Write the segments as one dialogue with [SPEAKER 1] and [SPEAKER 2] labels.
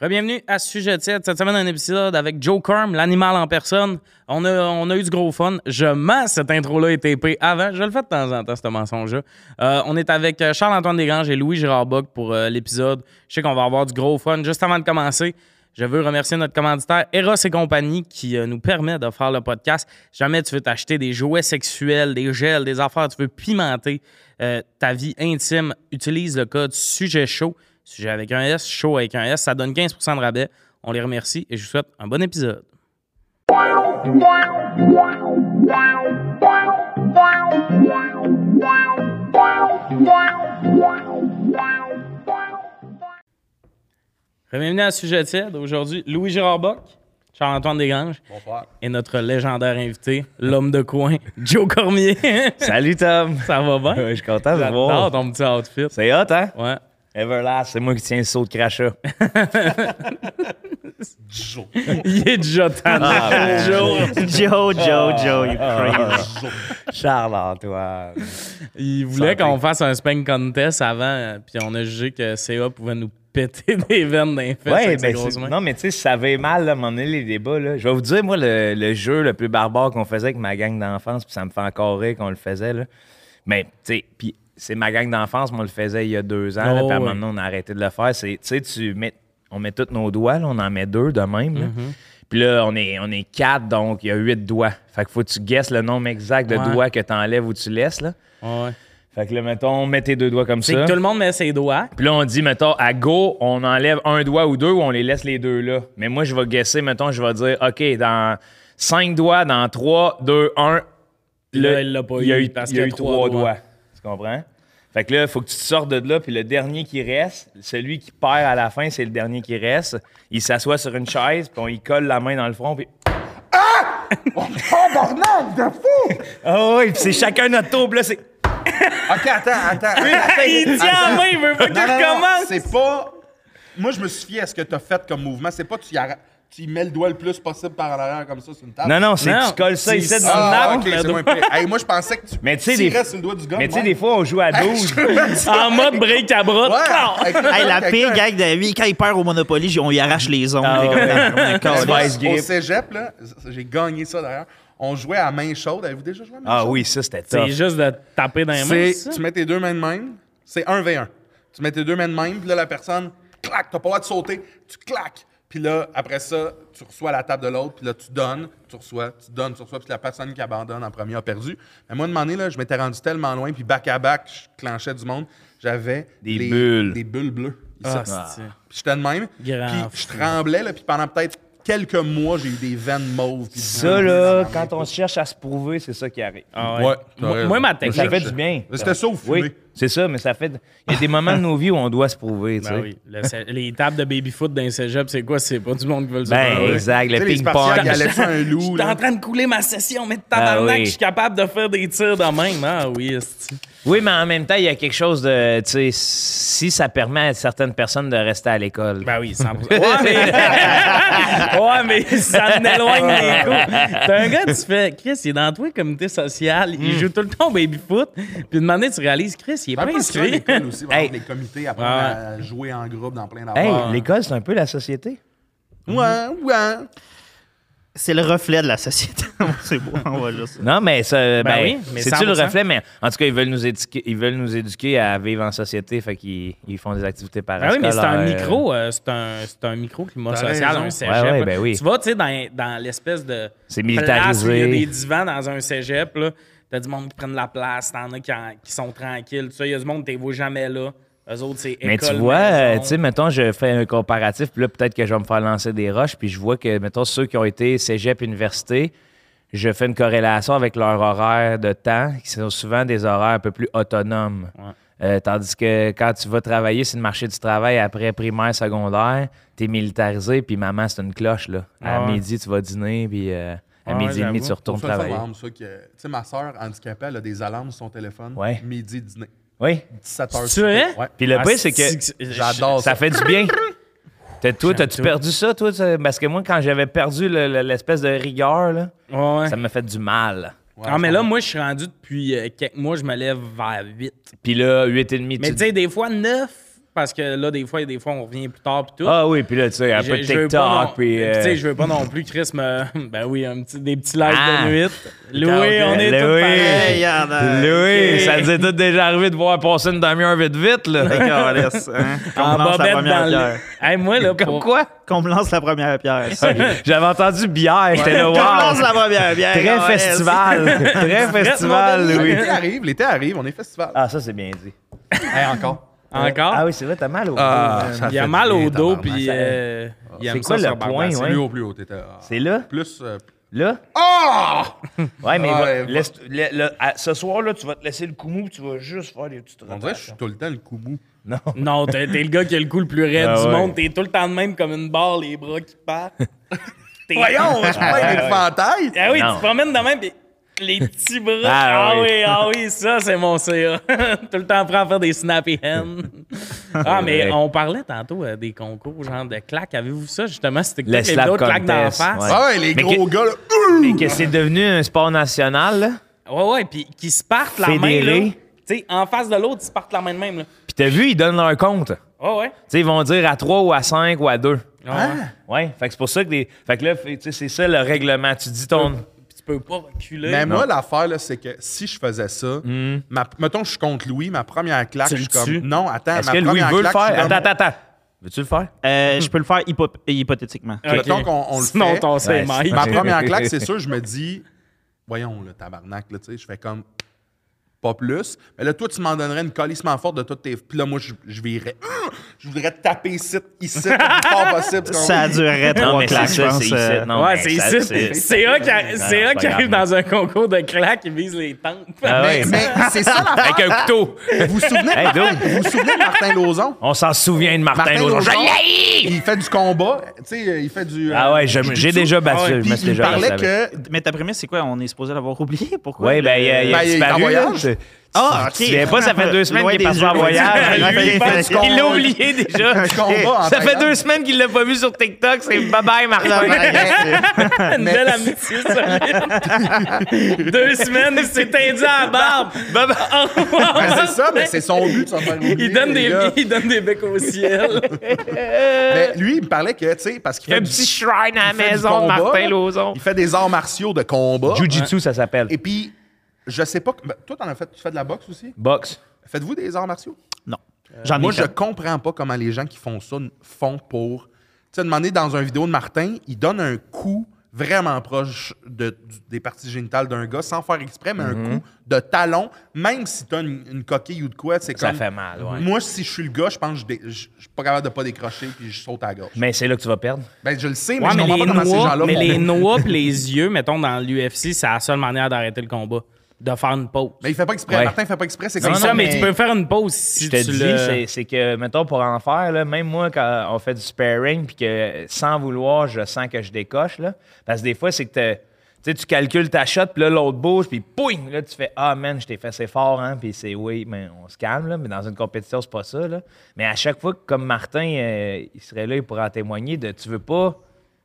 [SPEAKER 1] Rebienvenue à ce sujet de Cette semaine, un épisode avec Joe Corm, l'animal en personne. On a, on a eu du gros fun. Je mens cette intro-là est TP avant. Je le fais de temps en temps, ce mensonge-là. Euh, on est avec euh, Charles-Antoine Desgranges et Louis Girard Bock pour euh, l'épisode. Je sais qu'on va avoir du gros fun. Juste avant de commencer, je veux remercier notre commanditaire Eros et compagnie qui euh, nous permet de faire le podcast. Si Jamais tu veux t'acheter des jouets sexuels, des gels, des affaires, tu veux pimenter euh, ta vie intime, utilise le code sujet chaud, sujet avec un S, chaud avec un S, ça donne 15% de rabais. On les remercie et je vous souhaite un bon épisode. Bienvenue à Sujet tiède. Aujourd'hui, Louis Gérard Bock, Charles-Antoine Desgranges
[SPEAKER 2] Bonsoir.
[SPEAKER 1] et notre légendaire invité, l'homme de coin, Joe Cormier.
[SPEAKER 2] Salut Tom.
[SPEAKER 1] ça va bien?
[SPEAKER 2] Ouais, je suis content de te
[SPEAKER 1] J'adore
[SPEAKER 2] voir.
[SPEAKER 1] ton petit outfit.
[SPEAKER 2] C'est hot, hein?
[SPEAKER 1] Ouais.
[SPEAKER 2] Everlast, c'est moi qui tiens le saut de crachat.
[SPEAKER 1] Il est déjà tanné. Joe,
[SPEAKER 3] Joe,
[SPEAKER 4] Euh,
[SPEAKER 3] Joe, Joe, you
[SPEAKER 1] Ah,
[SPEAKER 3] crazy.
[SPEAKER 2] Charles-Antoine.
[SPEAKER 1] Il voulait
[SPEAKER 2] Santé.
[SPEAKER 1] qu'on fasse un spin contest avant, euh, puis on a jugé que CA pouvait nous péter des veines d'un fesses
[SPEAKER 2] Ouais,
[SPEAKER 1] avec ses
[SPEAKER 2] ben,
[SPEAKER 1] grosses
[SPEAKER 2] c'est-
[SPEAKER 1] mains.
[SPEAKER 2] non, mais tu sais, je savais mal, là, à un moment donné, les débats, là. Je vais vous dire, moi, le, le jeu le plus barbare qu'on faisait avec ma gang d'enfance, puis ça me fait encore rire qu'on le faisait, là. Mais, tu sais, puis c'est ma gang d'enfance, moi, on le faisait il y a deux ans, là,
[SPEAKER 1] Oh,
[SPEAKER 2] puis à un
[SPEAKER 1] ouais.
[SPEAKER 2] moment donné, on a arrêté de le faire. C'est, tu sais, tu mets, on met tous nos doigts, là, on en met deux de même, là.
[SPEAKER 1] Mm-hmm.
[SPEAKER 2] Puis là, on est, on est quatre, donc il y a huit doigts. Fait que faut que tu guesses le nombre exact de
[SPEAKER 1] Ouais.
[SPEAKER 2] doigts que t'enlèves ou tu laisses, là.
[SPEAKER 1] Ouais.
[SPEAKER 2] Fait que là, mettons, on met tes deux doigts comme
[SPEAKER 1] C'est
[SPEAKER 2] ça.
[SPEAKER 1] que tout le monde met ses doigts.
[SPEAKER 2] Puis là, on dit, mettons, à go, on enlève un doigt ou deux ou on les laisse les deux là. Mais moi, je vais guesser, mettons, je vais dire, OK, dans cinq doigts, dans 3, 2, 1.
[SPEAKER 1] Là, il l'a pas
[SPEAKER 2] il y a
[SPEAKER 1] eu
[SPEAKER 2] eu,
[SPEAKER 1] parce
[SPEAKER 2] il y a
[SPEAKER 1] qu'il
[SPEAKER 2] eu
[SPEAKER 1] a
[SPEAKER 2] trois
[SPEAKER 1] trois
[SPEAKER 2] doigts.
[SPEAKER 1] doigts.
[SPEAKER 2] Tu comprends? Fait que là, il faut que tu te sortes de là, puis le dernier qui reste, celui qui perd à la fin, c'est le dernier qui reste. Il s'assoit sur une chaise, puis on y colle la main dans le front, puis. Ah! Oh, de fou! Ah oui, puis c'est chacun notre tour, puis là, c'est.
[SPEAKER 4] Ok, attends, attends.
[SPEAKER 1] Il tient la main, il veut pas qu'il
[SPEAKER 4] Non, non, non,
[SPEAKER 1] recommence.
[SPEAKER 4] C'est pas. Moi, je me suis fié à ce que t'as fait comme mouvement. C'est pas tu, y arra- tu y mets le doigt le plus possible par en arrière comme ça sur une table.
[SPEAKER 2] Non, non, c'est
[SPEAKER 1] Non,
[SPEAKER 2] tu colles ça
[SPEAKER 1] c'est
[SPEAKER 2] ici dans le
[SPEAKER 4] Ah,
[SPEAKER 2] nappe.
[SPEAKER 4] ok, c'est moins pire. Hey, moi, je pensais que tu
[SPEAKER 2] Mais tu sais,
[SPEAKER 4] tirais
[SPEAKER 2] des-
[SPEAKER 4] sur le doigt du gars.
[SPEAKER 2] Mais tu sais, des fois, on joue à 12.
[SPEAKER 1] En mode break à bras.
[SPEAKER 4] Ouais, avec le-
[SPEAKER 3] Hey, la
[SPEAKER 4] avec
[SPEAKER 3] pire
[SPEAKER 4] le-
[SPEAKER 3] gag de la vie, quand il perd au Monopoly, j- on lui arrache les ongles.
[SPEAKER 2] Ah
[SPEAKER 3] les
[SPEAKER 2] ouais.
[SPEAKER 3] gars, on est calés.
[SPEAKER 2] Ouais. Vice
[SPEAKER 4] Au
[SPEAKER 2] grip.
[SPEAKER 4] cégep, là, j'ai gagné ça d'ailleurs. On jouait à main chaude. Avez-vous déjà joué à main
[SPEAKER 2] Ah
[SPEAKER 4] chaude?
[SPEAKER 2] oui, ça, c'était
[SPEAKER 1] C'est
[SPEAKER 2] tough.
[SPEAKER 1] juste de taper dans les mains.
[SPEAKER 4] C'est, tu mets tes deux mains de même, c'est 1v1. Tu mets tes deux mains de même, puis là, la personne, clac, t'as pas le droit de sauter, tu claques. Puis là, après ça, tu reçois la table de l'autre, puis là, tu donnes, tu reçois, tu donnes, tu reçois, puis la personne qui abandonne en premier a perdu. Mais moi, de moment donné, là, je m'étais rendu tellement loin, puis back-à-back, je clenchais du monde, j'avais
[SPEAKER 2] Des bulles.
[SPEAKER 4] Des bulles bleues. ici.
[SPEAKER 1] Ah, c'est-
[SPEAKER 4] Puis j'étais de même,
[SPEAKER 1] Grand
[SPEAKER 4] puis je tremblais, là, puis pendant peut-être quelques mois, j'ai eu des veines mauves. puis
[SPEAKER 2] Ça,
[SPEAKER 4] brûlées dans
[SPEAKER 2] là,
[SPEAKER 4] ma main.
[SPEAKER 2] quand on se cherche à se prouver, c'est ça qui arrive.
[SPEAKER 1] Ah ouais.
[SPEAKER 4] Ouais, t'as
[SPEAKER 1] Moi-
[SPEAKER 4] raison.
[SPEAKER 1] moi, ma
[SPEAKER 2] ça
[SPEAKER 1] technique.
[SPEAKER 2] fait du bien.
[SPEAKER 4] Mais c'était ça ou fumer?
[SPEAKER 2] Oui, c'est ça, mais ça fait. Il y a des moments de nos vies où on doit se prouver, tu sais.
[SPEAKER 1] Ben oui, le cé- les tables de baby-foot d'un cégep, c'est quoi? C'est pas du monde qui veut le
[SPEAKER 2] Ben,
[SPEAKER 1] savoir.
[SPEAKER 2] exact,
[SPEAKER 4] Tu
[SPEAKER 2] le
[SPEAKER 4] sais, les Spartiates,
[SPEAKER 2] ping-pong.
[SPEAKER 4] ils allaient sur un loup.
[SPEAKER 1] J'étais
[SPEAKER 4] là.
[SPEAKER 1] en train de couler ma session, mais de tabarnak,
[SPEAKER 2] Ah oui.
[SPEAKER 1] je suis capable de faire des tirs de même. Ah oui, esti.
[SPEAKER 2] Oui, mais en même temps, il y a quelque chose de. Tu sais, si ça permet à certaines personnes de rester à l'école.
[SPEAKER 1] Ben oui, 100%. Ouais, mais, ouais, mais ça en éloigne les coups. T'as un gars, tu fais, Chris, il est dans toi, comité social, il joue tout le temps au baby-foot. Puis une moment donné, tu réalises, Chris, il est
[SPEAKER 4] Ça
[SPEAKER 1] pas
[SPEAKER 4] me fait
[SPEAKER 1] inscrit.
[SPEAKER 4] ça, l'école aussi, par
[SPEAKER 2] Hey.
[SPEAKER 4] exemple, les comités apprennent
[SPEAKER 1] Ah
[SPEAKER 4] à jouer en groupe dans plein
[SPEAKER 2] Hey,
[SPEAKER 4] d'affaires.
[SPEAKER 2] l'école, c'est un peu la société.
[SPEAKER 4] Ouais, ouais.
[SPEAKER 3] C'est le reflet de la société. C'est beau, on va là. ça.
[SPEAKER 2] Non, mais ça. Ben,
[SPEAKER 1] Ben oui, mais
[SPEAKER 2] c'est-tu le
[SPEAKER 1] 100%?
[SPEAKER 2] reflet, mais en tout cas, ils veulent nous éduquer, ils veulent nous éduquer à vivre en société, fait qu'ils ils font des activités
[SPEAKER 1] Ah
[SPEAKER 2] parascolaires.
[SPEAKER 1] oui, mais c'est un
[SPEAKER 2] euh,
[SPEAKER 1] micro, euh, c'est un, c'est un micro climat
[SPEAKER 4] T'as
[SPEAKER 1] social,
[SPEAKER 4] raison.
[SPEAKER 1] un cégep.
[SPEAKER 2] Ouais, ouais,
[SPEAKER 1] là.
[SPEAKER 2] ben oui.
[SPEAKER 1] Tu vas, tu sais, dans, dans l'espèce de.
[SPEAKER 2] C'est
[SPEAKER 1] place où Il y a
[SPEAKER 2] militarisé.
[SPEAKER 1] des divans dans un cégep, là. T'as du monde qui prennent la place, t'en as qui, en- qui sont tranquilles. Tu sais, il y a du monde, t'es vois jamais là. Eux autres, c'est
[SPEAKER 2] Mais
[SPEAKER 1] école,
[SPEAKER 2] tu vois, euh,
[SPEAKER 1] maison.
[SPEAKER 2] tu sais, mettons, je fais un comparatif, puis là, peut-être que je vais me faire lancer des roches, puis je vois que, mettons, ceux qui ont été cégep, université, je fais une corrélation avec leur horaire de temps, qui sont souvent des horaires un peu plus autonomes. Euh, tandis que quand tu vas travailler, c'est le marché du travail après primaire, secondaire, t'es militarisé, puis maman, c'est une cloche, là. À
[SPEAKER 1] Ah ouais. Ah
[SPEAKER 2] midi, tu vas dîner, puis euh, à
[SPEAKER 1] Ouais,
[SPEAKER 2] midi et demi,
[SPEAKER 1] j'avoue.
[SPEAKER 2] tu retournes
[SPEAKER 4] Ça, ça,
[SPEAKER 2] travailler.
[SPEAKER 4] par exemple, ça que- Tu sais, ma soeur handicapée, elle a des alarmes sur son téléphone.
[SPEAKER 2] Ouais.
[SPEAKER 4] Midi, dîner.
[SPEAKER 2] Oui.
[SPEAKER 4] 17 h
[SPEAKER 1] C'est vrai?
[SPEAKER 4] Ouais.
[SPEAKER 2] Puis le
[SPEAKER 1] Ah,
[SPEAKER 2] pire, c'est
[SPEAKER 1] si-
[SPEAKER 2] que...
[SPEAKER 1] si-
[SPEAKER 4] J'adore
[SPEAKER 2] Ça
[SPEAKER 4] ça.
[SPEAKER 2] fait du bien. T'as- toi, t'as-tu
[SPEAKER 1] tout.
[SPEAKER 2] perdu ça, toi? ça? Parce que moi, quand j'avais perdu le- le- l'espèce de rigueur, là,
[SPEAKER 1] Ouais, ouais.
[SPEAKER 2] ça m'a fait du mal.
[SPEAKER 4] Ouais,
[SPEAKER 1] ah, mais
[SPEAKER 4] je
[SPEAKER 1] là, moi, je suis rendu depuis euh, quelques mois, je me lève vers 8.
[SPEAKER 2] Puis là, 8,5,
[SPEAKER 1] Mais
[SPEAKER 2] tu
[SPEAKER 1] tu sais, des fois, 9, parce que là, des fois, des fois on revient plus tard. Pis tout.
[SPEAKER 2] Ah oui, puis là, tu sais, un peu
[SPEAKER 1] Je-
[SPEAKER 2] de
[SPEAKER 1] je veux pas non-
[SPEAKER 2] TikTok, puis...
[SPEAKER 1] Tu
[SPEAKER 2] euh,
[SPEAKER 1] sais, je veux pas non plus, Chris, me... Ben oui, un petit- des petits lives
[SPEAKER 2] Ah!
[SPEAKER 1] de nuit. Louis, on est
[SPEAKER 2] Louis.
[SPEAKER 1] tous pareils.
[SPEAKER 3] Hey, regarde, euh,
[SPEAKER 2] Louis,
[SPEAKER 3] ok.
[SPEAKER 2] ça nous est tout déjà arrivé de voir passer une demi-heure vite vite, là.
[SPEAKER 3] Calice, hein, Qu'on me
[SPEAKER 1] En
[SPEAKER 3] lance la
[SPEAKER 1] bobette dans
[SPEAKER 3] première
[SPEAKER 1] le...
[SPEAKER 3] pierre.
[SPEAKER 1] Hey, moi, là, pour...
[SPEAKER 2] Comme quoi?
[SPEAKER 3] Qu'on me lance la première pierre. ça.
[SPEAKER 2] J'avais entendu bière, j'étais là,
[SPEAKER 3] Qu'on me lance
[SPEAKER 2] wow!
[SPEAKER 3] la première pierre.
[SPEAKER 2] Très
[SPEAKER 3] Calice.
[SPEAKER 2] festival, très festival, Louis.
[SPEAKER 4] L'été arrive, l'été arrive, on est festival.
[SPEAKER 2] Ah, ça, c'est bien dit.
[SPEAKER 4] Hey, encore.
[SPEAKER 1] Encore?
[SPEAKER 2] Ah oui, c'est vrai, t'as mal au
[SPEAKER 4] Ah,
[SPEAKER 2] dos,
[SPEAKER 4] ça
[SPEAKER 1] il a
[SPEAKER 4] fait
[SPEAKER 1] mal
[SPEAKER 4] bien,
[SPEAKER 1] au dos,
[SPEAKER 4] tabarnak.
[SPEAKER 1] puis
[SPEAKER 2] ça-
[SPEAKER 1] euh, il aime
[SPEAKER 2] C'est quoi
[SPEAKER 1] ça,
[SPEAKER 2] le
[SPEAKER 1] sur
[SPEAKER 2] point,
[SPEAKER 1] Barbasse.
[SPEAKER 4] C'est
[SPEAKER 2] ouais?
[SPEAKER 4] plus haut, plus haut. t'étais, ah,
[SPEAKER 2] C'est là?
[SPEAKER 4] Plus. euh,
[SPEAKER 2] Là?
[SPEAKER 4] Ah!
[SPEAKER 2] Ouais, mais
[SPEAKER 4] Ouais,
[SPEAKER 2] va-
[SPEAKER 4] va-
[SPEAKER 2] laisse- le- le- à- ce soir-là, tu vas te laisser le coup mou, tu vas juste faire des petites
[SPEAKER 4] On dirait que je suis tout le temps le koubou.
[SPEAKER 2] Non.
[SPEAKER 1] Non, t'es t'es le gars qui a le cou le plus raide
[SPEAKER 2] Ah
[SPEAKER 1] du
[SPEAKER 2] ouais.
[SPEAKER 1] monde. T'es tout le temps de même comme une barre, les bras qui partent. T'es-
[SPEAKER 4] Voyons, je suis pas
[SPEAKER 2] ouais,
[SPEAKER 4] un
[SPEAKER 2] ouais.
[SPEAKER 4] éléphantaille.
[SPEAKER 1] Ah oui,
[SPEAKER 2] Non.
[SPEAKER 1] tu te promènes de même, pis les petits bras.
[SPEAKER 2] Ah
[SPEAKER 1] Ah,
[SPEAKER 2] oui.
[SPEAKER 1] oui, ah oui, ça, c'est mon CA. tout le temps prêt à faire des snappy hands. ah, mais
[SPEAKER 2] Ouais.
[SPEAKER 1] on parlait tantôt euh, des concours, genre de claques. Avez-vous ça, justement? C'était
[SPEAKER 2] Le slap
[SPEAKER 1] d'autres claques dans la
[SPEAKER 2] contest,
[SPEAKER 1] face.
[SPEAKER 2] ouais.
[SPEAKER 4] Ah ouais, les
[SPEAKER 2] Mais
[SPEAKER 4] gros
[SPEAKER 2] que-
[SPEAKER 4] gars, là. Ouh!
[SPEAKER 2] Mais que c'est devenu un sport national, là.
[SPEAKER 1] Ah Ouais, ouais, puis qui se partent la main,
[SPEAKER 2] Fédérés.
[SPEAKER 1] là. Tu sais, en face de l'autre, ils se partent la main de même, là.
[SPEAKER 2] Puis t'as vu, ils donnent leur compte. Tu
[SPEAKER 1] Ouais, ouais.
[SPEAKER 2] sais, ils vont dire à 3 ou à 5 ou à 2.
[SPEAKER 1] Ouais,
[SPEAKER 4] Ah.
[SPEAKER 1] ouais.
[SPEAKER 2] Ouais, fait que c'est pour ça que des. Fait que là, fait- tu sais, c'est ça le règlement. Tu dis ton.
[SPEAKER 1] Puis tu peux pas reculer.
[SPEAKER 4] Mais moi, l'affaire, là, c'est que si je faisais ça,
[SPEAKER 2] Hmm.
[SPEAKER 4] ma- mettons, je suis contre Louis, ma première claque,
[SPEAKER 1] Tu
[SPEAKER 4] je
[SPEAKER 1] le
[SPEAKER 4] suis comme.
[SPEAKER 1] tues?
[SPEAKER 4] Non, attends,
[SPEAKER 2] Est-ce
[SPEAKER 4] Ah, ma
[SPEAKER 2] que Louis
[SPEAKER 4] première
[SPEAKER 2] veut le
[SPEAKER 4] claque,
[SPEAKER 2] faire?
[SPEAKER 4] je suis comme-
[SPEAKER 2] Attends, attends, attends. Veux-tu le faire?
[SPEAKER 3] Euh, je peux le faire hypo- hypothétiquement.
[SPEAKER 1] Ok.
[SPEAKER 4] Mettons qu'on- on le
[SPEAKER 1] Sinon,
[SPEAKER 4] fait.
[SPEAKER 1] ton c'est
[SPEAKER 2] Ouais,
[SPEAKER 1] Mike.
[SPEAKER 2] c'est-
[SPEAKER 4] Ma première claque, c'est sûr, je me dis, voyons, le tabarnak, là, tu sais, je fais comme pas plus. Mais là, toi, tu m'en donnerais une colissement forte de toutes tes. Puis là, moi, je, je virais. Hum! Je voudrais te taper ici, ici, le plus fort possible. C'est comme-
[SPEAKER 3] Ça durerait trois claques, je pense. euh,
[SPEAKER 2] Non,
[SPEAKER 1] ouais,
[SPEAKER 2] mais
[SPEAKER 1] c'est
[SPEAKER 2] ben, ça,
[SPEAKER 1] ici. C'est eux qui, a-
[SPEAKER 2] Non,
[SPEAKER 1] c'est
[SPEAKER 2] c'est
[SPEAKER 1] eux
[SPEAKER 2] pas
[SPEAKER 1] qui arrivent
[SPEAKER 2] grave.
[SPEAKER 1] dans un concours de claques et visent les tentes.
[SPEAKER 2] Ah ouais.
[SPEAKER 4] Mais, mais c'est ça l'affaire.
[SPEAKER 2] Avec un couteau.
[SPEAKER 4] Vous vous souvenez,
[SPEAKER 2] Hey, dude.
[SPEAKER 4] vous vous souvenez de Martin Lauzon?
[SPEAKER 2] On s'en souvient de Martin, Lauzon. Je l'ai!
[SPEAKER 4] il fait du combat, tu sais, il fait du.
[SPEAKER 2] Ah
[SPEAKER 4] euh,
[SPEAKER 2] ouais, je-
[SPEAKER 4] du
[SPEAKER 2] j'ai
[SPEAKER 4] jiu-jitsu.
[SPEAKER 2] déjà battu,
[SPEAKER 4] Ah ouais,
[SPEAKER 2] je me
[SPEAKER 4] puis
[SPEAKER 2] suis déjà
[SPEAKER 4] Il parlait
[SPEAKER 2] battu
[SPEAKER 4] que.
[SPEAKER 3] Mais ta prémisse, c'est quoi? On est supposé l'avoir oublié? Pourquoi? Euh,
[SPEAKER 2] Oui, ben, il a, il a
[SPEAKER 4] Ben, il est en
[SPEAKER 2] disparu. là.
[SPEAKER 4] voyage.
[SPEAKER 2] Tu- tu-
[SPEAKER 3] Ah, ok.
[SPEAKER 2] Tu te souviens pas, ça fait deux semaines
[SPEAKER 3] Loin
[SPEAKER 2] qu'il est parti
[SPEAKER 3] des yeux.
[SPEAKER 2] en voyage.
[SPEAKER 3] Il a fait-
[SPEAKER 2] Il
[SPEAKER 3] il
[SPEAKER 2] pense
[SPEAKER 3] fait du
[SPEAKER 2] qu'il l'a
[SPEAKER 4] combat.
[SPEAKER 2] oublié déjà.
[SPEAKER 4] Un combat en
[SPEAKER 2] Ça fait
[SPEAKER 4] Thaïlande.
[SPEAKER 2] deux semaines qu'il l'a pas vu sur TikTok. C'est bye-bye, Martin.
[SPEAKER 3] Ah,
[SPEAKER 1] Une belle amitié, solide. Deux semaines, il s'est tendu à la barbe. Au revoir.
[SPEAKER 4] Ben, c'est ça, mais c'est son but, tu vas faire oublier,
[SPEAKER 1] Il donne,
[SPEAKER 4] les
[SPEAKER 1] des,
[SPEAKER 4] gars.
[SPEAKER 1] il donne des becs au ciel.
[SPEAKER 4] Mais ben, lui, il me parlait que, tu sais, parce qu'il
[SPEAKER 2] Il y a
[SPEAKER 4] fait
[SPEAKER 2] un
[SPEAKER 4] du
[SPEAKER 2] petit shrine à la
[SPEAKER 4] il fait du
[SPEAKER 2] maison de
[SPEAKER 4] combat,
[SPEAKER 2] Martin Lauzon.
[SPEAKER 4] Il fait des arts martiaux de combat.
[SPEAKER 2] Jiu-Jitsu, ça s'appelle.
[SPEAKER 4] Et puis, je sais pas. ben, toi, t'en as fait, tu fais de la boxe aussi?
[SPEAKER 2] Boxe.
[SPEAKER 4] Faites-vous des arts martiaux?
[SPEAKER 3] non. J'en ai
[SPEAKER 4] Moi, je
[SPEAKER 3] fait.
[SPEAKER 4] comprends pas comment les gens qui font ça n- font pour. Tu sais, demander dans une vidéo de Martin, il donne un coup vraiment proche de- du- des parties génitales d'un gars sans faire exprès, mais un
[SPEAKER 2] Mm-hmm.
[SPEAKER 4] coup de talon, même si t'as une, une coquille ou de quoi, c'est
[SPEAKER 2] Ça
[SPEAKER 4] comme.
[SPEAKER 2] fait mal, ouais.
[SPEAKER 4] Moi, si je suis le gars, je pense que je dé- je je suis pas capable de pas décrocher puis je saute à gauche.
[SPEAKER 2] Mais c'est là que tu vas perdre.
[SPEAKER 4] Ben, je le sais, mais
[SPEAKER 1] Ouais,
[SPEAKER 4] je
[SPEAKER 1] mais
[SPEAKER 4] comprends
[SPEAKER 1] les
[SPEAKER 4] pas comment ces
[SPEAKER 1] noix,
[SPEAKER 4] gens-là
[SPEAKER 1] mais
[SPEAKER 4] font.
[SPEAKER 1] les noix pis les yeux, mettons, dans l'UFC, c'est la seule manière d'arrêter le combat. De faire une pause.
[SPEAKER 4] Mais Ben, il fait pas exprès.
[SPEAKER 2] Ouais.
[SPEAKER 4] Martin fait pas exprès. C'est
[SPEAKER 1] C'est
[SPEAKER 4] comme
[SPEAKER 1] ça,
[SPEAKER 4] ça.
[SPEAKER 1] mais,
[SPEAKER 2] mais-
[SPEAKER 1] tu peux faire une pause si
[SPEAKER 2] Je te
[SPEAKER 1] tu
[SPEAKER 2] dis,
[SPEAKER 1] le...
[SPEAKER 2] c'est- c'est que, mettons, pour en faire, là, même moi, quand on fait du sparring, puis que sans vouloir, je sens que je décoche, là, parce que des fois, c'est que t'as- tu sais, tu calcules ta shot, puis là, l'autre bouge, puis poing! Là, tu fais Ah, man, je t'ai fait c'est fort, hein? Puis c'est oui, mais on se calme, là. Mais dans une compétition, c'est pas ça, là. Mais à chaque fois, que, comme Martin, euh, il serait là, il pourrait en témoigner de Tu veux pas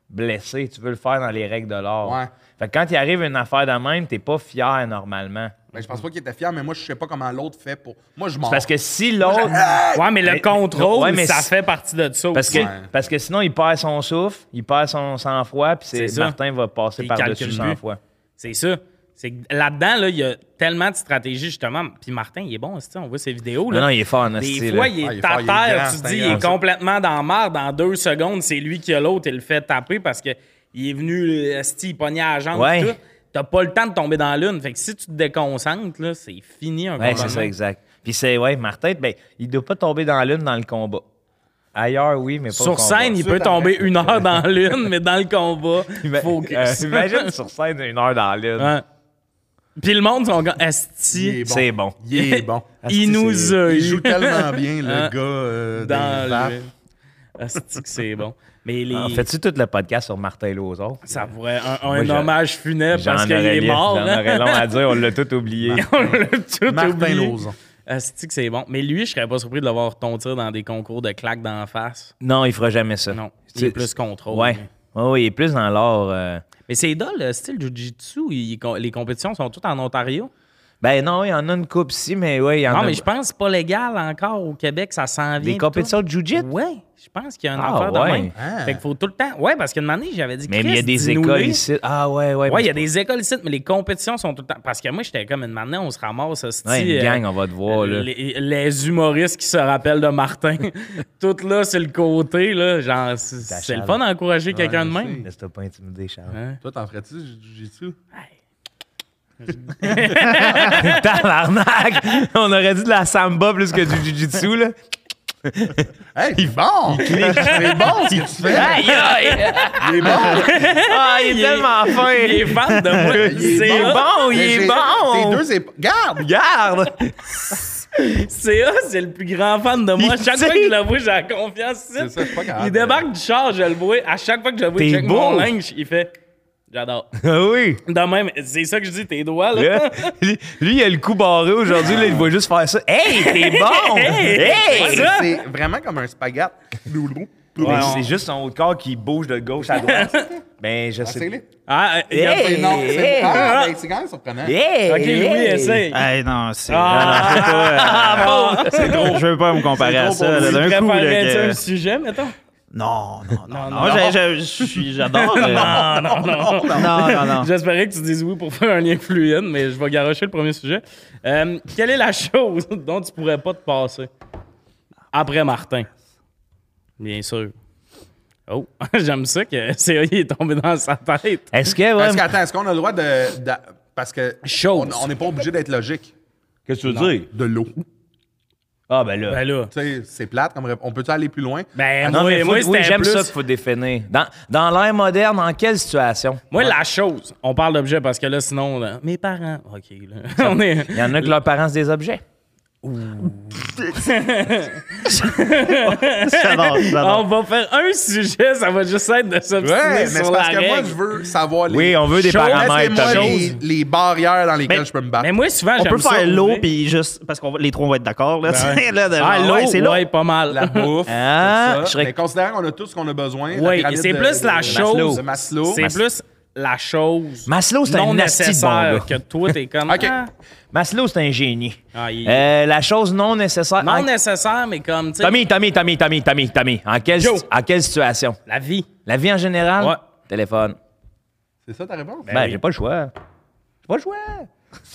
[SPEAKER 2] blesser, tu veux le faire dans les règles de l'art.
[SPEAKER 4] Ouais.
[SPEAKER 2] Fait que quand il arrive une affaire de même, t'es pas fier normalement.
[SPEAKER 4] Ben, je pense pas qu'il était fier, mais moi, je sais pas comment l'autre fait pour. Moi, je m'en.
[SPEAKER 2] Parce que si l'autre.
[SPEAKER 1] Ouais, mais le
[SPEAKER 2] Mais-
[SPEAKER 1] contrôle,
[SPEAKER 2] Ouais, mais
[SPEAKER 1] ça
[SPEAKER 2] c'est-
[SPEAKER 1] fait partie de ça
[SPEAKER 2] Parce que,
[SPEAKER 1] aussi.
[SPEAKER 4] Ouais.
[SPEAKER 2] parce que sinon, il perd son souffle, il perd son sang-froid, puis
[SPEAKER 1] C'est
[SPEAKER 2] c'est-
[SPEAKER 1] ça.
[SPEAKER 2] Martin va passer
[SPEAKER 1] Il
[SPEAKER 2] par-dessus le
[SPEAKER 1] calcule plus.
[SPEAKER 2] sang-froid.
[SPEAKER 1] C'est ça. C'est que là-dedans, là, il y a tellement de stratégies, justement. Puis Martin, il est bon, hostie, on voit ses vidéos. Là.
[SPEAKER 2] Non, non, il est fort en
[SPEAKER 1] Des
[SPEAKER 2] hostie,
[SPEAKER 1] fois,
[SPEAKER 2] là.
[SPEAKER 1] il
[SPEAKER 4] Ah, il
[SPEAKER 1] est
[SPEAKER 4] est
[SPEAKER 1] à
[SPEAKER 4] fort, il est grand,
[SPEAKER 1] terre, tu
[SPEAKER 4] c'est
[SPEAKER 1] te
[SPEAKER 4] un
[SPEAKER 1] dis, il
[SPEAKER 4] grand,
[SPEAKER 1] est
[SPEAKER 4] ça.
[SPEAKER 1] complètement dans la merde. Dans deux secondes, c'est lui qui a l'autre, il le fait taper parce que il est venu, hostie, il pognait à la jambe.
[SPEAKER 2] Ouais.
[SPEAKER 1] et tout. T'as pas le temps de tomber dans la lune. Fait que si tu te déconcentres, là, c'est fini un
[SPEAKER 2] Ouais,
[SPEAKER 1] combat.
[SPEAKER 2] c'est ça, exact. Puis c'est, ouais, Martin, ben, il doit pas tomber dans la lune dans le combat. Ailleurs, oui, mais pas au
[SPEAKER 1] Sur
[SPEAKER 2] combat.
[SPEAKER 1] scène, il peut
[SPEAKER 4] Suite
[SPEAKER 1] tomber une heure dans la lune, mais dans le combat, focus.
[SPEAKER 2] Euh, imagine sur scène une heure dans la lune.
[SPEAKER 1] Ouais. Puis le monde, sont comme,
[SPEAKER 4] Il
[SPEAKER 1] Esti,
[SPEAKER 4] est bon.
[SPEAKER 2] C'est bon.
[SPEAKER 4] Il est bon.
[SPEAKER 1] il nous a
[SPEAKER 4] Il
[SPEAKER 1] eu.
[SPEAKER 4] joue tellement bien,
[SPEAKER 1] Ah.
[SPEAKER 4] le gars. euh, des
[SPEAKER 1] dans
[SPEAKER 4] Vapes.
[SPEAKER 1] le. Asti que c'est bon. Mais les.
[SPEAKER 2] En Fais-tu tout le podcast sur Martin Lauzon?
[SPEAKER 5] Euh,
[SPEAKER 1] ça pourrait un, un
[SPEAKER 2] Moi, je-
[SPEAKER 1] hommage funèbre
[SPEAKER 2] J'en
[SPEAKER 1] parce qu'il
[SPEAKER 2] aurais,
[SPEAKER 1] est
[SPEAKER 2] li-
[SPEAKER 1] mort.
[SPEAKER 2] j'en
[SPEAKER 1] hein.
[SPEAKER 2] aurais long à dire, on l'a tout oublié.
[SPEAKER 1] On l'a tout
[SPEAKER 4] Martin
[SPEAKER 1] oublié.
[SPEAKER 4] Lauzon.
[SPEAKER 1] Asti que c'est bon. Mais lui, je serais pas surpris de l'avoir tontir dans des concours de claques dans la face.
[SPEAKER 2] non, il fera jamais ça.
[SPEAKER 1] Non,
[SPEAKER 2] Tu-
[SPEAKER 1] il est plus contrôle.
[SPEAKER 2] Ouais. Ouais, ouais, il est plus dans l'art. euh,
[SPEAKER 1] Mais c'est idole, le style Jiu-Jitsu. il- les compétitions sont toutes en Ontario.
[SPEAKER 5] Ben non, il y en a une coupe ici, mais ouais, il y en
[SPEAKER 1] Non,
[SPEAKER 5] a.
[SPEAKER 1] mais je pense que c'est pas légal encore au Québec, ça s'en vient.
[SPEAKER 5] Des compétitions de jiu-jitsu?
[SPEAKER 1] Oui, je pense qu'il y a une
[SPEAKER 5] Ah,
[SPEAKER 1] affaire
[SPEAKER 5] ouais.
[SPEAKER 1] de même. Fait qu'il faut tout le temps. Oui, parce qu'une année, j'avais dit
[SPEAKER 5] Même il y a
[SPEAKER 1] Christ,
[SPEAKER 5] des
[SPEAKER 1] dis-nous-les.
[SPEAKER 5] écoles ici. Ah ouais, ouais.
[SPEAKER 1] Ouais,
[SPEAKER 5] mais
[SPEAKER 1] il y a
[SPEAKER 5] c'est
[SPEAKER 1] des écoles ici, mais les compétitions sont tout le temps. Parce que moi, j'étais comme une manée, on se ramasse. hostie,
[SPEAKER 5] Ouais, une
[SPEAKER 1] euh,
[SPEAKER 5] gang, on va te voir, là.
[SPEAKER 1] Les, les humoristes qui se rappellent de Martin, tout là, c'est le côté, là. Genre, c'est- c'est le
[SPEAKER 5] chale.
[SPEAKER 1] fun d'encourager quelqu'un de
[SPEAKER 4] je
[SPEAKER 1] même.
[SPEAKER 4] sais.
[SPEAKER 5] Laisse-toi pas intimider, Charles.
[SPEAKER 4] Toi, t'en ferais-tu du jujitsu?
[SPEAKER 5] Putain, l'arnaque! On aurait dit de la samba plus que du jujitsu, là.
[SPEAKER 4] Hey, il est bon! Il est bon ce que tu fais!
[SPEAKER 5] Aïe, aïe!
[SPEAKER 4] Il est bon!
[SPEAKER 5] Ah, il est tellement fin!
[SPEAKER 1] Il est fan de moi.
[SPEAKER 4] Il
[SPEAKER 1] C'est
[SPEAKER 4] est
[SPEAKER 1] hot.
[SPEAKER 5] bon, il
[SPEAKER 4] Mais
[SPEAKER 5] est
[SPEAKER 4] j'ai-
[SPEAKER 5] bon!
[SPEAKER 4] Tes deux, c'est. Garde!
[SPEAKER 5] Regarde!
[SPEAKER 1] C'est hot, c'est le plus grand fan de moi.
[SPEAKER 5] Il
[SPEAKER 1] chaque
[SPEAKER 5] sait.
[SPEAKER 1] fois que je le vois, j'ai la confiance.
[SPEAKER 4] C'est ça, je suis pas capable.
[SPEAKER 1] Il débarque du char, je le vois. À chaque fois que je le vois,
[SPEAKER 5] T'es
[SPEAKER 1] il check
[SPEAKER 5] beau.
[SPEAKER 1] mon linge, il fait J'adore.
[SPEAKER 5] Ah oui!
[SPEAKER 1] De même, c'est ça que je dis, tes doigts, là.
[SPEAKER 5] Là, lui, lui, il a le coup barré aujourd'hui, là, il va juste faire ça.
[SPEAKER 2] Eh,
[SPEAKER 5] Hey, t'es bon!
[SPEAKER 1] What's
[SPEAKER 5] hey!
[SPEAKER 1] up?
[SPEAKER 4] C'est vraiment comme un spaghette.
[SPEAKER 5] Mais c'est juste son haut de corps qui bouge de gauche à droite. ben, je sais.
[SPEAKER 4] Essaye-le.
[SPEAKER 1] Ah, euh, il y a-
[SPEAKER 5] Hey!
[SPEAKER 4] Non, c'est
[SPEAKER 5] Hey!
[SPEAKER 4] ah, ben, c'est quand même surprenant.
[SPEAKER 5] Hey!
[SPEAKER 1] Ok, Louis, essaye.
[SPEAKER 3] Hey, non, c'est.
[SPEAKER 1] Ah,
[SPEAKER 3] non, non, c'est pas, euh,
[SPEAKER 1] bon.
[SPEAKER 3] c'est trop. Je veux pas me comparer à
[SPEAKER 4] trop
[SPEAKER 3] ça.
[SPEAKER 4] pour
[SPEAKER 3] là,
[SPEAKER 4] lui.
[SPEAKER 3] D'un coup, là,
[SPEAKER 1] préférerais-tu
[SPEAKER 3] que-
[SPEAKER 1] un sujet, mettons.
[SPEAKER 3] Non, non, non. non,
[SPEAKER 1] non,
[SPEAKER 3] Moi, j'ai- j'ai- je suis- j'adore. euh,
[SPEAKER 1] Ah, non, non.
[SPEAKER 3] Non, non, non.
[SPEAKER 1] J'espérais que tu dises oui pour faire un lien fluide, mais je vais garocher le premier sujet. Euh, quelle est la chose dont tu pourrais pas te passer après Martin? Bien sûr. Oh, j'aime ça que CA il est tombé dans sa tête.
[SPEAKER 5] Est-ce que, ouais,
[SPEAKER 4] Parce qu'attends, est-ce qu'on a le droit de. de- parce que.
[SPEAKER 1] Chose.
[SPEAKER 4] On on n'est pas obligé d'être logique.
[SPEAKER 5] Qu'est-ce que tu veux dire?
[SPEAKER 4] De l'eau. Tu
[SPEAKER 5] Ah, ben là. Ah
[SPEAKER 1] Ben là.
[SPEAKER 4] sais, c'est plate comme réponse. On peut-tu aller plus loin?
[SPEAKER 1] Ben,
[SPEAKER 5] Non,
[SPEAKER 1] moi,
[SPEAKER 5] mais faut-
[SPEAKER 1] moi,
[SPEAKER 5] oui,
[SPEAKER 1] c'était
[SPEAKER 5] j'aime
[SPEAKER 1] plus-
[SPEAKER 5] ça qu'il faut définir. Dans, dans l'ère moderne, en quelle situation?
[SPEAKER 1] Moi, la chose, on parle d'objet parce que là, sinon, là, mes parents. OK, là. on est.
[SPEAKER 5] Il y en a que leurs parents, c'est des objets.
[SPEAKER 3] J'adore, j'adore.
[SPEAKER 1] On va faire un sujet, ça va juste être de s'obstiner
[SPEAKER 4] Ouais, mais c'est
[SPEAKER 1] sur la
[SPEAKER 4] parce que moi,
[SPEAKER 1] règle.
[SPEAKER 4] je veux savoir les.
[SPEAKER 5] Oui, on veut des
[SPEAKER 1] Chose,
[SPEAKER 5] paramètres.
[SPEAKER 4] Laissez-moi
[SPEAKER 5] t'as raison.
[SPEAKER 4] les, les barrières dans lesquelles
[SPEAKER 3] Mais-
[SPEAKER 4] je peux me battre.
[SPEAKER 1] Mais moi, souvent,
[SPEAKER 3] On
[SPEAKER 1] j'aime
[SPEAKER 3] peut
[SPEAKER 1] ça,
[SPEAKER 3] faire l'eau,
[SPEAKER 1] ouvrir.
[SPEAKER 3] puis juste. Parce que les trois vont être d'accord, là. c'est- là, de-
[SPEAKER 1] Ah, l'eau,
[SPEAKER 3] ouais, c'est l'eau.
[SPEAKER 1] ouais, pas mal.
[SPEAKER 4] La bouffe.
[SPEAKER 5] Ah,
[SPEAKER 4] tout ça.
[SPEAKER 5] je serais-
[SPEAKER 4] Mais considérant qu'on a tout ce qu'on a besoin. la
[SPEAKER 1] Oui,
[SPEAKER 4] pyramide
[SPEAKER 1] c'est
[SPEAKER 4] de-
[SPEAKER 1] plus
[SPEAKER 4] de-
[SPEAKER 1] la
[SPEAKER 4] de-
[SPEAKER 1] chose.
[SPEAKER 4] De Maslow.
[SPEAKER 1] C'est plus la chose.
[SPEAKER 5] Maslow, c'est
[SPEAKER 1] non
[SPEAKER 5] un asti de bon
[SPEAKER 1] nécessaire
[SPEAKER 5] gars.
[SPEAKER 1] que toi, t'es comme.
[SPEAKER 4] Ok.
[SPEAKER 1] ah,
[SPEAKER 5] Maslow, c'est un génie.
[SPEAKER 1] Ah, il-
[SPEAKER 5] Euh, la chose non nécessaire.
[SPEAKER 1] non
[SPEAKER 5] en-
[SPEAKER 1] nécessaire, mais comme, tu sais,
[SPEAKER 5] Tommy, Tommy, Tommy, Tommy, Tommy, Tommy. En quelle,
[SPEAKER 1] Joe.
[SPEAKER 5] en quelle situation?
[SPEAKER 1] la vie.
[SPEAKER 5] La vie en général?
[SPEAKER 1] Ouais.
[SPEAKER 5] Téléphone.
[SPEAKER 4] C'est ça ta réponse?
[SPEAKER 5] Ben,
[SPEAKER 1] oui.
[SPEAKER 5] j'ai pas le choix. J'ai pas le choix.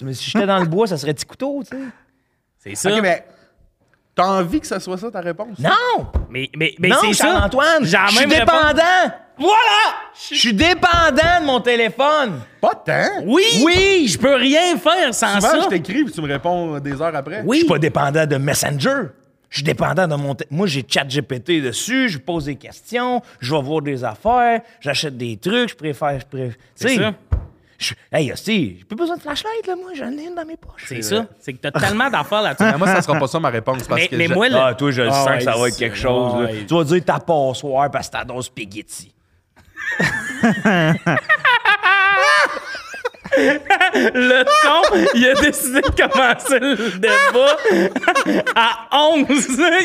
[SPEAKER 5] Mais si j'étais dans le bois, ça serait petit couteau, tu sais.
[SPEAKER 1] C'est ça.
[SPEAKER 4] Ok, mais t'as envie que ce soit ça ta réponse?
[SPEAKER 5] Non!
[SPEAKER 1] Mais, mais, mais
[SPEAKER 5] non,
[SPEAKER 1] Ben, c'est ça.
[SPEAKER 5] Charles-Antoine!
[SPEAKER 1] J'ai la
[SPEAKER 5] Je suis
[SPEAKER 1] même réponse.
[SPEAKER 5] dépendant! Voilà! Je suis dépendant de mon téléphone!
[SPEAKER 4] Pas tant!
[SPEAKER 1] Oui! Oui! Je peux rien faire sans
[SPEAKER 4] Souvent,
[SPEAKER 1] ça.
[SPEAKER 4] je t'écris puis tu me réponds des heures après.
[SPEAKER 5] Je
[SPEAKER 1] Oui!
[SPEAKER 5] suis pas dépendant de Messenger. Je suis dépendant de mon. tél- Moi, j'ai ChatGPT dessus, je pose des questions, je vais voir des affaires, j'achète des trucs, je préfère. Je préfère
[SPEAKER 1] C'est ça.
[SPEAKER 5] Je... Hey, hostie, j'ai plus besoin de flashlight, là, moi, j'en ai une dans mes poches.
[SPEAKER 1] C'est ça. C'est que t'as tellement d'affaires là-dessus.
[SPEAKER 4] Mais Ben, moi, ça sera pas ça ma réponse. Parce
[SPEAKER 1] Mais-
[SPEAKER 4] que
[SPEAKER 1] mais
[SPEAKER 4] je-
[SPEAKER 1] moi, le-
[SPEAKER 5] Ah, toi, je le
[SPEAKER 1] Ah,
[SPEAKER 5] sens
[SPEAKER 1] ouais,
[SPEAKER 5] que ça va être
[SPEAKER 1] c'est-
[SPEAKER 5] quelque chose. là.
[SPEAKER 1] ouais.
[SPEAKER 5] Tu vas dire ta passoire parce que t'as dans spaghetti.
[SPEAKER 1] Le ton, il a décidé de commencer le débat à 11.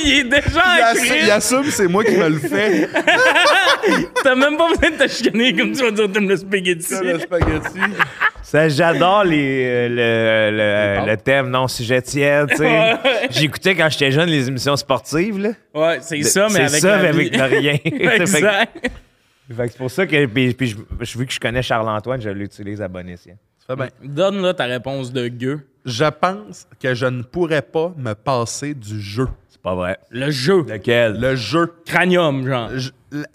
[SPEAKER 1] Il est déjà
[SPEAKER 4] il,
[SPEAKER 1] à
[SPEAKER 4] assume, il
[SPEAKER 1] crise.
[SPEAKER 4] assume, c'est moi qui me le fais.
[SPEAKER 1] T'as même pas besoin de te chicaner comme tu vas dire t'aimes le spaghetti.
[SPEAKER 4] Ça, le spaghetti.
[SPEAKER 5] Ça, j'adore les, euh, le, le-
[SPEAKER 4] pâtes.
[SPEAKER 5] le thème non sujet tiède. tu sais. J'écoutais quand j'étais jeune les émissions sportives. Là.
[SPEAKER 1] Ouais, c'est ça, mais avec.
[SPEAKER 5] C'est ça,
[SPEAKER 1] la
[SPEAKER 5] mais
[SPEAKER 1] vie.
[SPEAKER 5] avec le rien. Fait que-
[SPEAKER 1] exact.
[SPEAKER 5] Fait que c'est pour ça que puis, puis je, je- vu que je connais Charles-Antoine, je l'utilise à bon escient.
[SPEAKER 4] Fais bien.
[SPEAKER 1] Donne là ta réponse de gueux.
[SPEAKER 4] Je pense que je ne pourrais pas me passer du jeu.
[SPEAKER 5] C'est pas vrai.
[SPEAKER 1] Le jeu. Le
[SPEAKER 5] Lequel?
[SPEAKER 4] Le jeu.
[SPEAKER 1] cranium, genre.
[SPEAKER 4] Je- le,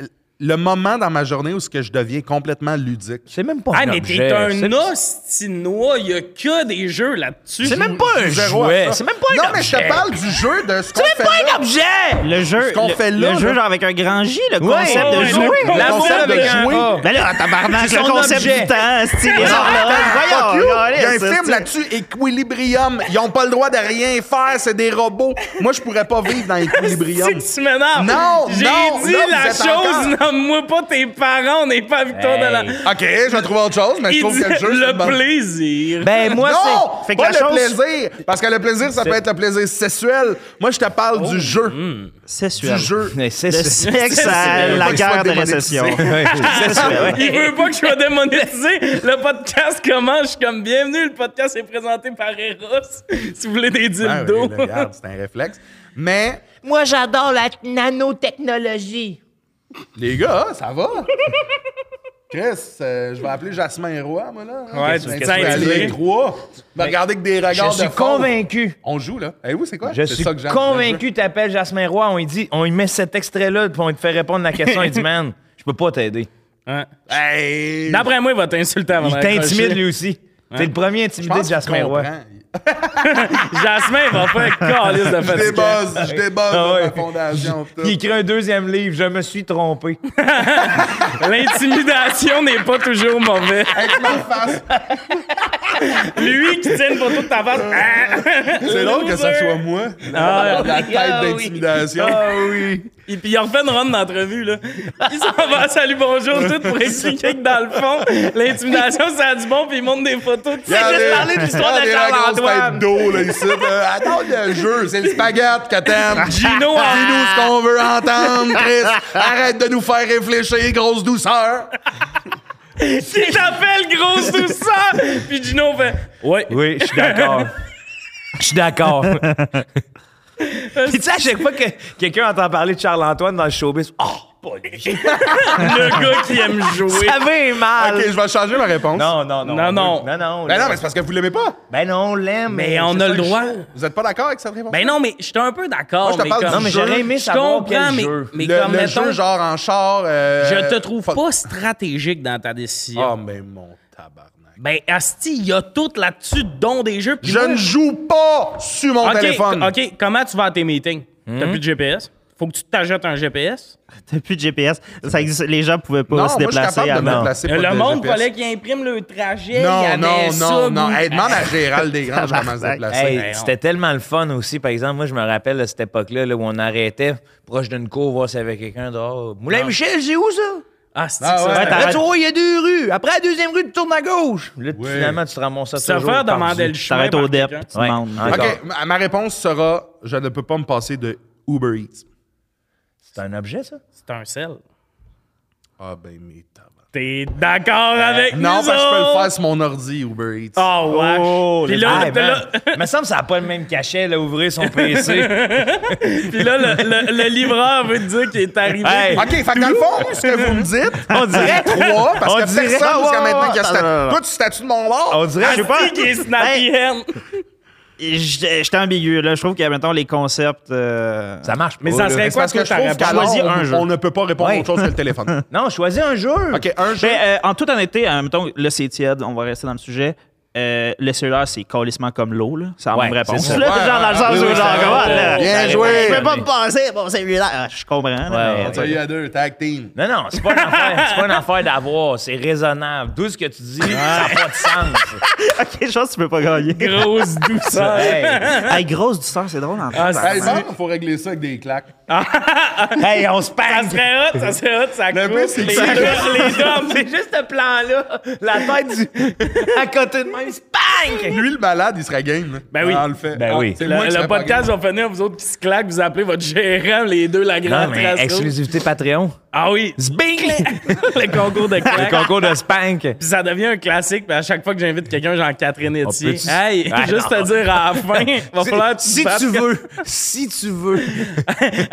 [SPEAKER 4] le moment dans ma journée où ce que je deviens complètement ludique.
[SPEAKER 5] C'est même pas
[SPEAKER 1] Ah,
[SPEAKER 5] un
[SPEAKER 1] mais
[SPEAKER 5] objet.
[SPEAKER 1] t'es
[SPEAKER 5] C'est-
[SPEAKER 1] un ostinois, il y a que des jeux là-dessus.
[SPEAKER 5] C'est même pas un
[SPEAKER 4] Zéro à
[SPEAKER 5] jouet.
[SPEAKER 4] ça.
[SPEAKER 5] C'est même pas un
[SPEAKER 4] Non, mais je
[SPEAKER 5] objet.
[SPEAKER 4] te parle du jeu, de ce qu'on fait
[SPEAKER 5] C'est pas
[SPEAKER 4] là.
[SPEAKER 5] un objet!
[SPEAKER 3] Le jeu.
[SPEAKER 4] Ce qu'on
[SPEAKER 3] le-
[SPEAKER 4] fait là,
[SPEAKER 3] Le jeu,
[SPEAKER 4] là.
[SPEAKER 3] genre, avec un grand J, le concept
[SPEAKER 1] ouais,
[SPEAKER 3] de
[SPEAKER 1] Oh, ouais,
[SPEAKER 3] jouer.
[SPEAKER 1] ouais.
[SPEAKER 4] Le
[SPEAKER 5] La
[SPEAKER 4] concept
[SPEAKER 5] mode
[SPEAKER 4] de
[SPEAKER 5] avec un
[SPEAKER 4] jouer.
[SPEAKER 5] A.
[SPEAKER 3] Ben là, ah, tabarnak,
[SPEAKER 5] C'est
[SPEAKER 3] le
[SPEAKER 5] son
[SPEAKER 3] concept
[SPEAKER 5] objet.
[SPEAKER 3] du temps, Ah, c'est
[SPEAKER 4] Fuck
[SPEAKER 3] voyons,
[SPEAKER 4] you.
[SPEAKER 3] regardez,
[SPEAKER 4] Il y a un
[SPEAKER 3] ça,
[SPEAKER 4] film
[SPEAKER 3] c'est-
[SPEAKER 4] là-dessus, Equilibrium. Ils n'ont pas le droit de rien faire, c'est des robots. Moi, je pourrais pas vivre dans
[SPEAKER 1] C'est
[SPEAKER 4] Equilibrium.
[SPEAKER 1] que tu m'énerves.
[SPEAKER 4] Non,
[SPEAKER 1] J'ai
[SPEAKER 4] non,
[SPEAKER 1] dit
[SPEAKER 4] là, vous
[SPEAKER 1] la
[SPEAKER 4] êtes
[SPEAKER 1] chose
[SPEAKER 4] encore-
[SPEAKER 1] Demande-moi pas tes parents, on n'est pas à Victor
[SPEAKER 5] Hey.
[SPEAKER 1] de la.
[SPEAKER 4] OK, je vais trouver autre chose, mais je
[SPEAKER 1] Il
[SPEAKER 4] trouve
[SPEAKER 1] dit
[SPEAKER 4] que le jeu. c'est une
[SPEAKER 1] le
[SPEAKER 4] bonne-
[SPEAKER 1] plaisir.
[SPEAKER 5] Ben, moi, c'est.
[SPEAKER 4] non!
[SPEAKER 3] Fait que
[SPEAKER 4] pas
[SPEAKER 3] la
[SPEAKER 4] le
[SPEAKER 3] chose-
[SPEAKER 4] plaisir! Parce que le plaisir, ça peut être le plaisir sexuel. Moi, je te parle du jeu.
[SPEAKER 3] Sexuel.
[SPEAKER 4] Du jeu.
[SPEAKER 5] Mais c'est
[SPEAKER 3] Le
[SPEAKER 5] ça.
[SPEAKER 3] sexe à
[SPEAKER 4] Sexuel.
[SPEAKER 3] la
[SPEAKER 4] Faut qu'il soit
[SPEAKER 3] guerre de
[SPEAKER 4] démonétisé.
[SPEAKER 3] récession. Sexuel, ouais.
[SPEAKER 1] Il veut pas que je sois démonétisé. Le podcast commence, je suis comme bienvenue. Le podcast est présenté par Eros. Si vous voulez des
[SPEAKER 4] Ah oui,
[SPEAKER 1] dildos.
[SPEAKER 4] là, regarde, c'est un réflexe. Mais,
[SPEAKER 2] Moi, j'adore la nanotechnologie.
[SPEAKER 4] les gars, ah, ça va. Chris, euh, je vais appeler Jasmin Roy, moi, là.
[SPEAKER 1] Ouais,
[SPEAKER 4] Qu'est-ce
[SPEAKER 1] tu
[SPEAKER 4] que
[SPEAKER 1] tiens,
[SPEAKER 4] fais?
[SPEAKER 1] tu
[SPEAKER 4] Les
[SPEAKER 1] l'es.
[SPEAKER 4] trois. Me regarder avec des regards
[SPEAKER 5] Je suis
[SPEAKER 4] de fond.
[SPEAKER 5] convaincu.
[SPEAKER 4] On joue, là. Et vous, c'est quoi?
[SPEAKER 5] Je
[SPEAKER 4] C'est
[SPEAKER 5] suis
[SPEAKER 4] ça que j'aime.
[SPEAKER 5] convaincu, t'appelles Jasmin Roy, on lui dit, on lui met cet extrait-là, puis on te fait répondre à la question, il dit, man, je peux pas t'aider.
[SPEAKER 1] Ouais.
[SPEAKER 4] Hey!
[SPEAKER 1] D'après moi, il va t'insulter avant
[SPEAKER 5] Il
[SPEAKER 1] d'accrocher.
[SPEAKER 5] t'intimide lui aussi. T'es le premier
[SPEAKER 4] Je
[SPEAKER 5] intimidé
[SPEAKER 4] pense
[SPEAKER 5] de
[SPEAKER 4] qu'il
[SPEAKER 5] Jasmin Roy.
[SPEAKER 4] comprend.
[SPEAKER 1] Jasmin va faire calice de
[SPEAKER 4] Je
[SPEAKER 1] fatigue.
[SPEAKER 4] débuzz, je débuzz
[SPEAKER 5] Ah
[SPEAKER 4] de
[SPEAKER 5] ouais.
[SPEAKER 4] ma fondation. pis tout.
[SPEAKER 5] Il écrit un deuxième livre, Je me suis trompé.
[SPEAKER 1] L'intimidation n'est pas toujours mauvaise.
[SPEAKER 4] Avec ma face.
[SPEAKER 1] Lui qui tient pour toute ta face. hein?
[SPEAKER 4] C'est drôle que ça soit moi.
[SPEAKER 1] Ah,
[SPEAKER 4] La tête
[SPEAKER 2] Ah oui.
[SPEAKER 4] d'intimidation.
[SPEAKER 5] oui.
[SPEAKER 1] Et puis il refait une run d'entrevue, là. Il s'en va, salut, bonjour, tout pour expliquer que dans le fond, l'intimidation, ça a du bon, puis il montre des photos. Tu sais, juste parler de l'histoire de
[SPEAKER 4] Charles-Antoine.
[SPEAKER 1] Charles-Antoine.
[SPEAKER 4] d'eau, là, ici. là. Attends, le jeu, c'est le spaghette que
[SPEAKER 1] Ah.
[SPEAKER 4] t'aimes.
[SPEAKER 1] Gino hein? en-
[SPEAKER 4] Dis-nous ce qu'on veut entendre, Chris. Arrête de nous faire réfléchir, grosse douceur.
[SPEAKER 1] Il t'appelle grosse douceur. Puis Gino fait Ouais.
[SPEAKER 5] Oui, je suis d'accord. Je suis d'accord. Puis tu sais, à chaque fois que quelqu'un entend parler de Charles-Antoine dans le showbiz, oh,
[SPEAKER 1] Le
[SPEAKER 4] Ah.
[SPEAKER 1] gars qui aime jouer.
[SPEAKER 5] ça va mal.
[SPEAKER 4] Ok, je vais changer ma réponse.
[SPEAKER 5] Non, non, non.
[SPEAKER 1] Ah. Non,
[SPEAKER 5] on
[SPEAKER 1] non.
[SPEAKER 5] veut- Non, non.
[SPEAKER 4] Ben non, mais c'est parce que vous l'aimez pas.
[SPEAKER 5] Ben non, on l'aime.
[SPEAKER 1] Mais on
[SPEAKER 5] c'est
[SPEAKER 1] a
[SPEAKER 5] ça
[SPEAKER 1] le droit.
[SPEAKER 4] Vous êtes pas d'accord avec cette réponse?
[SPEAKER 1] Ben non, mais je suis un peu d'accord.
[SPEAKER 4] Moi, je te
[SPEAKER 1] mais
[SPEAKER 4] parle
[SPEAKER 1] comme-
[SPEAKER 4] du
[SPEAKER 5] Non, mais
[SPEAKER 4] jeu.
[SPEAKER 5] j'aurais aimé
[SPEAKER 1] Je
[SPEAKER 5] savoir
[SPEAKER 1] comprends,
[SPEAKER 5] quel
[SPEAKER 1] mais,
[SPEAKER 5] jeu.
[SPEAKER 1] mais
[SPEAKER 4] le,
[SPEAKER 1] comme
[SPEAKER 4] le
[SPEAKER 1] mettons,
[SPEAKER 4] jeu, genre en char. euh,
[SPEAKER 1] je te trouve
[SPEAKER 4] fuck.
[SPEAKER 1] pas stratégique dans ta
[SPEAKER 4] Ah,
[SPEAKER 1] décision.
[SPEAKER 4] mais mon tabarnak.
[SPEAKER 1] Ben, Asti, il y a tout là-dessus, dont des jeux. puis
[SPEAKER 4] Je
[SPEAKER 1] moi,
[SPEAKER 4] ne joue pas sur mon
[SPEAKER 1] OK,
[SPEAKER 4] téléphone. Hmm?
[SPEAKER 1] OK, comment tu vas à tes meetings? T'as plus de GPS? Faut que tu t'ajoutes un GPS.
[SPEAKER 3] T'as plus de GPS. Ça existe- les gens pouvaient pas
[SPEAKER 4] Non,
[SPEAKER 3] se
[SPEAKER 4] moi, je suis
[SPEAKER 3] déplacer
[SPEAKER 4] capable de me
[SPEAKER 3] avant.
[SPEAKER 4] déplacer. pas
[SPEAKER 1] le
[SPEAKER 4] de
[SPEAKER 1] monde,
[SPEAKER 4] GPS.
[SPEAKER 1] fallait qu'il imprime le trajet. il y
[SPEAKER 4] Non,
[SPEAKER 1] avait
[SPEAKER 4] non,
[SPEAKER 1] ça,
[SPEAKER 4] non,
[SPEAKER 1] goût-
[SPEAKER 4] non. Hey, demande à Gérald Desgranges comment se
[SPEAKER 3] Tabarnak.
[SPEAKER 4] déplacer.
[SPEAKER 5] Hey,
[SPEAKER 1] Ben, on-
[SPEAKER 5] c'était tellement le fun aussi. Par exemple, moi, je me rappelle de cette époque-là là, où on arrêtait proche d'une cour, voir s'il y avait quelqu'un dehors. Moulin Michel, c'est où ça?
[SPEAKER 1] Ah, c'est
[SPEAKER 4] Ah,
[SPEAKER 1] ça.
[SPEAKER 4] ouais.
[SPEAKER 1] ça-
[SPEAKER 3] t'as-
[SPEAKER 5] Là, tu vois, il y a deux rues. Après la deuxième rue, tu tournes à gauche. Là, tu-
[SPEAKER 4] Oui.
[SPEAKER 5] finalement, tu te ramasses ça
[SPEAKER 1] Ça
[SPEAKER 5] toujours
[SPEAKER 1] faire
[SPEAKER 5] tordu.
[SPEAKER 1] demander le chemin.
[SPEAKER 3] T'arrêtes
[SPEAKER 1] par
[SPEAKER 3] au DEP,
[SPEAKER 1] quelqu'un.
[SPEAKER 3] tu
[SPEAKER 5] Ouais.
[SPEAKER 3] demandes.
[SPEAKER 5] Ah,
[SPEAKER 4] OK,
[SPEAKER 5] D'accord.
[SPEAKER 4] ma ma réponse sera je ne peux pas me passer de Uber Eats.
[SPEAKER 5] C'est un objet, ça?
[SPEAKER 1] C'est un sel.
[SPEAKER 4] Ah, ben, mais tabarnak.
[SPEAKER 1] T'es d'accord avec nous
[SPEAKER 4] Euh, Non, parce que je peux le
[SPEAKER 1] autres?
[SPEAKER 4] faire sur mon ordi, Uber Eats.
[SPEAKER 5] Ah.
[SPEAKER 1] Oh, wesh.
[SPEAKER 3] Oh,
[SPEAKER 1] Puis
[SPEAKER 3] les-
[SPEAKER 1] là,
[SPEAKER 5] Hey,
[SPEAKER 1] t'as-
[SPEAKER 5] man,
[SPEAKER 1] là-
[SPEAKER 4] hein.
[SPEAKER 5] Il me semble que ça n'a pas le même cachet, là, ouvrir son PC.
[SPEAKER 1] puis là, le, le- le livreur veut te dire qu'il est arrivé.
[SPEAKER 5] Hey.
[SPEAKER 1] puis-
[SPEAKER 4] OK, fait que dans le fond, ce que vous me dites,
[SPEAKER 5] on dirait
[SPEAKER 4] trois, parce
[SPEAKER 5] On
[SPEAKER 4] que personne
[SPEAKER 5] dirait- Ah,
[SPEAKER 3] Ouais,
[SPEAKER 4] jusqu'à
[SPEAKER 3] ouais,
[SPEAKER 4] maintenant qui a
[SPEAKER 3] attends,
[SPEAKER 4] statu.
[SPEAKER 3] attends,
[SPEAKER 4] Toi, tu statues de mon lord.
[SPEAKER 5] On dirait, je sais pas.
[SPEAKER 1] Asti qui est snappy hand.
[SPEAKER 3] J'étais j'étais ambigu. Là, je trouve que, mettons, les concepts. euh,
[SPEAKER 5] Ça marche pas.
[SPEAKER 1] Mais ça
[SPEAKER 5] là.
[SPEAKER 1] serait
[SPEAKER 4] C'est
[SPEAKER 1] quoi,
[SPEAKER 4] parce
[SPEAKER 1] toi,
[SPEAKER 4] que je
[SPEAKER 1] ta
[SPEAKER 4] trouve
[SPEAKER 1] réponse?
[SPEAKER 4] qu'à
[SPEAKER 3] Choisis
[SPEAKER 4] l'heure,
[SPEAKER 3] un jeu.
[SPEAKER 4] on, on ne peut pas répondre à
[SPEAKER 5] Ouais.
[SPEAKER 4] autre chose que le téléphone.
[SPEAKER 5] Non, choisis un jeu.
[SPEAKER 4] OK, un jeu.
[SPEAKER 3] Ben, euh, en toute honnêteté, euh, mettons, là, c'est tiède, on va rester dans le sujet. Euh, le cellulaire, c'est calissement comme l'eau, là. C'est la
[SPEAKER 5] Ouais,
[SPEAKER 3] même réponse.
[SPEAKER 5] c'est ça.
[SPEAKER 3] Là,
[SPEAKER 4] Ouais,
[SPEAKER 3] genre, dans le
[SPEAKER 4] ouais,
[SPEAKER 3] sens
[SPEAKER 4] oui,
[SPEAKER 3] où,
[SPEAKER 4] oui,
[SPEAKER 3] genre,
[SPEAKER 4] c'est
[SPEAKER 3] comment,
[SPEAKER 5] vrai.
[SPEAKER 3] là,
[SPEAKER 4] Bien
[SPEAKER 3] je
[SPEAKER 4] joué.
[SPEAKER 3] peux pas me passer mon cellulaire. Ah, Je comprends, là,
[SPEAKER 5] Ouais,
[SPEAKER 3] mais-
[SPEAKER 5] ouais.
[SPEAKER 4] Ça y est, à deux, tag team.
[SPEAKER 5] Non, non, c'est pas une affaire, c'est pas une affaire d'avoir, c'est raisonnable. D'où ce que tu dis, ça n'a pas de sens.
[SPEAKER 3] OK, je pense que tu peux pas gagner.
[SPEAKER 1] Grosse douceur.
[SPEAKER 5] hey,
[SPEAKER 3] hey, grosse du sang, c'est drôle, hein. en fait.
[SPEAKER 1] Ah, ça,
[SPEAKER 4] Hey, il faut régler ça avec des claques.
[SPEAKER 5] hey, on se
[SPEAKER 1] ça
[SPEAKER 5] passe.
[SPEAKER 1] serait hot, ça serait hot, ça
[SPEAKER 4] Le
[SPEAKER 1] coupe.
[SPEAKER 4] but, c'est que
[SPEAKER 1] les
[SPEAKER 4] ça-
[SPEAKER 1] gars, les dames, c'est juste
[SPEAKER 5] ce plan-là, la tête du... à côté de moi, il se bang!
[SPEAKER 4] Lui, le malade, il serait game. là.
[SPEAKER 1] Ben oui.
[SPEAKER 4] Ah, on le fait.
[SPEAKER 5] Ben
[SPEAKER 4] Ah,
[SPEAKER 5] oui.
[SPEAKER 4] c'est moi
[SPEAKER 1] Le,
[SPEAKER 4] qui
[SPEAKER 1] le
[SPEAKER 4] serais pas
[SPEAKER 1] podcast va finir, vous autres qui se claquent, vous appelez votre gérant, les deux, la
[SPEAKER 5] Non,
[SPEAKER 1] grande
[SPEAKER 5] mais
[SPEAKER 1] trace rouge.
[SPEAKER 5] exclusivité Patreon.
[SPEAKER 1] Ah oui,
[SPEAKER 5] Zbing!
[SPEAKER 1] le concours de
[SPEAKER 5] Le
[SPEAKER 1] claques.
[SPEAKER 5] concours de spank.
[SPEAKER 1] Puis ça devient un classique, puis à chaque fois que j'invite quelqu'un, Jean-Catherine
[SPEAKER 5] On
[SPEAKER 1] Etier,
[SPEAKER 5] peut-tu-
[SPEAKER 1] hey,
[SPEAKER 5] Ah,
[SPEAKER 1] juste te
[SPEAKER 5] non.
[SPEAKER 1] dire à la fin, va falloir que
[SPEAKER 5] Si
[SPEAKER 1] te battes.
[SPEAKER 5] tu veux, si tu veux.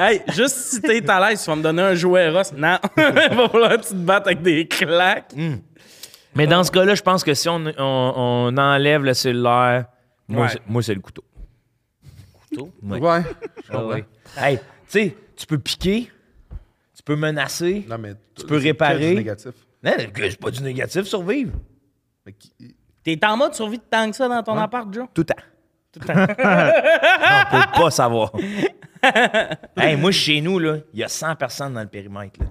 [SPEAKER 1] Hey, juste si t'es à l'aise, tu vas me donner un jouet Ross. Non, va falloir que tu te battes avec des claques.
[SPEAKER 5] Mais dans ce cas-là, je pense que si on, on- on enlève le cellulaire, moi,
[SPEAKER 1] Ouais.
[SPEAKER 5] c'est- moi, c'est le couteau.
[SPEAKER 4] Ouais.
[SPEAKER 5] Ah ouais. Hey, tu sais, tu peux piquer, tu peux menacer.
[SPEAKER 4] Non, mais tu
[SPEAKER 5] peux réparer.
[SPEAKER 4] négatif.
[SPEAKER 5] Non, le gars, c'est pas du négatif, survivre.
[SPEAKER 4] Mais qui-
[SPEAKER 1] T'es en mode survie de tant que ça dans ton appart, Joe?
[SPEAKER 5] Tout le temps. Tout le temps. on peut pas savoir. hey, moi, chez nous, là, il y a 100 personnes dans le périmètre. Là.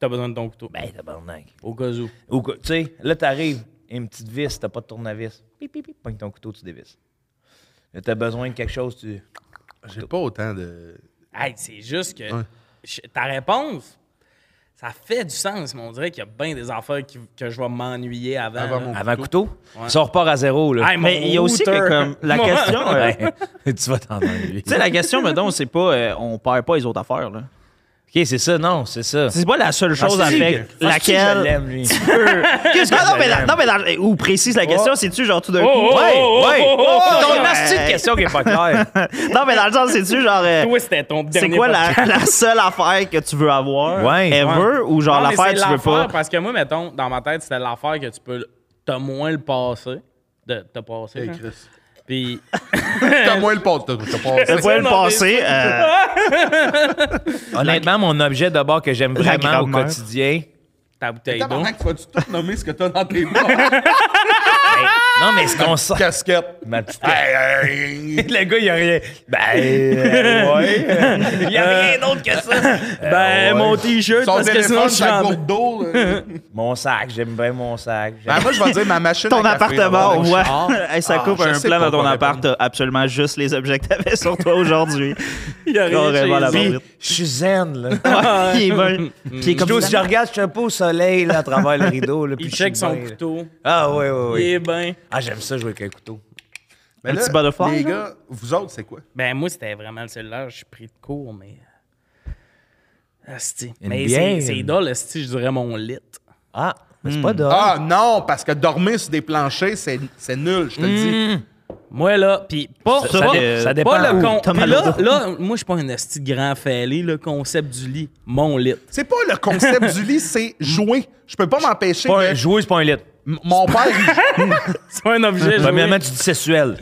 [SPEAKER 1] T'as besoin de ton couteau.
[SPEAKER 5] Ben, tabarnak.
[SPEAKER 1] Au cas où.
[SPEAKER 5] Ou, que- tu sais, là, t'arrives, et une petite vis, t'as pas de tournevis. Pip, pip, pip, pogne ton couteau, tu dévisses. Là, t'as besoin de quelque chose, tu.
[SPEAKER 4] J'ai pas autant de.
[SPEAKER 1] Hey, c'est juste que je- ta réponse, Ça fait du sens, mais on dirait qu'il y a bien des affaires qui- que je vais m'ennuyer avant.
[SPEAKER 4] Avant
[SPEAKER 1] là.
[SPEAKER 4] mon-
[SPEAKER 5] Avant couteau, ça repart à zéro. Là.
[SPEAKER 1] Hey, mon
[SPEAKER 3] Mais il y a aussi
[SPEAKER 1] router.
[SPEAKER 3] que, comme, la
[SPEAKER 1] Moi,
[SPEAKER 3] question. euh,
[SPEAKER 5] Ouais. tu vas t'en ennuyer.
[SPEAKER 3] tu sais, la question, mettons, c'est pas. euh, on perd pas les autres affaires, là.
[SPEAKER 5] OK, c'est ça, non, c'est ça.
[SPEAKER 3] C'est pas la seule chose
[SPEAKER 5] Ah, si,
[SPEAKER 3] avec
[SPEAKER 5] que- Ah, si, je
[SPEAKER 3] laquelle.
[SPEAKER 5] l'aime, lui.
[SPEAKER 3] Qu'est-ce que. Non, mais, la- non, mais dans- eh, ou précise la question, c'est-tu genre tout d'un coup.
[SPEAKER 1] Oh, oh,
[SPEAKER 5] Ouais,
[SPEAKER 1] oh,
[SPEAKER 5] ouais.
[SPEAKER 1] oh, oh, oh,
[SPEAKER 5] Ton
[SPEAKER 1] oh,
[SPEAKER 5] astuce de question qui est pas claire.
[SPEAKER 3] Non, mais dans le sens, c'est-tu genre. euh,
[SPEAKER 1] oh. Toi, c'était ton
[SPEAKER 3] c'est
[SPEAKER 1] dernier
[SPEAKER 3] quoi
[SPEAKER 1] podcast.
[SPEAKER 3] la, la seule affaire que tu veux avoir?
[SPEAKER 5] Ouais.
[SPEAKER 3] Ever? Ou genre
[SPEAKER 1] Non, mais c'est
[SPEAKER 3] l'affaire que tu veux
[SPEAKER 1] l'affaire,
[SPEAKER 3] pas?
[SPEAKER 1] Parce que moi, mettons, dans ma tête, c'était l'affaire que tu peux. T'as moins le passé. De te passer.
[SPEAKER 4] Hey,
[SPEAKER 1] hein.
[SPEAKER 4] Chris.
[SPEAKER 1] Puis.
[SPEAKER 4] T'as moins le pote, t'as t'as
[SPEAKER 3] Tu
[SPEAKER 4] passé.
[SPEAKER 3] pouvais le
[SPEAKER 1] Non, mais-
[SPEAKER 3] passer. euh,
[SPEAKER 5] Honnêtement, mon objet de bord que j'aime vraiment au
[SPEAKER 3] grand-mère.
[SPEAKER 5] quotidien.
[SPEAKER 1] Ta bouteille d'eau.
[SPEAKER 4] Tabarnak, tu vas-tu tout nommer ce que t'as dans tes mains?
[SPEAKER 5] Non, mais ce qu'on sent.
[SPEAKER 4] Casquette.
[SPEAKER 5] Ma petite-
[SPEAKER 4] Hey, hey.
[SPEAKER 5] Le gars, il a rien. Ben, euh, ouais. Il y a rien d'autre que ça.
[SPEAKER 1] Ben,
[SPEAKER 5] ouais.
[SPEAKER 1] mon t-shirt,
[SPEAKER 4] Son
[SPEAKER 1] parce que sinon,
[SPEAKER 4] téléphone,
[SPEAKER 1] je
[SPEAKER 4] sa
[SPEAKER 1] chante.
[SPEAKER 4] gourde d'eau. là.
[SPEAKER 5] Mon sac, j'aime bien mon sac. J'aime-
[SPEAKER 4] Ben, moi, je vais dire ma machine à
[SPEAKER 3] ton
[SPEAKER 4] café,
[SPEAKER 3] appartement,
[SPEAKER 4] avant
[SPEAKER 3] on
[SPEAKER 4] le
[SPEAKER 3] voit.
[SPEAKER 4] char.
[SPEAKER 3] Hey, ça
[SPEAKER 4] Ah,
[SPEAKER 3] coupe
[SPEAKER 4] je
[SPEAKER 3] un
[SPEAKER 4] sais
[SPEAKER 3] plan
[SPEAKER 4] pas
[SPEAKER 3] dans ton
[SPEAKER 4] quoi
[SPEAKER 3] appart.
[SPEAKER 4] répondre.
[SPEAKER 3] T'as absolument juste les objets que t'avais sur toi aujourd'hui.
[SPEAKER 1] Il y a rien
[SPEAKER 3] Carrément
[SPEAKER 1] chez
[SPEAKER 3] la
[SPEAKER 1] lui.
[SPEAKER 3] barbe.
[SPEAKER 5] Je suis zen, là.
[SPEAKER 3] Ouais, il est bon. Puis il est
[SPEAKER 5] Ah. Comme
[SPEAKER 3] comme
[SPEAKER 5] si je
[SPEAKER 3] ça.
[SPEAKER 5] regarde, je suis un peu au soleil là, à travers le rideau. Là, puis
[SPEAKER 1] Il
[SPEAKER 5] je
[SPEAKER 1] check
[SPEAKER 5] suis
[SPEAKER 1] son
[SPEAKER 5] bien, là.
[SPEAKER 1] couteau.
[SPEAKER 5] Ah, ouais, ouais,
[SPEAKER 1] Il
[SPEAKER 5] ouais.
[SPEAKER 1] est bien.
[SPEAKER 5] Ah, j'aime ça jouer avec un couteau.
[SPEAKER 4] Mais
[SPEAKER 3] Un
[SPEAKER 4] là,
[SPEAKER 3] petit butterfly,
[SPEAKER 4] Les
[SPEAKER 3] là.
[SPEAKER 4] gars, vous autres, c'est quoi?
[SPEAKER 1] Ben, moi, c'était vraiment le cellulaire. Je suis pris de court, mais. euh, Asti.
[SPEAKER 5] Une
[SPEAKER 1] Mais
[SPEAKER 5] bière.
[SPEAKER 1] c'est c'est dole, Asti, je dirais mon lit.
[SPEAKER 5] Ah, mais c'est pas d'or.
[SPEAKER 4] Ah non, parce que dormir sur des planchers, c'est c'est nul, je te le dis.
[SPEAKER 1] Moi, là, pis pas,
[SPEAKER 5] Ça-
[SPEAKER 1] pas,
[SPEAKER 5] ça dé- ça
[SPEAKER 1] pas
[SPEAKER 5] dépend
[SPEAKER 1] le
[SPEAKER 5] où.
[SPEAKER 1] con.
[SPEAKER 3] T'as
[SPEAKER 1] pis
[SPEAKER 3] mal au
[SPEAKER 1] là,
[SPEAKER 3] dos.
[SPEAKER 1] là, moi, je suis pas un asti de grand fêlé, le concept du lit. Mon lit.
[SPEAKER 4] C'est pas le concept du lit, c'est jouer. Je peux pas m'empêcher.
[SPEAKER 5] Pas
[SPEAKER 4] de-
[SPEAKER 5] un- Jouer, c'est pas un lit.
[SPEAKER 4] M- Mon père, il-
[SPEAKER 1] C'est pas un objet.
[SPEAKER 5] Premièrement, tu dis sexuel.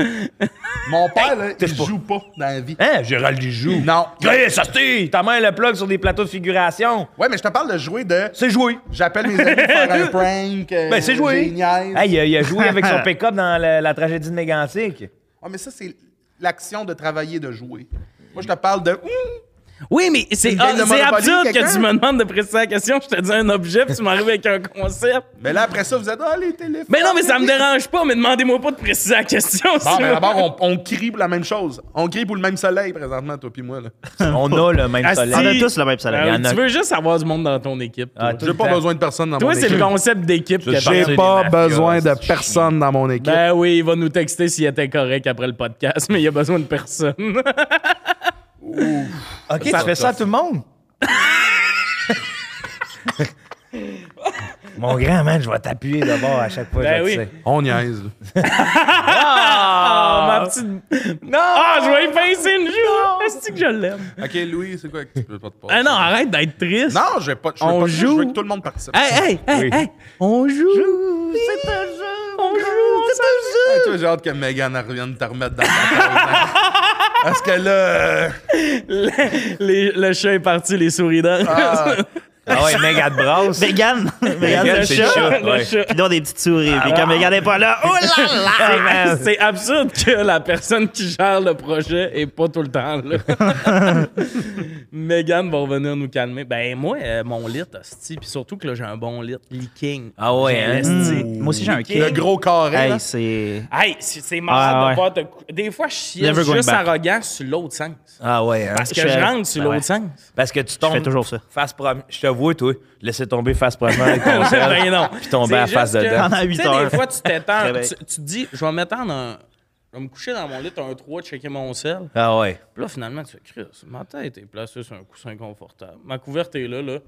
[SPEAKER 4] mon père là, il
[SPEAKER 5] touche pas.
[SPEAKER 4] joue pas dans la vie.
[SPEAKER 5] Hein, Gérald, il joue.
[SPEAKER 4] Non.
[SPEAKER 5] Hey, ça se Ta main, le plug sur des plateaux de figuration.
[SPEAKER 4] Ouais, mais je te parle de jouer de.
[SPEAKER 5] C'est joué.
[SPEAKER 4] J'appelle mes amis faire un prank. euh,
[SPEAKER 5] Ben, c'est joué.
[SPEAKER 4] j'ai une niaise.
[SPEAKER 5] Hey, il, a, il a joué avec son pick-up dans la, la tragédie de Mégantic.
[SPEAKER 4] Ah, mais ça, c'est l'action de travailler, de jouer. Moi, je te parle de. Hum,
[SPEAKER 1] Oui, mais c'est
[SPEAKER 4] Une
[SPEAKER 1] ah,
[SPEAKER 4] game de
[SPEAKER 1] c'est
[SPEAKER 4] Monopoly,
[SPEAKER 1] absurde
[SPEAKER 4] quelqu'un?
[SPEAKER 1] que tu me demandes de préciser la question. Je te dis un objet, puis tu m'arrives avec un concept.
[SPEAKER 4] Mais là, après ça, vous êtes. Ah, les téléphones.
[SPEAKER 1] Mais non, mais ça me dérange pas, mais demandez-moi pas de préciser la question.
[SPEAKER 4] Bon,
[SPEAKER 1] si
[SPEAKER 4] mais
[SPEAKER 1] vous-
[SPEAKER 4] Ah, ben, d'abord, on, on crie pour la même chose. On crie pour le même soleil présentement, toi puis moi. Là.
[SPEAKER 5] On a le même
[SPEAKER 1] Ah,
[SPEAKER 5] soleil. Ben
[SPEAKER 3] On
[SPEAKER 1] si.
[SPEAKER 3] a tous le même
[SPEAKER 1] Ah
[SPEAKER 3] salaire.
[SPEAKER 1] oui,
[SPEAKER 5] y en a-
[SPEAKER 1] tu veux juste avoir du monde dans ton équipe. Toi,
[SPEAKER 5] Ah, tout
[SPEAKER 4] J'ai
[SPEAKER 5] le
[SPEAKER 4] pas
[SPEAKER 5] temps.
[SPEAKER 4] besoin de personne dans
[SPEAKER 1] Toi,
[SPEAKER 4] mon
[SPEAKER 1] c'est
[SPEAKER 4] équipe.
[SPEAKER 1] le concept d'équipe que
[SPEAKER 5] Je
[SPEAKER 1] j'ai.
[SPEAKER 5] pense-
[SPEAKER 4] J'ai
[SPEAKER 5] des
[SPEAKER 4] pas
[SPEAKER 5] mafias,
[SPEAKER 4] besoin de
[SPEAKER 5] c'est chiant.
[SPEAKER 4] personne dans mon équipe.
[SPEAKER 1] Ben oui, il va nous texter s'il était correct après le podcast, mais il a besoin de personne.
[SPEAKER 5] OK, tu fais ça à tout le monde? Mon grand, man, je vais t'appuyer d'abord à chaque fois.
[SPEAKER 1] Ben
[SPEAKER 5] je
[SPEAKER 1] oui.
[SPEAKER 5] le sais.
[SPEAKER 4] On niaise. là.
[SPEAKER 1] Ah, ma petite. Non! Ah, je vais effacer une joue! Est-ce que je l'aime?
[SPEAKER 4] OK, Louis, c'est quoi que tu peux pas te passer?
[SPEAKER 1] Ah non, arrête d'être triste!
[SPEAKER 4] Non, je vais pas. Je veux
[SPEAKER 1] On
[SPEAKER 4] pas joue.
[SPEAKER 1] joue.
[SPEAKER 4] Je veux
[SPEAKER 1] Ah,
[SPEAKER 4] que tout le monde participe.
[SPEAKER 1] Hey, hey, hey,
[SPEAKER 5] Oui.
[SPEAKER 1] hey! On joue! C'est un jeu! On joue! C'est un
[SPEAKER 4] Hey, Ah, toi, j'ai hâte que Megan elle revienne te remettre dans ta tête. hein. Parce que là. euh,
[SPEAKER 1] jeu! Les- le chat est parti, les sourires
[SPEAKER 4] ah,
[SPEAKER 5] Ah ouais, méga de brasse.
[SPEAKER 3] Vegan. Vegan,
[SPEAKER 5] Vegan,
[SPEAKER 3] le
[SPEAKER 5] c'est
[SPEAKER 3] chat.
[SPEAKER 5] le chat.
[SPEAKER 1] Ah, Le
[SPEAKER 5] ouais.
[SPEAKER 1] chat!
[SPEAKER 3] Puis là, on a des petites souris. Puis quand Vegan n'est pas là, oh là là!
[SPEAKER 1] C'est- C'est absurde que la personne qui gère le projet est pas tout le temps là. Megan va revenir nous calmer. Ben moi, euh, mon lit, hostie, puis surtout que là, j'ai un bon lit, leaking.
[SPEAKER 5] Ah ouais, hein?
[SPEAKER 3] Moi aussi, j'ai un
[SPEAKER 4] le
[SPEAKER 3] kid.
[SPEAKER 4] gros carré. là.
[SPEAKER 3] Hey, c'est.
[SPEAKER 1] Hey, c'est c'est malade
[SPEAKER 3] Ah ouais.
[SPEAKER 1] de pas te... Des fois, je chiais
[SPEAKER 3] Never going
[SPEAKER 1] juste
[SPEAKER 3] back.
[SPEAKER 1] arrogant sur l'autre sens.
[SPEAKER 5] Ah ouais, hein?
[SPEAKER 1] Parce que
[SPEAKER 3] Je-
[SPEAKER 1] je rentre sur
[SPEAKER 3] Ben
[SPEAKER 1] l'autre sens.
[SPEAKER 5] Parce que tu tombes.
[SPEAKER 3] Je fais toujours ça.
[SPEAKER 5] Face première. Je te vois, toi. Laisser tomber face première avec ton sel,
[SPEAKER 1] ben non.
[SPEAKER 5] Puis tomber à
[SPEAKER 1] C'est
[SPEAKER 5] face
[SPEAKER 1] juste que,
[SPEAKER 5] dedans.
[SPEAKER 3] Pendant
[SPEAKER 1] tu
[SPEAKER 3] huit
[SPEAKER 1] sais,
[SPEAKER 3] heures.
[SPEAKER 1] Des fois, tu t'étends.
[SPEAKER 3] Réveil.
[SPEAKER 1] tu, tu te dis, je vais m'étendre un... Je vais me coucher dans mon lit, un 3, checker mon sel.
[SPEAKER 5] Ah ouais.
[SPEAKER 1] Puis là, finalement, tu fais Chris, ma tête est placée sur un coussin confortable. Ma couverte est là, là.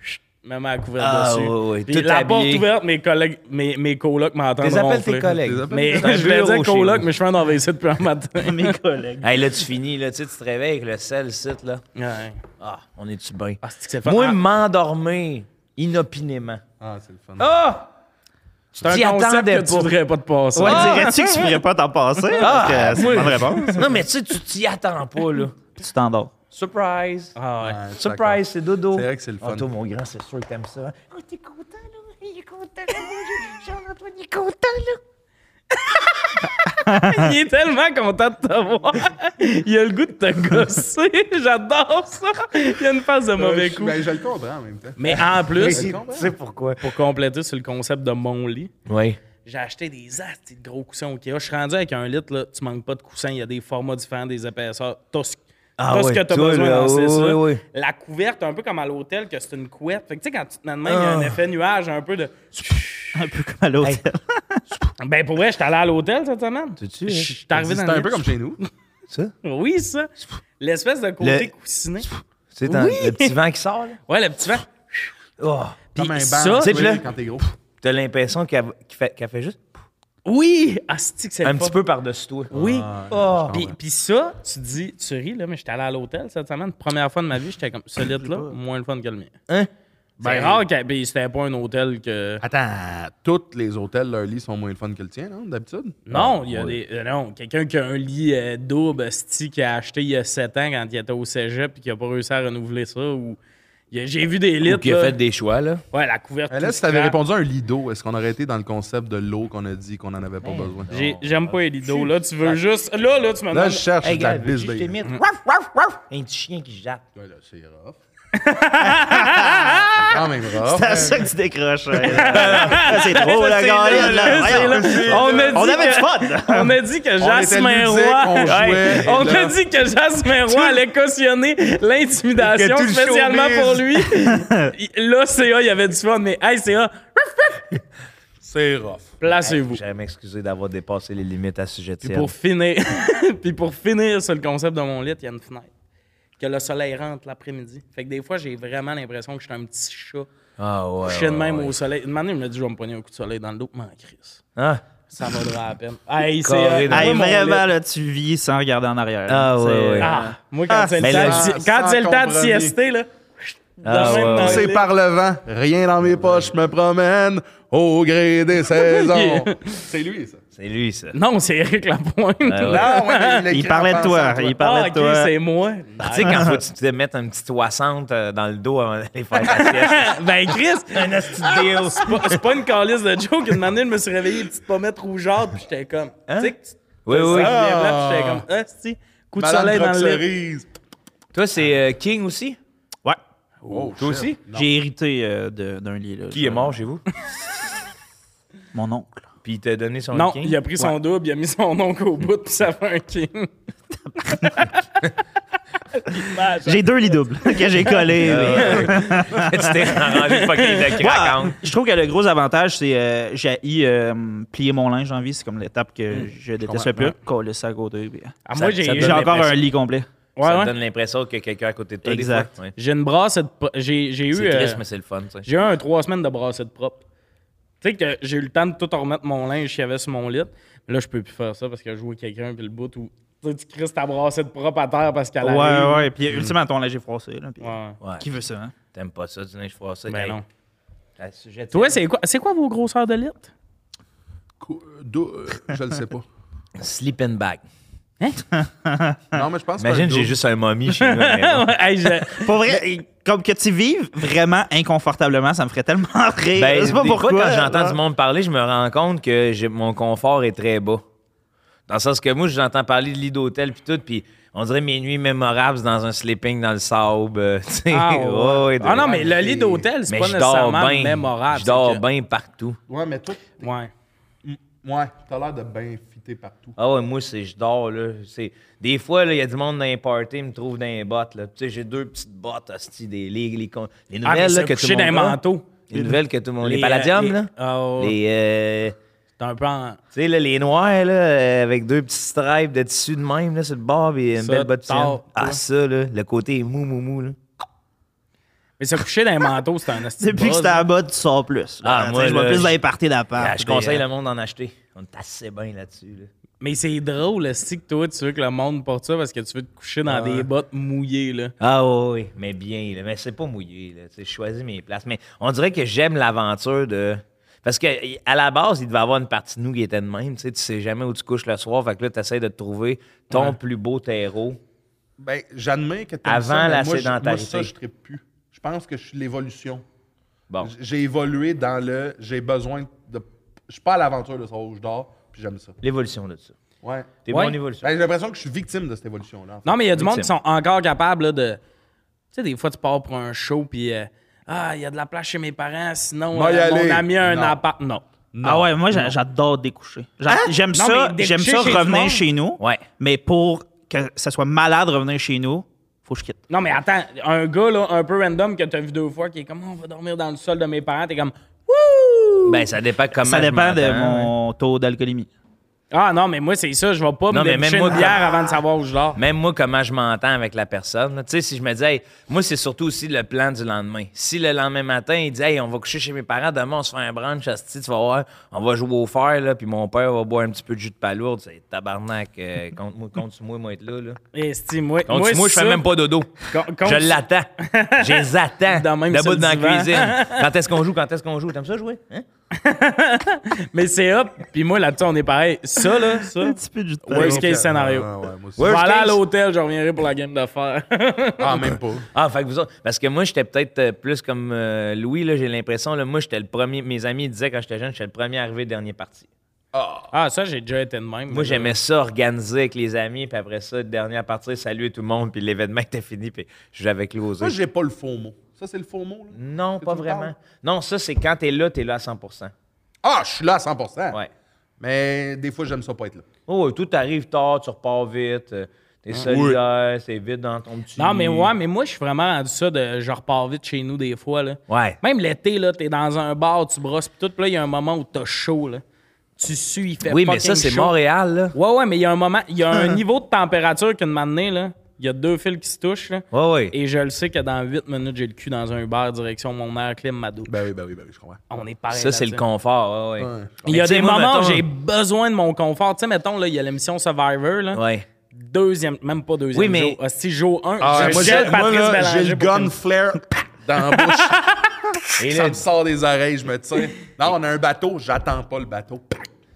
[SPEAKER 1] Chut, Mets ma couverte
[SPEAKER 5] Ah,
[SPEAKER 1] dessus.
[SPEAKER 5] oui, oui,
[SPEAKER 1] Puis
[SPEAKER 5] tout
[SPEAKER 1] la porte
[SPEAKER 5] habillé.
[SPEAKER 1] ouverte, mes collègues, mes, mes colocs m'entendent.
[SPEAKER 5] Tes appels
[SPEAKER 1] ronfler.
[SPEAKER 5] tes collègues.
[SPEAKER 1] Mais
[SPEAKER 5] C'est un
[SPEAKER 1] je vais
[SPEAKER 5] bureau
[SPEAKER 1] dire
[SPEAKER 5] chez
[SPEAKER 1] coloc,
[SPEAKER 5] vous.
[SPEAKER 1] mais je suis en AVC depuis un matin.
[SPEAKER 3] Mes collègues.
[SPEAKER 5] Hey, là, tu finis, là, tu sais, tu te réveilles avec le sel, site, là.
[SPEAKER 1] Ouais.
[SPEAKER 5] Ah, on est-tu bien?
[SPEAKER 1] Ah, c'est que c'est fun.
[SPEAKER 5] Moi,
[SPEAKER 1] Ah,
[SPEAKER 5] m'endormir inopinément.
[SPEAKER 4] Ah, c'est le fun.
[SPEAKER 1] Oh,
[SPEAKER 5] Ah!
[SPEAKER 1] c'est un
[SPEAKER 5] t'y
[SPEAKER 1] concept
[SPEAKER 5] attendais
[SPEAKER 1] que tu
[SPEAKER 5] pas.
[SPEAKER 1] voudrais pas te passer.
[SPEAKER 3] Ouais,
[SPEAKER 5] Ah!
[SPEAKER 3] dirais-tu que tu pourrais pas t'en passer?
[SPEAKER 5] Ah!
[SPEAKER 3] Parce que c'est une bonne réponse.
[SPEAKER 5] Non, mais tu sais, tu t'y attends pas, là.
[SPEAKER 3] Puis tu t'endors.
[SPEAKER 5] Surprise!
[SPEAKER 1] Ah, ouais.
[SPEAKER 4] Ouais, je suis
[SPEAKER 5] Surprise, c'est dodo.
[SPEAKER 4] C'est vrai que c'est le fun.
[SPEAKER 5] Ah, toi, mon grand, c'est sûr que t'aimes ça. hein?
[SPEAKER 6] Oh, t'es content, là? Il est content, là. Jean-Antoine, il est content, là.
[SPEAKER 1] Il est tellement content de te voir. Il a le goût de te gosser. J'adore ça. Il a une face de
[SPEAKER 4] Euh,
[SPEAKER 1] mauvais
[SPEAKER 4] je-
[SPEAKER 1] coup.
[SPEAKER 4] Ben, je le comprends en même temps.
[SPEAKER 1] Mais en plus,
[SPEAKER 4] comprends.
[SPEAKER 5] Tu sais pourquoi?
[SPEAKER 1] pour compléter sur le concept de mon lit,
[SPEAKER 5] Oui.
[SPEAKER 1] J'ai acheté des astis de gros coussins au Ikea. Je suis rendu avec un litre, là, tu manques pas de coussins. Il y a des formats différents, des épaisseurs. T'as ce-
[SPEAKER 5] Ah
[SPEAKER 1] T'as
[SPEAKER 5] ouais,
[SPEAKER 1] ce que t'as
[SPEAKER 5] toi,
[SPEAKER 1] besoin
[SPEAKER 5] là,
[SPEAKER 1] dans
[SPEAKER 5] oui,
[SPEAKER 1] ça.
[SPEAKER 5] oui, oui.
[SPEAKER 1] La couverte, un peu comme à l'hôtel, que c'est une couette. Fait que tu sais, quand tu te mets de même, il y a un
[SPEAKER 5] Ah.
[SPEAKER 1] effet nuage, un peu de.
[SPEAKER 3] Un peu comme à l'hôtel.
[SPEAKER 1] Ben pour vrai, j'étais allé à l'hôtel cette semaine.
[SPEAKER 5] T'as-tu, hein?
[SPEAKER 1] Je suis arrivé
[SPEAKER 4] C'est
[SPEAKER 1] dans
[SPEAKER 4] un
[SPEAKER 1] le
[SPEAKER 4] peu
[SPEAKER 1] lit.
[SPEAKER 4] comme chez nous.
[SPEAKER 5] Ça?
[SPEAKER 1] Oui, ça. L'espèce de côté
[SPEAKER 5] Le-
[SPEAKER 1] coussiné.
[SPEAKER 5] C'est dans-
[SPEAKER 1] Oui.
[SPEAKER 5] le petit vent qui sort, là.
[SPEAKER 1] Ouais, le petit vent.
[SPEAKER 5] Oh.
[SPEAKER 1] Puis
[SPEAKER 4] Comme un
[SPEAKER 1] ça,
[SPEAKER 4] banc
[SPEAKER 5] tu sais, puis là-
[SPEAKER 4] quand t'es gros.
[SPEAKER 5] T'as l'impression qu'elle qu'elle fait, qu'elle fait juste
[SPEAKER 1] oui, asti que c'est le
[SPEAKER 5] un
[SPEAKER 1] fun.
[SPEAKER 5] petit peu par-dessus toi.
[SPEAKER 1] Oui.
[SPEAKER 4] Ah
[SPEAKER 5] Oh.
[SPEAKER 1] Puis, puis ça, tu dis, tu ris, là, mais j'étais allé à l'hôtel cette semaine. Première fois de ma vie, j'étais comme solide, là, moins le fun que le mien.
[SPEAKER 5] Hein?
[SPEAKER 1] C'est rare que puis c'était pas un hôtel que.
[SPEAKER 4] Attends, tous les hôtels, leurs lits sont moins le fun que le tien, non, d'habitude?
[SPEAKER 1] Non, il y a des. euh, non, quelqu'un qui a un lit euh, double, sti, qui a acheté il y a 7 ans quand il était au cégep puis qui a pas réussi à renouveler ça. Ou... il y a- J'ai vu des lits.
[SPEAKER 5] Ou qui a
[SPEAKER 1] là.
[SPEAKER 5] fait des choix, là.
[SPEAKER 1] Ouais, la couverture.
[SPEAKER 4] Eh, Là, si t'avais répondu à un lit d'eau, est-ce qu'on aurait été dans le concept de l'eau qu'on a dit qu'on n'en avait pas besoin?
[SPEAKER 1] Ben, J'ai- J'aime pas les lidos. Là, tu veux juste. Là, là, tu me
[SPEAKER 4] Là,
[SPEAKER 1] demandes.
[SPEAKER 4] je cherche de la biche,
[SPEAKER 5] je
[SPEAKER 4] baby.
[SPEAKER 5] t'imite.
[SPEAKER 1] Mm.
[SPEAKER 2] Waf, waf, waf.
[SPEAKER 5] Un petit chien qui jappe.
[SPEAKER 4] Ouais, là, C'est rough. C'est quand même rough.
[SPEAKER 3] C'est à ça que tu décroches. hein. Ça, c'est trop, la galère. là. Voyons.
[SPEAKER 1] On a dit
[SPEAKER 3] On avait
[SPEAKER 1] que-
[SPEAKER 3] du fun.
[SPEAKER 1] On a dit que Jasmin
[SPEAKER 4] était
[SPEAKER 1] Roy.
[SPEAKER 4] ludique, on jouait,
[SPEAKER 1] Ouais.
[SPEAKER 4] et
[SPEAKER 1] On
[SPEAKER 4] là-
[SPEAKER 1] a dit que Jasmin Roy allait cautionner l'intimidation
[SPEAKER 5] Que tout le
[SPEAKER 1] spécialement
[SPEAKER 5] showbiz.
[SPEAKER 1] pour lui. Il- là, CA, il y avait du fun, mais hey, CA,
[SPEAKER 4] C'est rough.
[SPEAKER 1] placez-vous.
[SPEAKER 5] J'aimerais m'excuser d'avoir dépassé les limites à ce sujet de
[SPEAKER 1] Puis pour finir, puis pour finir sur le concept de mon lit, il y a une fenêtre. Que le soleil rentre l'après-midi. Fait que des fois, j'ai vraiment l'impression que je suis un petit chat.
[SPEAKER 5] Ah ouais.
[SPEAKER 1] couché de
[SPEAKER 5] ouais,
[SPEAKER 1] même
[SPEAKER 5] ouais.
[SPEAKER 1] au soleil. Une année, il me dit, je vais me pogner un coup de soleil dans le dos. M'en crisse.
[SPEAKER 5] Ah,
[SPEAKER 1] Ça vaudra la peine. Hey, c'est...
[SPEAKER 5] Carré dans-
[SPEAKER 1] moi,
[SPEAKER 3] Hey,
[SPEAKER 1] mon
[SPEAKER 3] vraiment,
[SPEAKER 1] lit-
[SPEAKER 3] là, tu vis sans regarder en arrière.
[SPEAKER 5] Ah,
[SPEAKER 3] C'est-
[SPEAKER 5] ouais, ouais.
[SPEAKER 1] Ah, moi, quand
[SPEAKER 3] Ah,
[SPEAKER 1] c'est le
[SPEAKER 5] mais
[SPEAKER 1] temps,
[SPEAKER 5] là,
[SPEAKER 1] de si-
[SPEAKER 4] sans-
[SPEAKER 1] quand
[SPEAKER 4] sans
[SPEAKER 1] c'est le temps de
[SPEAKER 4] compromis.
[SPEAKER 1] siester, là... de
[SPEAKER 5] Ah,
[SPEAKER 1] même
[SPEAKER 5] ouais,
[SPEAKER 1] dans
[SPEAKER 5] ouais.
[SPEAKER 1] le
[SPEAKER 4] C'est
[SPEAKER 1] lit.
[SPEAKER 4] par le vent, rien dans mes poches, je me promène au gré des saisons.
[SPEAKER 1] Yeah.
[SPEAKER 4] C'est lui, ça.
[SPEAKER 5] c'est lui, ça.
[SPEAKER 1] Non, c'est Eric Lapointe.
[SPEAKER 5] Ah, ouais.
[SPEAKER 4] Non, ouais, mais
[SPEAKER 3] Il parlait de toi. Il
[SPEAKER 1] Ah,
[SPEAKER 3] parlait de
[SPEAKER 1] ok,
[SPEAKER 3] toi.
[SPEAKER 1] c'est moi.
[SPEAKER 5] Tu sais, quand faut que tu te mettes un petit toissante euh, dans le dos avant d'aller faire ta sieste.
[SPEAKER 1] ben, Chris,
[SPEAKER 5] un esti de deal.
[SPEAKER 1] C'est pas- C'est pas une calice de joke. Une année, je me suis réveillé, petite pommette rougeâtre, puis j'étais comme.
[SPEAKER 5] Hein?
[SPEAKER 1] Tu sais, que tu-
[SPEAKER 5] Oui, oui.
[SPEAKER 1] ça revient là, puis j'étais comme. Ah, c'ti, coup de soleil dans le lit.
[SPEAKER 5] Toi, c'est euh, King aussi?
[SPEAKER 3] Ouais.
[SPEAKER 4] Oh,
[SPEAKER 5] Toi aussi?
[SPEAKER 3] J'ai hérité euh, de- d'un lit. là.
[SPEAKER 5] Qui est mort chez vous?
[SPEAKER 3] Mon oncle.
[SPEAKER 5] Puis il t'a donné son
[SPEAKER 1] Non,
[SPEAKER 5] King?
[SPEAKER 1] il a pris son double, il a mis son oncle au bout, puis ça fait un king.
[SPEAKER 3] J'ai deux lits doubles que j'ai collés.
[SPEAKER 5] Euh,
[SPEAKER 3] mais-
[SPEAKER 5] tu t'es arrangé fucking de qui
[SPEAKER 3] Ouais,
[SPEAKER 5] raconte.
[SPEAKER 3] Ah, Je trouve que le gros avantage, c'est euh, j'ai haï, euh, plier mon linge en vie. C'est comme l'étape que
[SPEAKER 5] Hmm.
[SPEAKER 3] je déteste le plus. Coller ça à côté. puis- euh,
[SPEAKER 1] Ah, moi,
[SPEAKER 5] Ça-
[SPEAKER 1] j'ai.
[SPEAKER 5] ça donne
[SPEAKER 3] J'ai
[SPEAKER 1] j'ai-
[SPEAKER 5] des-
[SPEAKER 3] encore
[SPEAKER 5] l'impression-
[SPEAKER 3] un lit complet.
[SPEAKER 5] Ça
[SPEAKER 1] Ouais,
[SPEAKER 5] te
[SPEAKER 1] ouais.
[SPEAKER 5] donne l'impression qu'il y a quelqu'un à côté de toi. des
[SPEAKER 3] Exact.
[SPEAKER 5] fois. Ouais.
[SPEAKER 1] J'ai une brassette. pro- J'ai j'ai eu.
[SPEAKER 5] C'est
[SPEAKER 1] euh,
[SPEAKER 5] triste, mais c'est le fun. tu sais.
[SPEAKER 1] J'ai eu un trois semaines de brassette propre. Tu sais que j'ai eu le temps de tout remettre mon linge qu'il y avait sur mon lit. Mais là, je peux plus faire ça parce que je vois quelqu'un, puis le bout où. Tu sais, tu crises ta brassette propre à terre parce qu'elle
[SPEAKER 3] Ouais,
[SPEAKER 1] arrive.
[SPEAKER 3] ouais. Puis ultimement, ton linge est froissé. là, puis-
[SPEAKER 1] Ouais.
[SPEAKER 5] Hmm. Ouais.
[SPEAKER 3] Qui veut ça? hein?
[SPEAKER 5] T'aimes pas ça, du linge froissé?
[SPEAKER 1] Ben
[SPEAKER 5] Hey,
[SPEAKER 1] non.
[SPEAKER 5] à ce sujet de-
[SPEAKER 1] Toi, c'est quoi, c'est quoi vos grosseurs de lit?
[SPEAKER 4] euh, Je le sais pas.
[SPEAKER 5] Sleeping bag.
[SPEAKER 4] Non, mais je pense
[SPEAKER 5] Imagine, j'ai juste un momie chez nous. à la maison.
[SPEAKER 1] Hey, je-
[SPEAKER 3] Pour vrai, comme que tu vives vraiment inconfortablement, ça me ferait tellement rire.
[SPEAKER 5] Ben,
[SPEAKER 1] euh,
[SPEAKER 3] je sais pas
[SPEAKER 5] des
[SPEAKER 3] pourquoi.
[SPEAKER 5] fois, quand j'entends
[SPEAKER 1] hein.
[SPEAKER 3] là.
[SPEAKER 5] du monde parler, je me rends compte que j'ai- mon confort est très bas. Dans le sens que moi, j'entends parler de lit d'hôtel puis tout, puis on dirait mes nuits mémorables c'est dans un sleeping dans le sable. euh, tu sais.
[SPEAKER 1] Ah, ouais.
[SPEAKER 5] Ouais, ouais, de-
[SPEAKER 1] Ah non, mais le lit d'hôtel, c'est
[SPEAKER 5] Mais
[SPEAKER 1] pas
[SPEAKER 5] je dors
[SPEAKER 1] nécessairement
[SPEAKER 5] bien.
[SPEAKER 1] mémorable.
[SPEAKER 5] Je dors
[SPEAKER 1] c'est que-
[SPEAKER 5] bien partout.
[SPEAKER 4] Ouais, mais toi,
[SPEAKER 1] Ouais.
[SPEAKER 4] ouais, t'as l'air de bien fitter partout.
[SPEAKER 5] Ah ouais, moi, c'est je dors, là. C'est- Des fois, là, il y a du monde dans les parties, ils me trouvent dans les bottes, là. Tu sais, j'ai deux petites bottes, hostie, des, les, les, con- les
[SPEAKER 1] Ah, mais
[SPEAKER 5] nouvelles, là,
[SPEAKER 1] c'est
[SPEAKER 5] que tout le
[SPEAKER 1] couché d'un
[SPEAKER 5] monde a.
[SPEAKER 1] manteau.
[SPEAKER 5] Les nouvelles que tout le monde... Les,
[SPEAKER 1] Les, euh,
[SPEAKER 5] palladiums,
[SPEAKER 1] les-
[SPEAKER 5] là.
[SPEAKER 1] Ah, ouais.
[SPEAKER 5] Les... euh,
[SPEAKER 1] C'est un peu en...
[SPEAKER 5] Tu sais, là, les noirs, là, euh, avec deux petits stripes de tissu de même, là, sur le bord, et une
[SPEAKER 1] Ça,
[SPEAKER 5] belle botte de
[SPEAKER 1] tard,
[SPEAKER 5] sienne.
[SPEAKER 1] toi.
[SPEAKER 5] Ah, ça, là, le côté est mou, mou, mou, là.
[SPEAKER 1] Mais se coucher d'un manteau, c'est un esti de
[SPEAKER 3] Depuis que
[SPEAKER 1] buzz,
[SPEAKER 3] c'était à bas, tu sors plus. là.
[SPEAKER 5] Ah,
[SPEAKER 3] Tu sais,
[SPEAKER 5] moi,
[SPEAKER 3] je vois
[SPEAKER 5] là,
[SPEAKER 3] plus
[SPEAKER 5] je-
[SPEAKER 3] dans les parties euh, d'appart.
[SPEAKER 5] Ah, je conseille le monde d'en acheter. On est assez bien là-dessus, là.
[SPEAKER 1] Mais c'est drôle, si que toi, tu veux que le monde porte ça parce que tu veux te coucher dans des bottes mouillées, là.
[SPEAKER 5] Ah oui, oui, mais bien, là. Mais c'est pas mouillé, là. Tu sais, je choisis mes places. Mais on dirait que j'aime l'aventure de... Parce que y- à la base, il devait avoir une partie de nous qui était de même. Tu sais, tu sais jamais où tu couches le soir. Fait que là, t'essayes de te trouver ton plus beau terreau.
[SPEAKER 4] Ben, j'admire que t'aimes
[SPEAKER 5] Avant
[SPEAKER 4] ça, mais
[SPEAKER 5] la
[SPEAKER 4] moi, je- Moi,
[SPEAKER 5] sédentarité.
[SPEAKER 4] ça, je trippe plus. Je pense que je suis l'évolution.
[SPEAKER 5] Bon.
[SPEAKER 4] J- J'ai évolué dans le... J'ai besoin de... Je suis pas à l'aventure de ça où je dors, puis j'aime ça.
[SPEAKER 5] L'évolution de ça.
[SPEAKER 4] Ouais.
[SPEAKER 5] T'es
[SPEAKER 1] Ouais.
[SPEAKER 5] bon niveau
[SPEAKER 4] Ben, j'ai l'impression que je suis victime de cette évolution-là. en fait.
[SPEAKER 1] Non, mais il y a du monde qui
[SPEAKER 5] Victime.
[SPEAKER 1] sont encore capables là, de. Tu sais, des fois, tu pars pour un show, puis. euh, ah, il y a de la place chez mes parents, sinon,
[SPEAKER 4] Va y
[SPEAKER 1] euh,
[SPEAKER 4] aller.
[SPEAKER 1] mon ami a un
[SPEAKER 4] Non.
[SPEAKER 1] appart. Non.
[SPEAKER 3] Ah ouais, moi j'a- j'adore découcher. J'a- J'aime
[SPEAKER 1] Non,
[SPEAKER 3] ça,
[SPEAKER 1] mais découcher
[SPEAKER 3] j'aime ça
[SPEAKER 1] chez du
[SPEAKER 3] revenir
[SPEAKER 1] monde.
[SPEAKER 3] chez nous.
[SPEAKER 5] Ouais.
[SPEAKER 3] Mais pour que ça soit malade de revenir chez nous, faut que je quitte.
[SPEAKER 1] Non, mais attends, un gars, là, un peu random que t'as vu deux fois, qui est comme, Ah, on va dormir dans le sol de mes parents, t'es comme, wouh!
[SPEAKER 5] Ben, ça dépend comment.
[SPEAKER 3] Ça
[SPEAKER 5] je
[SPEAKER 3] dépend de
[SPEAKER 5] m'entends, ouais.
[SPEAKER 3] mon taux d'alcoolémie.
[SPEAKER 1] Ah non, mais moi, c'est ça, je vais pas
[SPEAKER 5] Non,
[SPEAKER 1] me
[SPEAKER 5] mais
[SPEAKER 1] déboucher
[SPEAKER 5] même moi,
[SPEAKER 1] une bière avant de savoir où je dors.
[SPEAKER 5] Même moi, comment je m'entends avec la personne. là. Tu sais, si je me dis, hey, moi, c'est surtout aussi le plan du lendemain. Si le lendemain matin, il dit, hey, on va coucher chez mes parents, demain, on se fait un brunch, asti, tu vas voir, on va jouer au fer, là, puis mon père va boire un petit peu de jus de palourde. C'est tabarnak. euh, contre moi, contre moi, moi, être là. là.
[SPEAKER 1] Esti, moi,
[SPEAKER 5] Contre moi, je fais même pas dodo.
[SPEAKER 1] Con- contre-
[SPEAKER 5] je l'attends. Je les attends.
[SPEAKER 1] Dans même sur
[SPEAKER 5] Debout
[SPEAKER 1] le
[SPEAKER 5] dans la
[SPEAKER 1] divan.
[SPEAKER 5] cuisine. Quand est-ce qu'on joue? Quand est-ce qu'on joue? T'aimes ça jouer? Hein?
[SPEAKER 1] Mais c'est hop, puis moi, là-dessus, on est pareil. Ça, là, ça.
[SPEAKER 3] Un petit peu de jus de palourde.
[SPEAKER 1] Worst case scénario.
[SPEAKER 4] Ah, ouais, moi aussi.
[SPEAKER 1] Je vais aller à
[SPEAKER 5] case.
[SPEAKER 1] l'hôtel, je reviendrai pour la game d'affaires.
[SPEAKER 4] Ah, même pas.
[SPEAKER 5] Ah, fait que vous autres- Parce que moi, j'étais peut-être euh, plus comme euh, Louis, là, j'ai l'impression. Là, moi, j'étais le premier. Mes amis ils disaient quand j'étais jeune, j'étais le premier arrivé, dernier parti.
[SPEAKER 1] ah, ça, j'ai déjà été de même.
[SPEAKER 5] Moi, j'aimais ça, organiser avec les amis, puis après ça, le dernier à partir, saluer tout le monde, puis l'événement était fini, puis je jouais avec Louis.
[SPEAKER 4] Moi, j'ai pas le faux mot. Ça, c'est le faux mot. là?
[SPEAKER 5] Non,
[SPEAKER 4] Que
[SPEAKER 5] pas
[SPEAKER 4] tu me
[SPEAKER 5] vraiment.
[SPEAKER 4] parles?
[SPEAKER 5] Non, ça, c'est quand t'es là, t'es là à 100
[SPEAKER 4] Ah, je suis là à 100
[SPEAKER 5] Ouais.
[SPEAKER 4] Mais des fois, j'aime ça pas être là.
[SPEAKER 5] Oh, tout arrive tard, tu repars vite, euh, t'es
[SPEAKER 4] Ah,
[SPEAKER 5] solidaire, c'est vite dans ton petit.
[SPEAKER 1] Non, mais
[SPEAKER 5] lit.
[SPEAKER 1] ouais, mais moi, je suis vraiment rendu ça de je repars vite chez nous des fois. Là.
[SPEAKER 5] Ouais.
[SPEAKER 1] Même l'été, là, t'es dans un bar, tu brosses, pis tout, pis là, il y a un moment où t'as chaud, là. Tu sues, il fait
[SPEAKER 5] Oui, mais
[SPEAKER 1] fucking
[SPEAKER 5] ça, c'est
[SPEAKER 1] chaud.
[SPEAKER 5] Montréal, là.
[SPEAKER 1] Ouais, ouais, mais il y a un moment, il y a un niveau de température qu'une matinée, là, il y a deux fils qui se touchent, là.
[SPEAKER 5] Ouais, ouais.
[SPEAKER 1] Et je le sais que dans 8 minutes, j'ai le cul dans un Uber direction mon air clim, ma douche.
[SPEAKER 4] Ben oui, ben oui, ben oui, je comprends.
[SPEAKER 1] On est pareil.
[SPEAKER 5] Ça, c'est le
[SPEAKER 1] là-dessus.
[SPEAKER 5] confort, ouais, ouais.
[SPEAKER 1] Il y a
[SPEAKER 5] Mais tu sais,
[SPEAKER 1] des
[SPEAKER 5] moi,
[SPEAKER 1] moments où
[SPEAKER 5] mettons-
[SPEAKER 1] j'ai besoin de mon confort. Tu sais, mettons, là, il y a l'émission Survivor, là.
[SPEAKER 5] Ouais.
[SPEAKER 1] Deuxième, même pas deuxième
[SPEAKER 5] Oui, mais-
[SPEAKER 1] jour. Hostie, jour 1,
[SPEAKER 4] Ah,
[SPEAKER 1] je
[SPEAKER 4] moi,
[SPEAKER 1] jette
[SPEAKER 4] j'ai- moi,
[SPEAKER 1] Patrice
[SPEAKER 4] là,
[SPEAKER 1] Bélanger
[SPEAKER 4] j'ai le
[SPEAKER 1] pour qu'il me
[SPEAKER 4] gun flare dans la bouche.
[SPEAKER 5] Et
[SPEAKER 4] ça
[SPEAKER 5] là,
[SPEAKER 4] me sort des oreilles, je me tire. Non, on a un bateau, j'attends pas le bateau.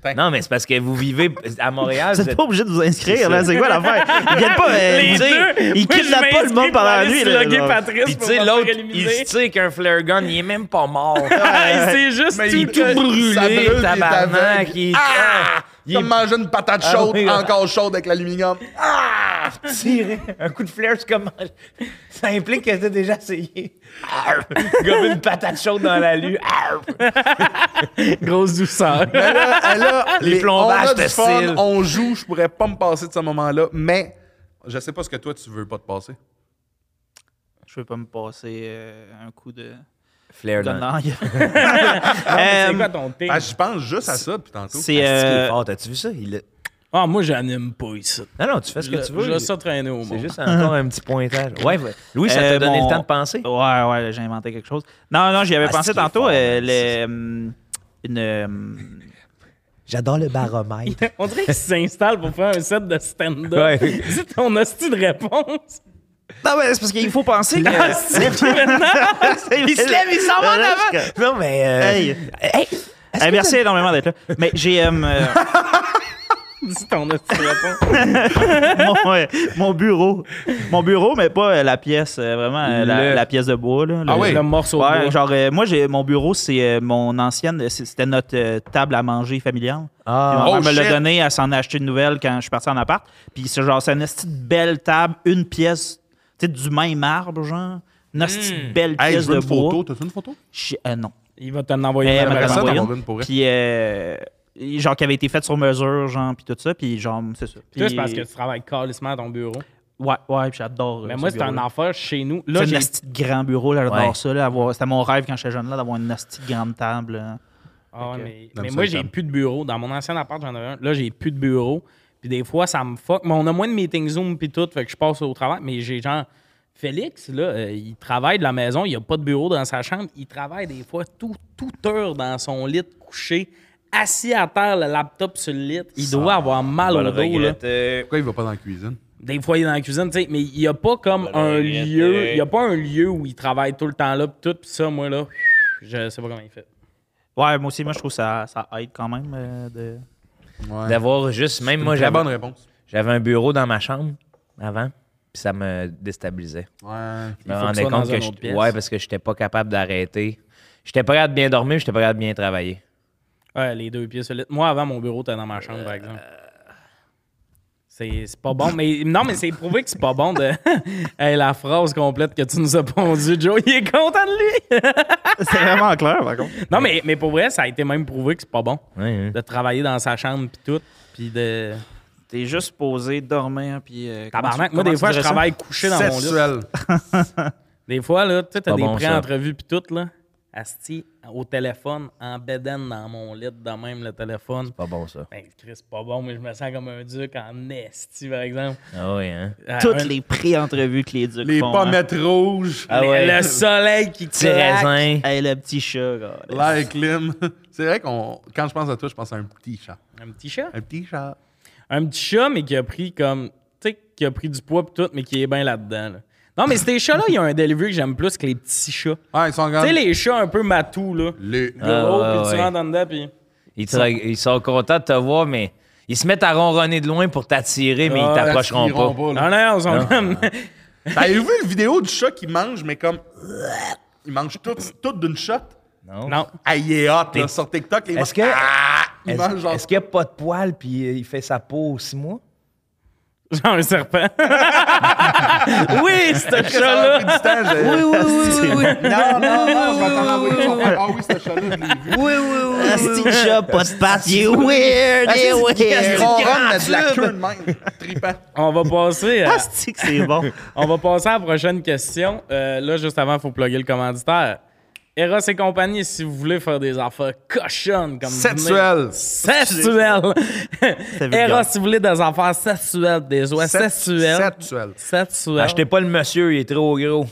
[SPEAKER 4] Pac!
[SPEAKER 5] Non, mais c'est parce que vous vivez à Montréal.
[SPEAKER 3] Vous
[SPEAKER 5] vous
[SPEAKER 3] êtes
[SPEAKER 5] êtes-
[SPEAKER 3] pas obligé de vous inscrire, là. C'est quoi l'affaire? Ils viennent pas. euh,
[SPEAKER 1] Les
[SPEAKER 3] vous dire,
[SPEAKER 1] deux,
[SPEAKER 3] Ils
[SPEAKER 1] moi, je
[SPEAKER 3] kidnappent pas le
[SPEAKER 1] m'inscris
[SPEAKER 3] monde
[SPEAKER 1] pour
[SPEAKER 3] pendant la
[SPEAKER 1] aller
[SPEAKER 3] nuit, là.
[SPEAKER 1] sloguer
[SPEAKER 3] genre.
[SPEAKER 1] Patrice
[SPEAKER 5] Puis
[SPEAKER 1] pour
[SPEAKER 5] tu sais,
[SPEAKER 1] pas
[SPEAKER 5] l'autre,
[SPEAKER 1] faire
[SPEAKER 5] il
[SPEAKER 1] éliminer.
[SPEAKER 5] se tire qu'un flare gun, il est même pas mort.
[SPEAKER 1] Ah, il s'est juste
[SPEAKER 4] Mais
[SPEAKER 1] tout le
[SPEAKER 4] il est tout
[SPEAKER 1] temps-
[SPEAKER 4] brûlé,
[SPEAKER 5] Ça brûle,
[SPEAKER 4] puis il est
[SPEAKER 5] tabarnak.
[SPEAKER 4] aveugle.
[SPEAKER 5] Il... Ah! Il
[SPEAKER 4] Comme manger une patate
[SPEAKER 5] Ah
[SPEAKER 4] chaude,
[SPEAKER 5] oui, ouais.
[SPEAKER 4] encore chaude avec l'aluminium.
[SPEAKER 5] est tiré. Un coup de flare, c'est comme... Ça implique que t'as déjà essayé. Arr! Gober une patate chaude dans la lue. Ah, Arr!
[SPEAKER 1] Grosse douceur.
[SPEAKER 4] Mais là, elle a-
[SPEAKER 5] Les
[SPEAKER 4] les-
[SPEAKER 5] plombages
[SPEAKER 4] on a du
[SPEAKER 5] faciles.
[SPEAKER 4] fun, on joue, je pourrais pas me passer de ce moment-là, mais je sais pas ce que toi, tu veux pas te passer.
[SPEAKER 3] Je veux pas me passer euh, un coup de.
[SPEAKER 5] Flare
[SPEAKER 3] de
[SPEAKER 5] gun.
[SPEAKER 3] langue.
[SPEAKER 1] C'est
[SPEAKER 3] Euh,
[SPEAKER 1] quoi ton thé?
[SPEAKER 4] Ah, je pense juste à ça depuis tantôt.
[SPEAKER 3] C'est.
[SPEAKER 5] C'est
[SPEAKER 3] euh,
[SPEAKER 5] fort, t'as-tu vu ça? Il l'a-
[SPEAKER 1] Ah, moi, j'anime pas ici.
[SPEAKER 5] Non, non, tu fais ce que tu veux.
[SPEAKER 1] Je laisse ça traîner au
[SPEAKER 5] C'est
[SPEAKER 1] monde.
[SPEAKER 5] juste encore un petit pointage. Ouais, va- Louis, ça t'a
[SPEAKER 3] Euh,
[SPEAKER 5] donné
[SPEAKER 3] mon-
[SPEAKER 5] le temps de penser?
[SPEAKER 3] Ouais, ouais, là, j'ai inventé quelque chose. Non, non, j'y avais
[SPEAKER 5] Ah,
[SPEAKER 3] pensé
[SPEAKER 5] c'est qu'il est
[SPEAKER 3] tantôt.
[SPEAKER 5] fort,
[SPEAKER 3] euh,
[SPEAKER 5] man,
[SPEAKER 3] le,
[SPEAKER 5] c'est-
[SPEAKER 3] hum, une, hum,
[SPEAKER 5] J'adore le baromètre.
[SPEAKER 1] On dirait qu'il s'installe pour faire un set de stand-up.
[SPEAKER 5] Ouais.
[SPEAKER 1] C'est ton hostie de réponse.
[SPEAKER 3] Non, mais Bah c'est parce qu'il faut penser que. il se lève, il s'en va en avant.
[SPEAKER 5] non, mais... euh,
[SPEAKER 3] Hey. Hey, merci énormément d'être là. Mais j'ai. hum, euh,
[SPEAKER 1] C'est ton hostie de réponse.
[SPEAKER 3] mon, euh, mon bureau. Mon bureau, mais pas euh, la pièce, euh, vraiment euh, la,
[SPEAKER 5] Le-
[SPEAKER 3] la pièce de bois. Là,
[SPEAKER 4] Ah
[SPEAKER 3] Le-
[SPEAKER 4] oui.
[SPEAKER 1] Le morceau
[SPEAKER 3] Ouais,
[SPEAKER 1] de bois.
[SPEAKER 3] genre, euh, moi, j'ai mon bureau, c'est euh, mon ancienne. c'est- C'était notre euh, table à manger familiale. Puis
[SPEAKER 5] Ah,
[SPEAKER 3] ma mère
[SPEAKER 4] Oh,
[SPEAKER 3] me l'a
[SPEAKER 4] shit.
[SPEAKER 3] donné à s'en acheter une nouvelle quand je suis parti en appart. Puis c'est genre, c'est une esti de belle table, une pièce, tu sais, du même marbre, genre. Une esti de belle
[SPEAKER 4] Hmm. Hey,
[SPEAKER 3] pièce
[SPEAKER 4] je veux
[SPEAKER 3] de
[SPEAKER 4] une
[SPEAKER 3] bois.
[SPEAKER 4] photo. T'as-tu une photo?
[SPEAKER 3] J'ai- euh, non.
[SPEAKER 1] Il va t'en envoyer
[SPEAKER 3] Euh,
[SPEAKER 1] une.
[SPEAKER 3] madame
[SPEAKER 4] ça,
[SPEAKER 1] vraiment.
[SPEAKER 4] t'en
[SPEAKER 3] Boyne.
[SPEAKER 4] as une pour vrai?
[SPEAKER 3] Puis, euh, genre, qui avait été faite sur mesure, genre, puis tout ça. Puis, genre, c'est ça. Puis,
[SPEAKER 1] Toi, c'est parce que tu travailles calissement à ton bureau.
[SPEAKER 3] Ouais, ouais, puis j'adore. euh,
[SPEAKER 1] Mais moi, c'est un enfer chez nous. Là,
[SPEAKER 3] C'est
[SPEAKER 1] j'ai
[SPEAKER 3] un esti de grand bureau, là, j'adore
[SPEAKER 5] Ouais.
[SPEAKER 3] ça. Là, avoir- C'était mon rêve quand j'étais jeune, là, d'avoir une esti de grande table. là.
[SPEAKER 1] Ah ouais,
[SPEAKER 3] Fait que-
[SPEAKER 1] mais,
[SPEAKER 4] Comme
[SPEAKER 1] mais
[SPEAKER 4] ça,
[SPEAKER 1] moi,
[SPEAKER 4] il
[SPEAKER 1] j'ai
[SPEAKER 4] ferme.
[SPEAKER 1] plus de bureau. Dans mon ancien appart, j'en avais un. Là, j'ai plus de bureau. Puis des fois, ça me fuck. Mais on a moins de meetings Zoom puis tout. Fait que je passe au travail. Mais j'ai genre. Félix, là, euh, il travaille de la maison. Il a pas de bureau dans sa chambre. Il travaille des fois tout, toute heure dans son lit couché, assis à terre, le laptop sur le lit. Il doit avoir mal
[SPEAKER 5] on
[SPEAKER 1] au
[SPEAKER 5] va le
[SPEAKER 1] dos, là.
[SPEAKER 5] regretter.
[SPEAKER 4] Pourquoi il va pas dans la cuisine?
[SPEAKER 1] Des fois, il est dans la cuisine, tu sais, mais il n'y a pas comme
[SPEAKER 5] va le
[SPEAKER 1] un
[SPEAKER 5] regretter.
[SPEAKER 1] lieu. Il n'y a pas un lieu où il travaille tout le temps là, pis tout, pis ça, moi, là, je sais pas comment il fait.
[SPEAKER 3] Ouais, moi aussi, moi, je trouve que ça, ça aide quand même. euh, de...
[SPEAKER 4] Ouais.
[SPEAKER 5] D'avoir juste... Même moi,
[SPEAKER 4] Très
[SPEAKER 5] j'avais
[SPEAKER 4] bonne réponse.
[SPEAKER 5] j'avais un bureau dans ma chambre avant, puis ça me déstabilisait.
[SPEAKER 4] Ouais.
[SPEAKER 5] Je me
[SPEAKER 1] faut que
[SPEAKER 5] rendais
[SPEAKER 1] tu sois
[SPEAKER 5] compte
[SPEAKER 1] dans une
[SPEAKER 5] que...
[SPEAKER 1] autre
[SPEAKER 5] j'étais-
[SPEAKER 1] pièce.
[SPEAKER 5] Ouais, parce que j'étais pas capable d'arrêter. J'étais pas capable de bien dormir, j'étais pas capable de bien travailler.
[SPEAKER 1] Ouais, les deux pieds solides. Moi, avant, mon bureau était dans ma chambre, par exemple. C'est c'est pas bon. Mais, non, mais c'est prouvé que c'est pas bon de. Hey, la phrase complète que tu nous as pondue, Joe, il est content de lui.
[SPEAKER 3] C'est vraiment clair, par contre.
[SPEAKER 1] non, mais, mais pour vrai, ça a été même prouvé que c'est pas bon
[SPEAKER 5] Ouais, hein.
[SPEAKER 1] de travailler dans sa chambre, puis tout. Puis de.
[SPEAKER 3] T'es juste posé, dormir, puis... euh, comment
[SPEAKER 1] Tabarnak,
[SPEAKER 3] tu-
[SPEAKER 1] moi,
[SPEAKER 3] comment
[SPEAKER 1] des
[SPEAKER 3] tu
[SPEAKER 1] fois, je
[SPEAKER 3] dirais ça?
[SPEAKER 1] travaille couché dans mon lit.
[SPEAKER 4] Sexuel.
[SPEAKER 1] Des fois, là, tu sais, t'as
[SPEAKER 5] Pas
[SPEAKER 1] des
[SPEAKER 5] bon, ça.
[SPEAKER 1] pré-entrevues pis tout, là. Asti, au téléphone, en bédaine dans mon lit, de même le téléphone.
[SPEAKER 5] Pas bon, ça.
[SPEAKER 1] Ben, Chris, c'est pas bon, mais je me sens comme un duc en esti, par exemple.
[SPEAKER 5] Ah oui, hein?
[SPEAKER 1] Ah,
[SPEAKER 3] Toutes
[SPEAKER 1] un-
[SPEAKER 3] les pré-entrevues que les ducs
[SPEAKER 4] Les
[SPEAKER 3] font. hein.
[SPEAKER 4] pommettes rouges.
[SPEAKER 5] Ah
[SPEAKER 1] Mais
[SPEAKER 5] ouais.
[SPEAKER 1] Le soleil qui
[SPEAKER 5] Petit
[SPEAKER 1] claque.
[SPEAKER 5] raisin.
[SPEAKER 3] Hey, le petit chat, gars.
[SPEAKER 4] L'air clim. C'est vrai qu'on. Quand je pense à toi, je pense à un petit chat.
[SPEAKER 1] Un petit chat.
[SPEAKER 4] Un petit chat.
[SPEAKER 1] Un petit chat, mais qui a pris comme. Tu sais, qui a pris du poids pis tout, mais qui est bien là-dedans, là. Non, mais ces chats-là, il y a un delivery que j'aime plus que les petits chats.
[SPEAKER 4] Ouais, ils sont
[SPEAKER 1] Tu
[SPEAKER 4] grands.
[SPEAKER 1] sais, les chats un peu matous, là.
[SPEAKER 4] Les-
[SPEAKER 1] Le haut,
[SPEAKER 5] Ah, ouais,
[SPEAKER 1] puis tu
[SPEAKER 5] ouais.
[SPEAKER 1] rentres en dedans, puis.
[SPEAKER 5] Ils, te reg- ils sont contents de te voir, mais ils se mettent à ronronner de loin pour t'attirer, mais
[SPEAKER 1] Ah,
[SPEAKER 5] ils t'approcheront
[SPEAKER 4] ils iront
[SPEAKER 5] pas.
[SPEAKER 4] là.
[SPEAKER 1] Non, non, on s'en comme.
[SPEAKER 4] T'avais vu la vidéo du chat qui mange, mais comme. Il mange tout, tout d'une shot.
[SPEAKER 1] Non.
[SPEAKER 4] Ah, il est hot, là, sur TikTok. les
[SPEAKER 5] Est-ce
[SPEAKER 4] gens-
[SPEAKER 5] que-
[SPEAKER 4] Ah! Il
[SPEAKER 5] Est-ce
[SPEAKER 4] mange genre.
[SPEAKER 5] est-ce qu'il n'y a pas de poils puis euh, il fait sa peau aux six mois?
[SPEAKER 1] Genre un serpent. oui, ce
[SPEAKER 4] Ça
[SPEAKER 1] chat-là.
[SPEAKER 4] m'a pris du temps, j'ai-
[SPEAKER 2] Oui, oui, oui, oui.
[SPEAKER 4] Non, non, non, je vais t'en envoyer son frère. Ah oui, ce chat-là, je l'ai vu.
[SPEAKER 2] Oui, oui,
[SPEAKER 3] Un petit chat, pas de pattes, il est weird, il est
[SPEAKER 4] Il
[SPEAKER 3] weird.
[SPEAKER 4] ronronne, mais de la queue de même. Tripant.
[SPEAKER 1] On va passer à,
[SPEAKER 3] Asti que c'est bon.
[SPEAKER 1] on va passer à la prochaine question. Euh, là, juste avant, il faut plugger le commanditaire. Eros et compagnie, si vous voulez faire des affaires cochonnes comme
[SPEAKER 4] Sexuelles.
[SPEAKER 1] Sexuelles.
[SPEAKER 3] vulgaire.
[SPEAKER 1] Eros, si vous voulez des affaires sexuelles, des oies
[SPEAKER 4] Sept-
[SPEAKER 1] sexuelles.
[SPEAKER 4] Sexuelles.
[SPEAKER 1] Sexuelles.
[SPEAKER 5] Ben, Achetez pas le monsieur, il est trop gros.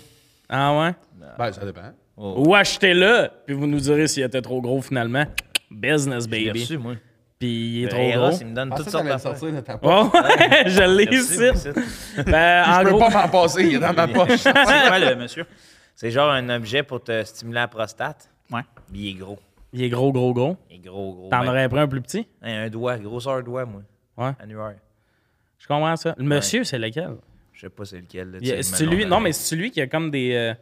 [SPEAKER 1] Ah ouais?
[SPEAKER 4] Ben, ça dépend.
[SPEAKER 1] Ou achetez-le, puis vous nous direz s'il était trop gros finalement. Business,
[SPEAKER 5] J'ai
[SPEAKER 1] baby.
[SPEAKER 5] reçu, moi.
[SPEAKER 1] Puis il est
[SPEAKER 5] Le
[SPEAKER 1] trop
[SPEAKER 5] Eros,
[SPEAKER 1] gros.
[SPEAKER 5] il me donne
[SPEAKER 4] Ah,
[SPEAKER 5] toutes
[SPEAKER 4] ça,
[SPEAKER 5] sortes
[SPEAKER 4] t'allais le
[SPEAKER 5] d'affaires.
[SPEAKER 4] sortir de ta poche.
[SPEAKER 1] Oh, je l'ai
[SPEAKER 5] Merci,
[SPEAKER 1] ici.
[SPEAKER 5] merci.
[SPEAKER 1] Ben, en
[SPEAKER 4] Je peux
[SPEAKER 1] gros,
[SPEAKER 4] pas m'en passer, il est dans ma poche.
[SPEAKER 3] C'est quoi, le monsieur?
[SPEAKER 5] C'est genre un objet pour te stimuler la prostate.
[SPEAKER 3] Ouais.
[SPEAKER 5] mais Il est gros.
[SPEAKER 1] il est gros, gros, gros.
[SPEAKER 5] Il est gros, gros.
[SPEAKER 1] T'en
[SPEAKER 5] Ben,
[SPEAKER 1] aurais pris un plus petit?
[SPEAKER 5] hein, Un doigt, grosseur doigt, moi.
[SPEAKER 1] Ouais.
[SPEAKER 5] Annuaire.
[SPEAKER 1] Je comprends ça. Le monsieur, c'est lequel?
[SPEAKER 5] Je sais pas c'est lequel. là, tu
[SPEAKER 1] Il y a-
[SPEAKER 5] sais,
[SPEAKER 1] C'est
[SPEAKER 5] le nom
[SPEAKER 1] lui.
[SPEAKER 5] de-
[SPEAKER 1] Non, mais c'est celui qui a comme des. euh,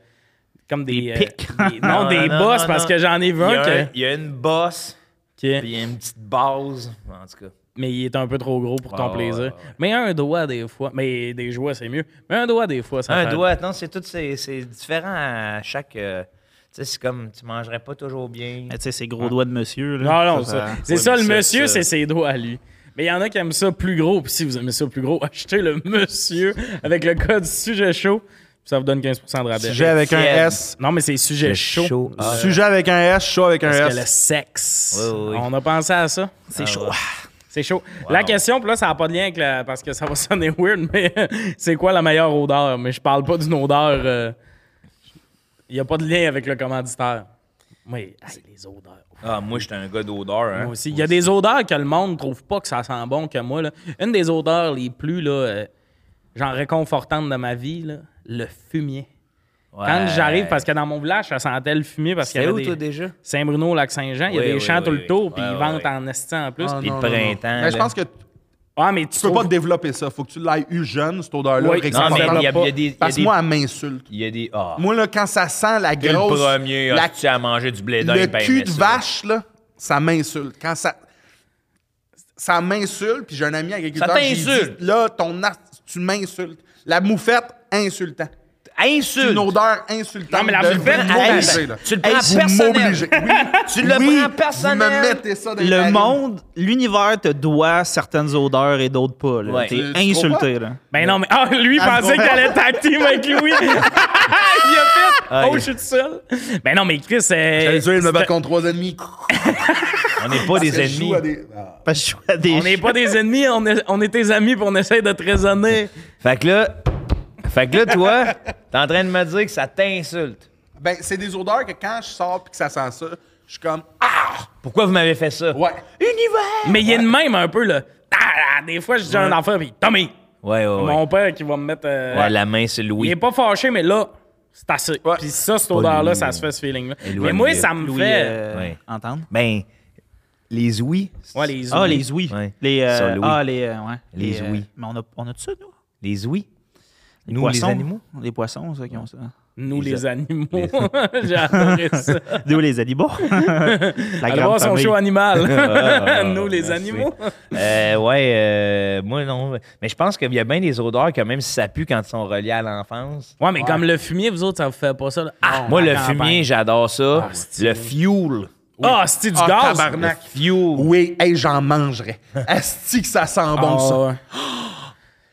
[SPEAKER 1] comme des. euh,
[SPEAKER 3] pics.
[SPEAKER 1] des- non,
[SPEAKER 5] Non,
[SPEAKER 1] des
[SPEAKER 5] non,
[SPEAKER 1] bosses,
[SPEAKER 5] non,
[SPEAKER 1] parce
[SPEAKER 5] non.
[SPEAKER 1] que j'en ai vu
[SPEAKER 5] Il y,
[SPEAKER 1] un.
[SPEAKER 5] a un-
[SPEAKER 1] que-
[SPEAKER 5] il y a une bosse,
[SPEAKER 1] qui-
[SPEAKER 5] puis il y a une petite base. En tout cas.
[SPEAKER 1] mais il est un peu trop gros pour ton
[SPEAKER 5] Ah, Ouais,
[SPEAKER 1] plaisir.
[SPEAKER 5] ouais, ouais.
[SPEAKER 1] Mais un doigt, des fois. Mais des jouets, c'est mieux. Mais un doigt, des fois, ça
[SPEAKER 5] Un
[SPEAKER 1] fait-
[SPEAKER 5] doigt, non, c'est tout. C'est c'est différent à chaque. euh, tu sais, c'est comme tu mangerais pas toujours bien.
[SPEAKER 3] Mais tu sais, ces gros doigts de monsieur.
[SPEAKER 1] Non,
[SPEAKER 3] Là.
[SPEAKER 1] Ah, non, ça. C'est
[SPEAKER 5] ouais,
[SPEAKER 1] ça,
[SPEAKER 5] mais
[SPEAKER 1] le
[SPEAKER 5] ça,
[SPEAKER 1] monsieur,
[SPEAKER 5] ça-
[SPEAKER 1] c'est ses doigts à lui. Mais il y en a qui aiment ça plus gros. Puis si vous aimez ça plus gros, achetez le monsieur avec le code sujet chaud. Puis ça vous donne 15% de rabais.
[SPEAKER 4] Sujet avec un
[SPEAKER 5] Fièvre.
[SPEAKER 4] S.
[SPEAKER 1] Non, mais c'est sujet chaud.
[SPEAKER 5] Ah,
[SPEAKER 4] Sujet avec un S, chaud avec un
[SPEAKER 1] Parce que le
[SPEAKER 4] S.
[SPEAKER 1] sexe.
[SPEAKER 5] Oui, oui, Ah oui.
[SPEAKER 1] On a pensé à ça. Ah,
[SPEAKER 3] C'est chaud.
[SPEAKER 1] C'est chaud. La question, puis là, ça n'a pas de lien avec la. Parce que ça va sonner weird, mais c'est quoi la meilleure odeur? Mais je parle pas d'une odeur. euh, Il n'y a pas de lien avec le commanditaire. Oui, hey, les odeurs.
[SPEAKER 5] ah, moi, j'étais un gars d'odeur. Hein.
[SPEAKER 1] Moi aussi. Il y a des odeurs que le monde trouve pas que ça sent bon que moi. là. Une des odeurs les plus là, euh, genre réconfortantes de ma vie, là, le fumier.
[SPEAKER 5] Ouais.
[SPEAKER 1] Quand j'arrive, parce que dans mon village, ça sentait le fumier parce qu'il y
[SPEAKER 5] C'était
[SPEAKER 1] avait
[SPEAKER 5] où,
[SPEAKER 1] des-
[SPEAKER 5] toi, déjà?
[SPEAKER 1] Saint-Bruno, Lac-Saint-Jean, il y a
[SPEAKER 5] Oui,
[SPEAKER 1] des
[SPEAKER 5] oui,
[SPEAKER 1] champs
[SPEAKER 5] oui,
[SPEAKER 1] tout le
[SPEAKER 5] oui.
[SPEAKER 1] tour, puis
[SPEAKER 5] Ouais,
[SPEAKER 1] ils
[SPEAKER 5] ouais,
[SPEAKER 1] vendent
[SPEAKER 5] ouais.
[SPEAKER 1] en estin en plus.
[SPEAKER 4] Ah,
[SPEAKER 1] puis-
[SPEAKER 5] Puis
[SPEAKER 4] non,
[SPEAKER 5] le
[SPEAKER 4] non, non.
[SPEAKER 5] printemps,
[SPEAKER 4] Mais je
[SPEAKER 5] là.
[SPEAKER 4] pense que tu
[SPEAKER 1] Ah, mais tu
[SPEAKER 4] peux pas
[SPEAKER 1] trouves-
[SPEAKER 4] développer ça. Faut que tu l'aies eu jeune, cette odeur-là.
[SPEAKER 1] Oui.
[SPEAKER 4] réconfortante.
[SPEAKER 5] Non, mais il y a- il y a des. il y a
[SPEAKER 4] Parce que
[SPEAKER 5] des-
[SPEAKER 4] moi, elle m'insulte.
[SPEAKER 5] Il y a des. Ah.
[SPEAKER 4] Moi, là, quand ça sent la
[SPEAKER 5] T'es
[SPEAKER 4] grosse.
[SPEAKER 5] le premier ah,
[SPEAKER 4] la-
[SPEAKER 5] hostie, à manger du blé ben, d'un
[SPEAKER 4] le cul de vache, là, ça m'insulte. Quand ça. Ça m'insulte, puis j'ai un ami agriculteur.
[SPEAKER 5] Ça
[SPEAKER 4] j'ai dit,
[SPEAKER 5] t'insulte.
[SPEAKER 4] Là, ton ar- tu m'insultes. La moufette, insultant. Une
[SPEAKER 5] Insulte!
[SPEAKER 4] odeur insultante.
[SPEAKER 1] Non, mais la
[SPEAKER 4] de-
[SPEAKER 1] moufette,
[SPEAKER 4] vous
[SPEAKER 5] elle-
[SPEAKER 4] m'obligez, là.
[SPEAKER 5] tu le prends
[SPEAKER 4] Vous
[SPEAKER 5] personnel.
[SPEAKER 4] m'obligez. Oui.
[SPEAKER 5] Tu le
[SPEAKER 4] Oui,
[SPEAKER 5] prends personnel!
[SPEAKER 4] Vous me mettez ça dans les
[SPEAKER 3] Le
[SPEAKER 4] narines.
[SPEAKER 3] monde, l'univers te doit certaines odeurs et d'autres pas. là.
[SPEAKER 5] Ouais.
[SPEAKER 3] T'es
[SPEAKER 5] Tu-
[SPEAKER 4] tu
[SPEAKER 3] insulté. Là.
[SPEAKER 1] Ben non, mais ah, lui, il
[SPEAKER 4] Ah,
[SPEAKER 1] pensait
[SPEAKER 4] bon.
[SPEAKER 1] qu'il allait tacter avec lui. il a fait.
[SPEAKER 5] Aïe.
[SPEAKER 1] Oh, je suis tout seul. Ben non, mais Chris.
[SPEAKER 4] J'ai
[SPEAKER 1] euh,
[SPEAKER 4] le me battre contre trois ennemis.
[SPEAKER 5] On n'est pas des
[SPEAKER 4] Parce que je
[SPEAKER 5] ennemis.
[SPEAKER 4] joue à des- Ah.
[SPEAKER 3] Parce que je vois des
[SPEAKER 1] on n'est pas des ennemis, on est, on est tes amis, puis on essaie de te raisonner.
[SPEAKER 5] Fait que là. Fait que là, toi, t'es en train de me dire que ça t'insulte.
[SPEAKER 4] Ben, c'est des odeurs que quand je sors puis que ça sent ça, je suis comme
[SPEAKER 5] Pourquoi vous m'avez fait ça?
[SPEAKER 4] ouais.
[SPEAKER 1] Mais il y a de même un peu, là. Ah, ah, des fois, je dis à un enfant, puis Tommy,
[SPEAKER 5] Ouais, ouais, ouais.
[SPEAKER 1] mon père qui va me mettre. euh,
[SPEAKER 5] Ouais, la main, c'est
[SPEAKER 1] Il
[SPEAKER 5] Louis.
[SPEAKER 1] est pas fâché, mais là, c'est assez.
[SPEAKER 4] Ouais.
[SPEAKER 1] Puis ça, cette odeur-là,
[SPEAKER 5] Louis,
[SPEAKER 1] ça se fait ce feeling-là.
[SPEAKER 5] Louis,
[SPEAKER 1] Mais moi,
[SPEAKER 5] Louis.
[SPEAKER 1] ça me
[SPEAKER 3] Louis,
[SPEAKER 1] fait.
[SPEAKER 3] euh,
[SPEAKER 5] Ouais.
[SPEAKER 3] entendre.
[SPEAKER 5] Ben, les ouïes.
[SPEAKER 1] Ouais, les
[SPEAKER 3] Ah,
[SPEAKER 1] ouïes.
[SPEAKER 3] les ouïes.
[SPEAKER 5] Ouais.
[SPEAKER 3] Les, euh,
[SPEAKER 5] Ça, Louis.
[SPEAKER 3] ah, les, euh, ouais.
[SPEAKER 5] Les
[SPEAKER 3] euh,
[SPEAKER 5] ouïes.
[SPEAKER 3] mais on a, on a de ça, nous?
[SPEAKER 5] Les ouïes. Nous,
[SPEAKER 3] poissons.
[SPEAKER 5] les animaux.
[SPEAKER 3] Les poissons, ça, qui ont ça.
[SPEAKER 1] Nous, les,
[SPEAKER 5] Les-
[SPEAKER 1] animaux. J'ai adoré ça.
[SPEAKER 3] D'où les animaux? La
[SPEAKER 1] Allez
[SPEAKER 3] grande
[SPEAKER 1] voir son
[SPEAKER 3] famille.
[SPEAKER 1] show animal. Nous, les
[SPEAKER 5] merci.
[SPEAKER 1] animaux.
[SPEAKER 5] Euh, ouais, euh, moi non. Mais je pense qu'il y a bien des odeurs que même si ça pue quand ils sont reliés à l'enfance.
[SPEAKER 1] Ouais, mais comme le fumier, vous autres, ça vous fait pas ça. là. Ah,
[SPEAKER 5] moi,
[SPEAKER 1] la
[SPEAKER 5] le
[SPEAKER 1] campagne.
[SPEAKER 5] fumier, j'adore ça.
[SPEAKER 1] c'est-tu.
[SPEAKER 5] le fuel.
[SPEAKER 1] Ah, c'est du
[SPEAKER 4] Ah,
[SPEAKER 1] gaz.
[SPEAKER 4] tabarnak.
[SPEAKER 5] Fuel.
[SPEAKER 4] Oui, hey, j'en mangerais. Asti que ça sent bon, ça.
[SPEAKER 1] Ah, ouais.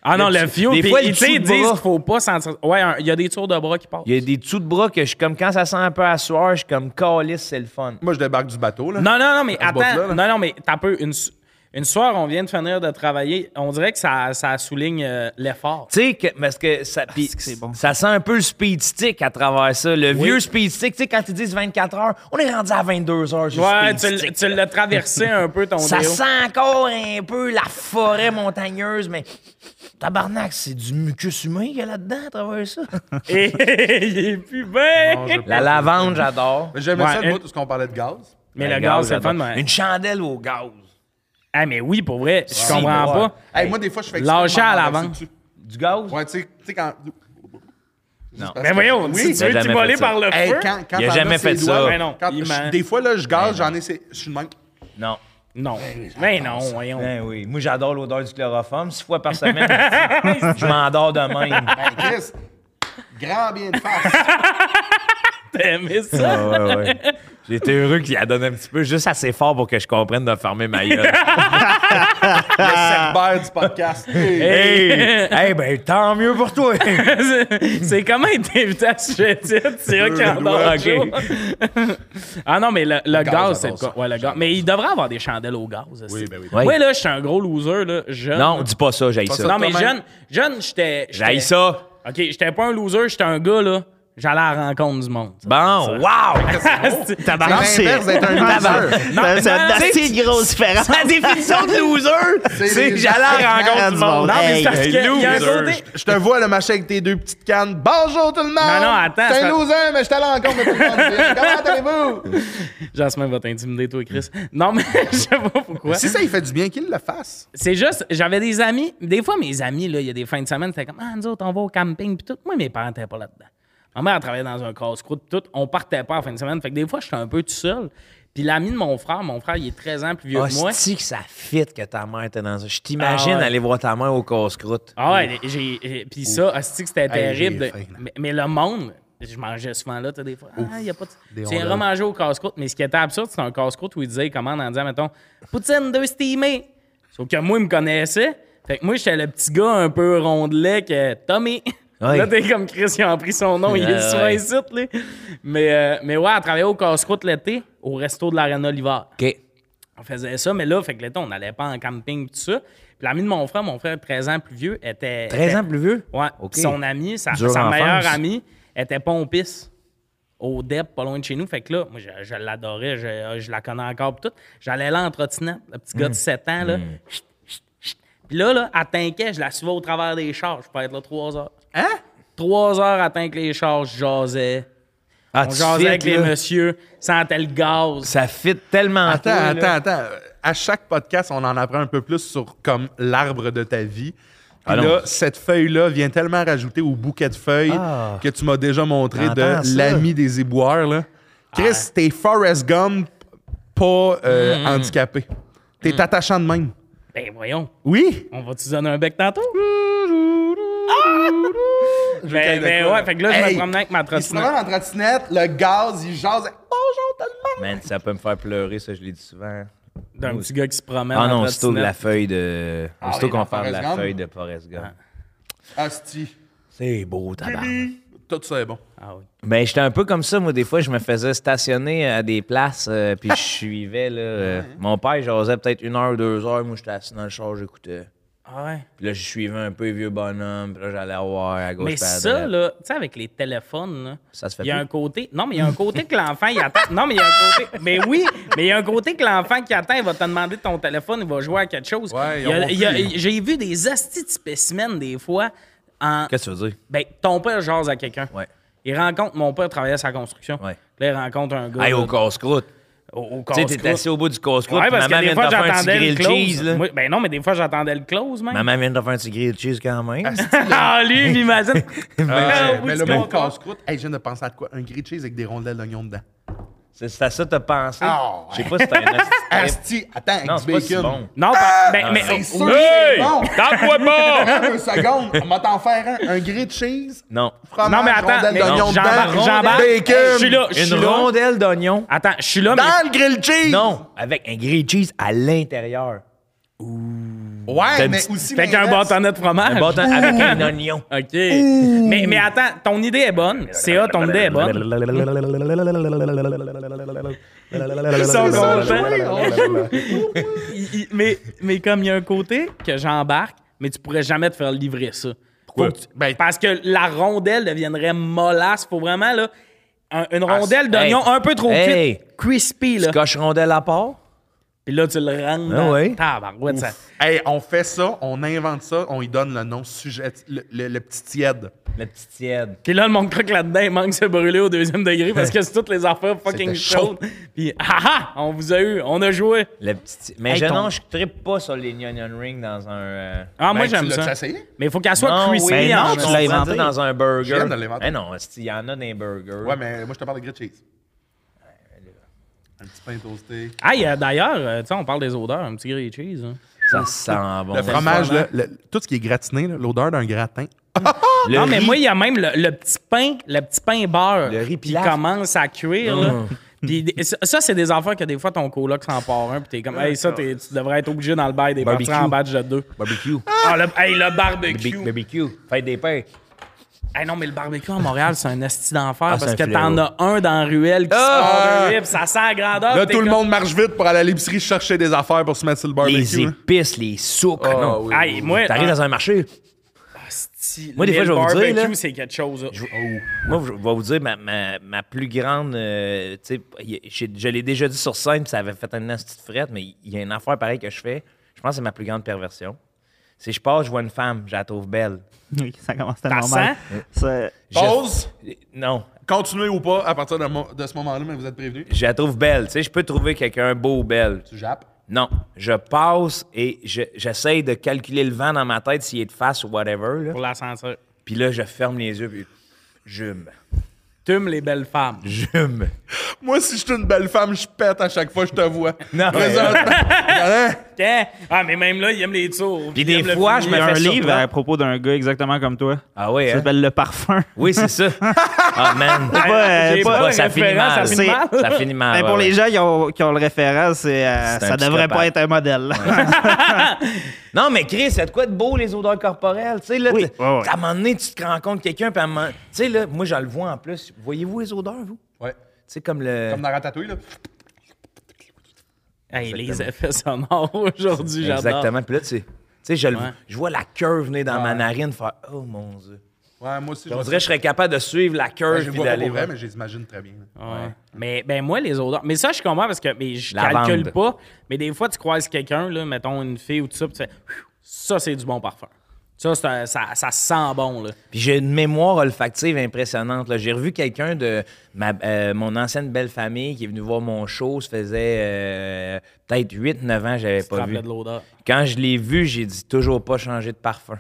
[SPEAKER 1] Ah non, le fuel.
[SPEAKER 5] Des
[SPEAKER 1] Puis,
[SPEAKER 5] fois, le
[SPEAKER 1] tu sais,
[SPEAKER 5] dessous
[SPEAKER 1] ils
[SPEAKER 5] de
[SPEAKER 1] disent
[SPEAKER 5] bras.
[SPEAKER 1] qu'il faut pas sentir. Ouais, un- il y a des tours de bras qui passent.
[SPEAKER 5] Il y a des dessous de bras que je suis comme, quand ça sent un peu à soir, je suis comme, calice, c'est le fun.
[SPEAKER 4] Moi, je débarque du bateau, là.
[SPEAKER 1] Non, non, non, mais
[SPEAKER 4] À ce bout-là,
[SPEAKER 1] attends.
[SPEAKER 4] là.
[SPEAKER 1] Non, non, mais t'as peu. Une, s- une soirée, on vient de finir de travailler. On dirait que ça, ça souligne euh, l'effort.
[SPEAKER 5] Tu sais, que, parce que, ça, pis
[SPEAKER 3] c'est que c'est bon.
[SPEAKER 5] ça sent un peu le speed stick à travers ça. Le vieux speed stick, tu sais, quand ils disent 24 heures, on est rendu à 22 heures. sur
[SPEAKER 1] Ouais,
[SPEAKER 5] le
[SPEAKER 1] tu,
[SPEAKER 5] speed
[SPEAKER 1] l-
[SPEAKER 5] stick,
[SPEAKER 1] tu
[SPEAKER 5] là.
[SPEAKER 1] l'as traversé un peu ton
[SPEAKER 5] Ça
[SPEAKER 1] déo.
[SPEAKER 5] sent encore un peu la forêt montagneuse, mais tabarnak, c'est du mucus humain qu'il y a là-dedans à travers ça.
[SPEAKER 1] Et il est plus bien.
[SPEAKER 4] Non, je-
[SPEAKER 5] La lavande, j'adore.
[SPEAKER 4] Mais J'aimais
[SPEAKER 1] Ouais,
[SPEAKER 4] ça, le
[SPEAKER 1] une-
[SPEAKER 4] bout, tout ce qu'on parlait de gaz.
[SPEAKER 1] mais le gaz, c'est le fun.
[SPEAKER 5] j'adore.
[SPEAKER 1] mais-
[SPEAKER 5] Une chandelle au gaz.
[SPEAKER 1] Ah, mais oui, pour vrai, je comprends
[SPEAKER 5] ouais.
[SPEAKER 1] pas.
[SPEAKER 4] Hey, moi, des fois, je fais exprès de
[SPEAKER 1] Lâcher à
[SPEAKER 4] m'en
[SPEAKER 1] l'avant.
[SPEAKER 4] renverser dessus.
[SPEAKER 5] Du gaz?
[SPEAKER 4] Ouais, tu sais- tu sais, quand. Non.
[SPEAKER 1] Mais voyons, si tu
[SPEAKER 5] J'ai
[SPEAKER 1] veux t'y
[SPEAKER 5] jamais
[SPEAKER 1] voler
[SPEAKER 5] fait ça.
[SPEAKER 1] par le
[SPEAKER 4] Hey,
[SPEAKER 1] feu.
[SPEAKER 4] quand, quand
[SPEAKER 5] Il a
[SPEAKER 4] t'en
[SPEAKER 5] jamais
[SPEAKER 4] as
[SPEAKER 5] fait
[SPEAKER 4] ses
[SPEAKER 5] ça.
[SPEAKER 4] doigts,
[SPEAKER 1] Mais Ben non,
[SPEAKER 4] quand-
[SPEAKER 1] il
[SPEAKER 4] je-
[SPEAKER 1] ment.
[SPEAKER 4] des fois, là, je gaz, j'en ai. ses- Je suis le même.
[SPEAKER 5] Non.
[SPEAKER 1] Non.
[SPEAKER 4] Ben,
[SPEAKER 1] Mais non, voyons.
[SPEAKER 5] Ben oui. Moi, j'adore l'odeur du chloroforme. Six fois par semaine, je m'endors de même.
[SPEAKER 4] Hey, Ben, Chris, grand bien de face.
[SPEAKER 1] T'aimais ça?
[SPEAKER 5] J'étais heureux qu'il la donne un petit peu, juste assez fort pour que je comprenne de fermer ma gueule.
[SPEAKER 4] le secteur du podcast. Hey.
[SPEAKER 5] hey! hey, ben tant mieux pour toi!
[SPEAKER 1] C'est- c'est comment être invité à Sujetite? C'est eux qui en donnent
[SPEAKER 5] doigts,
[SPEAKER 1] chaud. Ah non, mais le, le
[SPEAKER 4] gaz,
[SPEAKER 1] gaz, c'est
[SPEAKER 4] j'adore
[SPEAKER 1] quoi?
[SPEAKER 4] ça.
[SPEAKER 1] Ouais, le gaz. Mais il devrait avoir des chandelles au gaz. aussi.
[SPEAKER 4] ben oui.
[SPEAKER 5] Ouais.
[SPEAKER 1] Ouais, là, je suis un gros loser, là. Jeune.
[SPEAKER 5] Non, dis pas ça, j'ai
[SPEAKER 4] Pas
[SPEAKER 5] ça.
[SPEAKER 4] ça.
[SPEAKER 1] Non, mais
[SPEAKER 4] Toi-même.
[SPEAKER 1] jeune, jeune, j'étais. j'étais-
[SPEAKER 5] J'ai ça.
[SPEAKER 1] OK, j'étais pas un loser, j'étais un gars, là. J'allais à la rencontre du monde.
[SPEAKER 5] Bon, wow!
[SPEAKER 3] Tabarnak,
[SPEAKER 4] C'est l'inverse d'être un
[SPEAKER 3] Tabarnak.
[SPEAKER 4] loser.
[SPEAKER 3] Non, C'est
[SPEAKER 1] non,
[SPEAKER 3] une
[SPEAKER 1] c'est-
[SPEAKER 3] assez grosse différence.
[SPEAKER 5] La définition de loser,
[SPEAKER 4] C'est
[SPEAKER 5] c'est
[SPEAKER 4] les-
[SPEAKER 5] que j'allais à la
[SPEAKER 3] Ah,
[SPEAKER 5] rencontre
[SPEAKER 3] du
[SPEAKER 5] du
[SPEAKER 3] monde.
[SPEAKER 5] monde.
[SPEAKER 1] Non, mais
[SPEAKER 3] Hey,
[SPEAKER 1] c'est parce que.
[SPEAKER 5] hey,
[SPEAKER 1] il y a un
[SPEAKER 5] loser.
[SPEAKER 1] côté-
[SPEAKER 4] Je te vois le marché avec tes deux petites cannes. Bonjour tout le monde!
[SPEAKER 1] Non, non, attends,
[SPEAKER 4] T'es
[SPEAKER 1] ça-
[SPEAKER 4] un loser, mais je t'allais encore, mais tout le monde. Comment allez-vous?
[SPEAKER 1] Jasmin va t'intimider, toi, Chris. Non, mais je sais pas pourquoi.
[SPEAKER 4] Si ça, il fait du bien qu'il le fasse.
[SPEAKER 1] C'est juste, j'avais des amis. Des fois, mes amis, là, il y a des fins de semaine, c'était comme, ah, nous autres, on va au camping, puis tout. Moi, mes parents n'étaient pas là-dedans. Ma mère elle travaillait dans un casse-croûte, puis tout. On partait pas en fin de semaine. Fait que des fois, j'étais un peu tout seul. Puis l'ami de mon frère, mon frère, il est 13 ans plus vieux que moi.
[SPEAKER 5] Hostie que ça fit que ta mère était dans ça. Je t'imagine
[SPEAKER 1] Ah ouais.
[SPEAKER 5] aller voir ta mère au casse-croûte.
[SPEAKER 1] Ah ouais, j'ai. j'ai- Puis ça, hostie que c'était terrible.
[SPEAKER 4] j'ai faim, là.
[SPEAKER 1] mais, mais le monde, je mangeais souvent là, tu sais, des fois. Ah, il y a pas de.
[SPEAKER 4] Des
[SPEAKER 1] Tu viens
[SPEAKER 4] hot dogs.
[SPEAKER 1] remanger au casse-croûte. Mais ce qui était absurde, c'était un casse-croûte où il disait, il commande en disant, mettons, Poutine, deux steamés. Sauf que moi, il me connaissait. Fait que moi, j'étais le petit gars un peu rondelet que Tommy.
[SPEAKER 5] Ouais.
[SPEAKER 1] Là, t'es comme Chris, il a pris son nom, il
[SPEAKER 5] Ouais,
[SPEAKER 1] est souvent
[SPEAKER 5] ouais.
[SPEAKER 1] ici, là. Mais, euh, mais ouais, elle travaillait au casse-croûte l'été, au resto de l'Arena l'hiver.
[SPEAKER 5] OK.
[SPEAKER 1] On faisait ça, mais là, fait que l'été, on n'allait pas en camping, tout ça. Puis l'ami de mon frère, mon frère 13 ans plus vieux, était.
[SPEAKER 5] 13
[SPEAKER 1] était-
[SPEAKER 5] ans plus vieux?
[SPEAKER 1] Ouais.
[SPEAKER 5] OK.
[SPEAKER 1] Puis Son ami, sa,
[SPEAKER 5] Dure
[SPEAKER 1] sa
[SPEAKER 5] enfance.
[SPEAKER 1] meilleure amie, était pompiste au DEP, pas loin de chez nous. Fait que là, moi, je, je l'adorais, je, je la connais encore, pis tout. J'allais là en trottinette, le petit gars
[SPEAKER 5] Hmm.
[SPEAKER 1] de 7 ans, là. Chut, chut, chut. Puis là, là, elle tinquait, je la suivais au travers des chars. Je pouvais être là trois heures.
[SPEAKER 4] Hein?
[SPEAKER 1] Trois heures à tinquer les chars, je jasais.
[SPEAKER 5] Ah,
[SPEAKER 1] On
[SPEAKER 5] tu
[SPEAKER 1] jasait
[SPEAKER 5] fit,
[SPEAKER 1] avec les
[SPEAKER 5] là.
[SPEAKER 1] messieurs, sentait le gaz.
[SPEAKER 5] Ça fit tellement.
[SPEAKER 4] Attends,
[SPEAKER 5] toi,
[SPEAKER 4] attends,
[SPEAKER 5] là.
[SPEAKER 4] attends. Euh, À chaque podcast, on en apprend un peu plus sur comme l'arbre de ta vie. Puis
[SPEAKER 5] Ah non.
[SPEAKER 4] là, cette feuille-là vient tellement rajouter au bouquet de feuilles
[SPEAKER 5] Ah.
[SPEAKER 4] que tu m'as déjà montré
[SPEAKER 5] J'entends
[SPEAKER 4] de
[SPEAKER 5] ça.
[SPEAKER 4] l'ami des éboueurs. Là. Chris, t'es Forrest Gump, pas euh, handicapé. T'es attachant de même.
[SPEAKER 1] Ben voyons,
[SPEAKER 4] Oui?
[SPEAKER 1] on va-tu donner un bec tantôt?
[SPEAKER 4] Ah! Je
[SPEAKER 1] Ben,
[SPEAKER 4] veux
[SPEAKER 1] ben
[SPEAKER 4] qu'il y ait de quoi,
[SPEAKER 1] ouais, fait que là, je me
[SPEAKER 4] Hey,
[SPEAKER 1] promenais avec ma
[SPEAKER 4] Il se
[SPEAKER 1] trottinette.
[SPEAKER 4] promène en trottinette, le gaz, il jase. Bonjour tout le monde!
[SPEAKER 5] Man, ça peut me faire pleurer, ça, je l'ai dit souvent.
[SPEAKER 1] D'un petit gars qui se promène
[SPEAKER 5] Ah
[SPEAKER 1] en
[SPEAKER 5] non, aussitôt
[SPEAKER 1] trottinette.
[SPEAKER 5] de la feuille de. Aussitôt
[SPEAKER 4] oui,
[SPEAKER 5] qu'on
[SPEAKER 4] dans
[SPEAKER 5] parle de
[SPEAKER 4] Forrest
[SPEAKER 5] la
[SPEAKER 4] Gump.
[SPEAKER 5] feuille de Forrest Gump.
[SPEAKER 4] Asti.
[SPEAKER 5] C'est beau, tabarnak.
[SPEAKER 4] Tout ça est bon.
[SPEAKER 1] Ah oui.
[SPEAKER 5] Ben, j'étais un peu comme ça, moi, des fois, je me faisais stationner à des places, euh, puis je suivais, là. euh, mon père, j'osais peut-être une heure, deux heures, moi, j'étais assis dans le char, j'écoutais.
[SPEAKER 1] Ah ouais.
[SPEAKER 5] Puis là, je suivais un peu les vieux bonhommes, puis là, j'allais voir à gauche,
[SPEAKER 1] Mais
[SPEAKER 5] puis à
[SPEAKER 1] ça,
[SPEAKER 5] droite.
[SPEAKER 1] là, tu sais, avec les téléphones, là,
[SPEAKER 5] Ça se fait
[SPEAKER 1] il y a
[SPEAKER 5] plus.
[SPEAKER 1] un côté. Non, mais il y a un côté que l'enfant, il attend. Non, mais il y a un côté. Mais oui, mais il y a un côté que l'enfant qui attend, il va te demander ton téléphone, il va jouer à quelque chose.
[SPEAKER 4] Ouais,
[SPEAKER 1] Il y a-
[SPEAKER 4] on
[SPEAKER 1] il y a-
[SPEAKER 4] oublie.
[SPEAKER 1] J'ai vu des astis de spécimens, des fois, en.
[SPEAKER 5] Qu'est-ce que tu veux dire?
[SPEAKER 1] Ben, ton père jase à quelqu'un.
[SPEAKER 5] Ouais.
[SPEAKER 1] Il rencontre, mon père travaillait à sa construction.
[SPEAKER 5] Ouais.
[SPEAKER 1] Là, il rencontre un gars.
[SPEAKER 5] Hey,
[SPEAKER 1] là,
[SPEAKER 5] au casse-croûte.
[SPEAKER 1] au, au
[SPEAKER 5] Tu sais,
[SPEAKER 1] casse-croûte.
[SPEAKER 5] t'es assis au bout du casse-croûte,
[SPEAKER 1] Ouais,
[SPEAKER 5] puis
[SPEAKER 1] parce
[SPEAKER 5] maman
[SPEAKER 1] que des
[SPEAKER 5] vient
[SPEAKER 1] fois,
[SPEAKER 5] de faire un petit
[SPEAKER 1] j'attendais le
[SPEAKER 5] grilled
[SPEAKER 1] close.
[SPEAKER 5] cheese, là.
[SPEAKER 1] Oui, ben non, mais des fois, j'attendais le close, même.
[SPEAKER 5] Maman vient de faire un petit grilled cheese quand même.
[SPEAKER 1] Ah, lui, il m'imagine.
[SPEAKER 4] Euh,
[SPEAKER 1] Ah, oui,
[SPEAKER 4] mais
[SPEAKER 1] tu
[SPEAKER 4] le mot
[SPEAKER 1] comprends.
[SPEAKER 4] casse-croûte, hey, je viens de penser à quoi? Un grilled cheese avec des rondelles d'oignon dedans.
[SPEAKER 5] C'est c'est à ça que t'as pensé?
[SPEAKER 4] Ah,
[SPEAKER 5] Je sais pas si t'as un
[SPEAKER 1] Ah,
[SPEAKER 5] esti-
[SPEAKER 4] Asti, attends, avec
[SPEAKER 5] Non,
[SPEAKER 4] du
[SPEAKER 5] c'est pas si
[SPEAKER 4] bacon.
[SPEAKER 5] bon.
[SPEAKER 1] Non, pa- ben, mais.
[SPEAKER 4] Ah, C'est sûr que c'est
[SPEAKER 1] Hey!
[SPEAKER 4] bon!
[SPEAKER 1] Tape-moi pas!
[SPEAKER 4] Attends Deux secondes, on va t'en faire un. Un gris de cheese,
[SPEAKER 5] Non.
[SPEAKER 4] fromage,
[SPEAKER 1] Non, mais attends,
[SPEAKER 4] rondelle
[SPEAKER 1] mais
[SPEAKER 4] d'oignon
[SPEAKER 1] non, j'embarque,
[SPEAKER 4] dedans,
[SPEAKER 1] j'embarque. Je suis là, je suis
[SPEAKER 5] Une
[SPEAKER 1] là.
[SPEAKER 5] rondelle d'oignon.
[SPEAKER 1] Attends, je suis là, mais.
[SPEAKER 4] Dans le grill cheese!
[SPEAKER 5] Non, avec un grilled cheese à l'intérieur.
[SPEAKER 4] Ouais,
[SPEAKER 5] T'as
[SPEAKER 4] mais
[SPEAKER 5] petit-
[SPEAKER 4] aussi.
[SPEAKER 1] Fait qu'un
[SPEAKER 4] l'inverse.
[SPEAKER 1] bâtonnet de fromage.
[SPEAKER 5] Un bâton avec un oignon.
[SPEAKER 1] OK. Mais, mais attends, ton idée est bonne. C'est A, ton idée est bonne.
[SPEAKER 4] Ils sont
[SPEAKER 1] contents.
[SPEAKER 4] joués, on joue.
[SPEAKER 1] Il- il- mais, mais comme il y a un côté que j'embarque, mais tu pourrais jamais te faire livrer ça. Pourquoi?
[SPEAKER 4] Ben-
[SPEAKER 1] parce que la rondelle deviendrait mollasse. Faut vraiment, là, un- une rondelle d'oignon
[SPEAKER 5] Ah, hey.
[SPEAKER 1] un peu trop
[SPEAKER 5] Hey.
[SPEAKER 1] cuite, crispy, là.
[SPEAKER 5] Tu coches rondelle à part?
[SPEAKER 1] Puis là, tu le rentres
[SPEAKER 5] Ah
[SPEAKER 1] dans
[SPEAKER 5] ouais?
[SPEAKER 1] tabarouette, ça.
[SPEAKER 4] Hey, on fait ça, on invente ça, on y donne le nom sujet, le, le- le petit tiède.
[SPEAKER 5] Le petit tiède.
[SPEAKER 1] Puis là, le monde croque là-dedans, il manque se brûler au deuxième degré parce que c'est toutes les affaires fucking
[SPEAKER 4] C'était chaud.
[SPEAKER 1] chaudes. Puis, ah ah, on vous a eu, on a joué.
[SPEAKER 5] Le petit ti- Mais
[SPEAKER 3] Hey,
[SPEAKER 5] je,
[SPEAKER 3] ton-
[SPEAKER 5] non, je trippe pas sur les onion rings dans un... euh,
[SPEAKER 1] Ah, moi,
[SPEAKER 4] Ben, tu
[SPEAKER 1] j'aime
[SPEAKER 4] l'as-tu
[SPEAKER 1] ça.
[SPEAKER 4] essayé?
[SPEAKER 1] Mais il faut qu'elle soit
[SPEAKER 5] non,
[SPEAKER 1] crispy.
[SPEAKER 5] oui, Ben,
[SPEAKER 1] en
[SPEAKER 5] non,
[SPEAKER 3] tu
[SPEAKER 1] chaude.
[SPEAKER 5] je
[SPEAKER 3] l'as
[SPEAKER 5] comprends,
[SPEAKER 3] inventé.
[SPEAKER 5] c'est dans un burger.
[SPEAKER 4] Je viens de l'inventer.
[SPEAKER 5] Eh non, esti, il y en a dans un burger.
[SPEAKER 4] Ouais, mais moi, je te parle de grilled cheese. Un petit pain toasté.
[SPEAKER 1] Aïe, euh, d'ailleurs, euh, tu sais, on parle des odeurs, un petit grilled cheese. hein.
[SPEAKER 5] Ça sent bon.
[SPEAKER 4] le fromage, là, le- tout ce qui est gratiné, là, l'odeur d'un gratin.
[SPEAKER 5] Le
[SPEAKER 1] non, mais
[SPEAKER 5] riz.
[SPEAKER 1] moi, il y a même le, le petit pain, le petit pain beurre
[SPEAKER 5] Le riz Mm.
[SPEAKER 1] qui
[SPEAKER 5] pilaf.
[SPEAKER 1] commence à cuire. là. Puis des- ça, ça, c'est des affaires que des fois, ton coloc s'en part un, puis t'es comme, hey, ça, t'es- tu devrais être obligé dans le bail des parties
[SPEAKER 5] Barbecue.
[SPEAKER 1] en badge de deux.
[SPEAKER 5] Barbecue.
[SPEAKER 1] Ah, le, hey, le barbecue.
[SPEAKER 5] Barbecue. Barbecue. Fête des pères.
[SPEAKER 1] Hey, non, mais le barbecue à Montréal, c'est un esti d'enfer parce
[SPEAKER 5] c'est un
[SPEAKER 1] que t'en
[SPEAKER 5] fléau.
[SPEAKER 1] as un dans la ruelle qui se
[SPEAKER 4] Ah!
[SPEAKER 1] sort de lui, puis ça sent à grandeur.
[SPEAKER 4] Là,
[SPEAKER 1] puis t'es
[SPEAKER 4] tout le
[SPEAKER 1] comme-
[SPEAKER 4] monde marche vite pour aller à l'épicerie chercher des affaires pour se mettre sur le barbecue.
[SPEAKER 5] Les
[SPEAKER 4] hein.
[SPEAKER 5] épices, les sucres.
[SPEAKER 4] Ah,
[SPEAKER 5] non.
[SPEAKER 4] oui.
[SPEAKER 1] Hey, moi,
[SPEAKER 5] T'arrives
[SPEAKER 1] un
[SPEAKER 5] dans un marché,
[SPEAKER 1] esti-
[SPEAKER 5] Moi, des fois,
[SPEAKER 1] le
[SPEAKER 5] je vais vous dire,
[SPEAKER 1] barbecue,
[SPEAKER 5] là-
[SPEAKER 1] c'est quelque chose. là.
[SPEAKER 5] Oh. Moi, je vais vous dire, ma, ma, ma plus grande. euh, tu sais, y- j'ai- je l'ai déjà dit sur scène, puis ça avait fait un nasty de frette, mais il y a une affaire pareille que je fais. Je pense que c'est ma plus grande perversion. C'est je pars, je vois une femme, je la trouve belle.
[SPEAKER 3] Oui, ça commence tellement
[SPEAKER 1] T'as
[SPEAKER 3] mal. C'est-
[SPEAKER 5] Je-
[SPEAKER 4] Pause,
[SPEAKER 5] Non,
[SPEAKER 4] continuez ou pas à partir de, mo- de ce moment-là, mais vous êtes prévenus.
[SPEAKER 5] je la trouve belle. Tu sais, je peux trouver quelqu'un beau ou belle.
[SPEAKER 4] Tu jappes.
[SPEAKER 5] Non, je passe et je- j'essaye de calculer le vent dans ma tête s'il est de face ou whatever. là.
[SPEAKER 1] Pour la sentir.
[SPEAKER 5] Puis là, je ferme les yeux, puis jume,
[SPEAKER 1] Tume les belles femmes.
[SPEAKER 5] jume.
[SPEAKER 4] Moi, si je suis une belle femme, je pète à chaque fois que je te vois.
[SPEAKER 5] Non, mais-
[SPEAKER 4] Présentement. Hein?
[SPEAKER 1] Quand? Ah, mais même là, il aime les tours.
[SPEAKER 5] Puis
[SPEAKER 1] il
[SPEAKER 5] des
[SPEAKER 1] aime le
[SPEAKER 5] fois,
[SPEAKER 1] fini.
[SPEAKER 5] je
[SPEAKER 3] Il y a
[SPEAKER 5] me
[SPEAKER 3] un
[SPEAKER 5] fais
[SPEAKER 3] livre
[SPEAKER 5] surprendre.
[SPEAKER 3] à propos d'un gars exactement comme toi.
[SPEAKER 5] Ah oui,
[SPEAKER 3] Ça
[SPEAKER 5] hein?
[SPEAKER 3] s'appelle Le Parfum.
[SPEAKER 5] Oui, c'est ça. Ah, man.
[SPEAKER 3] euh,
[SPEAKER 1] J'ai
[SPEAKER 3] pas-
[SPEAKER 1] pas
[SPEAKER 5] Ouais, ça
[SPEAKER 1] la
[SPEAKER 5] finit
[SPEAKER 1] référence,
[SPEAKER 5] mal.
[SPEAKER 1] ça finit mal.
[SPEAKER 5] Ça finit mal.
[SPEAKER 3] Ben, pour
[SPEAKER 5] ouais,
[SPEAKER 3] les
[SPEAKER 5] ouais.
[SPEAKER 3] gens qui ont, qui ont le référent, c'est, euh,
[SPEAKER 5] C'est un
[SPEAKER 3] ça devrait pas
[SPEAKER 5] psychopathe.
[SPEAKER 3] être un modèle.
[SPEAKER 5] Non, mais Chris, c'est de quoi de beau les odeurs corporelles? Tu sais, là,
[SPEAKER 3] Oui,
[SPEAKER 5] t'sais,
[SPEAKER 3] ouais, ouais.
[SPEAKER 5] à un moment donné, tu te rencontres quelqu'un, puis à un moment- Tu sais, là, moi, j'en le vois en plus. Voyez-vous les odeurs, vous? Tu
[SPEAKER 4] Ouais.
[SPEAKER 5] sais, comme le.
[SPEAKER 4] Comme dans Ratatouille, là.
[SPEAKER 1] Hey, les effets sonores aujourd'hui, j'adore.
[SPEAKER 5] Exactement. Puis là, tu sais- tu sais, je, le-
[SPEAKER 1] Ouais.
[SPEAKER 5] je vois la curve venir dans ma narine, faire Oh mon Dieu.
[SPEAKER 4] Ouais, moi aussi, je
[SPEAKER 5] On
[SPEAKER 4] vois
[SPEAKER 5] dirait que je
[SPEAKER 4] ça.
[SPEAKER 5] serais capable de suivre la curve
[SPEAKER 4] je les
[SPEAKER 5] puis
[SPEAKER 4] vois pas
[SPEAKER 5] d'aller.
[SPEAKER 4] pour vrai,
[SPEAKER 5] voir.
[SPEAKER 4] mais je les imagine très bien. là.
[SPEAKER 1] Ouais. Mais ben moi, les odeurs. Mais ça, je comprends parce que mais je
[SPEAKER 5] Lavande.
[SPEAKER 1] calcule pas. Mais des fois, tu croises quelqu'un, là, mettons une fille ou tout ça, puis tu fais ça, c'est du bon parfum. Ça, c'est un- ça, ça sent bon. Là.
[SPEAKER 5] Puis j'ai une mémoire olfactive impressionnante. là. J'ai revu quelqu'un de ma, euh, mon ancienne belle-famille qui est venu voir mon show. Ça faisait euh, peut-être 8-9 ans, j'avais
[SPEAKER 1] Tu te
[SPEAKER 5] pas vu.
[SPEAKER 1] rappelles de l'odeur.
[SPEAKER 5] Quand je l'ai vu, j'ai dit toujours pas changer de parfum.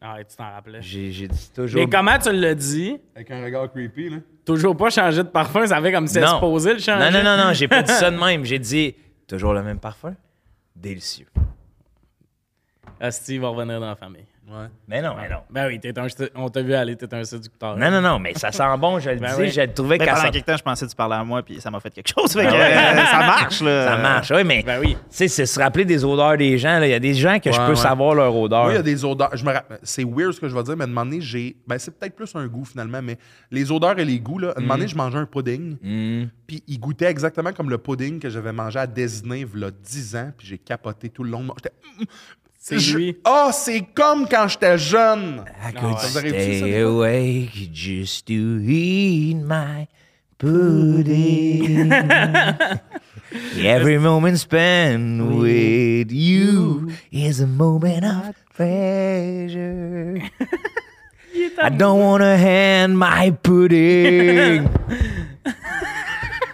[SPEAKER 1] Ah, ouais, tu t'en rappelais.
[SPEAKER 5] J'ai j'ai dit toujours.
[SPEAKER 1] Mais comment tu le dis?
[SPEAKER 4] Avec un regard creepy, là.
[SPEAKER 1] Toujours pas changé de parfum, ça fait comme si c'était
[SPEAKER 5] Non.
[SPEAKER 1] supposé le changer.
[SPEAKER 5] Non, non, non, non, j'ai pas dit ça de même. J'ai dit toujours le même parfum. Délicieux.
[SPEAKER 1] Ah, Steve va revenir dans la famille.
[SPEAKER 4] Ouais.
[SPEAKER 5] Mais non, mais non.
[SPEAKER 1] Ben oui, t'es un, on t'a vu aller, t'es un séducteur.
[SPEAKER 5] Non, non, non, mais ça sent bon, je le
[SPEAKER 1] Ben
[SPEAKER 5] dis,
[SPEAKER 1] oui.
[SPEAKER 5] je le trouvais
[SPEAKER 3] Mais
[SPEAKER 5] qu'à
[SPEAKER 3] pendant
[SPEAKER 5] ça,
[SPEAKER 3] quelque temps, je pensais que tu parlais à moi, puis ça m'a fait quelque chose. Fait que, euh, ça marche, là.
[SPEAKER 5] Ah ça marche. Oui, mais
[SPEAKER 1] Ben oui.
[SPEAKER 5] tu sais, c'est se rappeler des odeurs des gens. là. Il y a des gens que je
[SPEAKER 4] Ouais,
[SPEAKER 5] peux
[SPEAKER 4] ouais.
[SPEAKER 5] savoir leur odeur.
[SPEAKER 4] Moi, il y a des odeurs. Je me rappelle- C'est weird ce que je vais dire, mais à un moment donné, j'ai. Ben, c'est peut-être plus un goût finalement, mais les odeurs et les goûts, là. À un moment
[SPEAKER 5] Mm.
[SPEAKER 4] donné, je mangeais un pudding. Puis il goûtait exactement comme le pudding que j'avais mangé à Disney, il y a 10 ans. Puis j'ai capoté tout le long. J'étais. mm,
[SPEAKER 1] C'est
[SPEAKER 4] Je-
[SPEAKER 1] lui.
[SPEAKER 4] Ah, c'est comme quand j'étais jeune.
[SPEAKER 5] I could
[SPEAKER 4] Ça vous arrive-tu, ça, des
[SPEAKER 5] stay
[SPEAKER 4] fois?
[SPEAKER 5] awake just to eat my pudding. Every moment spent with you is a moment of treasure. I don't want to hand my pudding.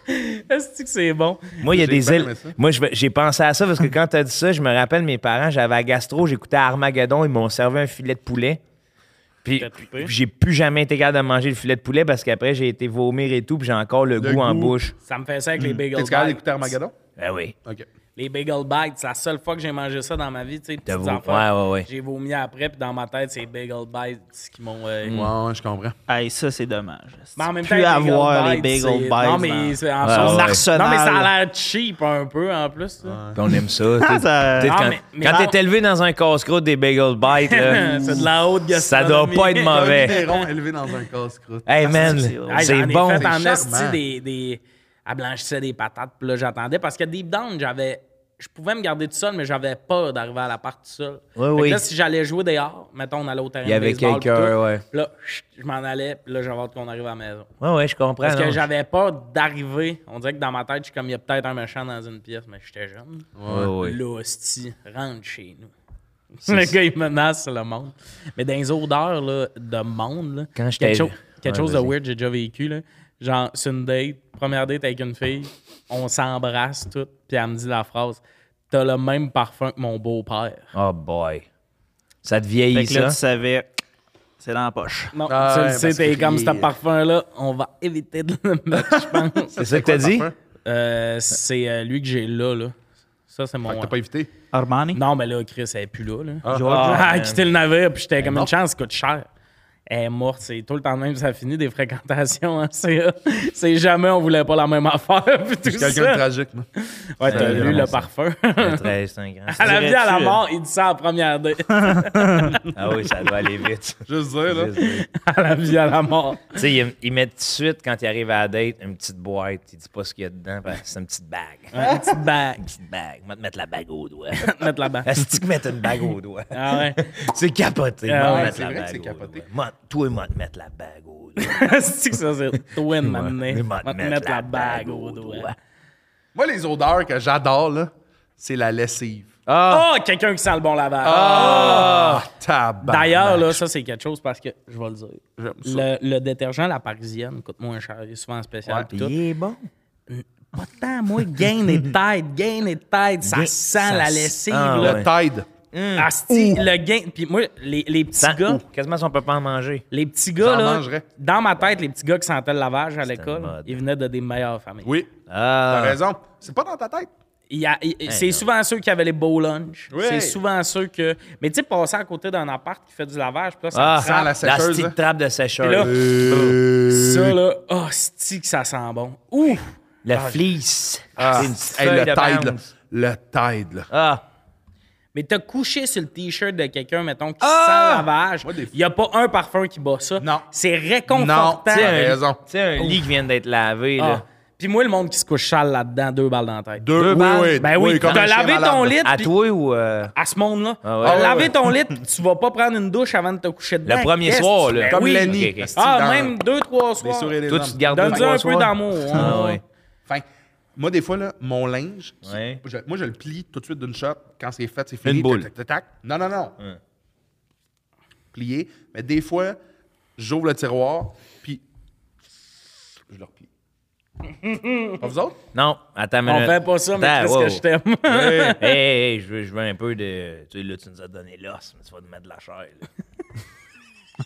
[SPEAKER 1] Est-ce que c'est bon?
[SPEAKER 5] Moi, il y a
[SPEAKER 4] J'ai
[SPEAKER 5] des
[SPEAKER 4] bien
[SPEAKER 5] îles.
[SPEAKER 4] aimé ça.
[SPEAKER 5] Moi, je vais- j'ai pensé à ça parce que quand tu as dit ça, je me rappelle mes parents, j'avais à gastro, j'écoutais Armageddon, ils m'ont servi un filet de poulet. Puis
[SPEAKER 1] T'as trippé.
[SPEAKER 5] j'ai plus jamais été capable de manger le filet de poulet parce qu'après, j'ai été vomir et tout, puis j'ai encore le, goût, en
[SPEAKER 4] goût.
[SPEAKER 5] bouche.
[SPEAKER 1] Ça me fait ça avec
[SPEAKER 5] Hmm.
[SPEAKER 1] les bagel
[SPEAKER 4] T'es capable d'écouter
[SPEAKER 1] bites.
[SPEAKER 4] Armageddon?
[SPEAKER 5] Ben oui.
[SPEAKER 4] OK.
[SPEAKER 1] Les bagel bites, c'est la seule fois que j'ai mangé ça dans ma vie, tu sais, petites
[SPEAKER 5] vo-
[SPEAKER 1] affaires.
[SPEAKER 5] ouais, ouais, ouais.
[SPEAKER 1] J'ai vomi après, puis dans ma tête, c'est les bagel bites qui m'ont...
[SPEAKER 5] Mm.
[SPEAKER 1] euh,
[SPEAKER 4] Ouais, ouais, je comprends.
[SPEAKER 3] Hey, ça, c'est dommage.
[SPEAKER 1] Mais en même temps,
[SPEAKER 3] plus
[SPEAKER 1] les bagel
[SPEAKER 3] avoir les
[SPEAKER 1] bites,
[SPEAKER 3] bagel
[SPEAKER 1] c'est-
[SPEAKER 3] bites.
[SPEAKER 1] Non,
[SPEAKER 3] dans-
[SPEAKER 1] mais c'est en
[SPEAKER 5] Ouais,
[SPEAKER 1] sauce-
[SPEAKER 3] Son
[SPEAKER 5] ouais.
[SPEAKER 3] arsenal.
[SPEAKER 1] Non, mais ça a l'air cheap un peu en plus. ça.
[SPEAKER 4] Ah.
[SPEAKER 5] Puis on aime ça. tu sais.
[SPEAKER 3] ça-
[SPEAKER 5] Peut-être
[SPEAKER 1] Ah,
[SPEAKER 5] quand
[SPEAKER 1] mais- mais
[SPEAKER 5] quand
[SPEAKER 1] non.
[SPEAKER 5] t'es élevé dans un casse-croûte des bagel bites, là,
[SPEAKER 1] c'est de la haute
[SPEAKER 5] ça
[SPEAKER 1] gastronomie.
[SPEAKER 5] doit pas être
[SPEAKER 4] Un
[SPEAKER 5] mauvais.
[SPEAKER 4] biberon élevé dans un casse-croûte.
[SPEAKER 1] Ah,
[SPEAKER 5] Hey man,
[SPEAKER 3] c'est drôle.
[SPEAKER 1] Hey,
[SPEAKER 5] c'est
[SPEAKER 1] j'en ai
[SPEAKER 5] bon.
[SPEAKER 1] fait en
[SPEAKER 4] C'est
[SPEAKER 1] esti
[SPEAKER 4] charmant.
[SPEAKER 1] des, des... Elle blanchissait des patates, puis là, j'attendais. Parce que deep down, j'avais... Je pouvais me garder tout seul, mais j'avais peur d'arriver à l'appart tout seul.
[SPEAKER 5] Ouais,
[SPEAKER 1] Fait que
[SPEAKER 5] oui.
[SPEAKER 1] là, si j'allais jouer dehors, mettons, on allait au terrain
[SPEAKER 5] Il y avait
[SPEAKER 1] de baseball,
[SPEAKER 5] quelqu'un,
[SPEAKER 1] puis tout,
[SPEAKER 5] ouais.
[SPEAKER 1] puis là, chut, je m'en allais, puis là, j'avais hâte qu'on arrive à la maison.
[SPEAKER 5] Ouais, ouais, je comprends.
[SPEAKER 1] Parce que
[SPEAKER 5] Ah, non.
[SPEAKER 1] j'avais peur d'arriver. On dirait que dans ma tête, je suis comme, il y a peut-être un méchant dans une pièce, mais j'étais jeune.
[SPEAKER 5] Ouais, ouais.
[SPEAKER 1] Là, hostie, rentre chez nous. Le gars, il menace le monde. Mais dans les odeurs là, de monde, là,
[SPEAKER 5] Quand j'étais-
[SPEAKER 1] quelque, chose- quelque
[SPEAKER 5] Ouais,
[SPEAKER 1] chose de
[SPEAKER 5] vas-y.
[SPEAKER 1] weird, j'ai déjà vécu. Là. Genre, c'est une date, première date avec une fille, on s'embrasse tout, puis elle me dit la phrase T'as le même parfum que mon beau-père.
[SPEAKER 5] Oh boy. Ça te
[SPEAKER 3] Fait
[SPEAKER 5] vieillit,
[SPEAKER 3] que là,
[SPEAKER 5] ça?
[SPEAKER 3] tu savais, c'est dans la poche.
[SPEAKER 1] Non,
[SPEAKER 4] Ah
[SPEAKER 1] tu le
[SPEAKER 4] ouais,
[SPEAKER 1] sais,
[SPEAKER 4] parce
[SPEAKER 1] t'es
[SPEAKER 4] que-
[SPEAKER 1] comme ce parfum-là, on va éviter de le mettre, je pense.
[SPEAKER 5] C'est ça que t'as dit?
[SPEAKER 4] parfum?
[SPEAKER 1] Euh, c'est euh, lui que j'ai là, là. Ça, c'est mon.
[SPEAKER 4] Fait que t'as pas évité.
[SPEAKER 3] Armani?
[SPEAKER 1] Non, mais là, Chris, elle est plus là. là.
[SPEAKER 5] Ah,
[SPEAKER 1] Ah,
[SPEAKER 5] man.
[SPEAKER 1] elle a quitté le navire, puis j'étais comme une
[SPEAKER 4] morte.
[SPEAKER 1] chance, ça coûte cher. Elle est morte, c'est tout le temps de même, ça finit des fréquentations. hein, C'est, euh, c'est jamais, on voulait pas la même affaire, puis tout
[SPEAKER 4] C'est quelqu'un de
[SPEAKER 1] ça.
[SPEAKER 4] tragique, non?
[SPEAKER 1] Ouais, t'as
[SPEAKER 5] Ouais,
[SPEAKER 1] lu
[SPEAKER 5] vraiment,
[SPEAKER 1] le
[SPEAKER 5] ça.
[SPEAKER 1] parfum.
[SPEAKER 5] Un treize, c'est un grand.
[SPEAKER 1] À la vie, à la
[SPEAKER 3] Dirais-tu,
[SPEAKER 1] mort, il dit ça à la première date.
[SPEAKER 5] Ah oui, ça doit aller vite.
[SPEAKER 4] Juste dire, là.
[SPEAKER 5] tu
[SPEAKER 1] À la vie, à la mort.
[SPEAKER 5] sais, ils ils mettent tout de suite, quand ils arrivent à la date, une petite boîte. Ils disent pas ce qu'il y a dedans. parce que C'est une petite bague. Une
[SPEAKER 1] Un petit bague,
[SPEAKER 5] petite bague. Moi, te mettre la bague au doigt.
[SPEAKER 1] mettre là-bas.
[SPEAKER 5] Est-ce que mettre une bague au doigt?
[SPEAKER 1] Ah ouais.
[SPEAKER 5] C'est capoté.
[SPEAKER 1] Ah
[SPEAKER 5] Moi,
[SPEAKER 1] ouais,
[SPEAKER 5] mettre
[SPEAKER 4] c'est
[SPEAKER 5] la
[SPEAKER 4] vrai que
[SPEAKER 5] bague
[SPEAKER 4] c'est
[SPEAKER 5] au
[SPEAKER 4] capoté.
[SPEAKER 5] doigt. Moi, Toi, moi, te mettre la bague au doigt.
[SPEAKER 1] C'est que ça, c'est toi de m'amener.
[SPEAKER 5] Moi,
[SPEAKER 1] Va te mettre la bague au doigt.
[SPEAKER 4] Moi, les odeurs que j'adore, là, c'est la lessive.
[SPEAKER 1] Oh, quelqu'un qui sent le bon lavage.
[SPEAKER 4] Ah, tabac.
[SPEAKER 1] D'ailleurs, là, ça, c'est quelque chose parce que, je vais le dire.
[SPEAKER 4] ben, J'aime ça.
[SPEAKER 1] Le, le détergent, la parisienne, coûte moins cher. Il est souvent en spécial.
[SPEAKER 4] Ouais.
[SPEAKER 1] pis tout.
[SPEAKER 5] Il est bon.
[SPEAKER 1] Pas tant, moi, gain et tête, gain et tête, ça
[SPEAKER 5] Gain-
[SPEAKER 1] sent
[SPEAKER 5] ça
[SPEAKER 1] la
[SPEAKER 5] s-
[SPEAKER 1] lessive.
[SPEAKER 5] Ah,
[SPEAKER 1] là.
[SPEAKER 4] Le Tide.
[SPEAKER 1] Asti, le gain. Puis moi, les, les petits
[SPEAKER 5] Sans-
[SPEAKER 1] gars,
[SPEAKER 5] Quasiment si on peut pas en manger.
[SPEAKER 1] les petits gars,
[SPEAKER 4] J'en
[SPEAKER 1] là,
[SPEAKER 4] mangerais.
[SPEAKER 1] dans ma tête, les petits gars qui sentaient le lavage à l'école,
[SPEAKER 5] une mode.
[SPEAKER 1] ils venaient de des meilleures familles.
[SPEAKER 4] Oui, t'as
[SPEAKER 5] Ah,
[SPEAKER 4] raison. C'est pas dans ta tête.
[SPEAKER 1] Il y a- il- c'est
[SPEAKER 5] non.
[SPEAKER 1] souvent ceux qui avaient les beaux lunchs.
[SPEAKER 4] Oui.
[SPEAKER 1] C'est souvent ceux que. Mais tu sais, passer à côté d'un appart qui fait du lavage, puis là, ça
[SPEAKER 5] ah
[SPEAKER 1] te
[SPEAKER 4] Sans
[SPEAKER 1] frappe.
[SPEAKER 4] la sécheuse,
[SPEAKER 5] petite
[SPEAKER 4] là. Euh.
[SPEAKER 5] trappe de
[SPEAKER 1] Puis hein. là,
[SPEAKER 5] sécheuse. Euh,
[SPEAKER 1] ça, là, oh, que ça sent bon. Ouh!
[SPEAKER 5] La fleece.
[SPEAKER 4] Ah,
[SPEAKER 5] C'est une petite
[SPEAKER 4] hey,
[SPEAKER 5] feuille
[SPEAKER 4] le
[SPEAKER 5] de
[SPEAKER 4] Tide, là.
[SPEAKER 5] bande.
[SPEAKER 4] Le Tide, là.
[SPEAKER 5] Ah,
[SPEAKER 1] Mais t'as couché sur le t-shirt de quelqu'un, mettons, qui
[SPEAKER 5] Ah!
[SPEAKER 1] sent le lavage.
[SPEAKER 4] Moi, des-
[SPEAKER 1] Il n'y a pas un parfum qui bat ça.
[SPEAKER 4] Non.
[SPEAKER 1] C'est
[SPEAKER 4] Non,
[SPEAKER 1] réconfortant.
[SPEAKER 4] t'as raison.
[SPEAKER 5] tu sais,
[SPEAKER 1] Oh.
[SPEAKER 5] un lit qui vient d'être lavé,
[SPEAKER 1] Ah.
[SPEAKER 5] là.
[SPEAKER 1] Puis moi, le monde qui se couche sale là-dedans, deux balles dans la tête.
[SPEAKER 4] Deux, oui,
[SPEAKER 5] balles.
[SPEAKER 4] oui.
[SPEAKER 1] Ben oui,
[SPEAKER 4] comme
[SPEAKER 1] t'as
[SPEAKER 4] un chien
[SPEAKER 1] lavé
[SPEAKER 4] malade,
[SPEAKER 1] ton
[SPEAKER 4] là.
[SPEAKER 1] lit,
[SPEAKER 5] À
[SPEAKER 1] puis
[SPEAKER 5] toi ou... euh,
[SPEAKER 1] à ce monde-là.
[SPEAKER 5] Ah ouais. Ah ouais,
[SPEAKER 1] laver
[SPEAKER 4] ouais.
[SPEAKER 1] ton lit, tu vas pas prendre une douche avant de te coucher dedans.
[SPEAKER 5] Le premier
[SPEAKER 1] Qu'est-ce que
[SPEAKER 5] soir,
[SPEAKER 1] tu
[SPEAKER 5] là.
[SPEAKER 1] fais?
[SPEAKER 4] Comme
[SPEAKER 1] oui.
[SPEAKER 4] Lenny.
[SPEAKER 5] Ok, ok.
[SPEAKER 1] Ah,
[SPEAKER 4] dans-
[SPEAKER 1] même deux, trois
[SPEAKER 4] Les
[SPEAKER 1] soirs.
[SPEAKER 4] souris et les
[SPEAKER 5] Toi,
[SPEAKER 4] hommes.
[SPEAKER 5] tu te gardes
[SPEAKER 1] Donne-lui
[SPEAKER 5] deux,
[SPEAKER 1] un
[SPEAKER 5] trois
[SPEAKER 1] peu
[SPEAKER 5] soirs.
[SPEAKER 1] d'amour, hein.
[SPEAKER 5] Ah, ouais.
[SPEAKER 4] Fait que, moi, des fois, là, mon linge, qui-
[SPEAKER 5] Ouais.
[SPEAKER 4] je- moi, je le plie tout de suite d'une shot. Quand c'est fait, c'est fini.
[SPEAKER 5] Une boule.
[SPEAKER 4] Tac, tac, tac, tac. Non, non, non. Plié. Mais des fois, j'ouvre le tiroir, puis je le replie. Pas vous autres?
[SPEAKER 5] Non, attends,
[SPEAKER 1] On
[SPEAKER 5] mais...
[SPEAKER 1] fait pas ça, mais qu'est-ce que je t'aime.
[SPEAKER 5] Hey, hey, hey, je veux, je veux un peu de... Tu sais, là, tu nous as donné l'os, mais tu vas nous mettre de la chair,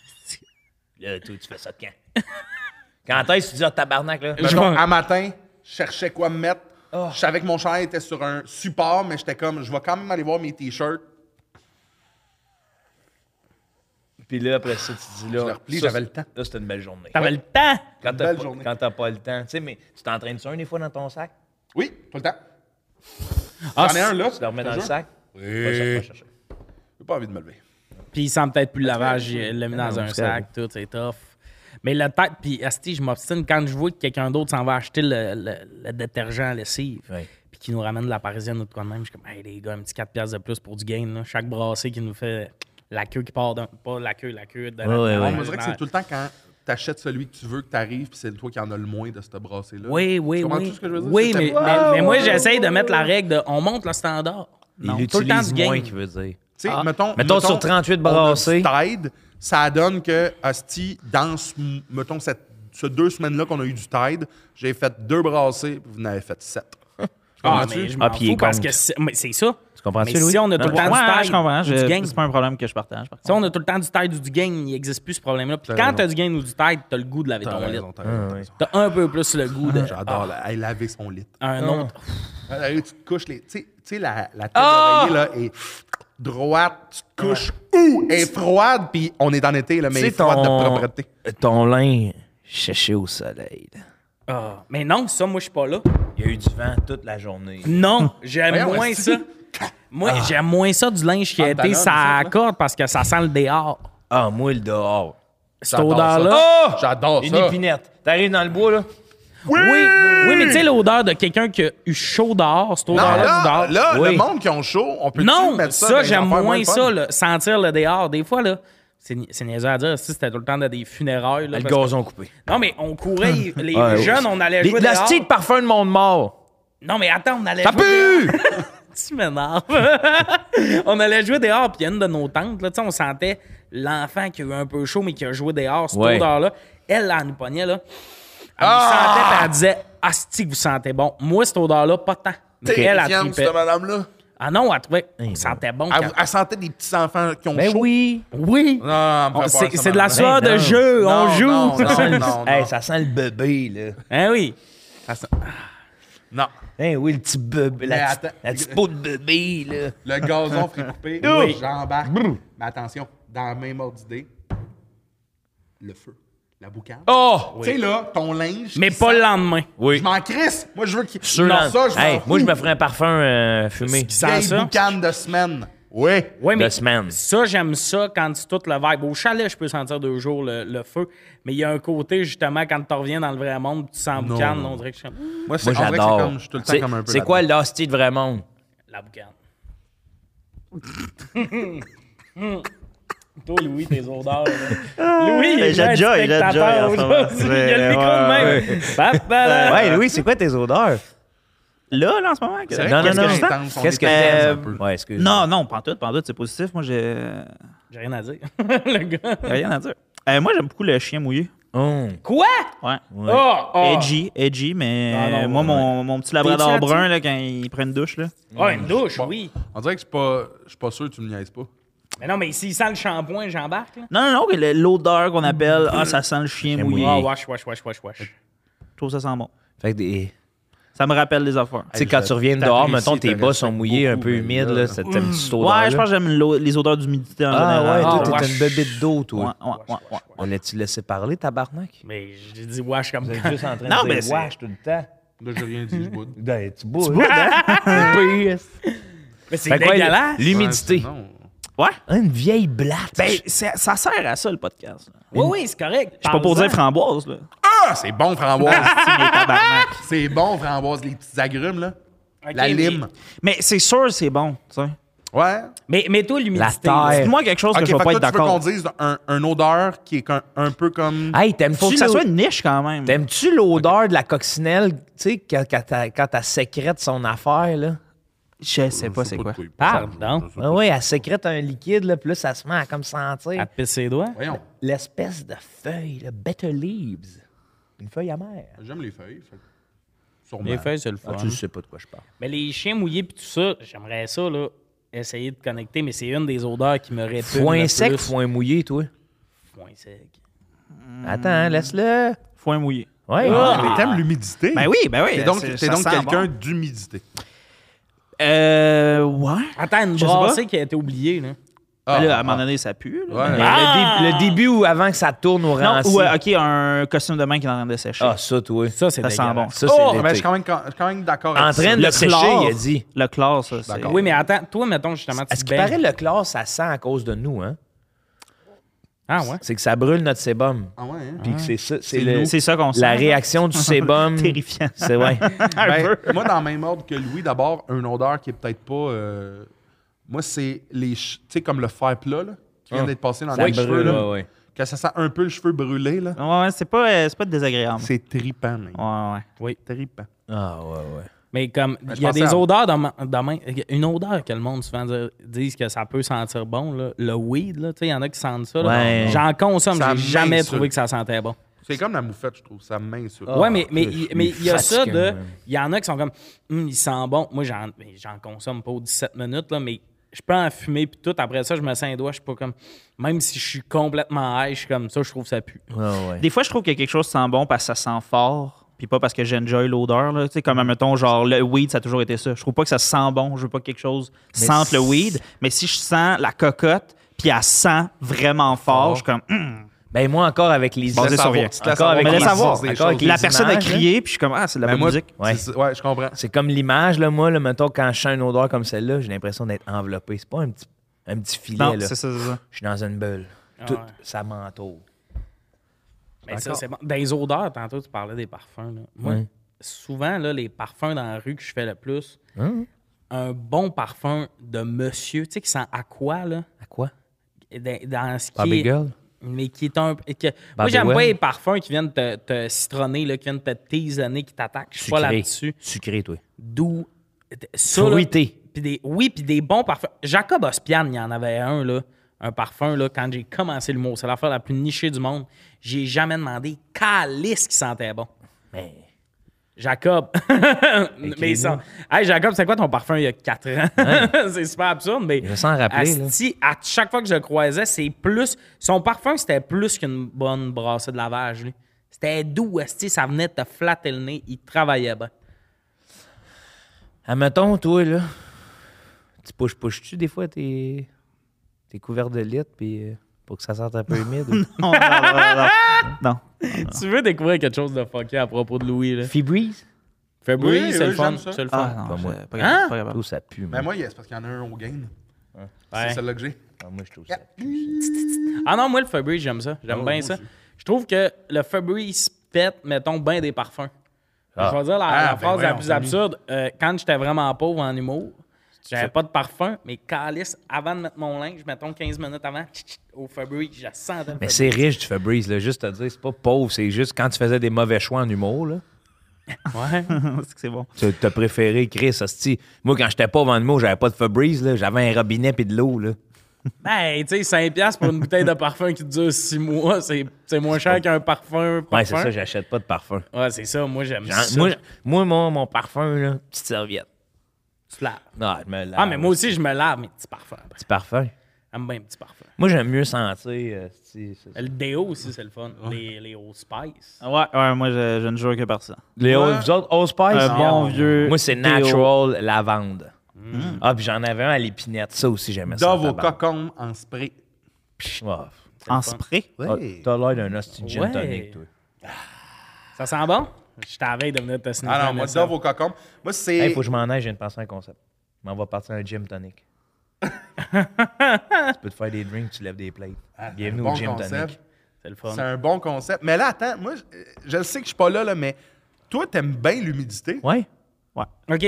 [SPEAKER 5] là. là, toi, tu fais ça quand? Quand est-ce que tu dis, ah, tabarnak, là?
[SPEAKER 4] Mettons, à matin, je cherchais quoi me mettre. Je savais que mon chandail était sur un support, mais j'étais comme, je vais quand même aller voir mes t-shirts.
[SPEAKER 5] Puis là, après ça, tu dis,
[SPEAKER 4] Je le
[SPEAKER 5] là...
[SPEAKER 4] replie,
[SPEAKER 5] ça,
[SPEAKER 4] j'avais
[SPEAKER 5] c'est-
[SPEAKER 4] le temps.
[SPEAKER 5] Là, c'était une belle journée.
[SPEAKER 1] T'avais le temps.
[SPEAKER 5] Quand
[SPEAKER 4] Une
[SPEAKER 5] t'as
[SPEAKER 4] belle
[SPEAKER 5] pas-
[SPEAKER 4] journée.
[SPEAKER 5] quand t'as pas le temps. Tu sais, mais tu t'entraînes-tu un des fois dans ton sac?
[SPEAKER 4] Oui, tout le temps.
[SPEAKER 1] Ah,
[SPEAKER 4] J'en ai un là.
[SPEAKER 5] Tu le
[SPEAKER 4] je
[SPEAKER 5] remets
[SPEAKER 4] te
[SPEAKER 5] dans le
[SPEAKER 4] jure.
[SPEAKER 5] sac?
[SPEAKER 4] Oui. J'ai pas envie de me lever.
[SPEAKER 1] Puis il sent peut-être plus
[SPEAKER 5] Ah,
[SPEAKER 1] le lavage, il l'a mis dans
[SPEAKER 5] non,
[SPEAKER 1] un
[SPEAKER 5] c'est
[SPEAKER 1] sac, tout, c'est tough. Mais la tête, puis Asti, je m'obstine quand je vois que quelqu'un d'autre s'en va acheter le, le- le détergent à lessive,
[SPEAKER 5] Oui.
[SPEAKER 1] puis qu'il nous ramène de la parisienne ou de quoi de même. Je suis comme, hey les gars, un petit 4$ piastres de plus pour du gain, là. Chaque brassée qui nous fait la queue qui part d'un. Pas la queue, la queue. De la-
[SPEAKER 5] Ouais, ouais, ouais.
[SPEAKER 4] On dirait que c'est tout le temps quand t'achètes celui que tu veux que t'arrives, puis c'est toi qui en a le moins de cette brassée-là.
[SPEAKER 1] Oui, oui,
[SPEAKER 4] Tu comprends-tu
[SPEAKER 1] oui.
[SPEAKER 4] ce que je veux dire?
[SPEAKER 1] Oui,
[SPEAKER 4] C'est
[SPEAKER 1] mais,
[SPEAKER 4] comme-
[SPEAKER 1] mais- mais moi, j'essaye de mettre la règle de on monte le standard. Non,
[SPEAKER 5] Il
[SPEAKER 1] tout le temps
[SPEAKER 5] utilise
[SPEAKER 1] du gain.
[SPEAKER 5] moins, qui veut dire.
[SPEAKER 4] Tu sais,
[SPEAKER 1] Ah.
[SPEAKER 4] mettons,
[SPEAKER 5] Mettons sur 38
[SPEAKER 4] on a du
[SPEAKER 5] brassées.
[SPEAKER 4] Tide, ça donne que, Asti, dans ce, mettons, cette, ce deux semaines-là qu'on a eu du Tide, j'ai fait deux brassées, puis vous en avez fait sept.
[SPEAKER 1] Ah,
[SPEAKER 4] Comprends-tu?
[SPEAKER 1] mais je
[SPEAKER 5] Ah,
[SPEAKER 1] m'en
[SPEAKER 5] puis il
[SPEAKER 1] fous
[SPEAKER 5] compte.
[SPEAKER 1] parce que c'est mais c'est ça.
[SPEAKER 5] Tu comprends-tu,
[SPEAKER 1] Mais
[SPEAKER 5] Louis?
[SPEAKER 1] si on a tout le
[SPEAKER 3] Ouais,
[SPEAKER 1] temps du
[SPEAKER 3] ouais,
[SPEAKER 1] taille
[SPEAKER 3] je comprends.
[SPEAKER 1] ou
[SPEAKER 3] je-
[SPEAKER 1] du gain,
[SPEAKER 3] C'est pas un problème que je partage. Par
[SPEAKER 1] si
[SPEAKER 3] contre.
[SPEAKER 1] on a tout le temps du tide ou du gain, il n'existe plus ce problème-là. Puis quand t'as du gain ou du tide, t'as le goût de laver
[SPEAKER 4] T'as
[SPEAKER 1] ton lit.
[SPEAKER 4] Ah, raison, t'as raison, t'as raison.
[SPEAKER 1] T'as un peu plus le goût de
[SPEAKER 4] J'adore, la- hey, laver son lit.
[SPEAKER 1] un autre.
[SPEAKER 4] Ah, Tu te couches les. Tu sais- tu sais, la, la tête
[SPEAKER 1] Ah!
[SPEAKER 4] d'oreiller, là, est droite, tu te couches où? Elle est froide, puis on est en été, là, mais elle est
[SPEAKER 5] C'est
[SPEAKER 4] froide de propreté.
[SPEAKER 5] ton lin séché au soleil. là.
[SPEAKER 1] Ah, Mais non, ça, moi, je suis pas là.
[SPEAKER 5] Il y a eu du vent toute la journée.
[SPEAKER 1] Non, j'aime
[SPEAKER 4] Voyons,
[SPEAKER 1] moins
[SPEAKER 4] est-ce Ah.
[SPEAKER 1] ça. Moi, j'aime moins ça du linge qui a été
[SPEAKER 4] Pantalon,
[SPEAKER 1] ça
[SPEAKER 4] ça,
[SPEAKER 1] la
[SPEAKER 4] là.
[SPEAKER 1] corde parce que ça sent le dehors.
[SPEAKER 5] Ah, moi, le dehors.
[SPEAKER 1] Cette
[SPEAKER 4] J'adore ça.
[SPEAKER 1] odeur-là.
[SPEAKER 5] Oh!
[SPEAKER 4] J'adore
[SPEAKER 5] Une
[SPEAKER 4] ça.
[SPEAKER 5] épinette. T'arrives dans le bois, là.
[SPEAKER 4] Ah!
[SPEAKER 1] Oui! Oui, mais tu sais, l'odeur de quelqu'un qui a eu chaud dehors, cette
[SPEAKER 4] Non,
[SPEAKER 1] odeur-là du
[SPEAKER 4] là,
[SPEAKER 1] dehors.
[SPEAKER 4] là,
[SPEAKER 5] Oui.
[SPEAKER 4] le monde qui ont chaud, on peut
[SPEAKER 1] Non,
[SPEAKER 4] mettre
[SPEAKER 1] ça,
[SPEAKER 4] dans les
[SPEAKER 1] j'aime
[SPEAKER 4] affaires
[SPEAKER 1] moins
[SPEAKER 4] le
[SPEAKER 1] ça,
[SPEAKER 4] fun?
[SPEAKER 1] là, sentir le dehors. Des fois, là, c'est ni- c'est niaiseux à dire, si c'était tout le temps dans des funérailles. Là,
[SPEAKER 5] Le
[SPEAKER 1] parce que-
[SPEAKER 5] gazon coupé.
[SPEAKER 1] Non, mais on courait, les
[SPEAKER 5] Ah,
[SPEAKER 1] jeunes,
[SPEAKER 5] oui.
[SPEAKER 1] on allait
[SPEAKER 5] Les-
[SPEAKER 1] jouer
[SPEAKER 5] La
[SPEAKER 1] dehors.
[SPEAKER 5] style de parfum de monde mort.
[SPEAKER 1] Non, mais attends, on allait
[SPEAKER 5] T'as
[SPEAKER 1] jouer
[SPEAKER 5] pu!
[SPEAKER 1] Tu m'énerves. on allait jouer dehors, puis il y a une de nos tantes, là, tu sais, on sentait l'enfant qui a eu un peu chaud, mais qui a joué dehors, cette
[SPEAKER 5] Ouais. Ah!
[SPEAKER 1] odeur-là. Elle, là, elle nous pognait, là. Elle nous sentait, puis elle disait, Asti, que vous sentez bon. Moi, cette odeur-là, pas tant. Mais
[SPEAKER 4] T'es
[SPEAKER 1] elle, elle
[SPEAKER 4] viande,
[SPEAKER 1] tripait.
[SPEAKER 4] cette madame-là.
[SPEAKER 1] Ah non, elle trouvait,
[SPEAKER 5] Eh
[SPEAKER 1] on sentait bon.
[SPEAKER 4] Elle,
[SPEAKER 1] quand-
[SPEAKER 4] elle sentait des petits enfants qui ont
[SPEAKER 5] Ben
[SPEAKER 4] chaud.
[SPEAKER 5] oui.
[SPEAKER 1] Oui.
[SPEAKER 4] Non, non, non,
[SPEAKER 1] On-
[SPEAKER 4] me fait peur,
[SPEAKER 1] C'est
[SPEAKER 4] ça,
[SPEAKER 1] c'est de la
[SPEAKER 4] madame.
[SPEAKER 1] sueur de
[SPEAKER 5] non.
[SPEAKER 1] jeu, on
[SPEAKER 4] Non,
[SPEAKER 1] joue.
[SPEAKER 4] non, non, non, non.
[SPEAKER 5] Hey, ça sent le bébé, là.
[SPEAKER 1] Hein, oui. Ça sent-
[SPEAKER 4] Non.
[SPEAKER 5] Hein, oui, le petit bébé.
[SPEAKER 4] Mais
[SPEAKER 5] La,
[SPEAKER 4] attends.
[SPEAKER 5] petite- la petite peau de bébé, là.
[SPEAKER 4] Le gazon frit coupé,
[SPEAKER 5] Oui.
[SPEAKER 4] j'embarque. Mais attention, dans la même ordre d'idée, le feu, la boucane.
[SPEAKER 5] Oh!
[SPEAKER 4] Tu sais, là, ton linge.
[SPEAKER 1] Mais
[SPEAKER 4] qui
[SPEAKER 1] pas
[SPEAKER 4] sent-
[SPEAKER 1] le lendemain.
[SPEAKER 5] Oui.
[SPEAKER 4] Je m'en crisse. Moi, je veux qu'il.
[SPEAKER 5] Sûr,
[SPEAKER 4] non,
[SPEAKER 5] là.
[SPEAKER 4] ça, je
[SPEAKER 5] Hey,
[SPEAKER 4] m'en
[SPEAKER 5] moi, je
[SPEAKER 4] fous.
[SPEAKER 5] me ferais un parfum euh, fumé.
[SPEAKER 1] Qui sent
[SPEAKER 4] Vieille
[SPEAKER 1] ça?
[SPEAKER 4] boucane de semaine. Oui.
[SPEAKER 1] Oui, mais
[SPEAKER 5] De semaine.
[SPEAKER 1] ça, j'aime ça quand c'est tout le vibe. Au chalet, je peux sentir deux jours le, le feu, mais il y a un côté, justement, quand tu reviens dans le vrai monde, tu sens boucan, on dirait que je suis
[SPEAKER 4] Moi, c'est-
[SPEAKER 5] Moi,
[SPEAKER 4] on dirait que
[SPEAKER 5] j'adore.
[SPEAKER 4] C'est comme, je suis tout le temps
[SPEAKER 5] C'est-
[SPEAKER 4] comme un peu.
[SPEAKER 5] C'est quoi l'hostie de vrai monde?
[SPEAKER 1] la boucane. Hmm. Toi, Louis, tes odeurs.
[SPEAKER 3] Ah,
[SPEAKER 1] là. Louis, il est
[SPEAKER 3] j'ai déjà,
[SPEAKER 1] un
[SPEAKER 3] j'ai déjà,
[SPEAKER 1] spectateur
[SPEAKER 3] en ce moment.
[SPEAKER 1] aujourd'hui. Il y a le
[SPEAKER 3] Ouais,
[SPEAKER 1] micro de même. Papa, là.
[SPEAKER 5] Louis, c'est quoi tes odeurs?
[SPEAKER 3] Là, là, en ce moment. que-
[SPEAKER 4] vrai
[SPEAKER 5] Non,
[SPEAKER 4] Qu'est-ce
[SPEAKER 5] non,
[SPEAKER 4] que
[SPEAKER 5] non.
[SPEAKER 4] je sens?
[SPEAKER 5] Qu'est-ce que
[SPEAKER 4] On est
[SPEAKER 5] t'aimes?
[SPEAKER 4] quelques-uns, un peu.
[SPEAKER 5] Ouais, excuse.
[SPEAKER 3] Non, non, pantoute, pantoute, c'est positif. Moi, j'ai
[SPEAKER 1] J'ai rien à dire. le gars.
[SPEAKER 3] y a rien à dire. Euh, moi, j'aime beaucoup le chien mouillé.
[SPEAKER 5] Oh.
[SPEAKER 1] Quoi?
[SPEAKER 3] Ouais.
[SPEAKER 1] Oh, oh.
[SPEAKER 3] Edgy, edgy, mais
[SPEAKER 1] Ah, non,
[SPEAKER 3] moi,
[SPEAKER 1] ouais.
[SPEAKER 3] mon, mon petit labrador
[SPEAKER 1] là-dessus?
[SPEAKER 3] brun, là, quand il prend une douche, là.
[SPEAKER 1] Ah, une douche, oui.
[SPEAKER 4] On dirait que je suis pas, je suis pas sûr que tu me niaises pas.
[SPEAKER 1] Mais non, mais s'il sent le shampoing, j'embarque. là.
[SPEAKER 3] Non, non, non, le- l'odeur qu'on appelle, ah, ça sent le chien
[SPEAKER 5] Chien
[SPEAKER 3] mouillé.
[SPEAKER 5] mouillé.
[SPEAKER 1] Ah,
[SPEAKER 5] Oui.
[SPEAKER 1] wesh, wesh, wesh, wesh, wesh.
[SPEAKER 3] Je trouve ça sent bon.
[SPEAKER 5] Fait que des.
[SPEAKER 3] Ça me rappelle des affaires.
[SPEAKER 5] Tu sais, quand
[SPEAKER 4] je
[SPEAKER 5] tu reviens dehors,
[SPEAKER 4] t'apprécie,
[SPEAKER 5] mettons, tes
[SPEAKER 4] te
[SPEAKER 5] bas sont
[SPEAKER 4] respecte
[SPEAKER 5] mouillés, un
[SPEAKER 4] beaucoup,
[SPEAKER 5] peu
[SPEAKER 4] mais
[SPEAKER 5] humides,
[SPEAKER 4] là-
[SPEAKER 5] là. Cette cette petite odeur.
[SPEAKER 3] Ouais, je pense que j'aime l'o- les odeurs d'humidité en
[SPEAKER 5] Ah, ouais,
[SPEAKER 3] général.
[SPEAKER 1] Ah,
[SPEAKER 5] toi, t'es
[SPEAKER 1] wesh.
[SPEAKER 5] une bébite d'eau, toi.
[SPEAKER 3] ouais, ouais, ouais, ouais.
[SPEAKER 5] On l'a-tu laissé parler, tabarnak?
[SPEAKER 1] Mais j'ai dit wesh comme
[SPEAKER 5] T'es
[SPEAKER 1] quand-
[SPEAKER 5] juste en train
[SPEAKER 3] Non,
[SPEAKER 5] de
[SPEAKER 3] mais
[SPEAKER 5] dire
[SPEAKER 3] c'est-
[SPEAKER 5] wesh tout le temps.
[SPEAKER 4] Là, j'ai rien dit, je boude.
[SPEAKER 5] Ben, tu boudes. Tu boudes, hein?
[SPEAKER 1] Mais c'est
[SPEAKER 5] Fait que ouais,
[SPEAKER 1] dégueulasse.
[SPEAKER 5] L'humidité.
[SPEAKER 4] Non.
[SPEAKER 3] Ouais.
[SPEAKER 5] Une vieille blatte.
[SPEAKER 3] Ben, c'est- ça sert à ça, le podcast. là.
[SPEAKER 1] Oui, oui, c'est correct.
[SPEAKER 3] Je suis pas pour dire framboise, là.
[SPEAKER 4] Ah, c'est bon, framboise.
[SPEAKER 3] Tabarnak.
[SPEAKER 4] c'est bon, framboise. Les petits agrumes, là. La lime.
[SPEAKER 3] Mais c'est sûr, c'est bon, tu sais.
[SPEAKER 4] Ouais.
[SPEAKER 1] Mais, mais toi, l'humidité.
[SPEAKER 5] La terre.
[SPEAKER 3] Dites-moi quelque chose
[SPEAKER 4] Ok,
[SPEAKER 3] que je
[SPEAKER 4] fait
[SPEAKER 3] vais pas
[SPEAKER 4] que
[SPEAKER 3] être
[SPEAKER 4] toi, tu veux qu'on
[SPEAKER 3] d'accord. Ah,
[SPEAKER 4] dise un, un odeur qui est qu'un- un, peu comme.
[SPEAKER 5] hey, t'aimes-tu
[SPEAKER 3] Faut que ça
[SPEAKER 5] l'eau-
[SPEAKER 3] soit une niche quand même.
[SPEAKER 5] T'aimes-tu l'odeur de la coccinelle, tu sais, quand, quand, t'as- quand elle sécrète son affaire, là?
[SPEAKER 3] Je sais pas c'est quoi.
[SPEAKER 1] Pardon.
[SPEAKER 5] Ah oui, elle sécrète un liquide, là, puis là, ça se met à comme sentir
[SPEAKER 1] À te pisser les doigts.
[SPEAKER 4] Voyons,
[SPEAKER 5] l'espèce de feuille, le better leaves. Une feuille amère.
[SPEAKER 4] j'aime les feuilles. fait que Sûrement.
[SPEAKER 1] Les feuilles, c'est le fun.
[SPEAKER 5] sais pas de quoi je parle.
[SPEAKER 1] Mais les chiens mouillés puis tout ça, j'aimerais ça, là, essayer de connecter, mais c'est une des odeurs qui me répugne
[SPEAKER 5] Foin
[SPEAKER 1] le
[SPEAKER 5] sec,
[SPEAKER 1] plus.
[SPEAKER 5] foin mouillé, toi.
[SPEAKER 1] Foin sec.
[SPEAKER 5] Attends, hein, laisse-le.
[SPEAKER 3] Foin mouillé.
[SPEAKER 5] Ouais.
[SPEAKER 4] Ah, mais t'aimes l'humidité.
[SPEAKER 3] Ben oui, ben oui.
[SPEAKER 4] T'es donc,
[SPEAKER 3] c'est-
[SPEAKER 4] t'es
[SPEAKER 3] ça
[SPEAKER 4] donc
[SPEAKER 3] sent
[SPEAKER 4] quelqu'un
[SPEAKER 3] bon.
[SPEAKER 4] d'humidité.
[SPEAKER 3] Euh. Ouais.
[SPEAKER 1] Attends, une
[SPEAKER 3] sais
[SPEAKER 1] brassée qui a été oubliée, là. Ah!
[SPEAKER 4] Ah,
[SPEAKER 3] Ben là, à Ah,
[SPEAKER 4] ah,
[SPEAKER 3] un moment donné, ça pue. là.
[SPEAKER 4] Ouais.
[SPEAKER 5] Mais le, dé- le début ou avant que ça tourne au
[SPEAKER 3] Non,
[SPEAKER 5] ranci.
[SPEAKER 3] ou euh, OK, un costume de main qui est en train de sécher.
[SPEAKER 5] Ah, ça, toi.
[SPEAKER 1] Ça, c'est
[SPEAKER 3] Ça sent
[SPEAKER 1] dégueulasse.
[SPEAKER 3] bon.
[SPEAKER 5] Ça, c'est
[SPEAKER 4] Oh,
[SPEAKER 5] l'été.
[SPEAKER 4] mais je suis quand même, quand, je suis quand même d'accord
[SPEAKER 5] En
[SPEAKER 4] avec ça.
[SPEAKER 5] train de le sécher,
[SPEAKER 3] chlore.
[SPEAKER 5] il a dit.
[SPEAKER 3] Le chlore, ça, c'est...
[SPEAKER 1] Oui, mais attends, toi, mettons, justement, tu
[SPEAKER 5] À ce
[SPEAKER 1] te
[SPEAKER 5] qui
[SPEAKER 1] baignes.
[SPEAKER 5] paraît, le chlore, ça sent à cause de nous, hein?
[SPEAKER 1] Ah ouais?
[SPEAKER 5] C'est que ça brûle notre sébum.
[SPEAKER 4] Ah ouais, hein?
[SPEAKER 5] Puis que c'est ça, c'est le-
[SPEAKER 3] C'est ça qu'on sent.
[SPEAKER 5] la réaction du sébum.
[SPEAKER 3] Terrifiant.
[SPEAKER 5] C'est ouais.
[SPEAKER 4] Ben, moi, dans le même ordre que Louis, d'abord, un odeur qui est peut-être pas. euh, moi, c'est les. ch- Tu sais, comme le fer plat, là, qui vient d'être passé dans
[SPEAKER 5] Ah. Ça
[SPEAKER 4] les cheveux,
[SPEAKER 5] brûle,
[SPEAKER 4] là.
[SPEAKER 5] ouais, Ah. ouais.
[SPEAKER 4] Quand ça sent un peu le cheveu brûlé, là,
[SPEAKER 3] Ouais, ouais, c'est pas, euh, c'est pas désagréable.
[SPEAKER 4] c'est tripant, mec.
[SPEAKER 3] Ouais, ouais.
[SPEAKER 4] Tripant.
[SPEAKER 5] Ah ouais, ouais.
[SPEAKER 1] Mais comme,
[SPEAKER 4] Ben, je
[SPEAKER 1] il y a
[SPEAKER 4] pensais
[SPEAKER 1] des
[SPEAKER 4] à-
[SPEAKER 1] odeurs dans ma- dans ma- Une odeur que le monde souvent dire- disent que ça peut sentir bon, là. Le weed, là, tu sais, il y en a qui sentent ça, là.
[SPEAKER 5] Ouais.
[SPEAKER 1] J'en consomme,
[SPEAKER 4] Ça
[SPEAKER 1] j'ai jamais
[SPEAKER 4] m'insulte. Ah,
[SPEAKER 1] trouvé que ça sentait bon.
[SPEAKER 4] C'est comme la moufette, je trouve. Ça m'insulte.
[SPEAKER 5] Ah.
[SPEAKER 1] Ouais, mais mais
[SPEAKER 5] je
[SPEAKER 1] il
[SPEAKER 5] suis
[SPEAKER 1] mais il y a ça
[SPEAKER 5] fatigué,
[SPEAKER 1] de.
[SPEAKER 5] moi.
[SPEAKER 1] Il y en a qui sont comme. Hum, il sent bon. Moi, j'en mais j'en consomme pas aux 17 minutes, là, mais je peux en fumer puis tout. Après ça, je me sens les doigts. Je suis pas comme. Même si je suis complètement high, je suis comme ça, je trouve ça pue.
[SPEAKER 5] Ah ouais.
[SPEAKER 3] Des fois, je trouve que quelque chose sent bon parce que ça sent fort, puis pas parce que j'enjoy l'odeur. là. Tu sais, comme, mettons, genre, le weed, ça a toujours été ça. Je trouve pas que ça sent bon. Je veux pas que quelque chose sente le weed. Mais si je sens la cocotte, puis elle sent vraiment fort, je suis comme... Hum.
[SPEAKER 5] Ben moi encore avec les
[SPEAKER 3] Basé sur
[SPEAKER 5] encore
[SPEAKER 3] rien.
[SPEAKER 5] avec
[SPEAKER 3] Mais
[SPEAKER 5] les
[SPEAKER 3] laisse savoir.
[SPEAKER 5] encore avec les
[SPEAKER 3] la personne
[SPEAKER 5] images,
[SPEAKER 3] a
[SPEAKER 5] là.
[SPEAKER 3] crié, puis je suis comme, ah,
[SPEAKER 5] Ben,
[SPEAKER 3] c'est de la
[SPEAKER 4] Mais
[SPEAKER 3] bonne
[SPEAKER 4] moi,
[SPEAKER 3] musique.
[SPEAKER 5] Ouais.
[SPEAKER 4] c'est- ouais, je comprends.
[SPEAKER 5] C'est comme l'image, là, moi, là, mettons, quand je sens une odeur comme celle-là, j'ai l'impression d'être enveloppé. C'est pas un petit, un petit filet,
[SPEAKER 3] Non,
[SPEAKER 5] là.
[SPEAKER 3] c'est ça, c'est ça.
[SPEAKER 5] Je suis dans une bulle.
[SPEAKER 1] Ah
[SPEAKER 5] Tout,
[SPEAKER 1] ouais.
[SPEAKER 5] ça m'entoure.
[SPEAKER 1] Mais Ben, ça,
[SPEAKER 5] D'accord.
[SPEAKER 1] c'est bon. Dans les odeurs, tantôt, tu parlais des parfums. là. Moi,
[SPEAKER 5] Ouais.
[SPEAKER 1] souvent, là, les parfums dans la rue que je fais le plus,
[SPEAKER 5] Ah
[SPEAKER 1] un bon parfum de monsieur, tu sais, qui sent à quoi, là?
[SPEAKER 5] À quoi?
[SPEAKER 1] Dans, dans ce qui
[SPEAKER 5] Barbie
[SPEAKER 1] est-
[SPEAKER 5] Girl?
[SPEAKER 1] Mais qui est un. que- moi,
[SPEAKER 5] Barbie
[SPEAKER 1] j'aime pas
[SPEAKER 5] Well.
[SPEAKER 1] les parfums qui viennent te, te citronner, là, qui viennent te tisonner, qui t'attaquent. Je suis pas
[SPEAKER 5] Sucré.
[SPEAKER 1] là-dessus.
[SPEAKER 5] Sucré, toi.
[SPEAKER 1] D'où. Ça, là,
[SPEAKER 5] Fruité.
[SPEAKER 1] puis des, oui, puis des bons parfums. Jacob Ospian, il y en avait un, là. Un parfum, là, quand j'ai commencé le mot. C'est l'affaire la plus nichée du monde. J'ai jamais demandé calice qui sentait bon.
[SPEAKER 5] Mais...
[SPEAKER 1] Jacob. mais ils sont- Hey, Jacob, c'est quoi ton parfum il y a 4 ans? c'est super absurde, mais.
[SPEAKER 5] vais s'en rappeler, là.
[SPEAKER 1] asti, à chaque fois que je le croisais, c'est plus. Son parfum, c'était plus qu'une bonne brassée de lavage, lui. C'était doux, asti, ça venait te flatter le nez. Il travaillait bien.
[SPEAKER 5] Admettons, toi, là, tu push pushes tu des fois tes, tes couverts de litre puis, euh, pour que ça sente un peu humide? ou-
[SPEAKER 3] Non, non, non, non, non.
[SPEAKER 1] Tu veux découvrir quelque chose de fucké à propos de Louis, là?
[SPEAKER 5] Febreze?
[SPEAKER 1] February,
[SPEAKER 4] Oui,
[SPEAKER 1] c'est le
[SPEAKER 4] oui,
[SPEAKER 1] fun.
[SPEAKER 4] j'aime ça.
[SPEAKER 1] C'est le
[SPEAKER 3] Ah,
[SPEAKER 1] fun.
[SPEAKER 3] non,
[SPEAKER 5] Pas moi.
[SPEAKER 3] je- pas
[SPEAKER 1] Hein?
[SPEAKER 3] grave, pas
[SPEAKER 5] Je
[SPEAKER 3] grave.
[SPEAKER 5] trouve Oh, ça pue,
[SPEAKER 4] Mais
[SPEAKER 5] moi.
[SPEAKER 4] moi, yes, parce qu'il y en a un au gain.
[SPEAKER 1] Ouais.
[SPEAKER 4] C'est celle-là que j'ai.
[SPEAKER 5] Ah, moi, je trouve ça pue.
[SPEAKER 1] Ah non, moi, le Febreze, j'aime ça. J'aime bien ça. Je trouve que le Febreze pète, mettons, bien des parfums.
[SPEAKER 5] Ah.
[SPEAKER 1] Je vais dire la,
[SPEAKER 4] Ah,
[SPEAKER 1] la
[SPEAKER 4] ben
[SPEAKER 1] phrase la
[SPEAKER 4] voyons,
[SPEAKER 1] plus
[SPEAKER 4] Samy.
[SPEAKER 1] absurde. euh, quand j'étais vraiment pauvre en humour, j'avais pas de parfum, mais calice, avant de mettre mon linge, mettons 15 minutes avant, tch, tch, au Febreze, je sentais le
[SPEAKER 5] Mais
[SPEAKER 1] Febreze.
[SPEAKER 5] c'est riche du Febreze, là. Juste te dire, c'est pas pauvre, c'est juste quand tu faisais des mauvais choix en humour, là.
[SPEAKER 1] Ouais.
[SPEAKER 3] C'est que c'est bon.
[SPEAKER 5] Tu t'as préféré Chris, hostie. Moi, quand j'étais pauvre en humour, j'avais pas de Febreze, là. J'avais un robinet puis de l'eau, là.
[SPEAKER 1] Ben, tu sais, 5$ piastres pour une bouteille de parfum qui dure 6 mois, c'est c'est moins cher qu'un parfum. parfum.
[SPEAKER 5] Ouais, c'est ça, j'achète pas de parfum.
[SPEAKER 1] Ouais, c'est ça. Moi, j'aime
[SPEAKER 5] Genre,
[SPEAKER 1] ça.
[SPEAKER 5] moi, j- moi, mon, mon parfum, là, petite serviette.
[SPEAKER 1] Tu te laves.
[SPEAKER 5] Non, je me lave.
[SPEAKER 1] Ah, mais moi aussi, je me lave mes petits parfums. après.
[SPEAKER 5] Petit parfum.
[SPEAKER 1] J'aime bien mes petits parfums.
[SPEAKER 5] Moi, j'aime mieux sentir. euh, si- si-
[SPEAKER 1] Le déo aussi, c'est le fun. Les, les Old Spice.
[SPEAKER 3] Ah Ouais, ouais, moi, je, je ne jure que par ça.
[SPEAKER 5] Les autres, vous autres, Old Spice?
[SPEAKER 3] Un Euh, bon vieux
[SPEAKER 5] Moi, c'est
[SPEAKER 3] Théo.
[SPEAKER 5] Natural Lavande. Ah, puis j'en avais un à l'épinette. Ça aussi, j'aimais ça.
[SPEAKER 4] Hmm. Dans vos
[SPEAKER 5] tabarnak.
[SPEAKER 4] cocombes en spray.
[SPEAKER 5] Ouais.
[SPEAKER 3] En spray?
[SPEAKER 5] Ah, T'as l'air d'un hostie gin
[SPEAKER 1] Ouais.
[SPEAKER 5] tonic, toi.
[SPEAKER 1] Ça sent bon? Je t'avais de venir te sniffer.
[SPEAKER 4] Alors,
[SPEAKER 1] un
[SPEAKER 4] Ah moi,
[SPEAKER 1] essai.
[SPEAKER 4] dans vos cocombes. Moi, c'est.
[SPEAKER 5] Hey, faut que je m'en aille, je viens de penser à un concept. Mais on va partir à un gym tonic. tu peux te faire des drinks, tu lèves des plates.
[SPEAKER 4] Ah, c'est
[SPEAKER 5] Bienvenue
[SPEAKER 4] un bon
[SPEAKER 5] au gym tonic.
[SPEAKER 4] concept.
[SPEAKER 1] C'est le fun.
[SPEAKER 4] C'est un bon concept. Mais là, attends, moi, je, je le sais que je suis pas là, là mais toi, t'aimes bien l'humidité.
[SPEAKER 5] Ouais.
[SPEAKER 1] OK.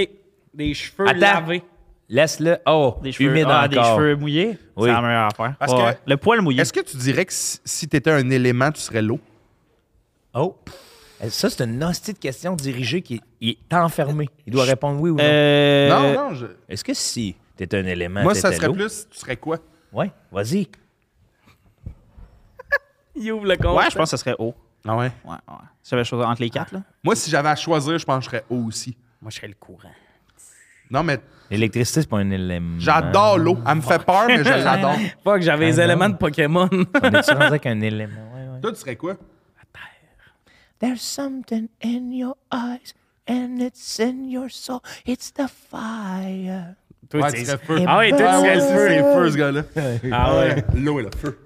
[SPEAKER 1] Des cheveux
[SPEAKER 5] Attends.
[SPEAKER 1] lavés.
[SPEAKER 5] Laisse-le. Oh,
[SPEAKER 3] Des cheveux,
[SPEAKER 5] humide
[SPEAKER 3] ah,
[SPEAKER 5] encore.
[SPEAKER 3] des cheveux mouillés?
[SPEAKER 5] Oui.
[SPEAKER 3] C'est la meilleure affaire.
[SPEAKER 4] Parce
[SPEAKER 3] Ouais,
[SPEAKER 4] que-
[SPEAKER 3] ouais. Le poil mouillé.
[SPEAKER 4] Est-ce que tu dirais que si, si t'étais un élément, tu serais l'eau?
[SPEAKER 5] Oh. Ça, c'est une hostie de question dirigée qui est, il est enfermé. Il doit répondre oui ou non.
[SPEAKER 3] Euh,
[SPEAKER 4] Non, non. je-
[SPEAKER 5] Est-ce que si t'es un élément,
[SPEAKER 4] Moi, ça
[SPEAKER 5] t'étais
[SPEAKER 4] serait
[SPEAKER 5] l'eau?
[SPEAKER 4] plus. Tu serais quoi?
[SPEAKER 5] Ouais, vas-y.
[SPEAKER 1] Il ouvre le compte.
[SPEAKER 3] Ouais, je pense que ça serait haut.
[SPEAKER 4] Ah ouais?
[SPEAKER 3] Ouais, ouais. Si j'avais chose entre les quatre, là.
[SPEAKER 4] Moi, si j'avais à choisir, je pense que je serais eau aussi.
[SPEAKER 1] Moi, je serais le courant.
[SPEAKER 4] Non, mais
[SPEAKER 5] L'électricité, c'est pas un élément.
[SPEAKER 4] j'adore l'eau. Elle me fait peur, mais je l'adore.
[SPEAKER 1] Fuck, j'avais les
[SPEAKER 5] Ah, non.
[SPEAKER 1] éléments de Pokémon.
[SPEAKER 5] On est rendu avec un élément. Ouais, ouais.
[SPEAKER 4] Toi, tu serais quoi?
[SPEAKER 5] There's something in your eyes and it's in your soul. It's the fire.
[SPEAKER 1] Toi,
[SPEAKER 4] Ouais,
[SPEAKER 1] t'es-
[SPEAKER 4] tu serais feu.
[SPEAKER 1] Ah oui, toi, tu
[SPEAKER 4] Ah
[SPEAKER 1] serais
[SPEAKER 4] ouais,
[SPEAKER 1] le
[SPEAKER 4] c'est
[SPEAKER 1] feu.
[SPEAKER 4] le feu, ce gars-là.
[SPEAKER 1] Ah ouais.
[SPEAKER 4] L'eau et le feu.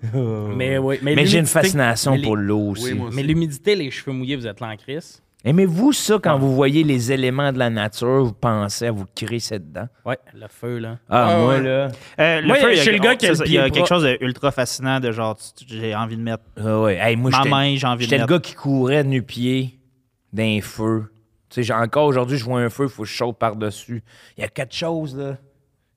[SPEAKER 1] Mais oui.
[SPEAKER 5] Mais j'ai
[SPEAKER 1] l'humidité-
[SPEAKER 5] une fascination
[SPEAKER 1] mais les-
[SPEAKER 5] pour l'eau aussi.
[SPEAKER 4] Oui, moi aussi.
[SPEAKER 1] Mais l'humidité, les cheveux mouillés, vous êtes là en crise.
[SPEAKER 5] Aimez-vous ça quand vous voyez les éléments de la nature, vous pensez à vous crisser dedans?
[SPEAKER 1] Ouais, le feu, là.
[SPEAKER 5] Ah,
[SPEAKER 4] Ah,
[SPEAKER 5] moi,
[SPEAKER 4] ouais.
[SPEAKER 5] là.
[SPEAKER 3] Euh, le
[SPEAKER 1] Moi,
[SPEAKER 3] feu, il y a-
[SPEAKER 1] je suis le gars
[SPEAKER 3] oh,
[SPEAKER 1] qui a le
[SPEAKER 3] c'est ça, Il y a
[SPEAKER 1] pied
[SPEAKER 3] quelque
[SPEAKER 1] propre.
[SPEAKER 3] chose d'ultra fascinant de genre, tu- tu- j'ai envie de mettre.
[SPEAKER 5] Ah ouais. Hey, moi,
[SPEAKER 3] Ma
[SPEAKER 5] j'étais-
[SPEAKER 3] main, j'ai envie de
[SPEAKER 5] J'étais le
[SPEAKER 3] mettre.
[SPEAKER 5] gars qui courait nu-pied d'un feu. Tu sais, j'ai- encore aujourd'hui, je vois un feu, il faut que je saute par-dessus. Il y a quelque chose, là.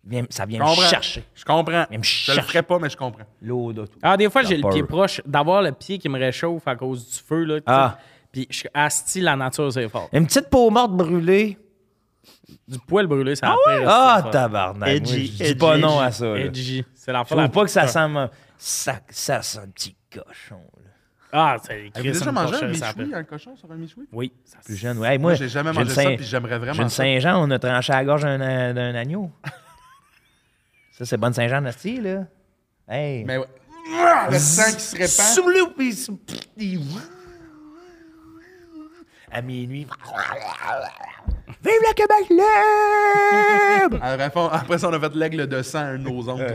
[SPEAKER 5] Viens- ça vient me
[SPEAKER 4] comprends.
[SPEAKER 5] chercher.
[SPEAKER 4] Je comprends.
[SPEAKER 5] Il me
[SPEAKER 4] Je le
[SPEAKER 5] cherche.
[SPEAKER 4] ferais pas, mais je comprends.
[SPEAKER 5] L'eau de tout.
[SPEAKER 1] Ah, des fois, j'ai le
[SPEAKER 5] peur.
[SPEAKER 1] pied proche. D'avoir le pied qui me réchauffe à cause du feu, là. tu sais.
[SPEAKER 5] Ah.
[SPEAKER 1] Puis, je suis asti, la nature, c'est fort.
[SPEAKER 5] Une petite peau morte brûlée.
[SPEAKER 1] Du poil brûlé, ça
[SPEAKER 5] Ah, tabarnak. Moi,
[SPEAKER 3] Edgy,
[SPEAKER 5] je dis
[SPEAKER 3] edgy,
[SPEAKER 5] pas non
[SPEAKER 3] edgy,
[SPEAKER 5] à ça. là.
[SPEAKER 1] Edgy. C'est la
[SPEAKER 5] Je
[SPEAKER 1] fois la
[SPEAKER 5] trouve pas que ça
[SPEAKER 1] plus-
[SPEAKER 5] sent... ma- Ça, ça sent un petit cochon, là.
[SPEAKER 1] Ah, c'est
[SPEAKER 4] Avez-vous déjà mangé un michoui,
[SPEAKER 1] peu.
[SPEAKER 4] un cochon sur un michoui?
[SPEAKER 1] Oui.
[SPEAKER 5] Plus jeune, ouais. Hey, moi,
[SPEAKER 4] j'ai jamais
[SPEAKER 5] j'ai
[SPEAKER 4] mangé
[SPEAKER 5] une
[SPEAKER 4] ça,
[SPEAKER 5] Saint-
[SPEAKER 4] puis j'aimerais vraiment
[SPEAKER 5] J'ai une
[SPEAKER 4] ça.
[SPEAKER 5] Saint-Jean, on a tranché à la gorge d'un euh, d'un agneau. ça, c'est bonne Saint-Jean nasty, là. Hey.
[SPEAKER 4] Mais ouais. Mouah! Le sang qui se répand.
[SPEAKER 5] Soumlou, puis sou- pff, il- À minuit. Vive le Québec libre!
[SPEAKER 4] Après, on- Ah, après ça, on a fait l'aigle de sang à un de nos oncles.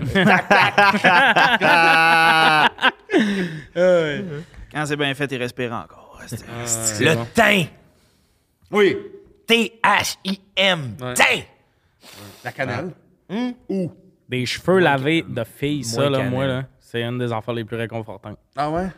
[SPEAKER 3] Quand c'est bien fait, il respire encore.
[SPEAKER 5] le teint!
[SPEAKER 4] oui,
[SPEAKER 5] T-H-I-M! Teint!
[SPEAKER 4] la cannelle.
[SPEAKER 1] Des cheveux lavés de filles, ça,
[SPEAKER 5] moins
[SPEAKER 1] là,
[SPEAKER 5] cannelle.
[SPEAKER 1] moi, là, c'est une des affaires les plus réconfortantes.
[SPEAKER 4] Ah ouais?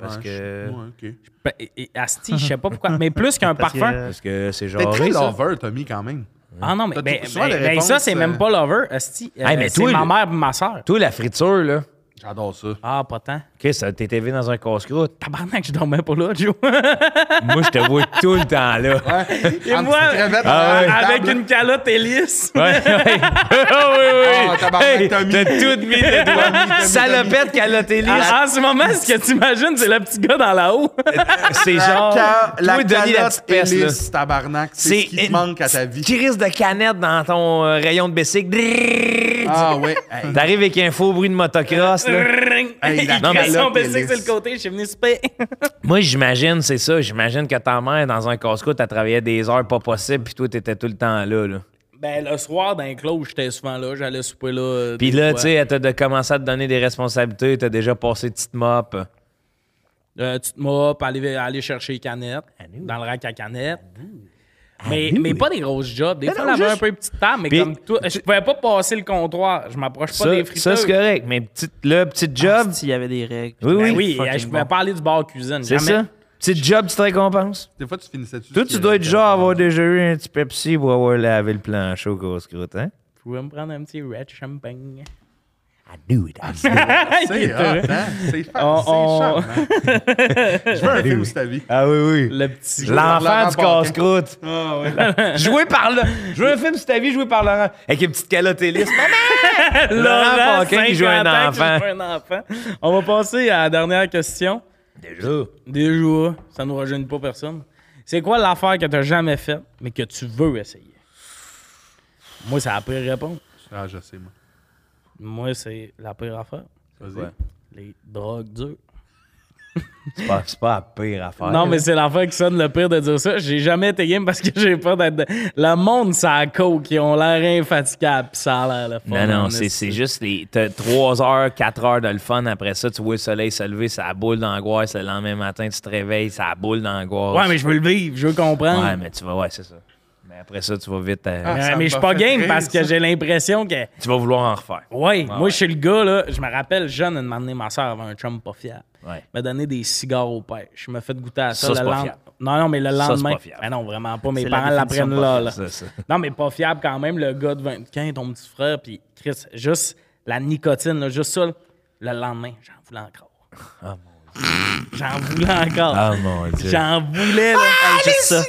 [SPEAKER 5] Parce
[SPEAKER 4] Ouais,
[SPEAKER 5] que.
[SPEAKER 4] Ouais, ok.
[SPEAKER 1] Ben, et- et Asti, je sais pas pourquoi, mais plus qu'un parfum.
[SPEAKER 3] euh,
[SPEAKER 5] Parce que c'est
[SPEAKER 4] T'es
[SPEAKER 5] genre.
[SPEAKER 4] très lover, Tommy, quand même.
[SPEAKER 1] Ah non, mais
[SPEAKER 4] T'as
[SPEAKER 1] ben,
[SPEAKER 4] tout-
[SPEAKER 1] ben-
[SPEAKER 4] souvent, les
[SPEAKER 1] ben, ça,
[SPEAKER 4] réponses,
[SPEAKER 1] c'est même
[SPEAKER 4] euh,
[SPEAKER 1] pas lover, Asti. Euh,
[SPEAKER 5] Hey, mais
[SPEAKER 1] c'est
[SPEAKER 5] toi,
[SPEAKER 1] ma
[SPEAKER 5] le-
[SPEAKER 1] mère et ma soeur.
[SPEAKER 5] Toi, la friture, là.
[SPEAKER 4] J'adore ça.
[SPEAKER 1] Ah, pas tant.
[SPEAKER 5] Chris, t'es élevé dans un casse-croûte.
[SPEAKER 1] Tabarnak, je dormais pas là, Joe.
[SPEAKER 5] Moi, je te vois tout le temps, là.
[SPEAKER 1] Et moi,
[SPEAKER 5] Ah ouais.
[SPEAKER 1] avec une calotte hélice.
[SPEAKER 5] Ouais, ouais. Ah oui, oui.
[SPEAKER 4] Ah, tabarnak, Tommy.
[SPEAKER 5] t'as tout mis les doigts. Salopette calotéliste.
[SPEAKER 1] En, en ce moment, ce que tu imagines, c'est le petit gars dans la haut.
[SPEAKER 5] c'est genre... toi, Denis, la petite peste, là.
[SPEAKER 4] hélice, tabarnak, c'est ce qui te
[SPEAKER 5] une
[SPEAKER 4] manque à ta vie.
[SPEAKER 5] petite crise de canette dans ton euh, rayon de bicycle. Drrrr.
[SPEAKER 4] Ah ouais. Hey,
[SPEAKER 5] T'arrives avec un faux bruit de motocross, là.
[SPEAKER 4] Hey,
[SPEAKER 1] Il
[SPEAKER 4] la
[SPEAKER 1] crée son
[SPEAKER 4] calotte
[SPEAKER 1] PC
[SPEAKER 4] hélice.
[SPEAKER 1] sur le côté, je suis venu souper.
[SPEAKER 5] Moi, j'imagine, c'est ça. J'imagine que ta mère, dans un casse-croûte, elle travaillait des heures pas possibles, puis toi, t'étais tout le temps là, là.
[SPEAKER 1] ben, le soir, dans les clos, j'étais souvent là, j'allais souper là. euh,
[SPEAKER 5] Puis
[SPEAKER 1] des
[SPEAKER 5] là,
[SPEAKER 1] fois.
[SPEAKER 5] tu sais, elle t'a de- commencé à te donner des responsabilités. T'as déjà passé petite mop.
[SPEAKER 1] Euh, tu te mopes, aller, aller chercher les canettes, dans le rack à canettes. Mais, mais pas des grosses jobs. Des fois,
[SPEAKER 5] non,
[SPEAKER 1] on avait un
[SPEAKER 5] juste-
[SPEAKER 1] peu une petite table, mais
[SPEAKER 5] Puis-
[SPEAKER 1] comme toi, je pouvais pas passer le comptoir. Je m'approche pas des
[SPEAKER 5] Ça, ça,
[SPEAKER 1] friteuses. Ah,
[SPEAKER 5] c'est correct. Mais petite, là, petite job.
[SPEAKER 3] S'il y avait des règles.
[SPEAKER 5] oui, oui.
[SPEAKER 1] Ben oui, euh, je pouvais parler du bar cuisine.
[SPEAKER 5] C'est ça. Petite job, petite récompense.
[SPEAKER 4] Des fois, tu finissais dessus.
[SPEAKER 5] Toi, tu dois être genre avoir déjà eu un petit Pepsi pour avoir lavé le plancher au grosse croûte, hein?
[SPEAKER 1] Je pouvais me prendre un petit red champagne.
[SPEAKER 4] C'est hot, hein? C'est fa-
[SPEAKER 1] On-
[SPEAKER 4] c'est
[SPEAKER 1] on-
[SPEAKER 4] charmant. Je veux un film sur ta vie.
[SPEAKER 5] Ah oui, oui.
[SPEAKER 1] Le petit.
[SPEAKER 5] L'enfant du
[SPEAKER 1] hein.
[SPEAKER 4] Laurent
[SPEAKER 5] casse-croûte.
[SPEAKER 4] Ah ouais.
[SPEAKER 5] joué par le. Joué un film sur ta vie, joué par Laurent. Avec une petite calotte hélice. Laurent Paquin qui joue un
[SPEAKER 1] 50 ans
[SPEAKER 5] enfant.
[SPEAKER 1] qui joue un enfant. On va passer à la dernière question.
[SPEAKER 5] Déjà.
[SPEAKER 1] Déjà, ça nous rajeunit pas personne. C'est quoi l'affaire que t'as jamais faite, mais que tu veux essayer? Moi, c'est la pire réponse.
[SPEAKER 4] Ah, je sais, moi.
[SPEAKER 1] Moi, c'est la pire affaire.
[SPEAKER 4] Vas-y.
[SPEAKER 1] Les drogues dures.
[SPEAKER 5] C'est pas, c'est pas la pire affaire.
[SPEAKER 1] Non, mais c'est l'affaire qui sonne le pire de dire ça. J'ai jamais été game parce que j'ai peur d'être. Le monde, ça a coke. Ils ont l'air infatigables. pis ça a l'air le fun. hein,
[SPEAKER 5] Non, non,
[SPEAKER 1] On
[SPEAKER 5] c'est
[SPEAKER 1] est-
[SPEAKER 5] c'est juste les. T'as 3 heures, 4 heures de le fun. Après ça, tu vois le soleil se lever, ça a boule d'angoisse. Le lendemain matin, tu te réveilles, ça a boule d'angoisse.
[SPEAKER 1] Ouais, mais je veux le vivre. Je veux comprendre.
[SPEAKER 5] Ouais, mais tu vas, ouais, c'est ça. Mais après ça, tu vas vite. euh,
[SPEAKER 4] Ah.
[SPEAKER 1] Ouais,
[SPEAKER 4] ça
[SPEAKER 1] mais je suis
[SPEAKER 4] m'a
[SPEAKER 1] pas
[SPEAKER 4] fait
[SPEAKER 1] game
[SPEAKER 4] rire,
[SPEAKER 1] parce que
[SPEAKER 4] ça.
[SPEAKER 1] j'ai l'impression que.
[SPEAKER 5] Tu vas vouloir en refaire.
[SPEAKER 1] Ouais, moi, je suis le gars, là. Je me rappelle, jeune, une m'amener ma soeur avait un chum pas fiable.
[SPEAKER 5] Ouais.
[SPEAKER 1] m'a donné des cigares au pêche. Je me fait goûter à ça,
[SPEAKER 5] Ça,
[SPEAKER 1] le
[SPEAKER 5] c'est pas
[SPEAKER 1] lendemain.
[SPEAKER 5] fiable.
[SPEAKER 1] Non, non, mais le
[SPEAKER 5] c'est
[SPEAKER 1] lendemain.
[SPEAKER 5] pas fiable.
[SPEAKER 1] Ah non, vraiment pas. Mes
[SPEAKER 3] C'est la
[SPEAKER 1] parents
[SPEAKER 3] définition
[SPEAKER 1] l'apprennent
[SPEAKER 3] de pas
[SPEAKER 1] là, là.
[SPEAKER 5] fiable, ça, ça.
[SPEAKER 1] Non, mais pas fiable quand même, le gars de 25, ton petit frère, puis Chris, juste la nicotine, là, juste ça, là, le lendemain, j'en voulais encore. J'en voulais encore.
[SPEAKER 5] Ah, mon Dieu. Ah,
[SPEAKER 1] J'en voulais, là. Hey, juste ça.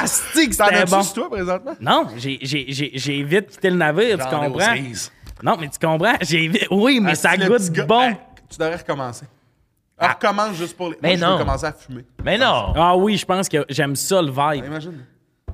[SPEAKER 1] Asti Ah, que
[SPEAKER 4] T'en
[SPEAKER 1] c'était
[SPEAKER 4] as-tu
[SPEAKER 1] bon.
[SPEAKER 4] sur toi, présentement?
[SPEAKER 1] Non, j'ai- j'ai j'ai- j'ai vite quitté le navire, tu
[SPEAKER 4] J'en ai aux
[SPEAKER 1] comprends?
[SPEAKER 4] cerises.
[SPEAKER 1] Non, mais tu comprends? J'ai vite- Oui, mais
[SPEAKER 4] Ah,
[SPEAKER 1] ça
[SPEAKER 4] si le
[SPEAKER 1] goûte
[SPEAKER 4] petit gars-
[SPEAKER 1] bon.
[SPEAKER 4] Hey, tu devrais recommencer. Ah, Recommence juste pour les.
[SPEAKER 5] Mais
[SPEAKER 4] Moi, je
[SPEAKER 5] non.
[SPEAKER 4] veux commencer à fumer. Ben,
[SPEAKER 5] Mais non!
[SPEAKER 1] Ah oui, je pense que j'aime ça, le vibe.
[SPEAKER 4] Imagine.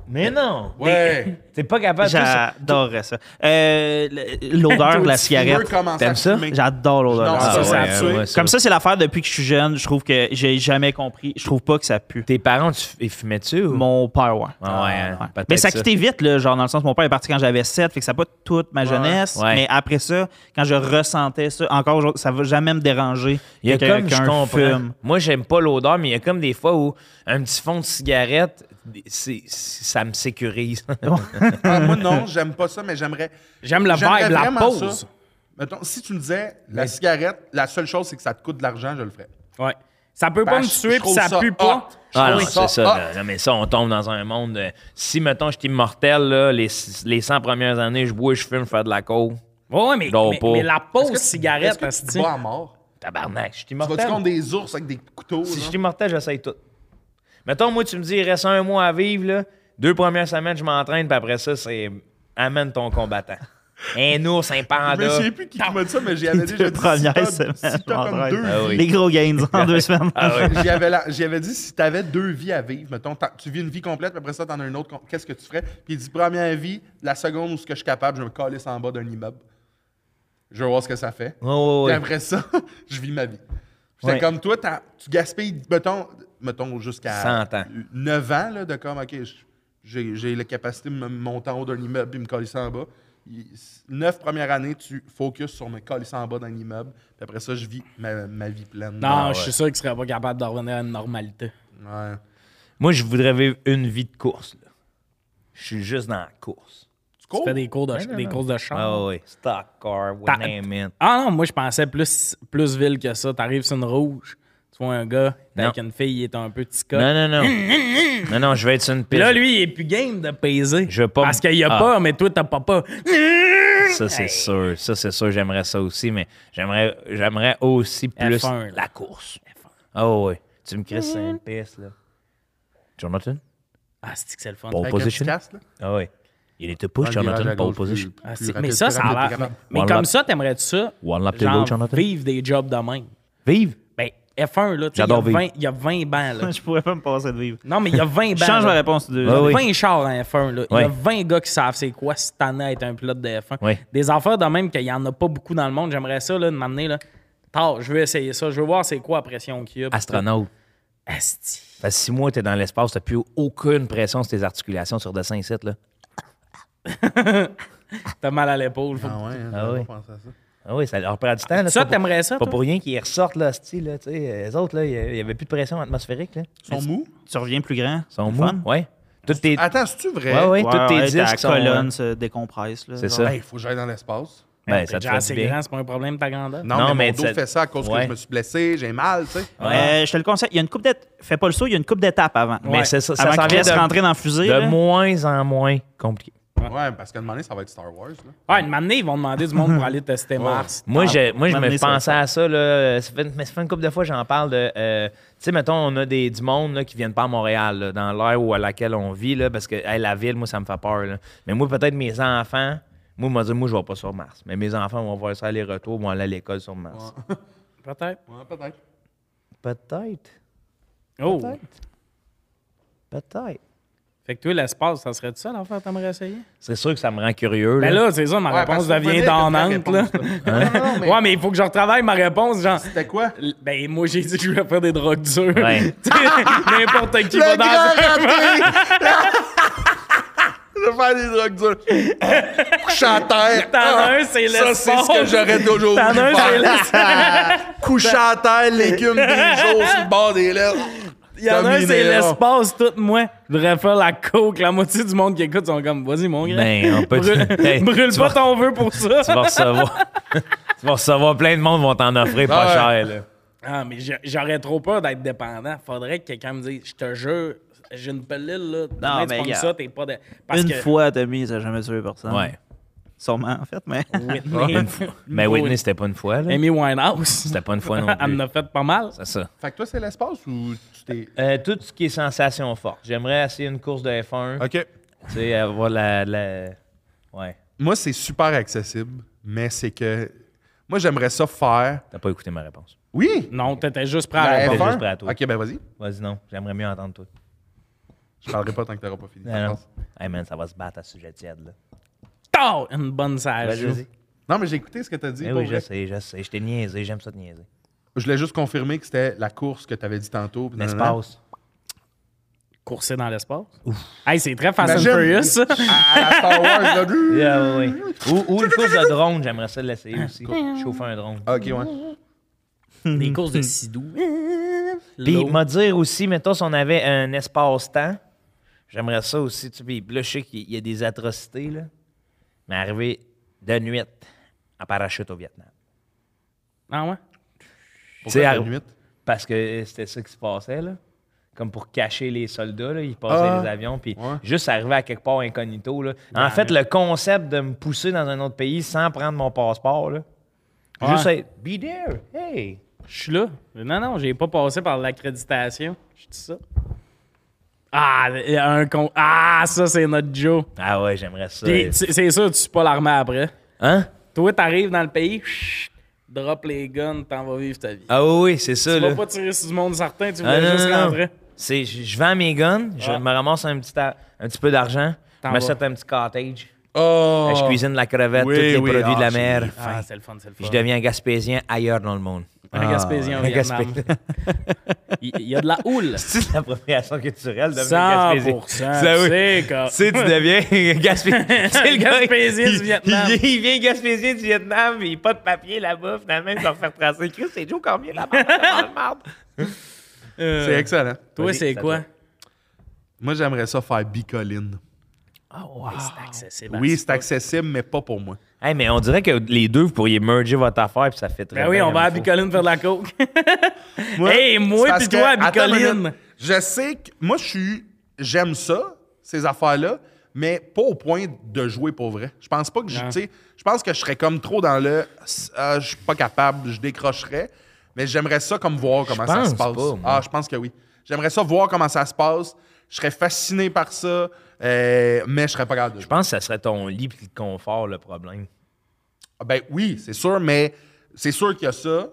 [SPEAKER 5] Mais non!
[SPEAKER 4] Ouais.
[SPEAKER 5] T'es pas capable de ça.
[SPEAKER 3] J'adorerais ça. Euh, le- L'odeur de la
[SPEAKER 4] Tu veux
[SPEAKER 3] cigarette.
[SPEAKER 4] commencer à
[SPEAKER 5] T'aimes ça?
[SPEAKER 4] fumer.
[SPEAKER 3] J'adore l'odeur.
[SPEAKER 4] Non,
[SPEAKER 3] de la
[SPEAKER 1] Ah,
[SPEAKER 4] ça,
[SPEAKER 3] cigarette.
[SPEAKER 4] ça a
[SPEAKER 5] ouais,
[SPEAKER 4] tué.
[SPEAKER 5] ouais, ça.
[SPEAKER 3] Comme ça, c'est l'affaire depuis que je suis jeune. Je trouve que j'ai jamais compris. Je trouve pas que ça pue.
[SPEAKER 5] Tes parents, tu, ils fumaient-tu? ou-
[SPEAKER 3] Mon père, ouais.
[SPEAKER 5] Ah ouais, hein, peut-être
[SPEAKER 3] Mais ça a
[SPEAKER 5] ça.
[SPEAKER 3] quitté vite, là, genre dans le sens, mon père est parti quand j'avais 7, fait que ça n'a pas toute ma jeunesse.
[SPEAKER 5] Ouais.
[SPEAKER 3] Mais après ça, quand je ressentais ça, encore, aujourd'hui, ça va jamais me déranger.
[SPEAKER 5] Il y a
[SPEAKER 3] que
[SPEAKER 5] comme, je
[SPEAKER 3] quelqu'un
[SPEAKER 5] comprends.
[SPEAKER 3] fume.
[SPEAKER 5] Moi, j'aime pas l'odeur, mais il y a comme des fois où un petit fond de cigarette, c'est- c'est- ça me sécurise.
[SPEAKER 4] Ah, moi, non, j'aime pas ça, mais j'aimerais.
[SPEAKER 1] J'aime le
[SPEAKER 4] j'aimerais
[SPEAKER 1] vibe, la
[SPEAKER 4] vraiment
[SPEAKER 1] pause.
[SPEAKER 4] ça. Mettons, si tu me disais la cigarette, la seule chose, c'est que ça te coûte de l'argent, je le ferais.
[SPEAKER 1] Ouais. Ça peut pas
[SPEAKER 4] Ben,
[SPEAKER 1] me
[SPEAKER 4] je-
[SPEAKER 1] tuer
[SPEAKER 4] je
[SPEAKER 1] puis
[SPEAKER 4] trouve
[SPEAKER 1] ça, pue
[SPEAKER 4] hot.
[SPEAKER 1] pas.
[SPEAKER 4] Je
[SPEAKER 5] Ah non,
[SPEAKER 4] trouve
[SPEAKER 5] c'est ça.
[SPEAKER 4] hot.
[SPEAKER 5] là. Non, mais ça, on tombe dans un monde. de- si, mettons, je suis immortel, là, les, les 100 premières années, je bois, je fume, je fais de la coke.
[SPEAKER 1] Ouais, ouais, mais,
[SPEAKER 5] Non,
[SPEAKER 1] mais,
[SPEAKER 5] pas.
[SPEAKER 1] mais la pause
[SPEAKER 4] Est-ce que-
[SPEAKER 1] cigarette, parce
[SPEAKER 4] est-ce
[SPEAKER 1] que
[SPEAKER 4] que tu bois à mort.
[SPEAKER 5] Tabarnak, je suis
[SPEAKER 4] Tu vas-tu
[SPEAKER 5] immortel.
[SPEAKER 4] contre des ours avec des couteaux?
[SPEAKER 5] Si je
[SPEAKER 4] genre?
[SPEAKER 5] suis immortel, j'essaye tout. Mettons, moi, tu me dis, il reste un mois à vivre, là. Deux premières semaines, je m'entraîne, puis après ça, c'est amène ton combattant. Un ours, un
[SPEAKER 4] Mais je
[SPEAKER 5] panda.
[SPEAKER 4] sais plus qui m'a dit ça, mais j'y avais
[SPEAKER 3] deux
[SPEAKER 4] déjà dit.
[SPEAKER 3] premières
[SPEAKER 4] si
[SPEAKER 3] semaines,
[SPEAKER 4] t'as- si t'as comme
[SPEAKER 3] j'en
[SPEAKER 4] deux
[SPEAKER 5] Ah oui. Ah
[SPEAKER 3] Les gros gains en deux semaines.
[SPEAKER 4] J'y avais, la- j'y avais dit, si tu avais deux vies à vivre, mettons, t'en- tu vis une vie complète, puis après ça, tu en as une autre, com- qu'est-ce que tu ferais? Puis il dit, première vie, la seconde où ce que je suis capable, je me calisse en bas d'un immeuble. Je vais voir ce que ça fait.
[SPEAKER 5] Oh,
[SPEAKER 4] Puis
[SPEAKER 5] ouais, ouais.
[SPEAKER 4] après ça, je vis ma vie. J'étais
[SPEAKER 3] Ouais.
[SPEAKER 4] comme toi, t'as- tu gaspilles, mettons, mettons jusqu'à
[SPEAKER 5] 100 ans.
[SPEAKER 4] 9 ans, là, de comme, OK, je- j'ai j'ai la capacité de me monter en haut d'un immeuble puis me colisser en bas. Il- Neuf premières années, tu focuses sur me colisser en bas d'un immeuble. Puis après ça, je vis ma, ma vie pleine.
[SPEAKER 1] Non,
[SPEAKER 5] Ah, ouais.
[SPEAKER 1] je suis sûr qu'il serait pas capable de revenir à une normalité.
[SPEAKER 4] Ouais.
[SPEAKER 5] Moi, je voudrais vivre une vie de course. là. Je suis juste dans la course.
[SPEAKER 4] Tu cours?
[SPEAKER 1] Tu fais des, cours de, des courses de char.
[SPEAKER 5] Ah oui. Stock car, what
[SPEAKER 1] T'as-
[SPEAKER 5] name it.
[SPEAKER 1] Ah non, moi je pensais plus, plus ville que ça. T'arrives sur une rouge, tu vois un gars avec une fille, il est un peu petit
[SPEAKER 5] Non, non, non. non, non, je vais être sur une
[SPEAKER 1] Puis
[SPEAKER 5] piste.
[SPEAKER 1] là, lui, il est plus game de peser.
[SPEAKER 5] Je veux pas
[SPEAKER 1] Parce
[SPEAKER 5] me-
[SPEAKER 1] qu'il y a
[SPEAKER 5] Ah.
[SPEAKER 1] peur, mais toi, t'as pas peur.
[SPEAKER 5] Ça, c'est sûr. Ça, c'est sûr. J'aimerais ça aussi, mais j'aimerais, j'aimerais aussi plus
[SPEAKER 1] F1, là.
[SPEAKER 5] la course. Ah oh, oui. Tu me crisses sur une piste, là. Jonathan?
[SPEAKER 1] Ah, c'est que c'est le fun.
[SPEAKER 5] Pole
[SPEAKER 4] Avec un petit
[SPEAKER 5] position?
[SPEAKER 4] casque, là?
[SPEAKER 5] Ah oui. Il était push,
[SPEAKER 4] Dans le virage
[SPEAKER 5] Jonathan,
[SPEAKER 4] à
[SPEAKER 5] pole
[SPEAKER 4] gauche,
[SPEAKER 5] position.
[SPEAKER 4] plus-
[SPEAKER 1] Ah,
[SPEAKER 4] plus
[SPEAKER 1] c'est- mais
[SPEAKER 4] rapide,
[SPEAKER 1] ça,
[SPEAKER 4] plus
[SPEAKER 1] ça
[SPEAKER 4] rapide,
[SPEAKER 1] a
[SPEAKER 4] plus
[SPEAKER 1] l'air.
[SPEAKER 4] rapide.
[SPEAKER 1] Mais
[SPEAKER 5] One
[SPEAKER 1] comme
[SPEAKER 5] lap.
[SPEAKER 1] ça, t'aimerais-tu ça?
[SPEAKER 5] One lap to
[SPEAKER 1] Genre,
[SPEAKER 5] go, Jonathan.
[SPEAKER 1] Vivre des jobs de même.
[SPEAKER 5] Vive!
[SPEAKER 1] Ben, F1, là, tu sais, il y a
[SPEAKER 5] J'adore vivre.
[SPEAKER 1] 20 il y a 20 bancs, là.
[SPEAKER 3] Je pourrais pas me passer de vivre.
[SPEAKER 1] Non, mais il y a 20 bancs.
[SPEAKER 3] Je change
[SPEAKER 1] là.
[SPEAKER 3] ma réponse. De...
[SPEAKER 5] Ah Ben oui.
[SPEAKER 1] 20 chars en F1, là. Il y a
[SPEAKER 5] Oui.
[SPEAKER 1] 20 gars qui savent c'est quoi cette année être un pilote de F1.
[SPEAKER 5] Oui.
[SPEAKER 1] Des affaires de même qu'il n'y en a pas beaucoup dans le monde. J'aimerais ça, là, de m'amener, là. Tard, je veux essayer ça. Je veux voir c'est quoi la pression qu'il y a.
[SPEAKER 5] Astronaute.
[SPEAKER 1] Asti.
[SPEAKER 5] Parce que si moi, t'es dans l'espace, t'as plus aucune pression sur tes articulations sur dessin ici, là.
[SPEAKER 1] T'as mal à l'épaule. faut-
[SPEAKER 4] Ah ouais, hein,
[SPEAKER 5] Ah
[SPEAKER 4] j'avais
[SPEAKER 5] oui.
[SPEAKER 4] pas pensé à ça.
[SPEAKER 5] Ah oui, ça leur prend du temps. Là,
[SPEAKER 1] Ça,
[SPEAKER 5] C'est pas pour-
[SPEAKER 1] t'aimerais ça,
[SPEAKER 5] c'est Pas
[SPEAKER 1] toi?
[SPEAKER 5] pour rien qu'ils ressortent, là, style, là, tu sais. Les autres, là, il y avait plus de pression atmosphérique, là.
[SPEAKER 4] Ils sont mous?
[SPEAKER 3] Tu reviens plus grand.
[SPEAKER 5] Ils sont
[SPEAKER 3] C'est
[SPEAKER 5] mous,
[SPEAKER 3] fun.
[SPEAKER 5] ouais. Toutes tes...
[SPEAKER 4] Attends, c'est-tu vrai?
[SPEAKER 5] Ouais, ouais,
[SPEAKER 3] Ouais,
[SPEAKER 5] tous tes
[SPEAKER 3] ouais, ta
[SPEAKER 5] disques sont...
[SPEAKER 3] colonne se décompresse. là.
[SPEAKER 5] C'est
[SPEAKER 3] Genre,
[SPEAKER 5] ça.
[SPEAKER 4] Il faut que j'aille dans l'espace.
[SPEAKER 5] Ben,
[SPEAKER 1] T'es
[SPEAKER 5] ça te
[SPEAKER 1] déjà
[SPEAKER 5] fait
[SPEAKER 1] assez
[SPEAKER 5] du bien.
[SPEAKER 1] grand, c'est pas un problème, ta grandeur.
[SPEAKER 4] Non,
[SPEAKER 5] Non,
[SPEAKER 4] mais,
[SPEAKER 5] mais
[SPEAKER 4] mon dos
[SPEAKER 5] ça-
[SPEAKER 4] fait ça à cause
[SPEAKER 5] Ouais.
[SPEAKER 4] que je me suis blessé, j'ai mal, tu sais.
[SPEAKER 3] Euh, je te le conseille. Il y a une coupe d'étapes. Fais pas le saut, il y a une coupe d'étapes avant.
[SPEAKER 5] Ah. Mais c'est ça, ça
[SPEAKER 3] avant
[SPEAKER 5] s'en
[SPEAKER 3] qu'il
[SPEAKER 5] vient
[SPEAKER 3] laisse
[SPEAKER 5] de,
[SPEAKER 3] rentrer dans le fusil.
[SPEAKER 5] de
[SPEAKER 3] là.
[SPEAKER 5] moins en moins compliqué.
[SPEAKER 4] Ouais, parce qu'à un moment donné, ça va être Star Wars. Là.
[SPEAKER 1] Ouais, une matinée, ils vont demander du monde pour aller
[SPEAKER 5] Oh.
[SPEAKER 1] tester Mars.
[SPEAKER 5] Moi, je, moi, je
[SPEAKER 3] m'amener
[SPEAKER 5] me
[SPEAKER 3] sur
[SPEAKER 5] pensais à ça, là, ça fait, mais ça fait une couple de fois j'en parle de... euh, tu sais, mettons, on a des, du monde là, qui viennent pas à Montréal, là, dans l'ère où- à laquelle on vit, là, parce que hey, la ville, moi, ça me fait peur. là. Mais moi, peut-être mes enfants... Moi, moi, moi, je vais pas sur Mars. Mais mes enfants vont voir ça aller-retour, vont aller à l'école sur Mars.
[SPEAKER 1] Peut-être.
[SPEAKER 4] Ouais, peut-être.
[SPEAKER 5] Peut-être.
[SPEAKER 1] Oh!
[SPEAKER 5] Peut-être.
[SPEAKER 1] Fait que toi, l'espace, ça serait ça, l'enfer, t'aimerais essayer?
[SPEAKER 5] C'est sûr que ça me rend curieux.
[SPEAKER 1] Ben
[SPEAKER 5] là.
[SPEAKER 1] là, c'est ça, ma
[SPEAKER 4] Ouais,
[SPEAKER 1] réponse
[SPEAKER 4] parce qu'on
[SPEAKER 1] devient
[SPEAKER 4] venait avec une
[SPEAKER 1] donnante, là.
[SPEAKER 4] réponse, là. Non, non, non, mais
[SPEAKER 1] Ouais, mais il faut que je retravaille ma réponse, genre...
[SPEAKER 4] c'était quoi?
[SPEAKER 1] l- Ben, moi, j'ai dit que je voulais faire des drogues dures.
[SPEAKER 5] Ouais.
[SPEAKER 1] Tu sais, N'importe qui va
[SPEAKER 4] Le
[SPEAKER 1] dans...
[SPEAKER 4] grand raté! Je vais faire des drogues dures. Coucher à terre.
[SPEAKER 1] T'en as un, c'est
[SPEAKER 4] Ça,
[SPEAKER 1] l'espace.
[SPEAKER 4] c'est ce que j'aurais toujours
[SPEAKER 1] T'en
[SPEAKER 4] voulu
[SPEAKER 1] as un, c'est
[SPEAKER 4] faire.
[SPEAKER 1] l'espace.
[SPEAKER 4] Coucher à terre, l'écume des jours sur le bord des lèvres.
[SPEAKER 1] Il y en a un,
[SPEAKER 4] Terminé,
[SPEAKER 1] c'est
[SPEAKER 4] là.
[SPEAKER 1] l'espace, tout moi. Je voudrais faire la coke. La moitié du monde qui écoute sont comme, vas-y, mon gars.
[SPEAKER 5] Ben, on peut-
[SPEAKER 1] brûle
[SPEAKER 5] Hey,
[SPEAKER 1] brûle
[SPEAKER 5] tu
[SPEAKER 1] pas
[SPEAKER 5] vas-
[SPEAKER 1] ton vœu pour ça.
[SPEAKER 5] tu vas recevoir. tu vas recevoir plein de monde vont t'en offrir pas
[SPEAKER 4] Ah
[SPEAKER 5] cher.
[SPEAKER 4] ouais.
[SPEAKER 5] Là.
[SPEAKER 1] Ah, mais j'ai- j'aurais trop peur d'être dépendant. Faudrait que quelqu'un me dise, je te jure, j'ai une pilule, là. Demain, tu
[SPEAKER 3] mais
[SPEAKER 1] pognes
[SPEAKER 3] gars,
[SPEAKER 1] ça, t'es pas de... Parce
[SPEAKER 3] une
[SPEAKER 1] que...
[SPEAKER 3] fois, Tommy, ça a jamais tué personne.
[SPEAKER 5] Ouais.
[SPEAKER 3] Sûrement, en fait, mais.
[SPEAKER 1] Whitney,
[SPEAKER 5] Une fois. Mais Whitney, c'était pas une fois. Là.
[SPEAKER 1] Amy Winehouse.
[SPEAKER 5] C'était pas une fois non
[SPEAKER 1] Elle
[SPEAKER 5] plus.
[SPEAKER 1] me fait pas mal.
[SPEAKER 5] C'est ça.
[SPEAKER 4] Fait que toi, c'est l'espace ou tu t'es.
[SPEAKER 5] Euh, tout ce qui est sensation forte. J'aimerais essayer une course de F1.
[SPEAKER 4] OK.
[SPEAKER 5] Tu sais, avoir la. la... Ouais.
[SPEAKER 4] Moi, c'est super accessible, mais c'est que. Moi, j'aimerais ça faire.
[SPEAKER 5] T'as pas écouté ma réponse.
[SPEAKER 4] Oui!
[SPEAKER 1] Non, t'étais juste prêt à
[SPEAKER 4] La
[SPEAKER 1] répondre.
[SPEAKER 5] F1?
[SPEAKER 4] F1?
[SPEAKER 5] juste prêt à toi.
[SPEAKER 4] Ok, ben vas-y.
[SPEAKER 5] Vas-y, non. J'aimerais mieux entendre toi.
[SPEAKER 4] Je parlerai pas tant que t'auras pas fini.
[SPEAKER 5] Non,
[SPEAKER 4] ta
[SPEAKER 5] non.
[SPEAKER 4] phrase.
[SPEAKER 5] Hey man, ça va se battre à ce sujet tiède. Là.
[SPEAKER 1] Tard! Une bonne sage.
[SPEAKER 5] Vas-y, vas-y.
[SPEAKER 4] Non, mais j'ai écouté ce que t'as dit.
[SPEAKER 5] Eh
[SPEAKER 4] pour
[SPEAKER 5] oui,
[SPEAKER 4] vrai.
[SPEAKER 5] je sais, je sais. Je t'ai niaisé. J'aime ça te niaiser.
[SPEAKER 4] Je voulais juste confirmer que c'était la course que t'avais dit tantôt. puis nanana.
[SPEAKER 5] L'espace.
[SPEAKER 1] Courser dans l'espace. Hey, c'est très Fast and
[SPEAKER 4] Imagine-
[SPEAKER 1] Furious, ça.
[SPEAKER 4] À la Ah, Star Wars, là. du-
[SPEAKER 5] Yeah, oui, oui. Ou, ou une course de drone. J'aimerais ça l'essayer aussi. Chauffer un drone.
[SPEAKER 4] Ok, ouais.
[SPEAKER 1] Des courses de sidou.
[SPEAKER 5] Puis
[SPEAKER 1] L'eau.
[SPEAKER 5] il m'a dire aussi, mettons, si on avait un espace-temps, j'aimerais ça aussi. Tu sais, puis là, je sais qu'il y a des atrocités, là. Mais arriver de nuit en parachute au Vietnam.
[SPEAKER 1] Ah ouais?
[SPEAKER 4] Pourquoi la
[SPEAKER 5] à-
[SPEAKER 4] nuit?
[SPEAKER 5] Parce que euh, c'était ça qui se passait, là. Comme pour cacher les soldats, là, ils passaient
[SPEAKER 4] Ah.
[SPEAKER 5] les avions, puis
[SPEAKER 4] Ouais.
[SPEAKER 5] juste arriver à quelque part incognito. Là. En fait, le concept de me pousser dans un autre pays sans prendre mon passeport, là, juste être « be there, hey
[SPEAKER 1] Je suis là. Non, non, j'ai pas passé par l'accréditation. Je dis ça. Ah, il y a un con. Ah, ça, c'est notre Joe. »
[SPEAKER 5] Ah ouais, j'aimerais ça.
[SPEAKER 1] Puis, tu- c'est sûr, tu suis pas l'armée après.
[SPEAKER 5] Hein?
[SPEAKER 1] Toi, t'arrives dans le pays, chut, drop les guns, t'en vas vivre ta vie.
[SPEAKER 5] Ah oui, oui, c'est ça,
[SPEAKER 1] tu
[SPEAKER 5] là.
[SPEAKER 1] vas pas tirer sur du monde certain, tu vas
[SPEAKER 5] Ah, non,
[SPEAKER 1] juste
[SPEAKER 5] non, non.
[SPEAKER 1] rentrer.
[SPEAKER 5] C'est, je, je vends mes guns, je
[SPEAKER 1] Ah.
[SPEAKER 5] me ramasse un petit, a- un petit peu d'argent, je
[SPEAKER 1] T'en
[SPEAKER 5] m'achète un petit cottage, Euh,
[SPEAKER 4] Oh!
[SPEAKER 5] je cuisine la crevette,
[SPEAKER 4] Oui,
[SPEAKER 5] tous les
[SPEAKER 4] oui,
[SPEAKER 5] produits
[SPEAKER 4] ah,
[SPEAKER 5] de la
[SPEAKER 4] c'est
[SPEAKER 5] mer.
[SPEAKER 1] Ah, c'est le fun, c'est le fun.
[SPEAKER 5] Je deviens un Gaspésien ailleurs dans le monde.
[SPEAKER 1] Un Gaspésien au
[SPEAKER 5] un
[SPEAKER 1] Vietnam. Il il y a de la houle.
[SPEAKER 5] C'est de l'appropriation culturelle de
[SPEAKER 1] 100%.
[SPEAKER 5] Ça, oui.
[SPEAKER 1] C'est comme-
[SPEAKER 5] Tu sais, tu deviens Gaspésien. C'est le gars-
[SPEAKER 1] Gaspésien du
[SPEAKER 5] il-
[SPEAKER 1] Vietnam.
[SPEAKER 5] Il, il vient Gaspésien du Vietnam, il a pas de papier là-bas, finalement, ils vont faire tracer. Chris, c'est Joe Cormier là-bas, dans le marbre.
[SPEAKER 1] Euh,
[SPEAKER 4] C'est excellent.
[SPEAKER 1] Toi,
[SPEAKER 5] Vas-y,
[SPEAKER 1] c'est
[SPEAKER 5] ça
[SPEAKER 1] quoi?
[SPEAKER 5] va.
[SPEAKER 4] Moi, j'aimerais ça faire bicoline.
[SPEAKER 1] C'est
[SPEAKER 5] Ben,
[SPEAKER 1] accessible.
[SPEAKER 4] Oui, c'est accessible, mais pas pour moi.
[SPEAKER 5] Hey, mais on dirait que les deux, vous pourriez merger votre affaire, puis ça fait très
[SPEAKER 1] Ben oui,
[SPEAKER 5] bien
[SPEAKER 1] on va
[SPEAKER 5] comme
[SPEAKER 1] à
[SPEAKER 5] faut.
[SPEAKER 1] Bicoline faire de la coke.
[SPEAKER 4] Moi,
[SPEAKER 1] Hey, moi
[SPEAKER 4] c'est parce
[SPEAKER 1] pis
[SPEAKER 4] que-
[SPEAKER 1] toi,
[SPEAKER 4] attends une
[SPEAKER 1] Bicoline.
[SPEAKER 4] minute. Je sais que moi, je suis. J'aime ça, ces affaires-là, mais pas au point de jouer pour vrai. Je pense pas que je.
[SPEAKER 1] Non.
[SPEAKER 4] tu sais, Je pense que je serais comme trop dans le. Ah, je suis pas capable, je décrocherais. Mais j'aimerais ça comme voir comment ça
[SPEAKER 5] pense
[SPEAKER 4] se passe.
[SPEAKER 5] pas, moi.
[SPEAKER 4] ah, je pense que oui. J'aimerais ça voir comment ça se passe. Je serais fasciné par ça, euh, mais je serais pas capable de
[SPEAKER 5] Je pense que ça serait ton lit et le confort, le problème.
[SPEAKER 4] Ah Ben oui, c'est sûr, mais c'est sûr qu'il y a ça,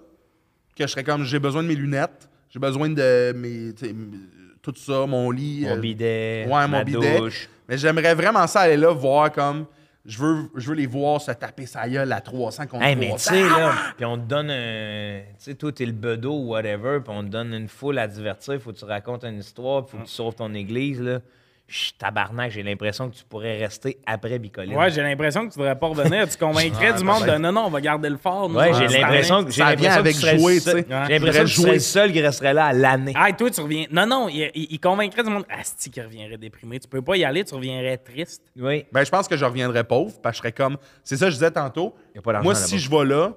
[SPEAKER 4] que je serais comme j'ai besoin de mes lunettes, j'ai besoin de mes, tu sais, m- tout ça, mon lit.
[SPEAKER 5] Mon
[SPEAKER 4] euh,
[SPEAKER 5] bidet,
[SPEAKER 4] ouais,
[SPEAKER 5] ma
[SPEAKER 4] mon bidet.
[SPEAKER 5] douche.
[SPEAKER 4] Mais j'aimerais vraiment ça aller là, voir comme je veux, je veux les voir se taper sa gueule à 300 contre
[SPEAKER 5] Hey, mais tu
[SPEAKER 4] 300.
[SPEAKER 5] sais, là, puis on te donne un. Tu sais, toi, t'es le bedeau ou whatever, puis on te donne une foule à divertir, faut que tu racontes une histoire, puis faut que tu sauves ton église, là. Chut, tabarnak, j'ai l'impression que tu pourrais rester après Bicoline.
[SPEAKER 1] Ouais, j'ai l'impression que tu devrais pas revenir. Tu convaincrais du monde de non, non, on va garder le fort. nous
[SPEAKER 5] Ouais,
[SPEAKER 1] autres,
[SPEAKER 5] j'ai
[SPEAKER 1] cette
[SPEAKER 5] l'impression
[SPEAKER 1] année.
[SPEAKER 5] que j'ai
[SPEAKER 4] Ça
[SPEAKER 5] l'impression
[SPEAKER 4] vient
[SPEAKER 5] que
[SPEAKER 4] avec
[SPEAKER 5] tu serais le
[SPEAKER 4] jouer,
[SPEAKER 5] seul-
[SPEAKER 4] tu sais.
[SPEAKER 5] J'ai
[SPEAKER 4] Ouais.
[SPEAKER 5] l'impression
[SPEAKER 4] Tu
[SPEAKER 5] que tu serais
[SPEAKER 4] devrais
[SPEAKER 5] le seul qui resterait là à l'année.
[SPEAKER 1] Ah, et toi, tu reviens. Non, non, il, il- il convaincrait du monde. Ah, si, qui reviendrait déprimé. Tu peux pas y aller, tu reviendrais triste.
[SPEAKER 5] Oui.
[SPEAKER 4] Ben, je pense que je reviendrais pauvre, parce que je serais comme. C'est ça que je disais tantôt.
[SPEAKER 5] Y a pas d'argent
[SPEAKER 4] Moi,
[SPEAKER 5] là-bas.
[SPEAKER 4] si je vais là,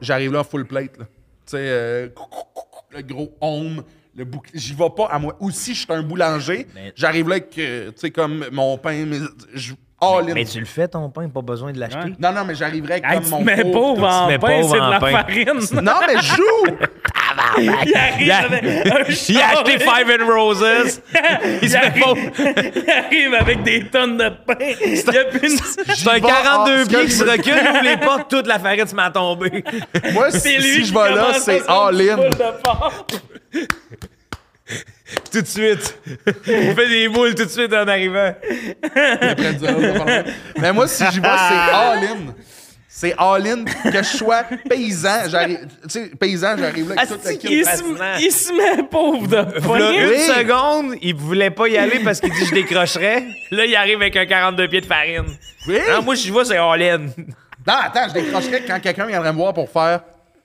[SPEAKER 4] j'arrive là en full plate. là. Tu sais, euh, le gros home, le bouclier. J'y vais pas à moi. Ou si je suis un boulanger,
[SPEAKER 5] Mais-
[SPEAKER 4] j'arrive là avec, euh, tu sais, comme mon pain. mes- Je, all in.
[SPEAKER 5] Mais tu le fais, ton pain, pas besoin de l'acheter.
[SPEAKER 4] Non, non, mais j'arriverais
[SPEAKER 1] Hey,
[SPEAKER 4] comme
[SPEAKER 1] tu
[SPEAKER 4] mon.
[SPEAKER 1] te mets
[SPEAKER 4] pauvre.
[SPEAKER 1] pauvre
[SPEAKER 5] te
[SPEAKER 1] en
[SPEAKER 5] mets
[SPEAKER 1] pain,
[SPEAKER 5] pauvre
[SPEAKER 1] c'est de
[SPEAKER 5] en
[SPEAKER 1] la
[SPEAKER 5] pain.
[SPEAKER 1] farine.
[SPEAKER 4] Non, mais je joue!
[SPEAKER 1] Il arrive avec un
[SPEAKER 5] Il a acheté
[SPEAKER 1] chariot.
[SPEAKER 5] Five and Roses. Il se fait pauvre.
[SPEAKER 1] Il arrive avec des tonnes de pain. Il y a plus une-
[SPEAKER 5] C'est un
[SPEAKER 4] vais
[SPEAKER 5] 42
[SPEAKER 4] en-
[SPEAKER 5] pieds qui se recule, ouvre les portes, toute la farine se m'a tombée.
[SPEAKER 4] Moi,
[SPEAKER 1] C'est
[SPEAKER 4] si,
[SPEAKER 1] lui
[SPEAKER 4] si
[SPEAKER 1] qui
[SPEAKER 4] je vais là,
[SPEAKER 1] commence à
[SPEAKER 4] c'est
[SPEAKER 1] faire une
[SPEAKER 4] all in.
[SPEAKER 1] boule de porc.
[SPEAKER 5] tout de suite. On fait des boules tout de suite en arrivant.
[SPEAKER 4] Après du reste, on parle. Mais moi, si j'y vais, c'est all-in. C'est all-in que je sois paysan. J'arrive, tu sais, paysan, j'arrive là avec toute la
[SPEAKER 1] Il
[SPEAKER 4] kit.
[SPEAKER 5] fascinant.
[SPEAKER 1] se, il se met pauvre de
[SPEAKER 5] Là,
[SPEAKER 1] pain.
[SPEAKER 5] une
[SPEAKER 4] Oui.
[SPEAKER 5] seconde, il voulait pas y aller parce qu'il dit je décrocherais. Là, il arrive avec un 42 pieds de farine.
[SPEAKER 4] Oui?
[SPEAKER 5] Non, moi, je vois, c'est all-in.
[SPEAKER 4] Non, attends, je décrocherais quand quelqu'un viendrait me voir pour faire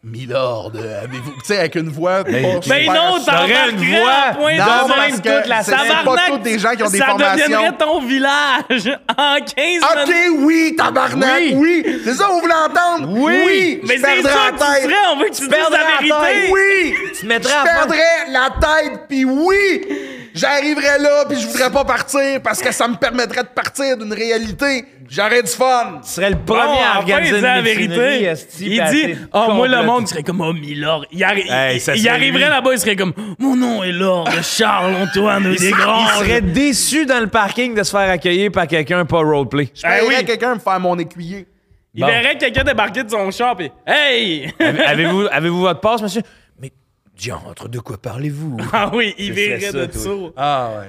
[SPEAKER 4] Milord, avez-vous. Tu sais, avec une voix. pas super
[SPEAKER 1] Ben non,
[SPEAKER 4] ça-
[SPEAKER 5] T'aurais une
[SPEAKER 1] t'embarquerais
[SPEAKER 5] voix.
[SPEAKER 1] en point
[SPEAKER 4] Non,
[SPEAKER 1] de
[SPEAKER 4] parce
[SPEAKER 1] même
[SPEAKER 4] que
[SPEAKER 1] toute la
[SPEAKER 4] c'est- c'est pas
[SPEAKER 1] Tabarnak,
[SPEAKER 4] tous des gens qui ont des
[SPEAKER 1] ça
[SPEAKER 4] formations.
[SPEAKER 1] deviendrait ton village en 15
[SPEAKER 4] Ok,
[SPEAKER 1] minutes.
[SPEAKER 4] oui, tabarnak,
[SPEAKER 5] Oui.
[SPEAKER 4] oui. C'est ça, vous voulez entendre? Oui. je
[SPEAKER 1] Mais c'est
[SPEAKER 4] perdrais
[SPEAKER 1] ça
[SPEAKER 4] la
[SPEAKER 1] que
[SPEAKER 4] tête.
[SPEAKER 1] tu serais, on veut que tu dises
[SPEAKER 5] perdrais
[SPEAKER 1] la
[SPEAKER 5] la
[SPEAKER 1] vérité.
[SPEAKER 5] tête,
[SPEAKER 4] Oui!
[SPEAKER 5] Tu te mettrais
[SPEAKER 4] Je
[SPEAKER 5] à faire-
[SPEAKER 4] perdrais la tête, puis oui! J'arriverais là, puis je voudrais pas partir, parce que ça me permettrait de partir d'une réalité. J'aurais du fun!
[SPEAKER 5] Tu serais le
[SPEAKER 1] Bon,
[SPEAKER 5] premier à
[SPEAKER 1] Ah, enfin, il
[SPEAKER 5] organiser
[SPEAKER 1] dit
[SPEAKER 5] une
[SPEAKER 1] la
[SPEAKER 5] mutinerie,
[SPEAKER 1] vérité.
[SPEAKER 5] esti,
[SPEAKER 1] il
[SPEAKER 5] puis
[SPEAKER 1] dit,
[SPEAKER 5] assez
[SPEAKER 1] oh, moi, le
[SPEAKER 5] complète.
[SPEAKER 1] monde serait comme, oh, Milord. Il, arri-
[SPEAKER 5] Hey, ça
[SPEAKER 1] il- il
[SPEAKER 5] serait
[SPEAKER 1] arriverait
[SPEAKER 5] lui.
[SPEAKER 1] là-bas, il serait comme, mon nom est Lord Charles-Antoine des
[SPEAKER 5] Il
[SPEAKER 1] Grands.
[SPEAKER 5] serait déçu dans le parking de se faire accueillir par quelqu'un pas roleplay.
[SPEAKER 4] Je paierais
[SPEAKER 1] Eh oui.
[SPEAKER 4] quelqu'un me faire mon écuyer.
[SPEAKER 1] Il
[SPEAKER 5] Bon. Ah
[SPEAKER 1] verrait quelqu'un débarquer de son char, puis, hey!
[SPEAKER 5] Avez- Avez-vous avez-vous votre passe, monsieur? Mais, diantre, de quoi parlez-vous?
[SPEAKER 1] ah oui, il
[SPEAKER 5] serait
[SPEAKER 1] verrait
[SPEAKER 5] ça,
[SPEAKER 1] de
[SPEAKER 5] toi.
[SPEAKER 1] ça.
[SPEAKER 4] Ah ouais,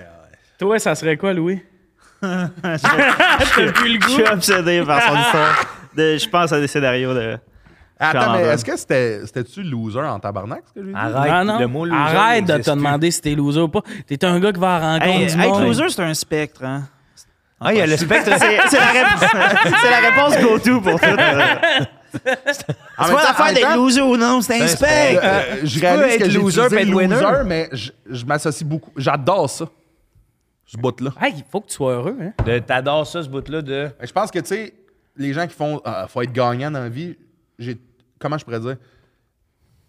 [SPEAKER 1] Toi, ça serait quoi, Louis? T'as plus le
[SPEAKER 3] Je suis
[SPEAKER 1] goût?
[SPEAKER 3] obsédé par son histoire. De- je pense à des scénarios de.
[SPEAKER 4] Attends,
[SPEAKER 3] Charles
[SPEAKER 4] mais
[SPEAKER 3] Antoine.
[SPEAKER 4] est-ce que c'était, c'était-tu loser en tabarnak, ce que j'ai dit?
[SPEAKER 5] Arrête,
[SPEAKER 1] Ah non.
[SPEAKER 5] le mot loser
[SPEAKER 1] Arrête de
[SPEAKER 5] n'existe
[SPEAKER 1] te
[SPEAKER 5] plus.
[SPEAKER 1] demander si t'es loser ou pas. T'es un gars qui va à la rencontre
[SPEAKER 3] Hey,
[SPEAKER 1] du
[SPEAKER 3] être
[SPEAKER 1] monde.
[SPEAKER 3] loser, c'est un spectre, hein?
[SPEAKER 5] Ah, il y a le spectre.
[SPEAKER 3] C'est c'est la, rép- c'est la réponse go-to pour tout. C'est
[SPEAKER 4] En même
[SPEAKER 3] pas
[SPEAKER 4] temps- en
[SPEAKER 3] l'affaire
[SPEAKER 4] même
[SPEAKER 3] d'être
[SPEAKER 4] temps,
[SPEAKER 3] loser ou non, c'est
[SPEAKER 5] Ben,
[SPEAKER 3] un
[SPEAKER 4] euh,
[SPEAKER 3] spectre.
[SPEAKER 4] euh, je
[SPEAKER 5] peux
[SPEAKER 4] réalise
[SPEAKER 5] être
[SPEAKER 4] que j'ai
[SPEAKER 5] loser,
[SPEAKER 4] utilisé
[SPEAKER 5] puis être winner.
[SPEAKER 4] loser, mais je, je m'associe beaucoup. J'adore ça. Ce bout-là.
[SPEAKER 1] Hey, il faut que tu sois heureux, hein?
[SPEAKER 5] De- T'adores ça, ce bout-là, de.
[SPEAKER 4] Mais Ben, Je pense que, tu sais, les gens qui font Ah, faut être gagnant dans la vie, j'ai. Comment je pourrais dire?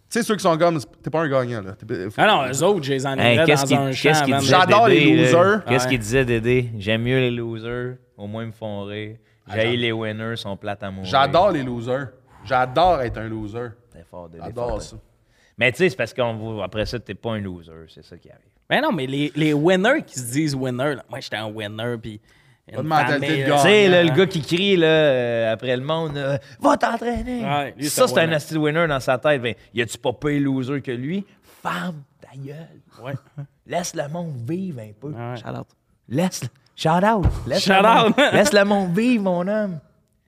[SPEAKER 4] Tu sais, ceux qui sont comme, t'es pas un gagnant, là. T'es-
[SPEAKER 1] Ah non, eux autres, je les enlèverais
[SPEAKER 5] Hey, qu'est-ce
[SPEAKER 1] dans
[SPEAKER 5] qu'il
[SPEAKER 1] un champ.
[SPEAKER 5] qu'est-ce qu'il
[SPEAKER 1] avant de-
[SPEAKER 5] disait
[SPEAKER 4] J'adore les
[SPEAKER 5] Dédé, là?
[SPEAKER 4] losers.
[SPEAKER 5] Qu'est-ce
[SPEAKER 1] Ouais.
[SPEAKER 5] qu'il disait, Dédé? J'aime mieux les losers. Au moins, ils me font rire.
[SPEAKER 1] Ah,
[SPEAKER 5] J'ai les winners, sont plates à mourir.
[SPEAKER 4] J'adore les losers. J'adore être un loser.
[SPEAKER 5] Très fort, Dédé.
[SPEAKER 4] J'adore
[SPEAKER 5] Fort,
[SPEAKER 4] ça.
[SPEAKER 5] Mais tu sais, c'est parce qu'après ça, t'es pas un loser. C'est ça qui arrive.
[SPEAKER 1] Ben non, mais les, les winners qui se disent winner, là, moi j'étais un winner, puis
[SPEAKER 4] Pas de mentalité de
[SPEAKER 1] famille,
[SPEAKER 4] gars.
[SPEAKER 5] Tu sais, là,
[SPEAKER 1] hein.
[SPEAKER 5] le gars qui crie là, euh, après le monde, euh, va t'entraîner.
[SPEAKER 1] Ouais, lui, c'est
[SPEAKER 5] ça, c'est
[SPEAKER 1] un
[SPEAKER 5] un
[SPEAKER 1] winner.
[SPEAKER 5] nasty winner dans sa tête. Ben, y a-tu pas pire loser que lui? Femme, ta gueule.
[SPEAKER 1] Ouais.
[SPEAKER 5] Laisse le monde vivre un peu.
[SPEAKER 1] Ouais.
[SPEAKER 3] Shout-out.
[SPEAKER 5] Laisse. Shout out. Laisse
[SPEAKER 1] Shout
[SPEAKER 5] le monde-
[SPEAKER 1] out.
[SPEAKER 5] Laisse le monde vivre, mon homme.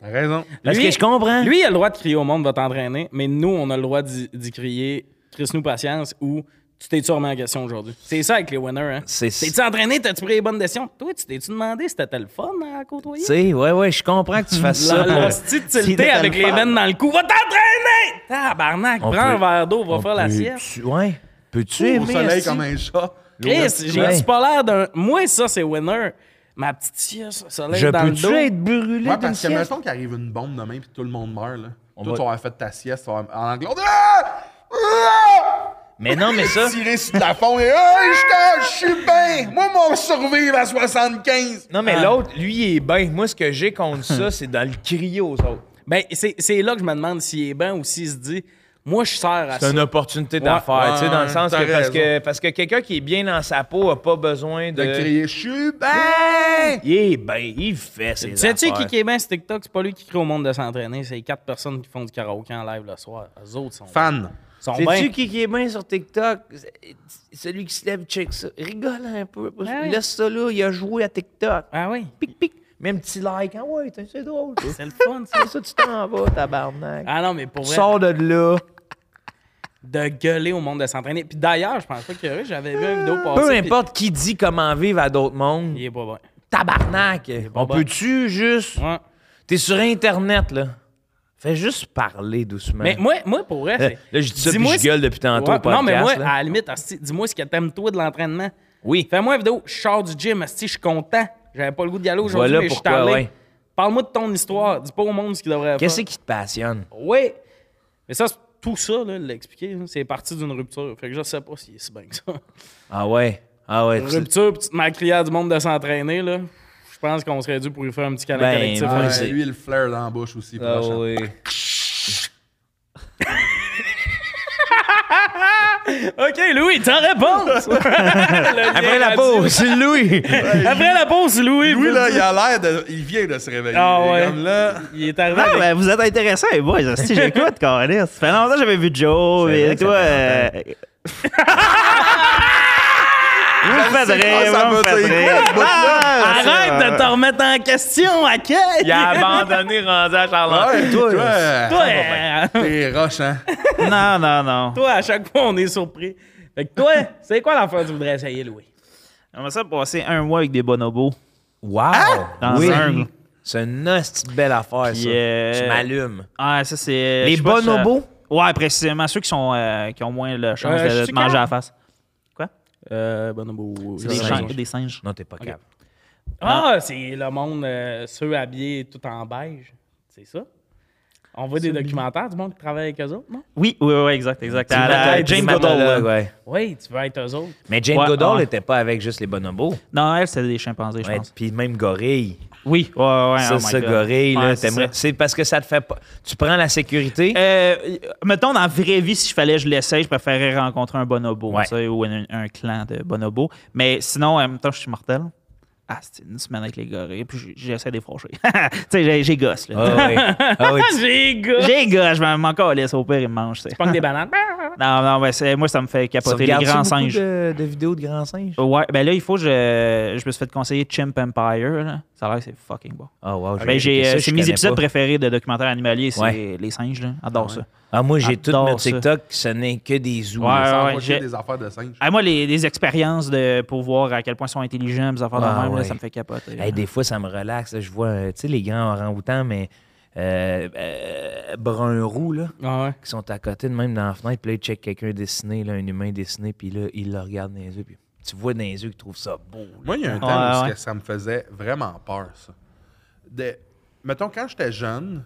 [SPEAKER 4] T'as raison.
[SPEAKER 5] Parce
[SPEAKER 1] Lui-
[SPEAKER 5] que je comprends.
[SPEAKER 1] Lui, il a le droit de crier au monde, va t'entraîner, mais nous, on a le droit d'y d'y crier, Chris-nous patience ou tu t'es-tu remis en question aujourd'hui? C'est ça avec les winners, hein?
[SPEAKER 5] C'est-
[SPEAKER 1] T'es-tu entraîné? T'as-tu pris les bonnes décisions? Toi, tu t'es-tu demandé si t'étais le fun à côtoyer?
[SPEAKER 5] Tu sais, ouais, ouais, je comprends que tu fasses
[SPEAKER 1] La
[SPEAKER 5] ça. pour- Si
[SPEAKER 1] l'hostilité
[SPEAKER 5] t'étais
[SPEAKER 1] avec
[SPEAKER 5] le
[SPEAKER 1] les
[SPEAKER 5] fun.
[SPEAKER 1] veines dans le cou. Va t'entraîner! Tabarnak,
[SPEAKER 5] On
[SPEAKER 1] prends un
[SPEAKER 5] peut-
[SPEAKER 1] verre d'eau, va
[SPEAKER 5] On
[SPEAKER 1] faire la
[SPEAKER 5] peut-
[SPEAKER 1] sieste.
[SPEAKER 5] tu- Ouais. Peux-tu
[SPEAKER 4] Au
[SPEAKER 5] aimer?
[SPEAKER 4] soleil
[SPEAKER 5] esti?
[SPEAKER 4] comme un chat.
[SPEAKER 1] Chris, j'ai
[SPEAKER 5] Ouais.
[SPEAKER 1] pas l'air d'un. Moi, ça, c'est winner. Ma petite sieste, soleil
[SPEAKER 5] Je
[SPEAKER 1] dans le dos.
[SPEAKER 5] peux-tu être brûlé
[SPEAKER 4] Ouais,
[SPEAKER 5] d'une
[SPEAKER 4] parce que
[SPEAKER 5] sieste?
[SPEAKER 4] mettons qu'il arrive une bombe demain puis tout le monde meurt, là.
[SPEAKER 5] On
[SPEAKER 4] Toi,
[SPEAKER 5] va-
[SPEAKER 4] tu vas fait ta sieste tu vas avoir- en anglais. Ah! Ah!
[SPEAKER 5] Mais non, mais ça...
[SPEAKER 4] Tirer sur la fond et Hey, je te- je suis bien! Moi, moi, on va survivre à 75!
[SPEAKER 5] Non, mais l'autre, lui, il est bien. Moi, ce que j'ai contre ça, c'est dans le crier aux autres.
[SPEAKER 1] Ben, c'est c'est là que je me demande s'il est bien ou s'il se dit, moi, je sers à
[SPEAKER 5] C'est
[SPEAKER 1] ça.
[SPEAKER 5] une opportunité d'affaires, tu sais, dans
[SPEAKER 4] ouais,
[SPEAKER 5] le sens
[SPEAKER 4] t'as
[SPEAKER 5] que parce,
[SPEAKER 4] raison.
[SPEAKER 5] que parce que quelqu'un qui est bien dans sa peau a pas besoin de.
[SPEAKER 4] De crier, je suis bien!
[SPEAKER 5] Il est bien, il fait ses
[SPEAKER 1] Sais-tu
[SPEAKER 5] affaires.
[SPEAKER 1] qui, qui est bien sur TikTok? C'est pas lui qui crie au monde de s'entraîner, c'est les quatre personnes qui font du karaoké en live le soir. Les autres sont,
[SPEAKER 4] Fan!
[SPEAKER 1] sont bien.
[SPEAKER 5] Sais-tu qui, qui est bien sur TikTok? C'est- Celui qui se lève, check ça. Rigole un peu.
[SPEAKER 1] ouais.
[SPEAKER 5] Laisse ça là, il a joué à TikTok.
[SPEAKER 1] Ah oui,
[SPEAKER 5] Pic, pic. Même petit like. Ah ouais, t'as- c'est drôle. toi.
[SPEAKER 1] c'est le fun, ça.
[SPEAKER 5] ça, tu t'en vas, tabarnak.
[SPEAKER 1] Ah non, mais pour vrai,
[SPEAKER 5] Sors de là.
[SPEAKER 1] de gueuler au monde de s'entraîner. Puis d'ailleurs, je pense pas que j'avais vu une vidéo passer.
[SPEAKER 5] Peu
[SPEAKER 1] puis
[SPEAKER 5] importe qui dit comment vivre à d'autres mondes,
[SPEAKER 1] Il est pas bien.
[SPEAKER 5] tabarnak. On
[SPEAKER 1] bon.
[SPEAKER 5] peut-tu juste.
[SPEAKER 1] Ouais.
[SPEAKER 5] T'es sur Internet, là. Fais juste parler doucement.
[SPEAKER 1] Mais moi, moi pour vrai,
[SPEAKER 5] Euh,
[SPEAKER 1] c'est.
[SPEAKER 5] là, je dis ça, puis
[SPEAKER 1] Dis-moi
[SPEAKER 5] je
[SPEAKER 1] si-
[SPEAKER 5] gueule depuis tantôt
[SPEAKER 1] Ouais,
[SPEAKER 5] au podcast.
[SPEAKER 1] Non, mais moi,
[SPEAKER 5] là.
[SPEAKER 1] à la limite, asti, dis-moi ce que t'aimes, toi, de l'entraînement.
[SPEAKER 5] Oui.
[SPEAKER 1] Fais-moi une vidéo. Je sors du gym, asti, je suis content. J'avais pas le goût d'y aller aujourd'hui,
[SPEAKER 5] Voilà
[SPEAKER 1] mais je suis
[SPEAKER 5] pourquoi,
[SPEAKER 1] allé.
[SPEAKER 5] ouais.
[SPEAKER 1] Parle-moi de ton histoire. Dis pas au monde ce qu'il devrait
[SPEAKER 5] Qu'est-ce
[SPEAKER 1] faire.
[SPEAKER 5] qui te passionne?
[SPEAKER 1] Oui. Mais ça, c'est- tout ça, là, l'expliquer, hein, c'est parti d'une rupture. Fait que je sais pas si c'est bien que ça.
[SPEAKER 5] Ah ouais. Ah ouais. tu-
[SPEAKER 1] rupture, pis tu te mets à crier à du monde de s'entraîner, là. Je pense qu'on serait dû pour y faire un petit câlin
[SPEAKER 5] Ben,
[SPEAKER 1] collectif.
[SPEAKER 5] ouais.
[SPEAKER 1] hein.
[SPEAKER 4] Ouais,
[SPEAKER 5] c'est-
[SPEAKER 4] lui, il flair dans la bouche aussi. pour
[SPEAKER 5] Ah
[SPEAKER 4] la chatte.
[SPEAKER 5] ouais.
[SPEAKER 1] OK, Louis, t'en réponse! Le
[SPEAKER 5] Après
[SPEAKER 1] lien
[SPEAKER 5] la
[SPEAKER 1] radio.
[SPEAKER 5] pause, c'est Louis.
[SPEAKER 1] Après la pause, Louis!
[SPEAKER 4] Lui,
[SPEAKER 1] vous
[SPEAKER 4] là,
[SPEAKER 1] le
[SPEAKER 4] il a l'air de. Il vient de se réveiller.
[SPEAKER 1] Ah
[SPEAKER 4] Il est
[SPEAKER 1] ouais.
[SPEAKER 4] Comme là.
[SPEAKER 1] dites. Il est arrivé
[SPEAKER 3] Ah,
[SPEAKER 1] avec-
[SPEAKER 3] ben, vous êtes intéressants, les boys. Si j'écoute, Carlis. Ça fait longtemps que j'avais vu Joe.
[SPEAKER 5] C'est vrai
[SPEAKER 3] Et
[SPEAKER 5] que ça
[SPEAKER 3] toi.
[SPEAKER 5] fait
[SPEAKER 3] euh, Vous me faites
[SPEAKER 4] sais pas,
[SPEAKER 3] rire,
[SPEAKER 4] ça
[SPEAKER 3] vous me
[SPEAKER 4] veut
[SPEAKER 3] faites
[SPEAKER 4] dire
[SPEAKER 3] rire.
[SPEAKER 4] quoi, ce bout-là?
[SPEAKER 3] Ah, c'est
[SPEAKER 1] Arrête
[SPEAKER 3] vrai.
[SPEAKER 1] de te remettre en question, à quel?
[SPEAKER 5] Il a abandonné rendu à
[SPEAKER 3] Ah,
[SPEAKER 5] Charlotte.
[SPEAKER 4] Ouais, toi, euh,
[SPEAKER 1] Toi, euh,
[SPEAKER 4] t'es roche, hein?
[SPEAKER 3] Non, non, non.
[SPEAKER 1] toi, à chaque fois, on est surpris. Fait que toi, c'est quoi l'affaire que tu voudrais essayer, Louis?
[SPEAKER 3] On va ça passer un mois avec des bonobos.
[SPEAKER 5] Wow.
[SPEAKER 3] Dans
[SPEAKER 5] oui.
[SPEAKER 3] un-
[SPEAKER 5] C'est une hostie de belle affaire, ça.
[SPEAKER 3] euh,
[SPEAKER 5] Je m'allume.
[SPEAKER 3] Ah, ça, c'est.
[SPEAKER 5] Les
[SPEAKER 3] je sais pas si ça-
[SPEAKER 5] bonobos?
[SPEAKER 3] Ouais, précisément. Ceux qui, sont, euh, qui ont moins la chance
[SPEAKER 1] Euh,
[SPEAKER 3] de- de,
[SPEAKER 1] sais
[SPEAKER 3] te manger
[SPEAKER 1] quand-
[SPEAKER 3] à la face.
[SPEAKER 1] Euh, bonobo.
[SPEAKER 3] C'est des,
[SPEAKER 5] singes.
[SPEAKER 3] singes- des singes.
[SPEAKER 5] Non, t'es pas capable.
[SPEAKER 1] Ah, c'est le monde, euh, ceux habillés tout en beige. C'est ça? On voit des documentaires du monde qui travaille avec eux autres, non?
[SPEAKER 3] Oui, oui, oui, exact, exact. À
[SPEAKER 5] Tu
[SPEAKER 3] la-
[SPEAKER 5] m'attends,
[SPEAKER 3] Ah, Jane
[SPEAKER 5] tu
[SPEAKER 3] Goodall,
[SPEAKER 5] m'attends là,
[SPEAKER 3] là.
[SPEAKER 5] ouais.
[SPEAKER 1] Oui, tu veux être eux autres.
[SPEAKER 5] Mais Jane
[SPEAKER 3] Ouais,
[SPEAKER 5] Goodall
[SPEAKER 3] ouais.
[SPEAKER 5] n'était pas avec juste les bonobos.
[SPEAKER 3] Non, elle, c'était des chimpanzés, je
[SPEAKER 5] Ouais,
[SPEAKER 3] pense.
[SPEAKER 5] Puis même Gorille.
[SPEAKER 3] Oui, ouais, ouais.
[SPEAKER 5] Ça,
[SPEAKER 3] oh my
[SPEAKER 5] ça,
[SPEAKER 3] God.
[SPEAKER 5] Gorille,
[SPEAKER 3] Ouais,
[SPEAKER 5] là,
[SPEAKER 3] c'est
[SPEAKER 5] t'aimerais-
[SPEAKER 3] ça.
[SPEAKER 5] C'est parce que ça te fait pas. Tu prends la sécurité.
[SPEAKER 3] Euh, mettons, dans la vraie vie, si je fallait, je l'essaye, je préférerais rencontrer un bonobo
[SPEAKER 5] Ouais.
[SPEAKER 3] tu sais, ou un, un clan de bonobos. Mais sinon, en même temps, je suis mortel. Ah, c'était une semaine avec les gorilles, puis j- j'essaie de les frocher. tu sais, j'ai- j'ai gosse, là.
[SPEAKER 5] Ah oui. Ah oui, tu-
[SPEAKER 1] J'ai gars!
[SPEAKER 3] J'ai gosse, je m'en calisse, au pire, ils me mangent, tu sais.
[SPEAKER 1] Pogne des bananes.
[SPEAKER 3] Non, non, mais c'est- moi, ça me fait capoter les grands singes.
[SPEAKER 5] De, de vidéos de grands singes.
[SPEAKER 3] Ouais, ben là, il faut que je, je me suis fait conseiller Chimp Empire, là. Ça a l'air que c'est fucking bon.
[SPEAKER 5] Oh, wow, je vais
[SPEAKER 3] Ben, j'ai,
[SPEAKER 5] checker ça,
[SPEAKER 3] euh,
[SPEAKER 5] je
[SPEAKER 3] c'est mes
[SPEAKER 5] connais
[SPEAKER 3] épisodes
[SPEAKER 5] pas.
[SPEAKER 3] préférés de documentaires animaliers, c'est
[SPEAKER 5] Ouais.
[SPEAKER 3] les singes, là. Adore ça.
[SPEAKER 5] Ah, moi, j'ai tout
[SPEAKER 3] J'adore
[SPEAKER 5] mon
[SPEAKER 3] ça.
[SPEAKER 5] TikTok, ce n'est que des zoos.
[SPEAKER 3] Ouais,
[SPEAKER 5] là.
[SPEAKER 4] Ça
[SPEAKER 3] Ah, ouais,
[SPEAKER 4] va
[SPEAKER 3] j'ai-
[SPEAKER 4] des affaires de singe.
[SPEAKER 3] Ah, moi, les, les expériences de, pour voir à quel point ils sont intelligents, les affaires de
[SPEAKER 5] Ah,
[SPEAKER 3] même, là,
[SPEAKER 5] ouais.
[SPEAKER 3] ça me fait capoter.
[SPEAKER 5] Hey, des fois, ça me relaxe. là. Je vois, euh, tu sais, les grands orang-outans, mais euh, euh, bruns roux, là,
[SPEAKER 1] Ah ouais.
[SPEAKER 5] qui sont à côté de même dans la fenêtre. Puis là, ils checkent quelqu'un dessiner, là, un humain dessiné, puis là, ils le regardent dans les yeux. Puis tu vois dans les yeux qu'ils trouvent ça beau. là.
[SPEAKER 4] Moi, il y a un temps
[SPEAKER 3] Ouais,
[SPEAKER 4] où
[SPEAKER 3] ouais.
[SPEAKER 4] c'est que ça me faisait vraiment peur, ça. De- Mettons, quand j'étais jeune,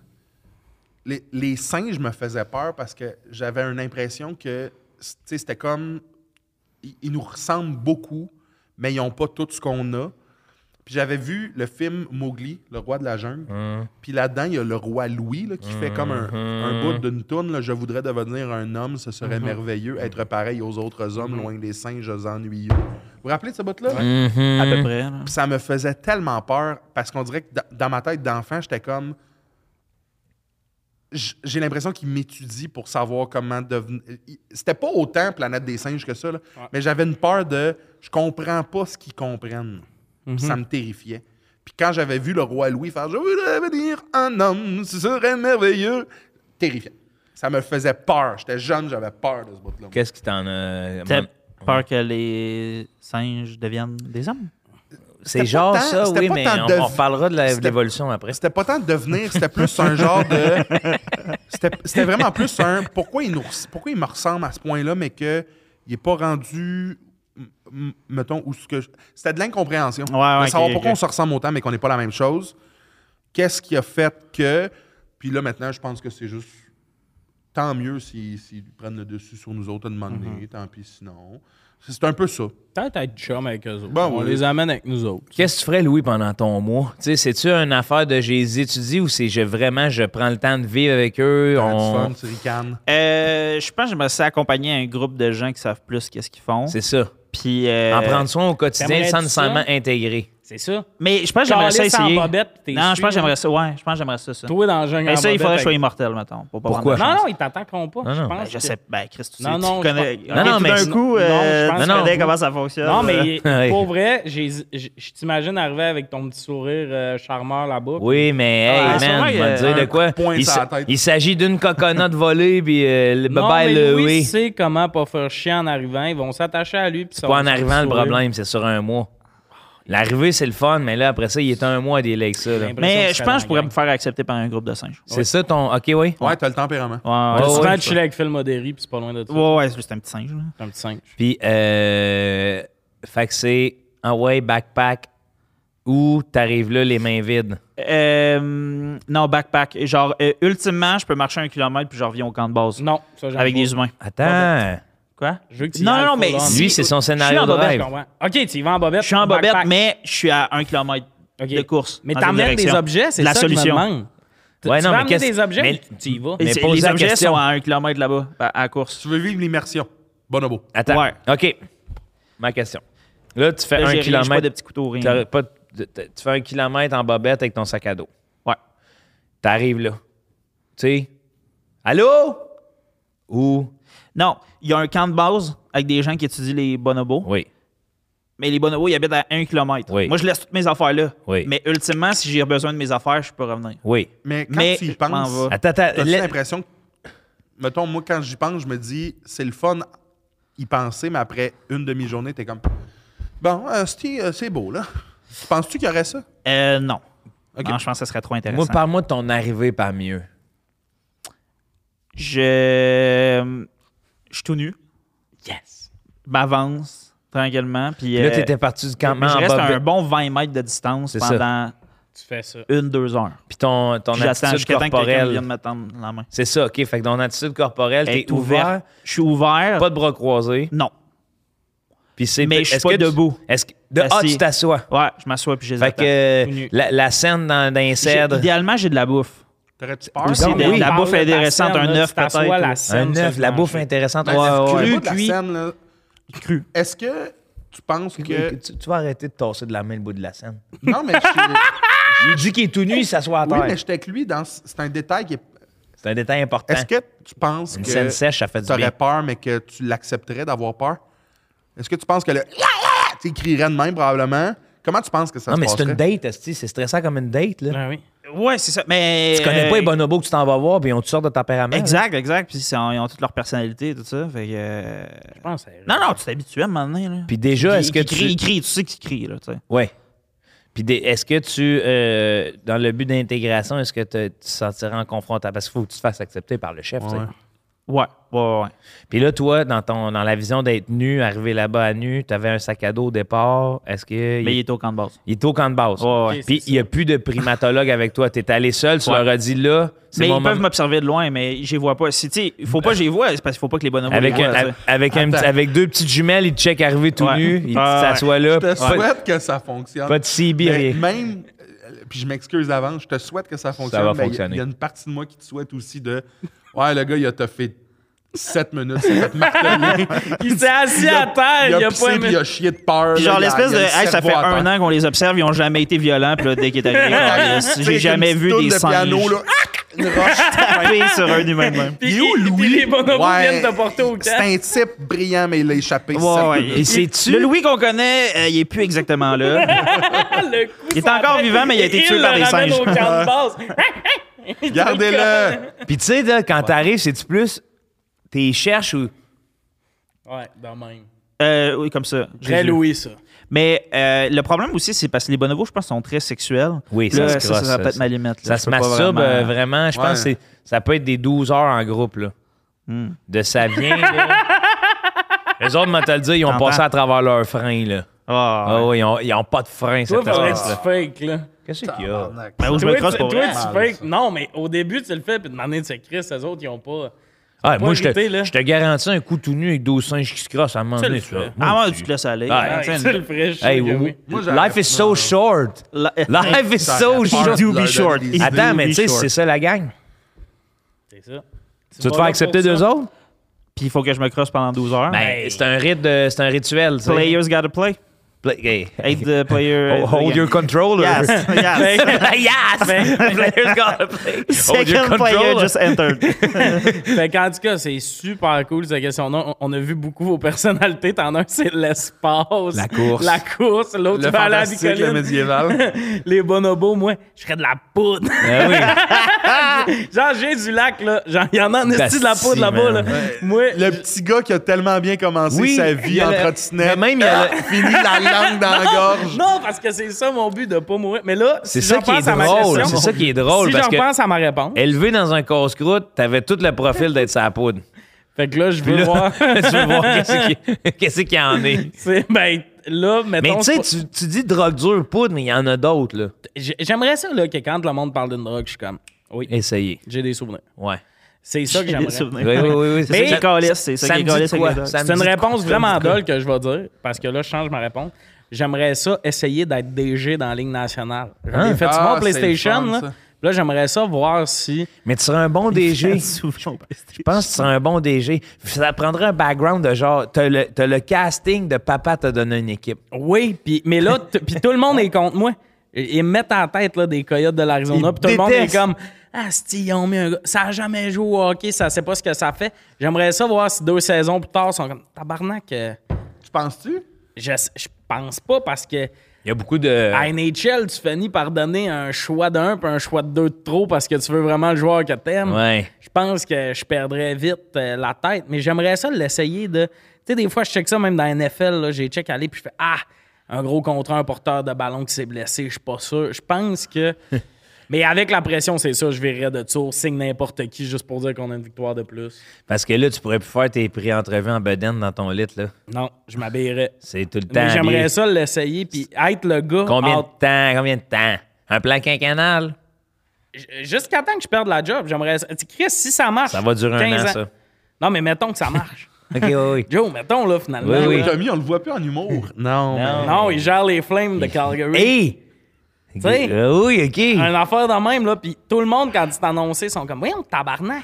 [SPEAKER 4] les, les singes me faisaient peur parce que j'avais une impression que c- tu sais, c'était comme. Ils, ils nous ressemblent beaucoup, mais ils n'ont pas tout ce qu'on a. Puis j'avais vu le film Mowgli, le roi de la jungle.
[SPEAKER 3] Mm.
[SPEAKER 4] Puis là-dedans, il y a le roi Louis là, qui fait comme un,
[SPEAKER 3] Mm-hmm.
[SPEAKER 4] un bout d'une tourne. là, Je voudrais
[SPEAKER 3] Mm-hmm.
[SPEAKER 4] devenir un homme, ce serait merveilleux. Être pareil aux autres hommes, loin des singes ennuyeux. Vous vous rappelez de ce bout-là?
[SPEAKER 3] à peu près. là.
[SPEAKER 4] Puis ça me faisait tellement peur parce qu'on dirait que da- dans ma tête d'enfant, j'étais comme. J- J'ai l'impression qu'il m'étudie pour savoir comment devenir. il- C'était pas autant Planète des singes que ça, là, mais j'avais une peur de. Je comprends pas ce qu'ils comprennent. Puis Ça me terrifiait. Puis quand j'avais vu le roi Louis faire Je veux devenir un homme, ce serait merveilleux. Terrifiant. Ça me faisait peur. J'étais jeune, j'avais peur de ce bout-là.
[SPEAKER 5] Qu'est-ce qui t'en a.
[SPEAKER 3] T'as peur que les singes deviennent des hommes?
[SPEAKER 5] C'est
[SPEAKER 4] C'était
[SPEAKER 5] genre
[SPEAKER 4] pas tant-
[SPEAKER 5] ça,
[SPEAKER 4] c'était
[SPEAKER 5] oui,
[SPEAKER 4] pas
[SPEAKER 5] mais
[SPEAKER 4] tant
[SPEAKER 5] on,
[SPEAKER 4] de-
[SPEAKER 5] on reparlera de la- de
[SPEAKER 4] c'était-
[SPEAKER 5] l'évolution après.
[SPEAKER 4] C'était pas tant de devenir, c'était plus un genre de. C'était c'était vraiment plus un. Pourquoi il, nous res- pourquoi il me ressemble à ce point-là, mais qu'il n'est pas rendu. m- m- Mettons, où ce que. je- C'était de l'incompréhension.
[SPEAKER 3] Ouais, ouais,
[SPEAKER 4] de savoir
[SPEAKER 3] ok,
[SPEAKER 4] pourquoi
[SPEAKER 3] ok.
[SPEAKER 4] on se ressemble autant, mais qu'on n'est pas la même chose. Qu'est-ce qui a fait que. Puis là, maintenant, je pense que c'est juste. Tant mieux s'ils s'ils prennent le dessus sur nous autres à demander,
[SPEAKER 3] Mm-hmm.
[SPEAKER 4] tant pis sinon. C'est un peu ça.
[SPEAKER 1] Peut-être être chum avec eux autres.
[SPEAKER 4] Bon,
[SPEAKER 1] on
[SPEAKER 4] Ben oui.
[SPEAKER 1] les amène avec nous autres.
[SPEAKER 5] Qu'est-ce que tu ferais, Louis, pendant ton mois? Tu sais, c'est-tu une affaire de j'ai les étudie ou c'est je, vraiment je prends le temps de vivre avec eux?
[SPEAKER 4] Quand
[SPEAKER 5] on-
[SPEAKER 4] tu formes, tu ricanes.
[SPEAKER 3] Euh, je pense que j'aimerais ça accompagner un groupe de gens qui savent plus qu'est-ce qu'ils font.
[SPEAKER 5] C'est ça.
[SPEAKER 3] Puis, euh,
[SPEAKER 5] En prendre soin au quotidien
[SPEAKER 1] t'aimerais-tu
[SPEAKER 5] sans
[SPEAKER 1] ça?
[SPEAKER 5] nécessairement intégrer.
[SPEAKER 1] C'est ça.
[SPEAKER 3] Mais je pense que j'aimerais ça
[SPEAKER 1] Calisse en
[SPEAKER 3] essayer.
[SPEAKER 1] bobette, t'es
[SPEAKER 3] non,
[SPEAKER 1] sûr.
[SPEAKER 3] je
[SPEAKER 1] hein?
[SPEAKER 3] pense que j'aimerais ça. Ouais, je pense que j'aimerais ça. ça.
[SPEAKER 1] Toi, dans le jungle
[SPEAKER 3] Mais
[SPEAKER 1] en
[SPEAKER 3] ça, il
[SPEAKER 1] bobette
[SPEAKER 3] faudrait que je sois
[SPEAKER 1] avec-
[SPEAKER 3] immortel, mettons. Pour pas
[SPEAKER 5] Pourquoi?
[SPEAKER 3] prendre
[SPEAKER 1] Non,
[SPEAKER 3] de
[SPEAKER 1] non,
[SPEAKER 3] chance.
[SPEAKER 1] il t'entend qu'on pas.
[SPEAKER 5] Non,
[SPEAKER 1] je
[SPEAKER 5] non.
[SPEAKER 1] pense
[SPEAKER 3] Ben, je
[SPEAKER 1] que-
[SPEAKER 3] sais. Ben, Chris, tu sais,
[SPEAKER 1] Non, non,
[SPEAKER 3] tu
[SPEAKER 1] je
[SPEAKER 3] connais.
[SPEAKER 1] pense-
[SPEAKER 3] Ok,
[SPEAKER 5] Non, non,
[SPEAKER 3] tout
[SPEAKER 5] mais-
[SPEAKER 3] d'un coup,
[SPEAKER 1] Non,
[SPEAKER 3] euh,
[SPEAKER 1] je pense
[SPEAKER 3] tu
[SPEAKER 5] que-
[SPEAKER 3] connais comment ça fonctionne.
[SPEAKER 1] Non,
[SPEAKER 3] là.
[SPEAKER 1] mais
[SPEAKER 5] Ouais.
[SPEAKER 1] pour vrai, j'ai- j'ai- je t'imagine arriver avec ton petit sourire euh, charmeur là-bas.
[SPEAKER 5] Oui, mais hey,
[SPEAKER 3] Ah, sûrement,
[SPEAKER 5] man, je vais te
[SPEAKER 3] euh,
[SPEAKER 5] dire de
[SPEAKER 3] un
[SPEAKER 5] quoi.
[SPEAKER 4] coup de poing
[SPEAKER 5] Il,
[SPEAKER 4] sur la
[SPEAKER 5] s-
[SPEAKER 4] tête.
[SPEAKER 5] il s'agit d'une coconut volée, puis euh, le-
[SPEAKER 1] non,
[SPEAKER 5] bye-bye,
[SPEAKER 1] mais
[SPEAKER 5] le
[SPEAKER 1] Louis
[SPEAKER 5] oui.
[SPEAKER 1] sait comment pas faire chier en arrivant. Ils vont s'attacher à lui. puis ça
[SPEAKER 5] Pas
[SPEAKER 1] va
[SPEAKER 5] en
[SPEAKER 1] se
[SPEAKER 5] arrivant, le
[SPEAKER 1] sourire.
[SPEAKER 5] problème, c'est sur un mois. L'arrivée, c'est le fun, mais là, après ça, il est un mois à délai avec ça. là.
[SPEAKER 1] J'ai l'impression
[SPEAKER 3] Mais
[SPEAKER 1] que
[SPEAKER 3] je
[SPEAKER 1] ça
[SPEAKER 3] pense que
[SPEAKER 1] dans
[SPEAKER 3] je pourrais
[SPEAKER 1] la
[SPEAKER 3] me faire accepter par un groupe de singes.
[SPEAKER 5] C'est ça ton. OK, oui.
[SPEAKER 4] Ouais, t'as le tempérament.
[SPEAKER 3] Ouais, ouais,
[SPEAKER 5] T'as
[SPEAKER 1] gang.
[SPEAKER 3] ouais,
[SPEAKER 1] Souvent,
[SPEAKER 5] ouais,
[SPEAKER 1] tu chilles avec Phil Modéry, puis c'est pas loin de ça.
[SPEAKER 3] Oh, Ouais, ouais, c'est un petit singe. là.
[SPEAKER 1] C'est un petit singe.
[SPEAKER 5] Puis, euh, fait que c'est en way backpack ou t'arrives là les mains vides.
[SPEAKER 3] Euh, non, backpack. Genre, euh, ultimement, je peux marcher un kilomètre puis je reviens au camp de base.
[SPEAKER 1] Non, ça, j'aime
[SPEAKER 3] Avec
[SPEAKER 1] pas.
[SPEAKER 3] des humains.
[SPEAKER 5] Attends.
[SPEAKER 3] Quoi?
[SPEAKER 1] Je veux que tu y
[SPEAKER 3] Non,
[SPEAKER 1] ailles
[SPEAKER 3] non, non,
[SPEAKER 1] full
[SPEAKER 3] mais
[SPEAKER 1] on.
[SPEAKER 3] ben, si-
[SPEAKER 5] Lui, c'est son
[SPEAKER 3] je suis
[SPEAKER 5] scénario
[SPEAKER 3] en
[SPEAKER 5] de
[SPEAKER 3] bobette,
[SPEAKER 1] Je
[SPEAKER 5] rêve.
[SPEAKER 1] comprends. OK, tu y vas en bobette.
[SPEAKER 3] Je suis en bobette,
[SPEAKER 1] backpack.
[SPEAKER 3] mais je suis à un kilomètre
[SPEAKER 1] OK.
[SPEAKER 3] de course.
[SPEAKER 1] Mais
[SPEAKER 3] dans une
[SPEAKER 1] t'emmènes des
[SPEAKER 3] direction.
[SPEAKER 1] objets, c'est
[SPEAKER 3] La
[SPEAKER 1] ça que je me
[SPEAKER 3] solution.
[SPEAKER 1] demande. Tu
[SPEAKER 5] Ouais,
[SPEAKER 1] tu
[SPEAKER 5] non,
[SPEAKER 1] vas
[SPEAKER 5] mais
[SPEAKER 1] amener
[SPEAKER 5] qu'est-ce-
[SPEAKER 1] des objets,
[SPEAKER 5] mais-
[SPEAKER 1] tu y vas.
[SPEAKER 3] Et
[SPEAKER 5] Mais
[SPEAKER 3] c'est-
[SPEAKER 5] pose
[SPEAKER 3] les
[SPEAKER 5] la
[SPEAKER 3] objets
[SPEAKER 5] question.
[SPEAKER 3] sont à un kilomètre là-bas, à, à course.
[SPEAKER 4] Tu veux vivre l'immersion. Bonobo.
[SPEAKER 5] Attends.
[SPEAKER 3] Ouais.
[SPEAKER 5] OK. Ma question. Là, tu fais
[SPEAKER 3] Là, j'ai
[SPEAKER 5] un
[SPEAKER 3] rien, j'ai pas de
[SPEAKER 5] kilomètre.
[SPEAKER 3] petits couteaux, rien.
[SPEAKER 5] t'aurais pas de- de- de- tu fais un kilomètre en bobette avec ton sac à dos.
[SPEAKER 3] Ouais.
[SPEAKER 5] T'arrives là. Tu sais. Allô? Ou.
[SPEAKER 3] Non, il y a un camp de base avec des gens qui étudient les bonobos.
[SPEAKER 5] Oui.
[SPEAKER 3] Mais les bonobos, ils habitent à un kilomètre.
[SPEAKER 5] Oui.
[SPEAKER 3] Moi, je laisse toutes mes affaires là.
[SPEAKER 5] Oui.
[SPEAKER 3] Mais ultimement, si j'ai besoin de mes affaires, je peux revenir.
[SPEAKER 5] Oui.
[SPEAKER 4] Mais quand
[SPEAKER 3] Mais
[SPEAKER 4] tu y
[SPEAKER 3] je m'en
[SPEAKER 4] penses,
[SPEAKER 3] vais.
[SPEAKER 5] Attends, attends.
[SPEAKER 4] t'as-tu
[SPEAKER 5] la-
[SPEAKER 4] l'impression que, mettons, moi, quand j'y pense, je me dis, c'est le fun y penser, mais après une demi-journée, t'es comme, bon, euh, c'est euh, c'est beau, là. Penses-tu qu'il y aurait ça?
[SPEAKER 3] Euh, non.
[SPEAKER 4] Ok.
[SPEAKER 3] Non, je pense que ce serait trop intéressant.
[SPEAKER 5] Moi, parle-moi de ton arrivée parmi eux.
[SPEAKER 3] Je. euh, Je suis tout nu. Yes. M'avance tranquillement. Puis,
[SPEAKER 5] Là,
[SPEAKER 3] euh,
[SPEAKER 5] tu étais parti du campement
[SPEAKER 3] je
[SPEAKER 5] en
[SPEAKER 3] reste à un
[SPEAKER 5] bobette.
[SPEAKER 3] bon 20 mètres de distance
[SPEAKER 5] C'est ça.
[SPEAKER 3] pendant
[SPEAKER 1] Tu fais ça.
[SPEAKER 3] une, deux heures.
[SPEAKER 5] Puis ton, ton
[SPEAKER 3] Puis J'attends
[SPEAKER 5] attitude
[SPEAKER 3] jusqu'à temps que quelqu'un
[SPEAKER 5] corporelle.
[SPEAKER 3] vienne me tendre la main.
[SPEAKER 5] C'est ça, OK. Fait que ton attitude corporelle, t'es
[SPEAKER 3] Être
[SPEAKER 5] ouvert,
[SPEAKER 3] Je suis ouvert.
[SPEAKER 5] pas de bras croisés.
[SPEAKER 3] Non.
[SPEAKER 5] Puis c'est
[SPEAKER 3] Mais je suis
[SPEAKER 5] est-ce
[SPEAKER 3] pas
[SPEAKER 5] que tu-
[SPEAKER 3] debout.
[SPEAKER 5] Est-ce que de ah,
[SPEAKER 3] Assis.
[SPEAKER 5] tu t'assois.
[SPEAKER 3] Ouais, je m'assois puis je les
[SPEAKER 5] Fait
[SPEAKER 3] attends.
[SPEAKER 5] que
[SPEAKER 1] Tout
[SPEAKER 5] euh,
[SPEAKER 1] nu.
[SPEAKER 5] la, la scène dans, dans les
[SPEAKER 3] J'ai-
[SPEAKER 5] cèdres,
[SPEAKER 3] Idéalement, j'ai de la bouffe.
[SPEAKER 4] T'aurais-tu peur?
[SPEAKER 5] Aussi,
[SPEAKER 4] Non,
[SPEAKER 5] mais-
[SPEAKER 1] On
[SPEAKER 3] la
[SPEAKER 1] parle
[SPEAKER 3] bouffe
[SPEAKER 1] de ta
[SPEAKER 3] intéressante,
[SPEAKER 1] scène,
[SPEAKER 3] un
[SPEAKER 1] là,
[SPEAKER 3] œuf
[SPEAKER 1] tu t'assois,
[SPEAKER 3] peut-être,
[SPEAKER 1] la
[SPEAKER 3] ou-
[SPEAKER 5] un
[SPEAKER 1] scène, ça
[SPEAKER 5] œuf,
[SPEAKER 1] se
[SPEAKER 5] la
[SPEAKER 1] mange.
[SPEAKER 5] bouffe intéressante.
[SPEAKER 4] mais
[SPEAKER 5] Ouais,
[SPEAKER 4] c'est
[SPEAKER 5] ouais,
[SPEAKER 4] cru,
[SPEAKER 5] ouais.
[SPEAKER 4] pas de la
[SPEAKER 3] cuit.
[SPEAKER 4] scène, là.
[SPEAKER 3] Cru.
[SPEAKER 4] Est-ce que tu penses que...
[SPEAKER 5] Tu, tu vas arrêter de tasser de la main le bout de la scène.
[SPEAKER 4] non, mais je-
[SPEAKER 5] Il dit qu'il est tout nu, il s'assoit à
[SPEAKER 4] oui,
[SPEAKER 5] terre.
[SPEAKER 4] mais j'étais avec lui dans... C'est un détail qui est...
[SPEAKER 5] C'est un détail important.
[SPEAKER 4] Est-ce que tu penses
[SPEAKER 5] Ben, Une
[SPEAKER 4] que...
[SPEAKER 5] scène sèche, ça fait
[SPEAKER 4] tu
[SPEAKER 5] du bien.
[SPEAKER 4] peur, mais que tu l'accepterais d'avoir peur? Est-ce que tu penses que le. Tu crierais de même, probablement. Comment tu penses que ça
[SPEAKER 5] Non,
[SPEAKER 4] se
[SPEAKER 5] mais c'est
[SPEAKER 4] passerait?
[SPEAKER 5] une date, esti, c'est stressant comme une date. Là.
[SPEAKER 1] Ah oui.
[SPEAKER 3] Ouais, c'est ça. Mais.
[SPEAKER 5] Tu connais pas
[SPEAKER 3] euh,
[SPEAKER 5] les bonobos que tu t'en vas voir, puis ils ont toutes sortes de tempéraments.
[SPEAKER 3] Exact, exact. Puis c'est- ils ont toute leur personnalité et tout ça. Fait que. euh,
[SPEAKER 1] Je pense que c'est-
[SPEAKER 3] Non, non, tu t'habitues à un moment donné. Là.
[SPEAKER 5] Puis déjà,
[SPEAKER 3] Il-
[SPEAKER 5] est-ce que
[SPEAKER 3] il
[SPEAKER 5] tu-
[SPEAKER 3] Crie, il crie, tu sais qu'il crie, là, tu sais.
[SPEAKER 5] Ouais. Puis des- est-ce que tu, euh, dans le but d'intégration, est-ce que te- tu te sentirais en confrontation? Parce qu'il faut que tu te fasses accepter par le chef. tu sais.
[SPEAKER 3] Ouais, ouais, ouais, ouais.
[SPEAKER 5] Puis là, toi, dans, ton, dans la vision d'être nu, arrivé là-bas à nu, tu avais un sac à dos au départ. Est-ce que.
[SPEAKER 3] Mais il
[SPEAKER 5] il,
[SPEAKER 3] est au camp de base.
[SPEAKER 5] il est au camp de base.
[SPEAKER 3] Ouais, ouais.
[SPEAKER 1] Ok,
[SPEAKER 5] Puis
[SPEAKER 1] c'est
[SPEAKER 5] il n'y a plus de primatologue avec toi. Tu es allé seul, tu
[SPEAKER 3] Ouais.
[SPEAKER 5] leur as dit là, c'est
[SPEAKER 3] Mais
[SPEAKER 5] mon
[SPEAKER 3] ils peuvent
[SPEAKER 5] moment.
[SPEAKER 3] m'observer de loin, mais je les vois pas. Si, tu sais, il faut pas que je les vois, c'est parce qu'il faut pas que les bonhommes
[SPEAKER 5] Avec,
[SPEAKER 3] les
[SPEAKER 5] un-
[SPEAKER 3] voient, tu sais.
[SPEAKER 5] av- avec, un
[SPEAKER 4] Attends.
[SPEAKER 5] petit- avec deux petites jumelles, ils te checkent arriver tout
[SPEAKER 3] Ouais.
[SPEAKER 5] nu, ils
[SPEAKER 3] Ah,
[SPEAKER 5] s'assoient là.
[SPEAKER 4] Je te
[SPEAKER 5] pas,
[SPEAKER 4] souhaite que ça fonctionne.
[SPEAKER 5] pas de CB,
[SPEAKER 4] Mais
[SPEAKER 5] rien.
[SPEAKER 4] même, euh, puis je m'excuse d'avance, je te souhaite que ça fonctionne.
[SPEAKER 5] va
[SPEAKER 4] mais il y a-
[SPEAKER 5] fonctionner.
[SPEAKER 4] Il y a une partie de moi qui te souhaite aussi de. Ouais, le gars, il a toffé 7 minutes, c'est fait marteler.
[SPEAKER 1] Il s'est assis à terre,
[SPEAKER 4] Il a,
[SPEAKER 1] il a
[SPEAKER 4] pissé,
[SPEAKER 1] pas
[SPEAKER 4] puis il
[SPEAKER 1] aimé.
[SPEAKER 4] a chié de peur.
[SPEAKER 3] Puis
[SPEAKER 4] là,
[SPEAKER 3] genre
[SPEAKER 4] il a-
[SPEAKER 3] l'espèce
[SPEAKER 4] il
[SPEAKER 3] de
[SPEAKER 4] a le
[SPEAKER 3] hey, ça
[SPEAKER 4] cerveau
[SPEAKER 3] fait
[SPEAKER 4] à
[SPEAKER 3] un
[SPEAKER 4] terre.
[SPEAKER 3] an qu'on les observe, ils ont jamais été violents, puis là, dès qu'il est arrivé, ah, yes,
[SPEAKER 4] Tu sais,
[SPEAKER 3] j'ai jamais
[SPEAKER 4] une
[SPEAKER 3] vu
[SPEAKER 4] petite
[SPEAKER 3] des
[SPEAKER 4] toune de
[SPEAKER 3] singes
[SPEAKER 4] piano, là. Ah! Une roche.
[SPEAKER 3] tapés sur un humain de même.
[SPEAKER 1] Puis
[SPEAKER 4] Il est où,
[SPEAKER 1] il-
[SPEAKER 4] Louis?
[SPEAKER 1] puis les bonhommes
[SPEAKER 4] Ouais,
[SPEAKER 1] viennent te porter au
[SPEAKER 4] C'est
[SPEAKER 1] camp.
[SPEAKER 4] un type brillant, mais il a échappé. ce
[SPEAKER 3] Ouais, ouais.
[SPEAKER 4] cerveau-là.
[SPEAKER 5] Et c'est-tu-
[SPEAKER 3] Le Louis qu'on connaît, euh, il est plus exactement là.
[SPEAKER 1] Le coup,
[SPEAKER 3] Il est
[SPEAKER 1] ça
[SPEAKER 3] encore
[SPEAKER 1] fait-
[SPEAKER 3] vivant, mais il a été tué
[SPEAKER 1] le
[SPEAKER 3] par des
[SPEAKER 1] ramène
[SPEAKER 3] singes. Ah.
[SPEAKER 1] au camp de base.
[SPEAKER 4] Gardez-le.
[SPEAKER 5] Puis tu sais, là, quand t'arrives, c'est-tu plus. T'es cherches ou.
[SPEAKER 1] Ouais, dans même.
[SPEAKER 3] Euh, oui, comme ça.
[SPEAKER 1] Très
[SPEAKER 3] Jésus.
[SPEAKER 1] Louis, ça.
[SPEAKER 3] Mais euh, le problème aussi, c'est parce que les bonobos, je pense, sont très sexuels.
[SPEAKER 5] Oui, ça
[SPEAKER 3] Là,
[SPEAKER 5] se
[SPEAKER 3] ça,
[SPEAKER 5] crosse,
[SPEAKER 3] ça va
[SPEAKER 5] ça.
[SPEAKER 3] peut-être ma limite. là.
[SPEAKER 5] Ça
[SPEAKER 3] Je
[SPEAKER 5] se
[SPEAKER 3] peux pas
[SPEAKER 5] masturbe euh,
[SPEAKER 3] vraiment-
[SPEAKER 5] vraiment. je pense que
[SPEAKER 4] Ouais.
[SPEAKER 5] c'est- ça peut être des 12 heures en groupe. Là.
[SPEAKER 3] Hmm.
[SPEAKER 5] De ça vient. là. Les autres, m'ont te le dire, ils ont
[SPEAKER 3] T'entends?
[SPEAKER 5] passé à travers leurs freins. Là.
[SPEAKER 3] Ah,
[SPEAKER 5] Ah oui, ils ont, ils ont pas de freins,
[SPEAKER 1] Toi,
[SPEAKER 5] cette
[SPEAKER 1] faudrait
[SPEAKER 5] espèce
[SPEAKER 1] que
[SPEAKER 5] là
[SPEAKER 1] tu fakes, là.
[SPEAKER 5] Qu'est-ce qu'il y a?
[SPEAKER 3] Ben, où je
[SPEAKER 1] Toi,
[SPEAKER 3] me
[SPEAKER 1] tu,
[SPEAKER 3] crosse
[SPEAKER 1] toi,
[SPEAKER 3] pour
[SPEAKER 1] tu
[SPEAKER 3] vrai.
[SPEAKER 1] fakes. Non, mais au début, tu le fais, puis de manière de se Chris, eux autres, ils ont pas.
[SPEAKER 5] Ah, moi, je te,
[SPEAKER 1] éviter, là.
[SPEAKER 5] je te garantis un coup tout nu avec 12 singes qui se crossent à un moment
[SPEAKER 1] Tu le
[SPEAKER 5] donné.
[SPEAKER 1] fais.
[SPEAKER 5] ça.
[SPEAKER 3] Ah
[SPEAKER 5] Moi,
[SPEAKER 3] ouais,
[SPEAKER 5] tu-
[SPEAKER 3] tu te laisses aller.
[SPEAKER 5] Ah,
[SPEAKER 1] Ouais,
[SPEAKER 3] Tiens,
[SPEAKER 1] tu le ferais, je suis
[SPEAKER 5] Hey,
[SPEAKER 1] sûr que oui.
[SPEAKER 5] oui.
[SPEAKER 4] Moi, j'arrête,
[SPEAKER 5] Life is so
[SPEAKER 4] non.
[SPEAKER 5] short.
[SPEAKER 3] la-
[SPEAKER 5] Life is so short.
[SPEAKER 3] do be
[SPEAKER 4] Leur donner
[SPEAKER 3] short.
[SPEAKER 4] des idées.
[SPEAKER 5] Attends, mais
[SPEAKER 3] be
[SPEAKER 5] tu sais,
[SPEAKER 3] short.
[SPEAKER 5] c'est ça la gang.
[SPEAKER 1] C'est ça.
[SPEAKER 5] Tu veux
[SPEAKER 1] vas
[SPEAKER 5] te
[SPEAKER 1] là
[SPEAKER 5] faire
[SPEAKER 1] pour
[SPEAKER 5] accepter
[SPEAKER 1] ça.
[SPEAKER 5] deux autres?
[SPEAKER 3] Puis il faut que je me crosse pendant 12 heures.
[SPEAKER 5] Ben, c'est un, rite de- c'est un rituel. tu sais.
[SPEAKER 3] Players gotta play.
[SPEAKER 5] Play- hey.
[SPEAKER 3] Aide the player.
[SPEAKER 5] Oh, Hold your controller.
[SPEAKER 3] Yes, yes.
[SPEAKER 5] yes! Players gotta play. Hold your
[SPEAKER 3] Second player
[SPEAKER 5] controller.
[SPEAKER 3] just entered.
[SPEAKER 1] Fait qu'en tout cas, c'est super cool cette question-là. On- On a vu beaucoup vos personnalités. T'en as un, c'est l'espace.
[SPEAKER 5] La course.
[SPEAKER 1] La course. L'autre,
[SPEAKER 4] Le
[SPEAKER 1] tu vas aller à la
[SPEAKER 4] fantastique, le
[SPEAKER 1] Nicoline.
[SPEAKER 4] médiéval.
[SPEAKER 1] Les bonobos, moi, je ferais de la poudre.
[SPEAKER 5] Ah oui.
[SPEAKER 1] Genre, j'ai du lac, là. Genre, il y en a en esti de la poudre
[SPEAKER 5] Ben si,
[SPEAKER 1] là-bas, là.
[SPEAKER 5] man.
[SPEAKER 1] Moi,
[SPEAKER 4] Le petit gars qui a tellement bien commencé
[SPEAKER 5] Oui,
[SPEAKER 4] sa vie
[SPEAKER 5] il y a
[SPEAKER 4] en
[SPEAKER 5] le-
[SPEAKER 4] trottinette.
[SPEAKER 5] le même, il y a le-
[SPEAKER 4] Fini la langue dans la gorge.
[SPEAKER 1] Non, parce que c'est ça mon but de pas mourir. Mais là,
[SPEAKER 5] C'est
[SPEAKER 1] si
[SPEAKER 5] ça
[SPEAKER 1] j'en
[SPEAKER 5] qui est
[SPEAKER 1] pense à ma
[SPEAKER 5] drôle,
[SPEAKER 1] question-
[SPEAKER 5] c'est ça qui est drôle,
[SPEAKER 1] Si
[SPEAKER 5] parce
[SPEAKER 1] j'en
[SPEAKER 5] que- Eh,
[SPEAKER 1] pense à ma réponse.
[SPEAKER 5] Élevé dans un casse-croûte, t'avais tout le profil d'être sa poudre.
[SPEAKER 1] Fait que là, je veux
[SPEAKER 5] Puis là,
[SPEAKER 1] voir.
[SPEAKER 5] tu veux voir qu'est-ce qui- qu'est-ce qu'il y en est.
[SPEAKER 1] C'est- ben, là, mettons.
[SPEAKER 5] Mais tu sais,
[SPEAKER 1] c'est
[SPEAKER 5] tu- tu dis drogue dure, poudre, mais il y en a d'autres, là.
[SPEAKER 1] pas- j'ai- J'aimerais ça, là, que quand le monde parle d'une drogue, je suis comme. Oui,
[SPEAKER 5] Essayez.
[SPEAKER 1] j'ai des souvenirs.
[SPEAKER 5] Ouais.
[SPEAKER 1] C'est ça que
[SPEAKER 3] J'ai des
[SPEAKER 1] j'aimerais.
[SPEAKER 3] souvenirs.
[SPEAKER 5] Oui, oui, oui. oui,
[SPEAKER 3] C'est ça qui est caliste, c'est ça qui est
[SPEAKER 5] me dit
[SPEAKER 3] caliste avec
[SPEAKER 5] quoi?
[SPEAKER 3] les dogs.
[SPEAKER 5] Ça me
[SPEAKER 1] C'est une
[SPEAKER 5] dit
[SPEAKER 1] réponse
[SPEAKER 5] quoi?
[SPEAKER 1] vraiment dolle que je vais dire, parce que là, je change ma réponse. J'aimerais ça essayer d'être DG dans la ligne nationale. J'en ai
[SPEAKER 5] Hein?
[SPEAKER 1] fait du
[SPEAKER 4] Ah,
[SPEAKER 1] bon PlayStation,
[SPEAKER 4] c'est le fun,
[SPEAKER 1] là.
[SPEAKER 4] ça.
[SPEAKER 1] Puis là, j'aimerais ça voir si.
[SPEAKER 5] Mais tu serais un bon DG. Je pense que tu serais un bon DG. Ça prendrait un background de genre, t'as le, t'as le casting de papa t'a donné une équipe.
[SPEAKER 1] Oui, puis mais là, t- puis tout le monde est contre moi. Ils me mettent en tête là, des coyotes de l'Arizona,
[SPEAKER 5] Ils
[SPEAKER 1] puis tout le monde est
[SPEAKER 5] détestent.
[SPEAKER 1] comme Ah, c'ti, ils ont mis un gars. Ça a jamais joué au hockey, ça sait pas ce que ça fait. J'aimerais ça voir si deux saisons plus tard, ils sont comme Tabarnak, euh,
[SPEAKER 4] Tu penses-tu?
[SPEAKER 1] je, je pense pas parce que
[SPEAKER 5] Il y a beaucoup de.
[SPEAKER 1] à NHL, tu finis par donner un choix d'un puis un choix de deux de trop parce que tu veux vraiment le joueur que t'aimes.
[SPEAKER 5] Ouais.
[SPEAKER 1] Je pense que je perdrais vite euh, la tête, mais j'aimerais ça l'essayer de. Tu sais, des fois, je check ça même dans la NFL, là, j'ai check aller puis je fais Ah, un gros contre un porteur de ballon qui s'est blessé, je suis pas sûr. Je pense que. mais avec la pression, c'est ça, je verrais de tour, signe n'importe qui juste pour dire qu'on a une victoire de plus.
[SPEAKER 5] Parce que là, tu pourrais plus faire tes pré-entrevues en bedaine dans ton lit, là.
[SPEAKER 1] Non, je m'habillerais.
[SPEAKER 5] C'est tout le temps.
[SPEAKER 1] Mais
[SPEAKER 5] habillé.
[SPEAKER 1] j'aimerais ça l'essayer puis être le gars.
[SPEAKER 5] Combien
[SPEAKER 1] out-
[SPEAKER 5] de temps? Combien de temps? Un plan quinquennal?
[SPEAKER 1] J- Jusqu'à temps que je perde la job, j'aimerais. ça- Tu- Chris, si ça marche.
[SPEAKER 5] Ça va durer un
[SPEAKER 1] 15
[SPEAKER 5] an,
[SPEAKER 1] ans.
[SPEAKER 5] ça.
[SPEAKER 1] Non, mais mettons que ça marche.
[SPEAKER 5] OK, oui, oui.
[SPEAKER 1] Joe, mettons, là, finalement.
[SPEAKER 5] Oui, oui.
[SPEAKER 1] là.
[SPEAKER 4] Eh Tommy, on le voit plus en humour. Non. mais-
[SPEAKER 1] Non, il gère les flames de Calgary.
[SPEAKER 5] Hey!
[SPEAKER 1] sais.
[SPEAKER 5] Euh, oui, OK.
[SPEAKER 1] Un affaire de même, là. Puis tout le monde, quand ils t'annoncent, ils sont comme, voyons, tabarnak.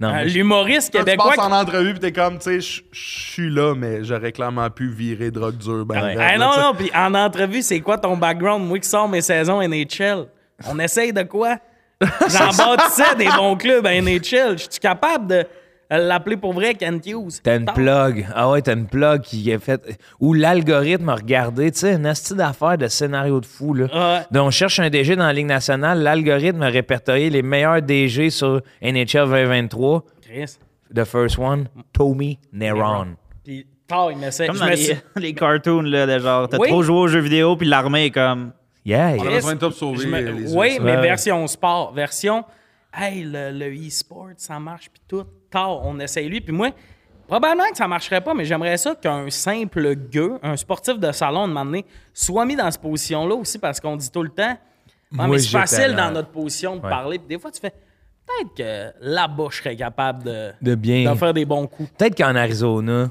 [SPEAKER 5] Non,
[SPEAKER 1] Euh,
[SPEAKER 5] mais-
[SPEAKER 1] L'humoriste
[SPEAKER 4] Toi, tu
[SPEAKER 1] québécois.
[SPEAKER 4] passes
[SPEAKER 1] qui-
[SPEAKER 4] en entrevue, puis t'es comme, tu sais, je- je suis là, mais j'aurais clairement pu virer drogue dure. Ben,
[SPEAKER 5] Ouais. Ah,
[SPEAKER 4] raide,
[SPEAKER 1] Eh
[SPEAKER 4] là,
[SPEAKER 1] non,
[SPEAKER 4] tu sais.
[SPEAKER 1] non, puis en entrevue, c'est quoi ton background? Moi qui sors mes saisons NHL. On essaye de quoi? J'en bâtissais des bons clubs à NHL. Je suis capable de euh, l'appeler pour vrai Kent Hughes?
[SPEAKER 5] T'as une
[SPEAKER 1] Tant-
[SPEAKER 5] plug. Ah ouais, t'as une plug qui est faite. Ou l'algorithme a regardé, tu sais, une astuce d'affaires de scénario de fou, là.
[SPEAKER 1] Ah Ouais.
[SPEAKER 5] Donc, on cherche un DG dans la Ligue nationale. L'algorithme a répertorié les meilleurs DG sur NHL 2023.
[SPEAKER 1] Chris.
[SPEAKER 5] The first one, Tommy Neron.
[SPEAKER 1] Puis tard, il m'essaie.
[SPEAKER 3] Comme
[SPEAKER 1] Je
[SPEAKER 3] dans
[SPEAKER 1] me
[SPEAKER 3] les,
[SPEAKER 1] suis-
[SPEAKER 3] les cartoons, là, de genre, t'as
[SPEAKER 1] Oui.
[SPEAKER 3] trop joué aux jeux vidéo, puis l'armée est comme.
[SPEAKER 5] Yeah.
[SPEAKER 4] On a besoin de toi pour sauver
[SPEAKER 1] Je me-
[SPEAKER 4] les
[SPEAKER 1] Oui,
[SPEAKER 4] USA.
[SPEAKER 1] mais
[SPEAKER 5] Ouais.
[SPEAKER 1] version sport. Version, hey, le, le e-sport, ça marche, puis tout. Tard, on essaye lui. Puis moi, probablement que ça marcherait pas, mais j'aimerais ça qu'un simple gueux, un sportif de salon, de m'amener, soit mis dans cette position-là aussi, parce qu'on dit tout le temps, Ah,
[SPEAKER 5] Moi,
[SPEAKER 1] mais c'est
[SPEAKER 5] j'ai
[SPEAKER 1] facile
[SPEAKER 5] talent.
[SPEAKER 1] dans notre position de
[SPEAKER 5] Ouais.
[SPEAKER 1] parler. Puis des fois, tu fais, peut-être que là-bas, je serais capable de,
[SPEAKER 5] De bien.
[SPEAKER 1] de faire des bons coups.
[SPEAKER 5] Peut-être qu'en Arizona.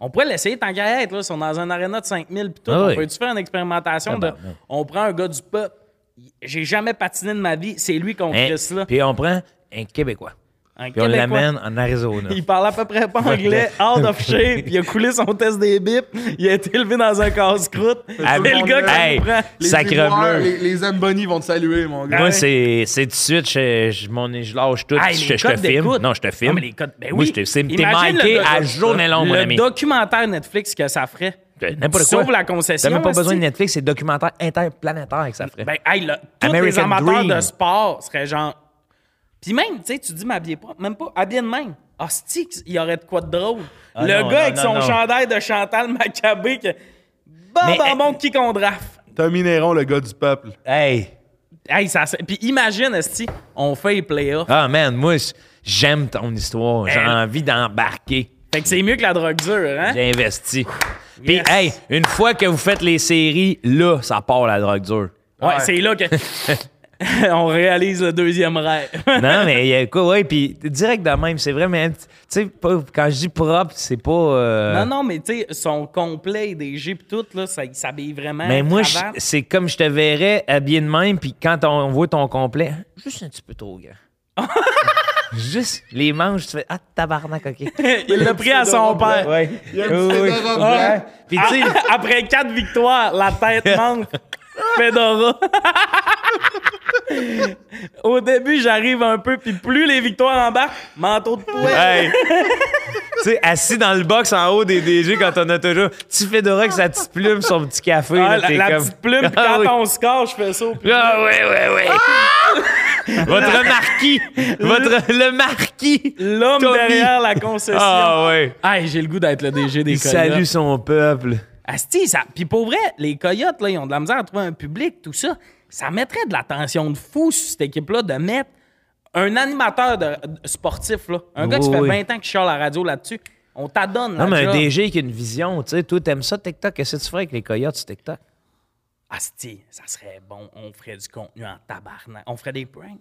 [SPEAKER 1] On pourrait l'essayer tant qu'à être, là, si on est dans un aréna de 5000 puis tout,
[SPEAKER 5] Ah
[SPEAKER 1] on
[SPEAKER 5] oui.
[SPEAKER 1] peut-tu faire une expérimentation
[SPEAKER 5] Ah
[SPEAKER 1] de
[SPEAKER 5] ben, non.
[SPEAKER 1] on prend un gars du peuple, j'ai jamais patiné de ma vie, c'est lui qu'on
[SPEAKER 5] hein,
[SPEAKER 1] crisse là.
[SPEAKER 5] Puis on prend un Québécois.
[SPEAKER 1] Un
[SPEAKER 5] Puis on
[SPEAKER 1] Québécois.
[SPEAKER 5] l'amène en Arizona.
[SPEAKER 1] Il parle à peu près pas anglais, out of shape, il a coulé son test des bips, il a été élevé dans un casse-croûte.
[SPEAKER 5] Avec-
[SPEAKER 1] Mais le gars qui
[SPEAKER 5] Ah, Hey,
[SPEAKER 1] nous prend.
[SPEAKER 4] Les
[SPEAKER 5] sacre
[SPEAKER 4] éboueurs,
[SPEAKER 5] bleu.
[SPEAKER 4] Les, les Zamboni vont te saluer, mon gars.
[SPEAKER 5] Moi, c'est c'est tout de suite, je, je, mon- je lâche tout.
[SPEAKER 1] Hey,
[SPEAKER 5] je,
[SPEAKER 1] les
[SPEAKER 5] je te
[SPEAKER 1] codes
[SPEAKER 5] filme.
[SPEAKER 1] d'écoute.
[SPEAKER 5] Non, je te filme.
[SPEAKER 1] Ah, mais les codes- ben
[SPEAKER 5] Moi,
[SPEAKER 1] oui.
[SPEAKER 5] je te filme. T'es
[SPEAKER 1] Imagine
[SPEAKER 5] marqué
[SPEAKER 1] le-
[SPEAKER 5] à
[SPEAKER 1] le-
[SPEAKER 5] journée longue, mon
[SPEAKER 1] le
[SPEAKER 5] ami.
[SPEAKER 1] documentaire Netflix que ça ferait.
[SPEAKER 5] N'importe quoi.
[SPEAKER 1] Sauve la concession.
[SPEAKER 5] T'as même pas
[SPEAKER 1] hostie.
[SPEAKER 5] besoin de Netflix, c'est documentaire interplanétaire que ça ferait.
[SPEAKER 1] Ben, hey, là, tous les
[SPEAKER 5] American
[SPEAKER 1] amateurs
[SPEAKER 5] Dream.
[SPEAKER 1] de sport seraient genre. Puis même, tu sais, tu dis m'habiller pas, même pas, habiller de même. Hostie, il y aurait de quoi de drôle.
[SPEAKER 5] Ah
[SPEAKER 1] le
[SPEAKER 5] non,
[SPEAKER 1] gars
[SPEAKER 5] non,
[SPEAKER 1] avec
[SPEAKER 5] non,
[SPEAKER 1] son
[SPEAKER 5] non.
[SPEAKER 1] chandail de Chantal Maccabé, que. Bon,
[SPEAKER 5] Mais- eh,
[SPEAKER 1] bon, bon, qui qu'on draft.
[SPEAKER 4] Tommy Néron, le gars du peuple.
[SPEAKER 1] ben-
[SPEAKER 5] hey!
[SPEAKER 1] Hey, ça. se- Puis imagine, Esti, on fait les playoffs.
[SPEAKER 5] Ah, man, moi, j- j'aime ton histoire. J'ai
[SPEAKER 1] Hey.
[SPEAKER 5] envie d'embarquer.
[SPEAKER 1] Fait que c'est mieux que la drogue dure, hein?
[SPEAKER 5] J'ai investi. Puis,
[SPEAKER 1] Yes.
[SPEAKER 5] hey, une fois que vous faites les séries, là, ça part la drogue dure.
[SPEAKER 1] Ouais, c'est là que. on réalise le deuxième rêve.
[SPEAKER 5] non, mais il y a quoi, ouais, puis direct de même, c'est vrai, mais tu sais, pas- quand je dis propre, c'est pas. euh,
[SPEAKER 1] Non, non, mais tu sais, son complet, des jupes pis tout, là, ça, il s'habille vraiment.
[SPEAKER 5] Mais moi, je-
[SPEAKER 1] cravate.
[SPEAKER 5] c'est comme je te verrais habillé de même, puis quand on voit ton complet, hein, juste un petit peu trop grand. juste les manches, tu fais Ah, tabarnak, OK.
[SPEAKER 1] il l'a pris à son père.
[SPEAKER 5] Ouais.
[SPEAKER 4] petit
[SPEAKER 5] Oui, oui.
[SPEAKER 4] Fedora
[SPEAKER 5] Ouais.
[SPEAKER 4] blanc.
[SPEAKER 5] Puis tu sais,
[SPEAKER 1] Ah, Après quatre victoires, la tête manque. Fedora. Au début, j'arrive un peu, puis plus les victoires embarquent, manteau de poêle.
[SPEAKER 5] Hey! tu sais, assis dans le box en haut des DG quand on a toujours. Petit Fedora avec sa petite plume, son petit café.
[SPEAKER 1] Ah,
[SPEAKER 5] là,
[SPEAKER 1] la
[SPEAKER 5] t'es
[SPEAKER 1] la
[SPEAKER 5] comme-
[SPEAKER 1] petite plume, puis
[SPEAKER 5] Ah
[SPEAKER 1] quand
[SPEAKER 5] oui.
[SPEAKER 1] on score, je fais ça. au plus-
[SPEAKER 5] Ah oui, oui, oui. Ah! Votre marquis. Votre, le marquis.
[SPEAKER 1] L'homme
[SPEAKER 5] Tommy.
[SPEAKER 1] derrière la concession.
[SPEAKER 5] Ah oui.
[SPEAKER 1] Hey, j'ai le goût d'être le DG des
[SPEAKER 5] Il
[SPEAKER 1] Coyotes.
[SPEAKER 5] salue son peuple.
[SPEAKER 1] Asti, ça. Puis pour vrai, les Coyotes, là, ils ont de la misère à trouver un public, tout ça. Ça mettrait de la tension de fou sur cette équipe-là de mettre un animateur de, de- sportif, là. Un gars qui
[SPEAKER 5] Oui,
[SPEAKER 1] fait
[SPEAKER 5] oui.
[SPEAKER 1] 20 ans qu'il chiale à la radio là-dessus. On t'adonne, là.
[SPEAKER 5] Non, mais un
[SPEAKER 1] job.
[SPEAKER 5] DG qui a une vision, tu sais. Toi, t'aimes ça, TikTok? Qu'est-ce que tu ferais avec les coyotes sur TikTok?
[SPEAKER 1] Asti, ça serait bon. On ferait du contenu en tabarnak. On ferait des pranks.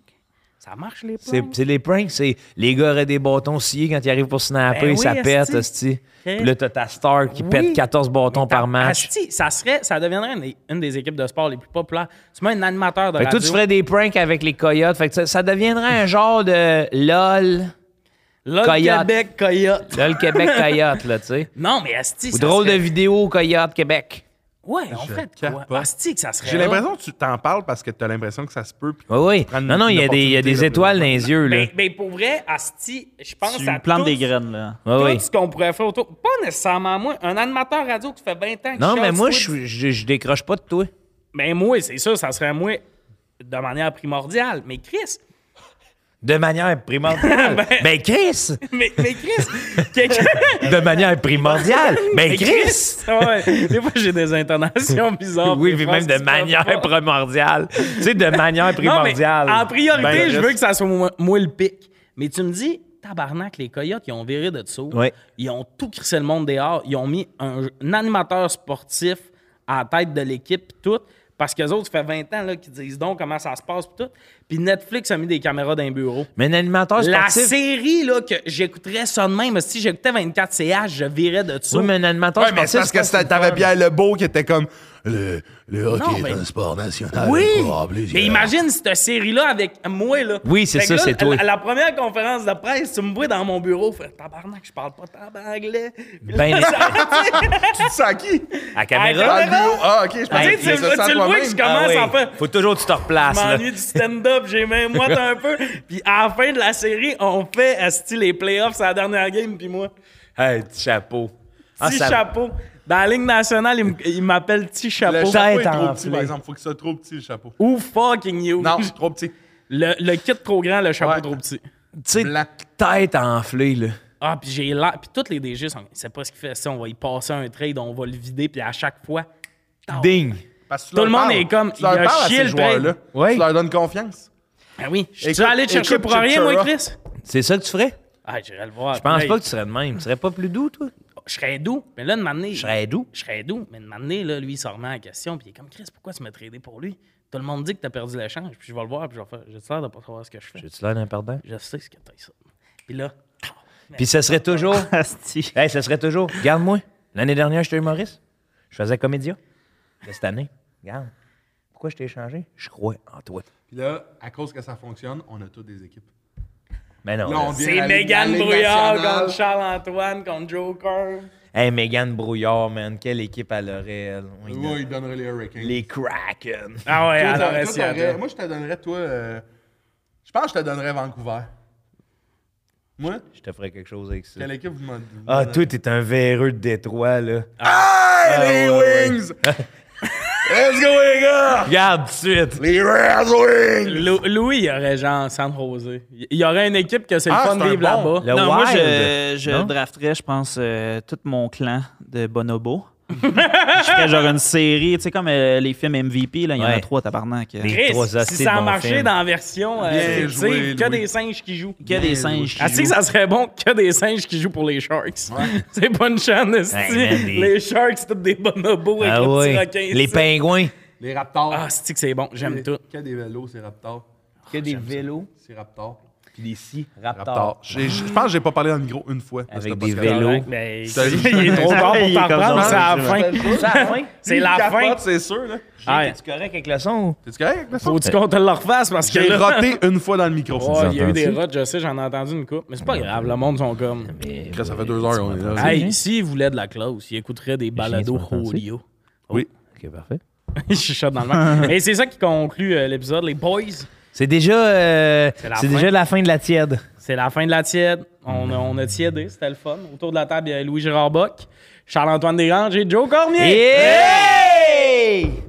[SPEAKER 1] Ça marche, les
[SPEAKER 5] C'est
[SPEAKER 1] pranks?
[SPEAKER 5] c'est les pranks, c'est les gars auraient des bâtons sciés quand ils arrivent pour snapper,
[SPEAKER 1] Ben oui,
[SPEAKER 5] ça pète,
[SPEAKER 1] esti.
[SPEAKER 5] hostie. Puis là, t'as ta star qui
[SPEAKER 1] Oui.
[SPEAKER 5] pète 14 bâtons par match.
[SPEAKER 1] Asti, ça, serait, ça deviendrait une, une des équipes de sport les plus populaires. Tu mets un animateur de
[SPEAKER 5] Fait que
[SPEAKER 1] radio.
[SPEAKER 5] Ben, toi, tu ferais des pranks avec les coyotes. Fait que ça, ça deviendrait un genre de LOL,
[SPEAKER 1] Là,
[SPEAKER 5] Coyote.
[SPEAKER 1] le Québec, Coyote.
[SPEAKER 5] LOL Québec coyote, là, tu sais.
[SPEAKER 1] Non, mais Asti,
[SPEAKER 5] Ou
[SPEAKER 1] ça
[SPEAKER 5] drôle
[SPEAKER 1] serait-
[SPEAKER 5] de vidéo coyote Québec.
[SPEAKER 1] Ouais, en fait, quoi?
[SPEAKER 4] capote.
[SPEAKER 1] Asti, que ça serait.
[SPEAKER 4] J'ai
[SPEAKER 1] là.
[SPEAKER 4] l'impression que tu t'en parles parce que t'as l'impression que ça se peut. puis
[SPEAKER 5] Oui, oui.
[SPEAKER 4] prendre
[SPEAKER 5] Non, non, il y a
[SPEAKER 4] une
[SPEAKER 5] des, il y a des
[SPEAKER 4] opportunité,
[SPEAKER 5] étoiles
[SPEAKER 4] là,
[SPEAKER 5] dans les yeux, là.
[SPEAKER 1] Mais, mais pour vrai, Asti, je pense
[SPEAKER 3] Tu
[SPEAKER 1] à
[SPEAKER 3] plantes
[SPEAKER 1] tout,
[SPEAKER 3] des graines, là.
[SPEAKER 1] tout
[SPEAKER 5] Ouais, Ah oui.
[SPEAKER 1] ce qu'on pourrait faire autour. Pas nécessairement moi, un animateur radio qui fait 20 ans. qui
[SPEAKER 5] Non,
[SPEAKER 1] chiale
[SPEAKER 5] mais
[SPEAKER 1] sur
[SPEAKER 5] moi,
[SPEAKER 1] Twitch.
[SPEAKER 5] je, je, je décroche pas de toi.
[SPEAKER 1] Mais moi, c'est ça, ça serait moi de manière primordiale. Mais Chris,
[SPEAKER 5] De manière primordiale. ben, Chris!
[SPEAKER 1] mais, mais Chris, quelqu'un.
[SPEAKER 5] De manière primordiale. ben, Chris!
[SPEAKER 1] Ouais, des fois, j'ai des intonations bizarres.
[SPEAKER 5] Oui,
[SPEAKER 1] des
[SPEAKER 5] puis
[SPEAKER 1] phrases
[SPEAKER 5] même de
[SPEAKER 1] qui se peuvent
[SPEAKER 5] manière
[SPEAKER 1] pas.
[SPEAKER 5] primordiale. tu sais, de manière
[SPEAKER 1] Non, mais
[SPEAKER 5] primordiale.
[SPEAKER 1] en priorité,
[SPEAKER 5] Ben,
[SPEAKER 1] je
[SPEAKER 5] reste-
[SPEAKER 1] veux que ça soit moi, moi le pic. Mais tu me dis, tabarnak, les coyotes, ils ont viré de dessous.
[SPEAKER 5] Ouais.
[SPEAKER 1] Ils ont tout crissé le monde dehors. Ils ont mis un, un animateur sportif à la tête de l'équipe, pis tout. Parce qu'eux autres, ça fait 20 ans là, qu'ils disent donc comment ça se passe, pis tout. Puis Netflix a mis des caméras dans les bureaux.
[SPEAKER 5] Mais un animateur
[SPEAKER 1] La
[SPEAKER 5] sportif.
[SPEAKER 1] série là, que j'écouterais ça de même, si j'écoutais 24CH, je virais de dessous.
[SPEAKER 5] Oui, mais un animateur
[SPEAKER 4] Ouais, mais c'est parce
[SPEAKER 5] sportif.
[SPEAKER 4] que
[SPEAKER 5] c'est
[SPEAKER 4] c'était- t'avais Pierre Lebeau qui était comme le, le hockey
[SPEAKER 1] Non,
[SPEAKER 4] est
[SPEAKER 1] mais-
[SPEAKER 4] un sport national.
[SPEAKER 1] Oui!
[SPEAKER 4] probable,
[SPEAKER 1] Mais imagine cette série-là avec moi, là.
[SPEAKER 5] Euh, Oui, c'est
[SPEAKER 1] Fait que
[SPEAKER 5] ça,
[SPEAKER 1] là,
[SPEAKER 5] c'est toi.
[SPEAKER 1] À la première conférence de presse, tu me vois dans mon bureau, fait tabarnak, je parle pas tant anglais.
[SPEAKER 5] Ben, mais-
[SPEAKER 4] Tu dis ça à qui?
[SPEAKER 5] à caméra.
[SPEAKER 1] Ah,
[SPEAKER 4] Dans le bureau? Ah, ok, je
[SPEAKER 1] Tu
[SPEAKER 4] pensais
[SPEAKER 1] sais,
[SPEAKER 4] que
[SPEAKER 5] ben,
[SPEAKER 1] tu
[SPEAKER 4] tu disais ça
[SPEAKER 1] tu
[SPEAKER 4] à
[SPEAKER 1] le vois que je
[SPEAKER 4] toi-même.
[SPEAKER 5] Ah
[SPEAKER 1] commence
[SPEAKER 5] oui.
[SPEAKER 1] à faire.
[SPEAKER 5] Faut toujours que tu te replaces.
[SPEAKER 1] Je
[SPEAKER 5] là.
[SPEAKER 1] m'ennuie du stand-up, j'ai même moi un peu. Puis à la fin de la série, on fait asti, les playoffs, c'est la dernière game, puis moi,
[SPEAKER 5] Hey, petit chapeau. Ah,
[SPEAKER 1] petit
[SPEAKER 5] ça-
[SPEAKER 1] chapeau. Dans la Ligue nationale, il m- il m'appelle petit
[SPEAKER 4] Le
[SPEAKER 1] chapeau.
[SPEAKER 4] chapeau est
[SPEAKER 5] Tête
[SPEAKER 4] trop petit,
[SPEAKER 5] enflée.
[SPEAKER 4] par exemple. Faut que ce soit trop petit, le chapeau.
[SPEAKER 1] Ou fucking you.
[SPEAKER 4] Non, trop petit.
[SPEAKER 1] Le, le kit trop grand, le chapeau
[SPEAKER 4] Ouais.
[SPEAKER 1] trop petit.
[SPEAKER 5] Tu sais,
[SPEAKER 4] Blanc.
[SPEAKER 5] tête enflée, là.
[SPEAKER 1] Ah, puis j'ai l'air. Puis tous les DG sont. C'est pas ce qu'il fait. Ça, on va y passer un trade, on va le vider, puis à chaque fois. tard.
[SPEAKER 5] Ding.
[SPEAKER 4] Parce que tu
[SPEAKER 1] Tout le
[SPEAKER 4] leur
[SPEAKER 1] monde
[SPEAKER 4] parles.
[SPEAKER 1] est comme,
[SPEAKER 4] Tu
[SPEAKER 1] il a
[SPEAKER 4] leur parles à
[SPEAKER 1] chié
[SPEAKER 4] ces
[SPEAKER 1] le trade.
[SPEAKER 4] joueurs-là.
[SPEAKER 5] Oui.
[SPEAKER 4] Tu leur donnes confiance.
[SPEAKER 1] Ben oui. Je suis
[SPEAKER 4] Écoute-
[SPEAKER 1] allé te chercher
[SPEAKER 4] écoute
[SPEAKER 1] pour rien, moi,
[SPEAKER 4] Chipchera.
[SPEAKER 1] Chris.
[SPEAKER 5] C'est ça que tu ferais?
[SPEAKER 1] Ah, j'irais le voir.
[SPEAKER 5] Je pense pas que tu serais de même. Tu serais pas plus doux, toi?
[SPEAKER 1] Je serais doux. Mais là, de m'amener.
[SPEAKER 5] Je serais doux.
[SPEAKER 1] Je serais doux. Mais de m'amener, là, lui, il s'en remet en question, puis il est comme, Chris, pourquoi tu m'as tradé pour lui? Tout le monde dit que t'as perdu l'échange, puis je vais le voir, puis je vais faire. J'ai l'air de pas savoir ce que je fais.
[SPEAKER 5] J'ai-tu l'air d'un perdant?
[SPEAKER 1] Je sais ce que t'as ça. Puis là.
[SPEAKER 5] Puis ce serait toujours.
[SPEAKER 3] Asti.
[SPEAKER 5] hey, ce serait toujours. Regarde-moi. L'année dernière, j'étais humoriste. Je faisais comédia. De cette année. Regarde. Pourquoi je t'ai changé? Je crois en toi.
[SPEAKER 4] Puis là, à cause que ça fonctionne, on a toutes des équipes.
[SPEAKER 5] Mais non.
[SPEAKER 4] Là, on vient
[SPEAKER 5] là.
[SPEAKER 4] à
[SPEAKER 1] C'est
[SPEAKER 4] la-
[SPEAKER 1] Mégane
[SPEAKER 4] la Ligue
[SPEAKER 1] Brouillard
[SPEAKER 4] nationale.
[SPEAKER 1] contre Charles-Antoine contre Joker.
[SPEAKER 5] Hey, Megan Brouillard, man. Quelle équipe elle aurait, elle. On lui
[SPEAKER 4] Moi,
[SPEAKER 5] donne-
[SPEAKER 4] il donnerait les Hurricanes.
[SPEAKER 5] Les Kraken.
[SPEAKER 1] Ah ouais,
[SPEAKER 4] Toi,
[SPEAKER 1] elle
[SPEAKER 4] t'as-
[SPEAKER 1] aurait
[SPEAKER 4] toi,
[SPEAKER 1] Seattle.
[SPEAKER 4] t'aurais- Moi, je te donnerais, toi. euh, Je pense que je te donnerais Vancouver. Moi,
[SPEAKER 5] Je te ferais quelque chose avec ça.
[SPEAKER 4] quelle équipe vous m'en-
[SPEAKER 5] Ah, toi, t'es un véreux de Détroit, là.
[SPEAKER 4] Ah, les
[SPEAKER 5] ouais, ouais.
[SPEAKER 4] Wings! Let's go, les gars!
[SPEAKER 5] Regarde tout de suite.
[SPEAKER 4] Les Red Wings!
[SPEAKER 1] Lou- Louis, il y aurait genre San Jose. Il y aurait une équipe que c'est le
[SPEAKER 4] Ah,
[SPEAKER 1] fun
[SPEAKER 4] c'est
[SPEAKER 1] de
[SPEAKER 4] un
[SPEAKER 1] vivre
[SPEAKER 4] bon.
[SPEAKER 1] là-bas.
[SPEAKER 5] Le
[SPEAKER 3] non,
[SPEAKER 5] Wild.
[SPEAKER 3] moi, je, je
[SPEAKER 5] non?
[SPEAKER 3] drafterais, je pense, euh, tout mon clan de Bonobo. je ferais genre une série, tu sais, comme euh, les films MVP, là, il y en a
[SPEAKER 5] Ouais.
[SPEAKER 3] trois, tabarnak. euh,
[SPEAKER 5] Des-
[SPEAKER 1] Chris,
[SPEAKER 5] trois hosties
[SPEAKER 1] si ça a
[SPEAKER 5] de bons
[SPEAKER 1] marché
[SPEAKER 5] films.
[SPEAKER 1] dans la version, euh,
[SPEAKER 4] Bien
[SPEAKER 1] tu
[SPEAKER 4] joué,
[SPEAKER 1] sais, que
[SPEAKER 4] Louis.
[SPEAKER 1] des singes qui jouent.
[SPEAKER 3] Que des singes. qui
[SPEAKER 1] Ah, si,
[SPEAKER 3] jouent.
[SPEAKER 1] ça serait bon que des singes qui jouent pour les Sharks. C'est pas une chance, esti.
[SPEAKER 5] Hey, man, des-
[SPEAKER 1] Les Sharks, c'est tous des bonobos avec
[SPEAKER 5] Ah
[SPEAKER 1] le
[SPEAKER 5] ouais.
[SPEAKER 1] petit requin.
[SPEAKER 5] Les
[SPEAKER 1] esti.
[SPEAKER 5] pingouins.
[SPEAKER 4] Les Raptors.
[SPEAKER 1] Ah, c'est que c'est bon, j'aime
[SPEAKER 4] Des-
[SPEAKER 1] tout.
[SPEAKER 4] Que des vélos, c'est Raptors.
[SPEAKER 5] Que des vélos.
[SPEAKER 4] C'est Raptors.
[SPEAKER 5] Puis des scies.
[SPEAKER 4] Raptors. J'ai- Je pense que j'ai pas parlé en micro une fois. de
[SPEAKER 5] Avec
[SPEAKER 4] ce
[SPEAKER 5] des
[SPEAKER 4] podcast-là.
[SPEAKER 5] vélos.
[SPEAKER 1] Correct, mais
[SPEAKER 4] Je te-
[SPEAKER 1] il est ben, trop fort pour
[SPEAKER 3] Il est
[SPEAKER 1] t'en
[SPEAKER 3] comme
[SPEAKER 1] prendre,
[SPEAKER 3] ça,
[SPEAKER 1] c'est à la fin.
[SPEAKER 5] C'est à la fin.
[SPEAKER 1] C'est
[SPEAKER 4] Il
[SPEAKER 1] la fin.
[SPEAKER 4] capote, c'est sûr, là.
[SPEAKER 1] Ouais.
[SPEAKER 5] Tu correct avec le son?
[SPEAKER 4] T'es-tu correct avec ça?
[SPEAKER 1] Faut-tu qu'on te le refasse parce que
[SPEAKER 4] J'ai
[SPEAKER 1] là...
[SPEAKER 4] roté une fois dans le micro.
[SPEAKER 1] Ouais, il y a eu des
[SPEAKER 5] entendu?
[SPEAKER 1] rotes, je sais, j'en ai entendu une coupe. Mais c'est pas grave, le monde sont comme...
[SPEAKER 4] Chris, Ça fait deux heures qu'on est
[SPEAKER 5] Ah,
[SPEAKER 4] là.
[SPEAKER 1] Hey, s'il voulait de la clause, il écouterait des balados
[SPEAKER 5] tu m'entends, tu sais?
[SPEAKER 1] Julio.
[SPEAKER 4] Oui.
[SPEAKER 5] Ok, parfait.
[SPEAKER 1] Je suis chaud dans le vent. Et c'est ça qui conclut euh, l'épisode, les boys.
[SPEAKER 5] C'est déjà, euh,
[SPEAKER 1] la
[SPEAKER 5] c'est
[SPEAKER 1] fin.
[SPEAKER 5] déjà la fin de la tiède.
[SPEAKER 1] C'est la fin de la tiède. On a, on a tiédé, c'était le fun. Autour de la table, il y a Louis Gérard Bock, Charles-Antoine Desgranges et Joe Cormier.
[SPEAKER 5] Hey!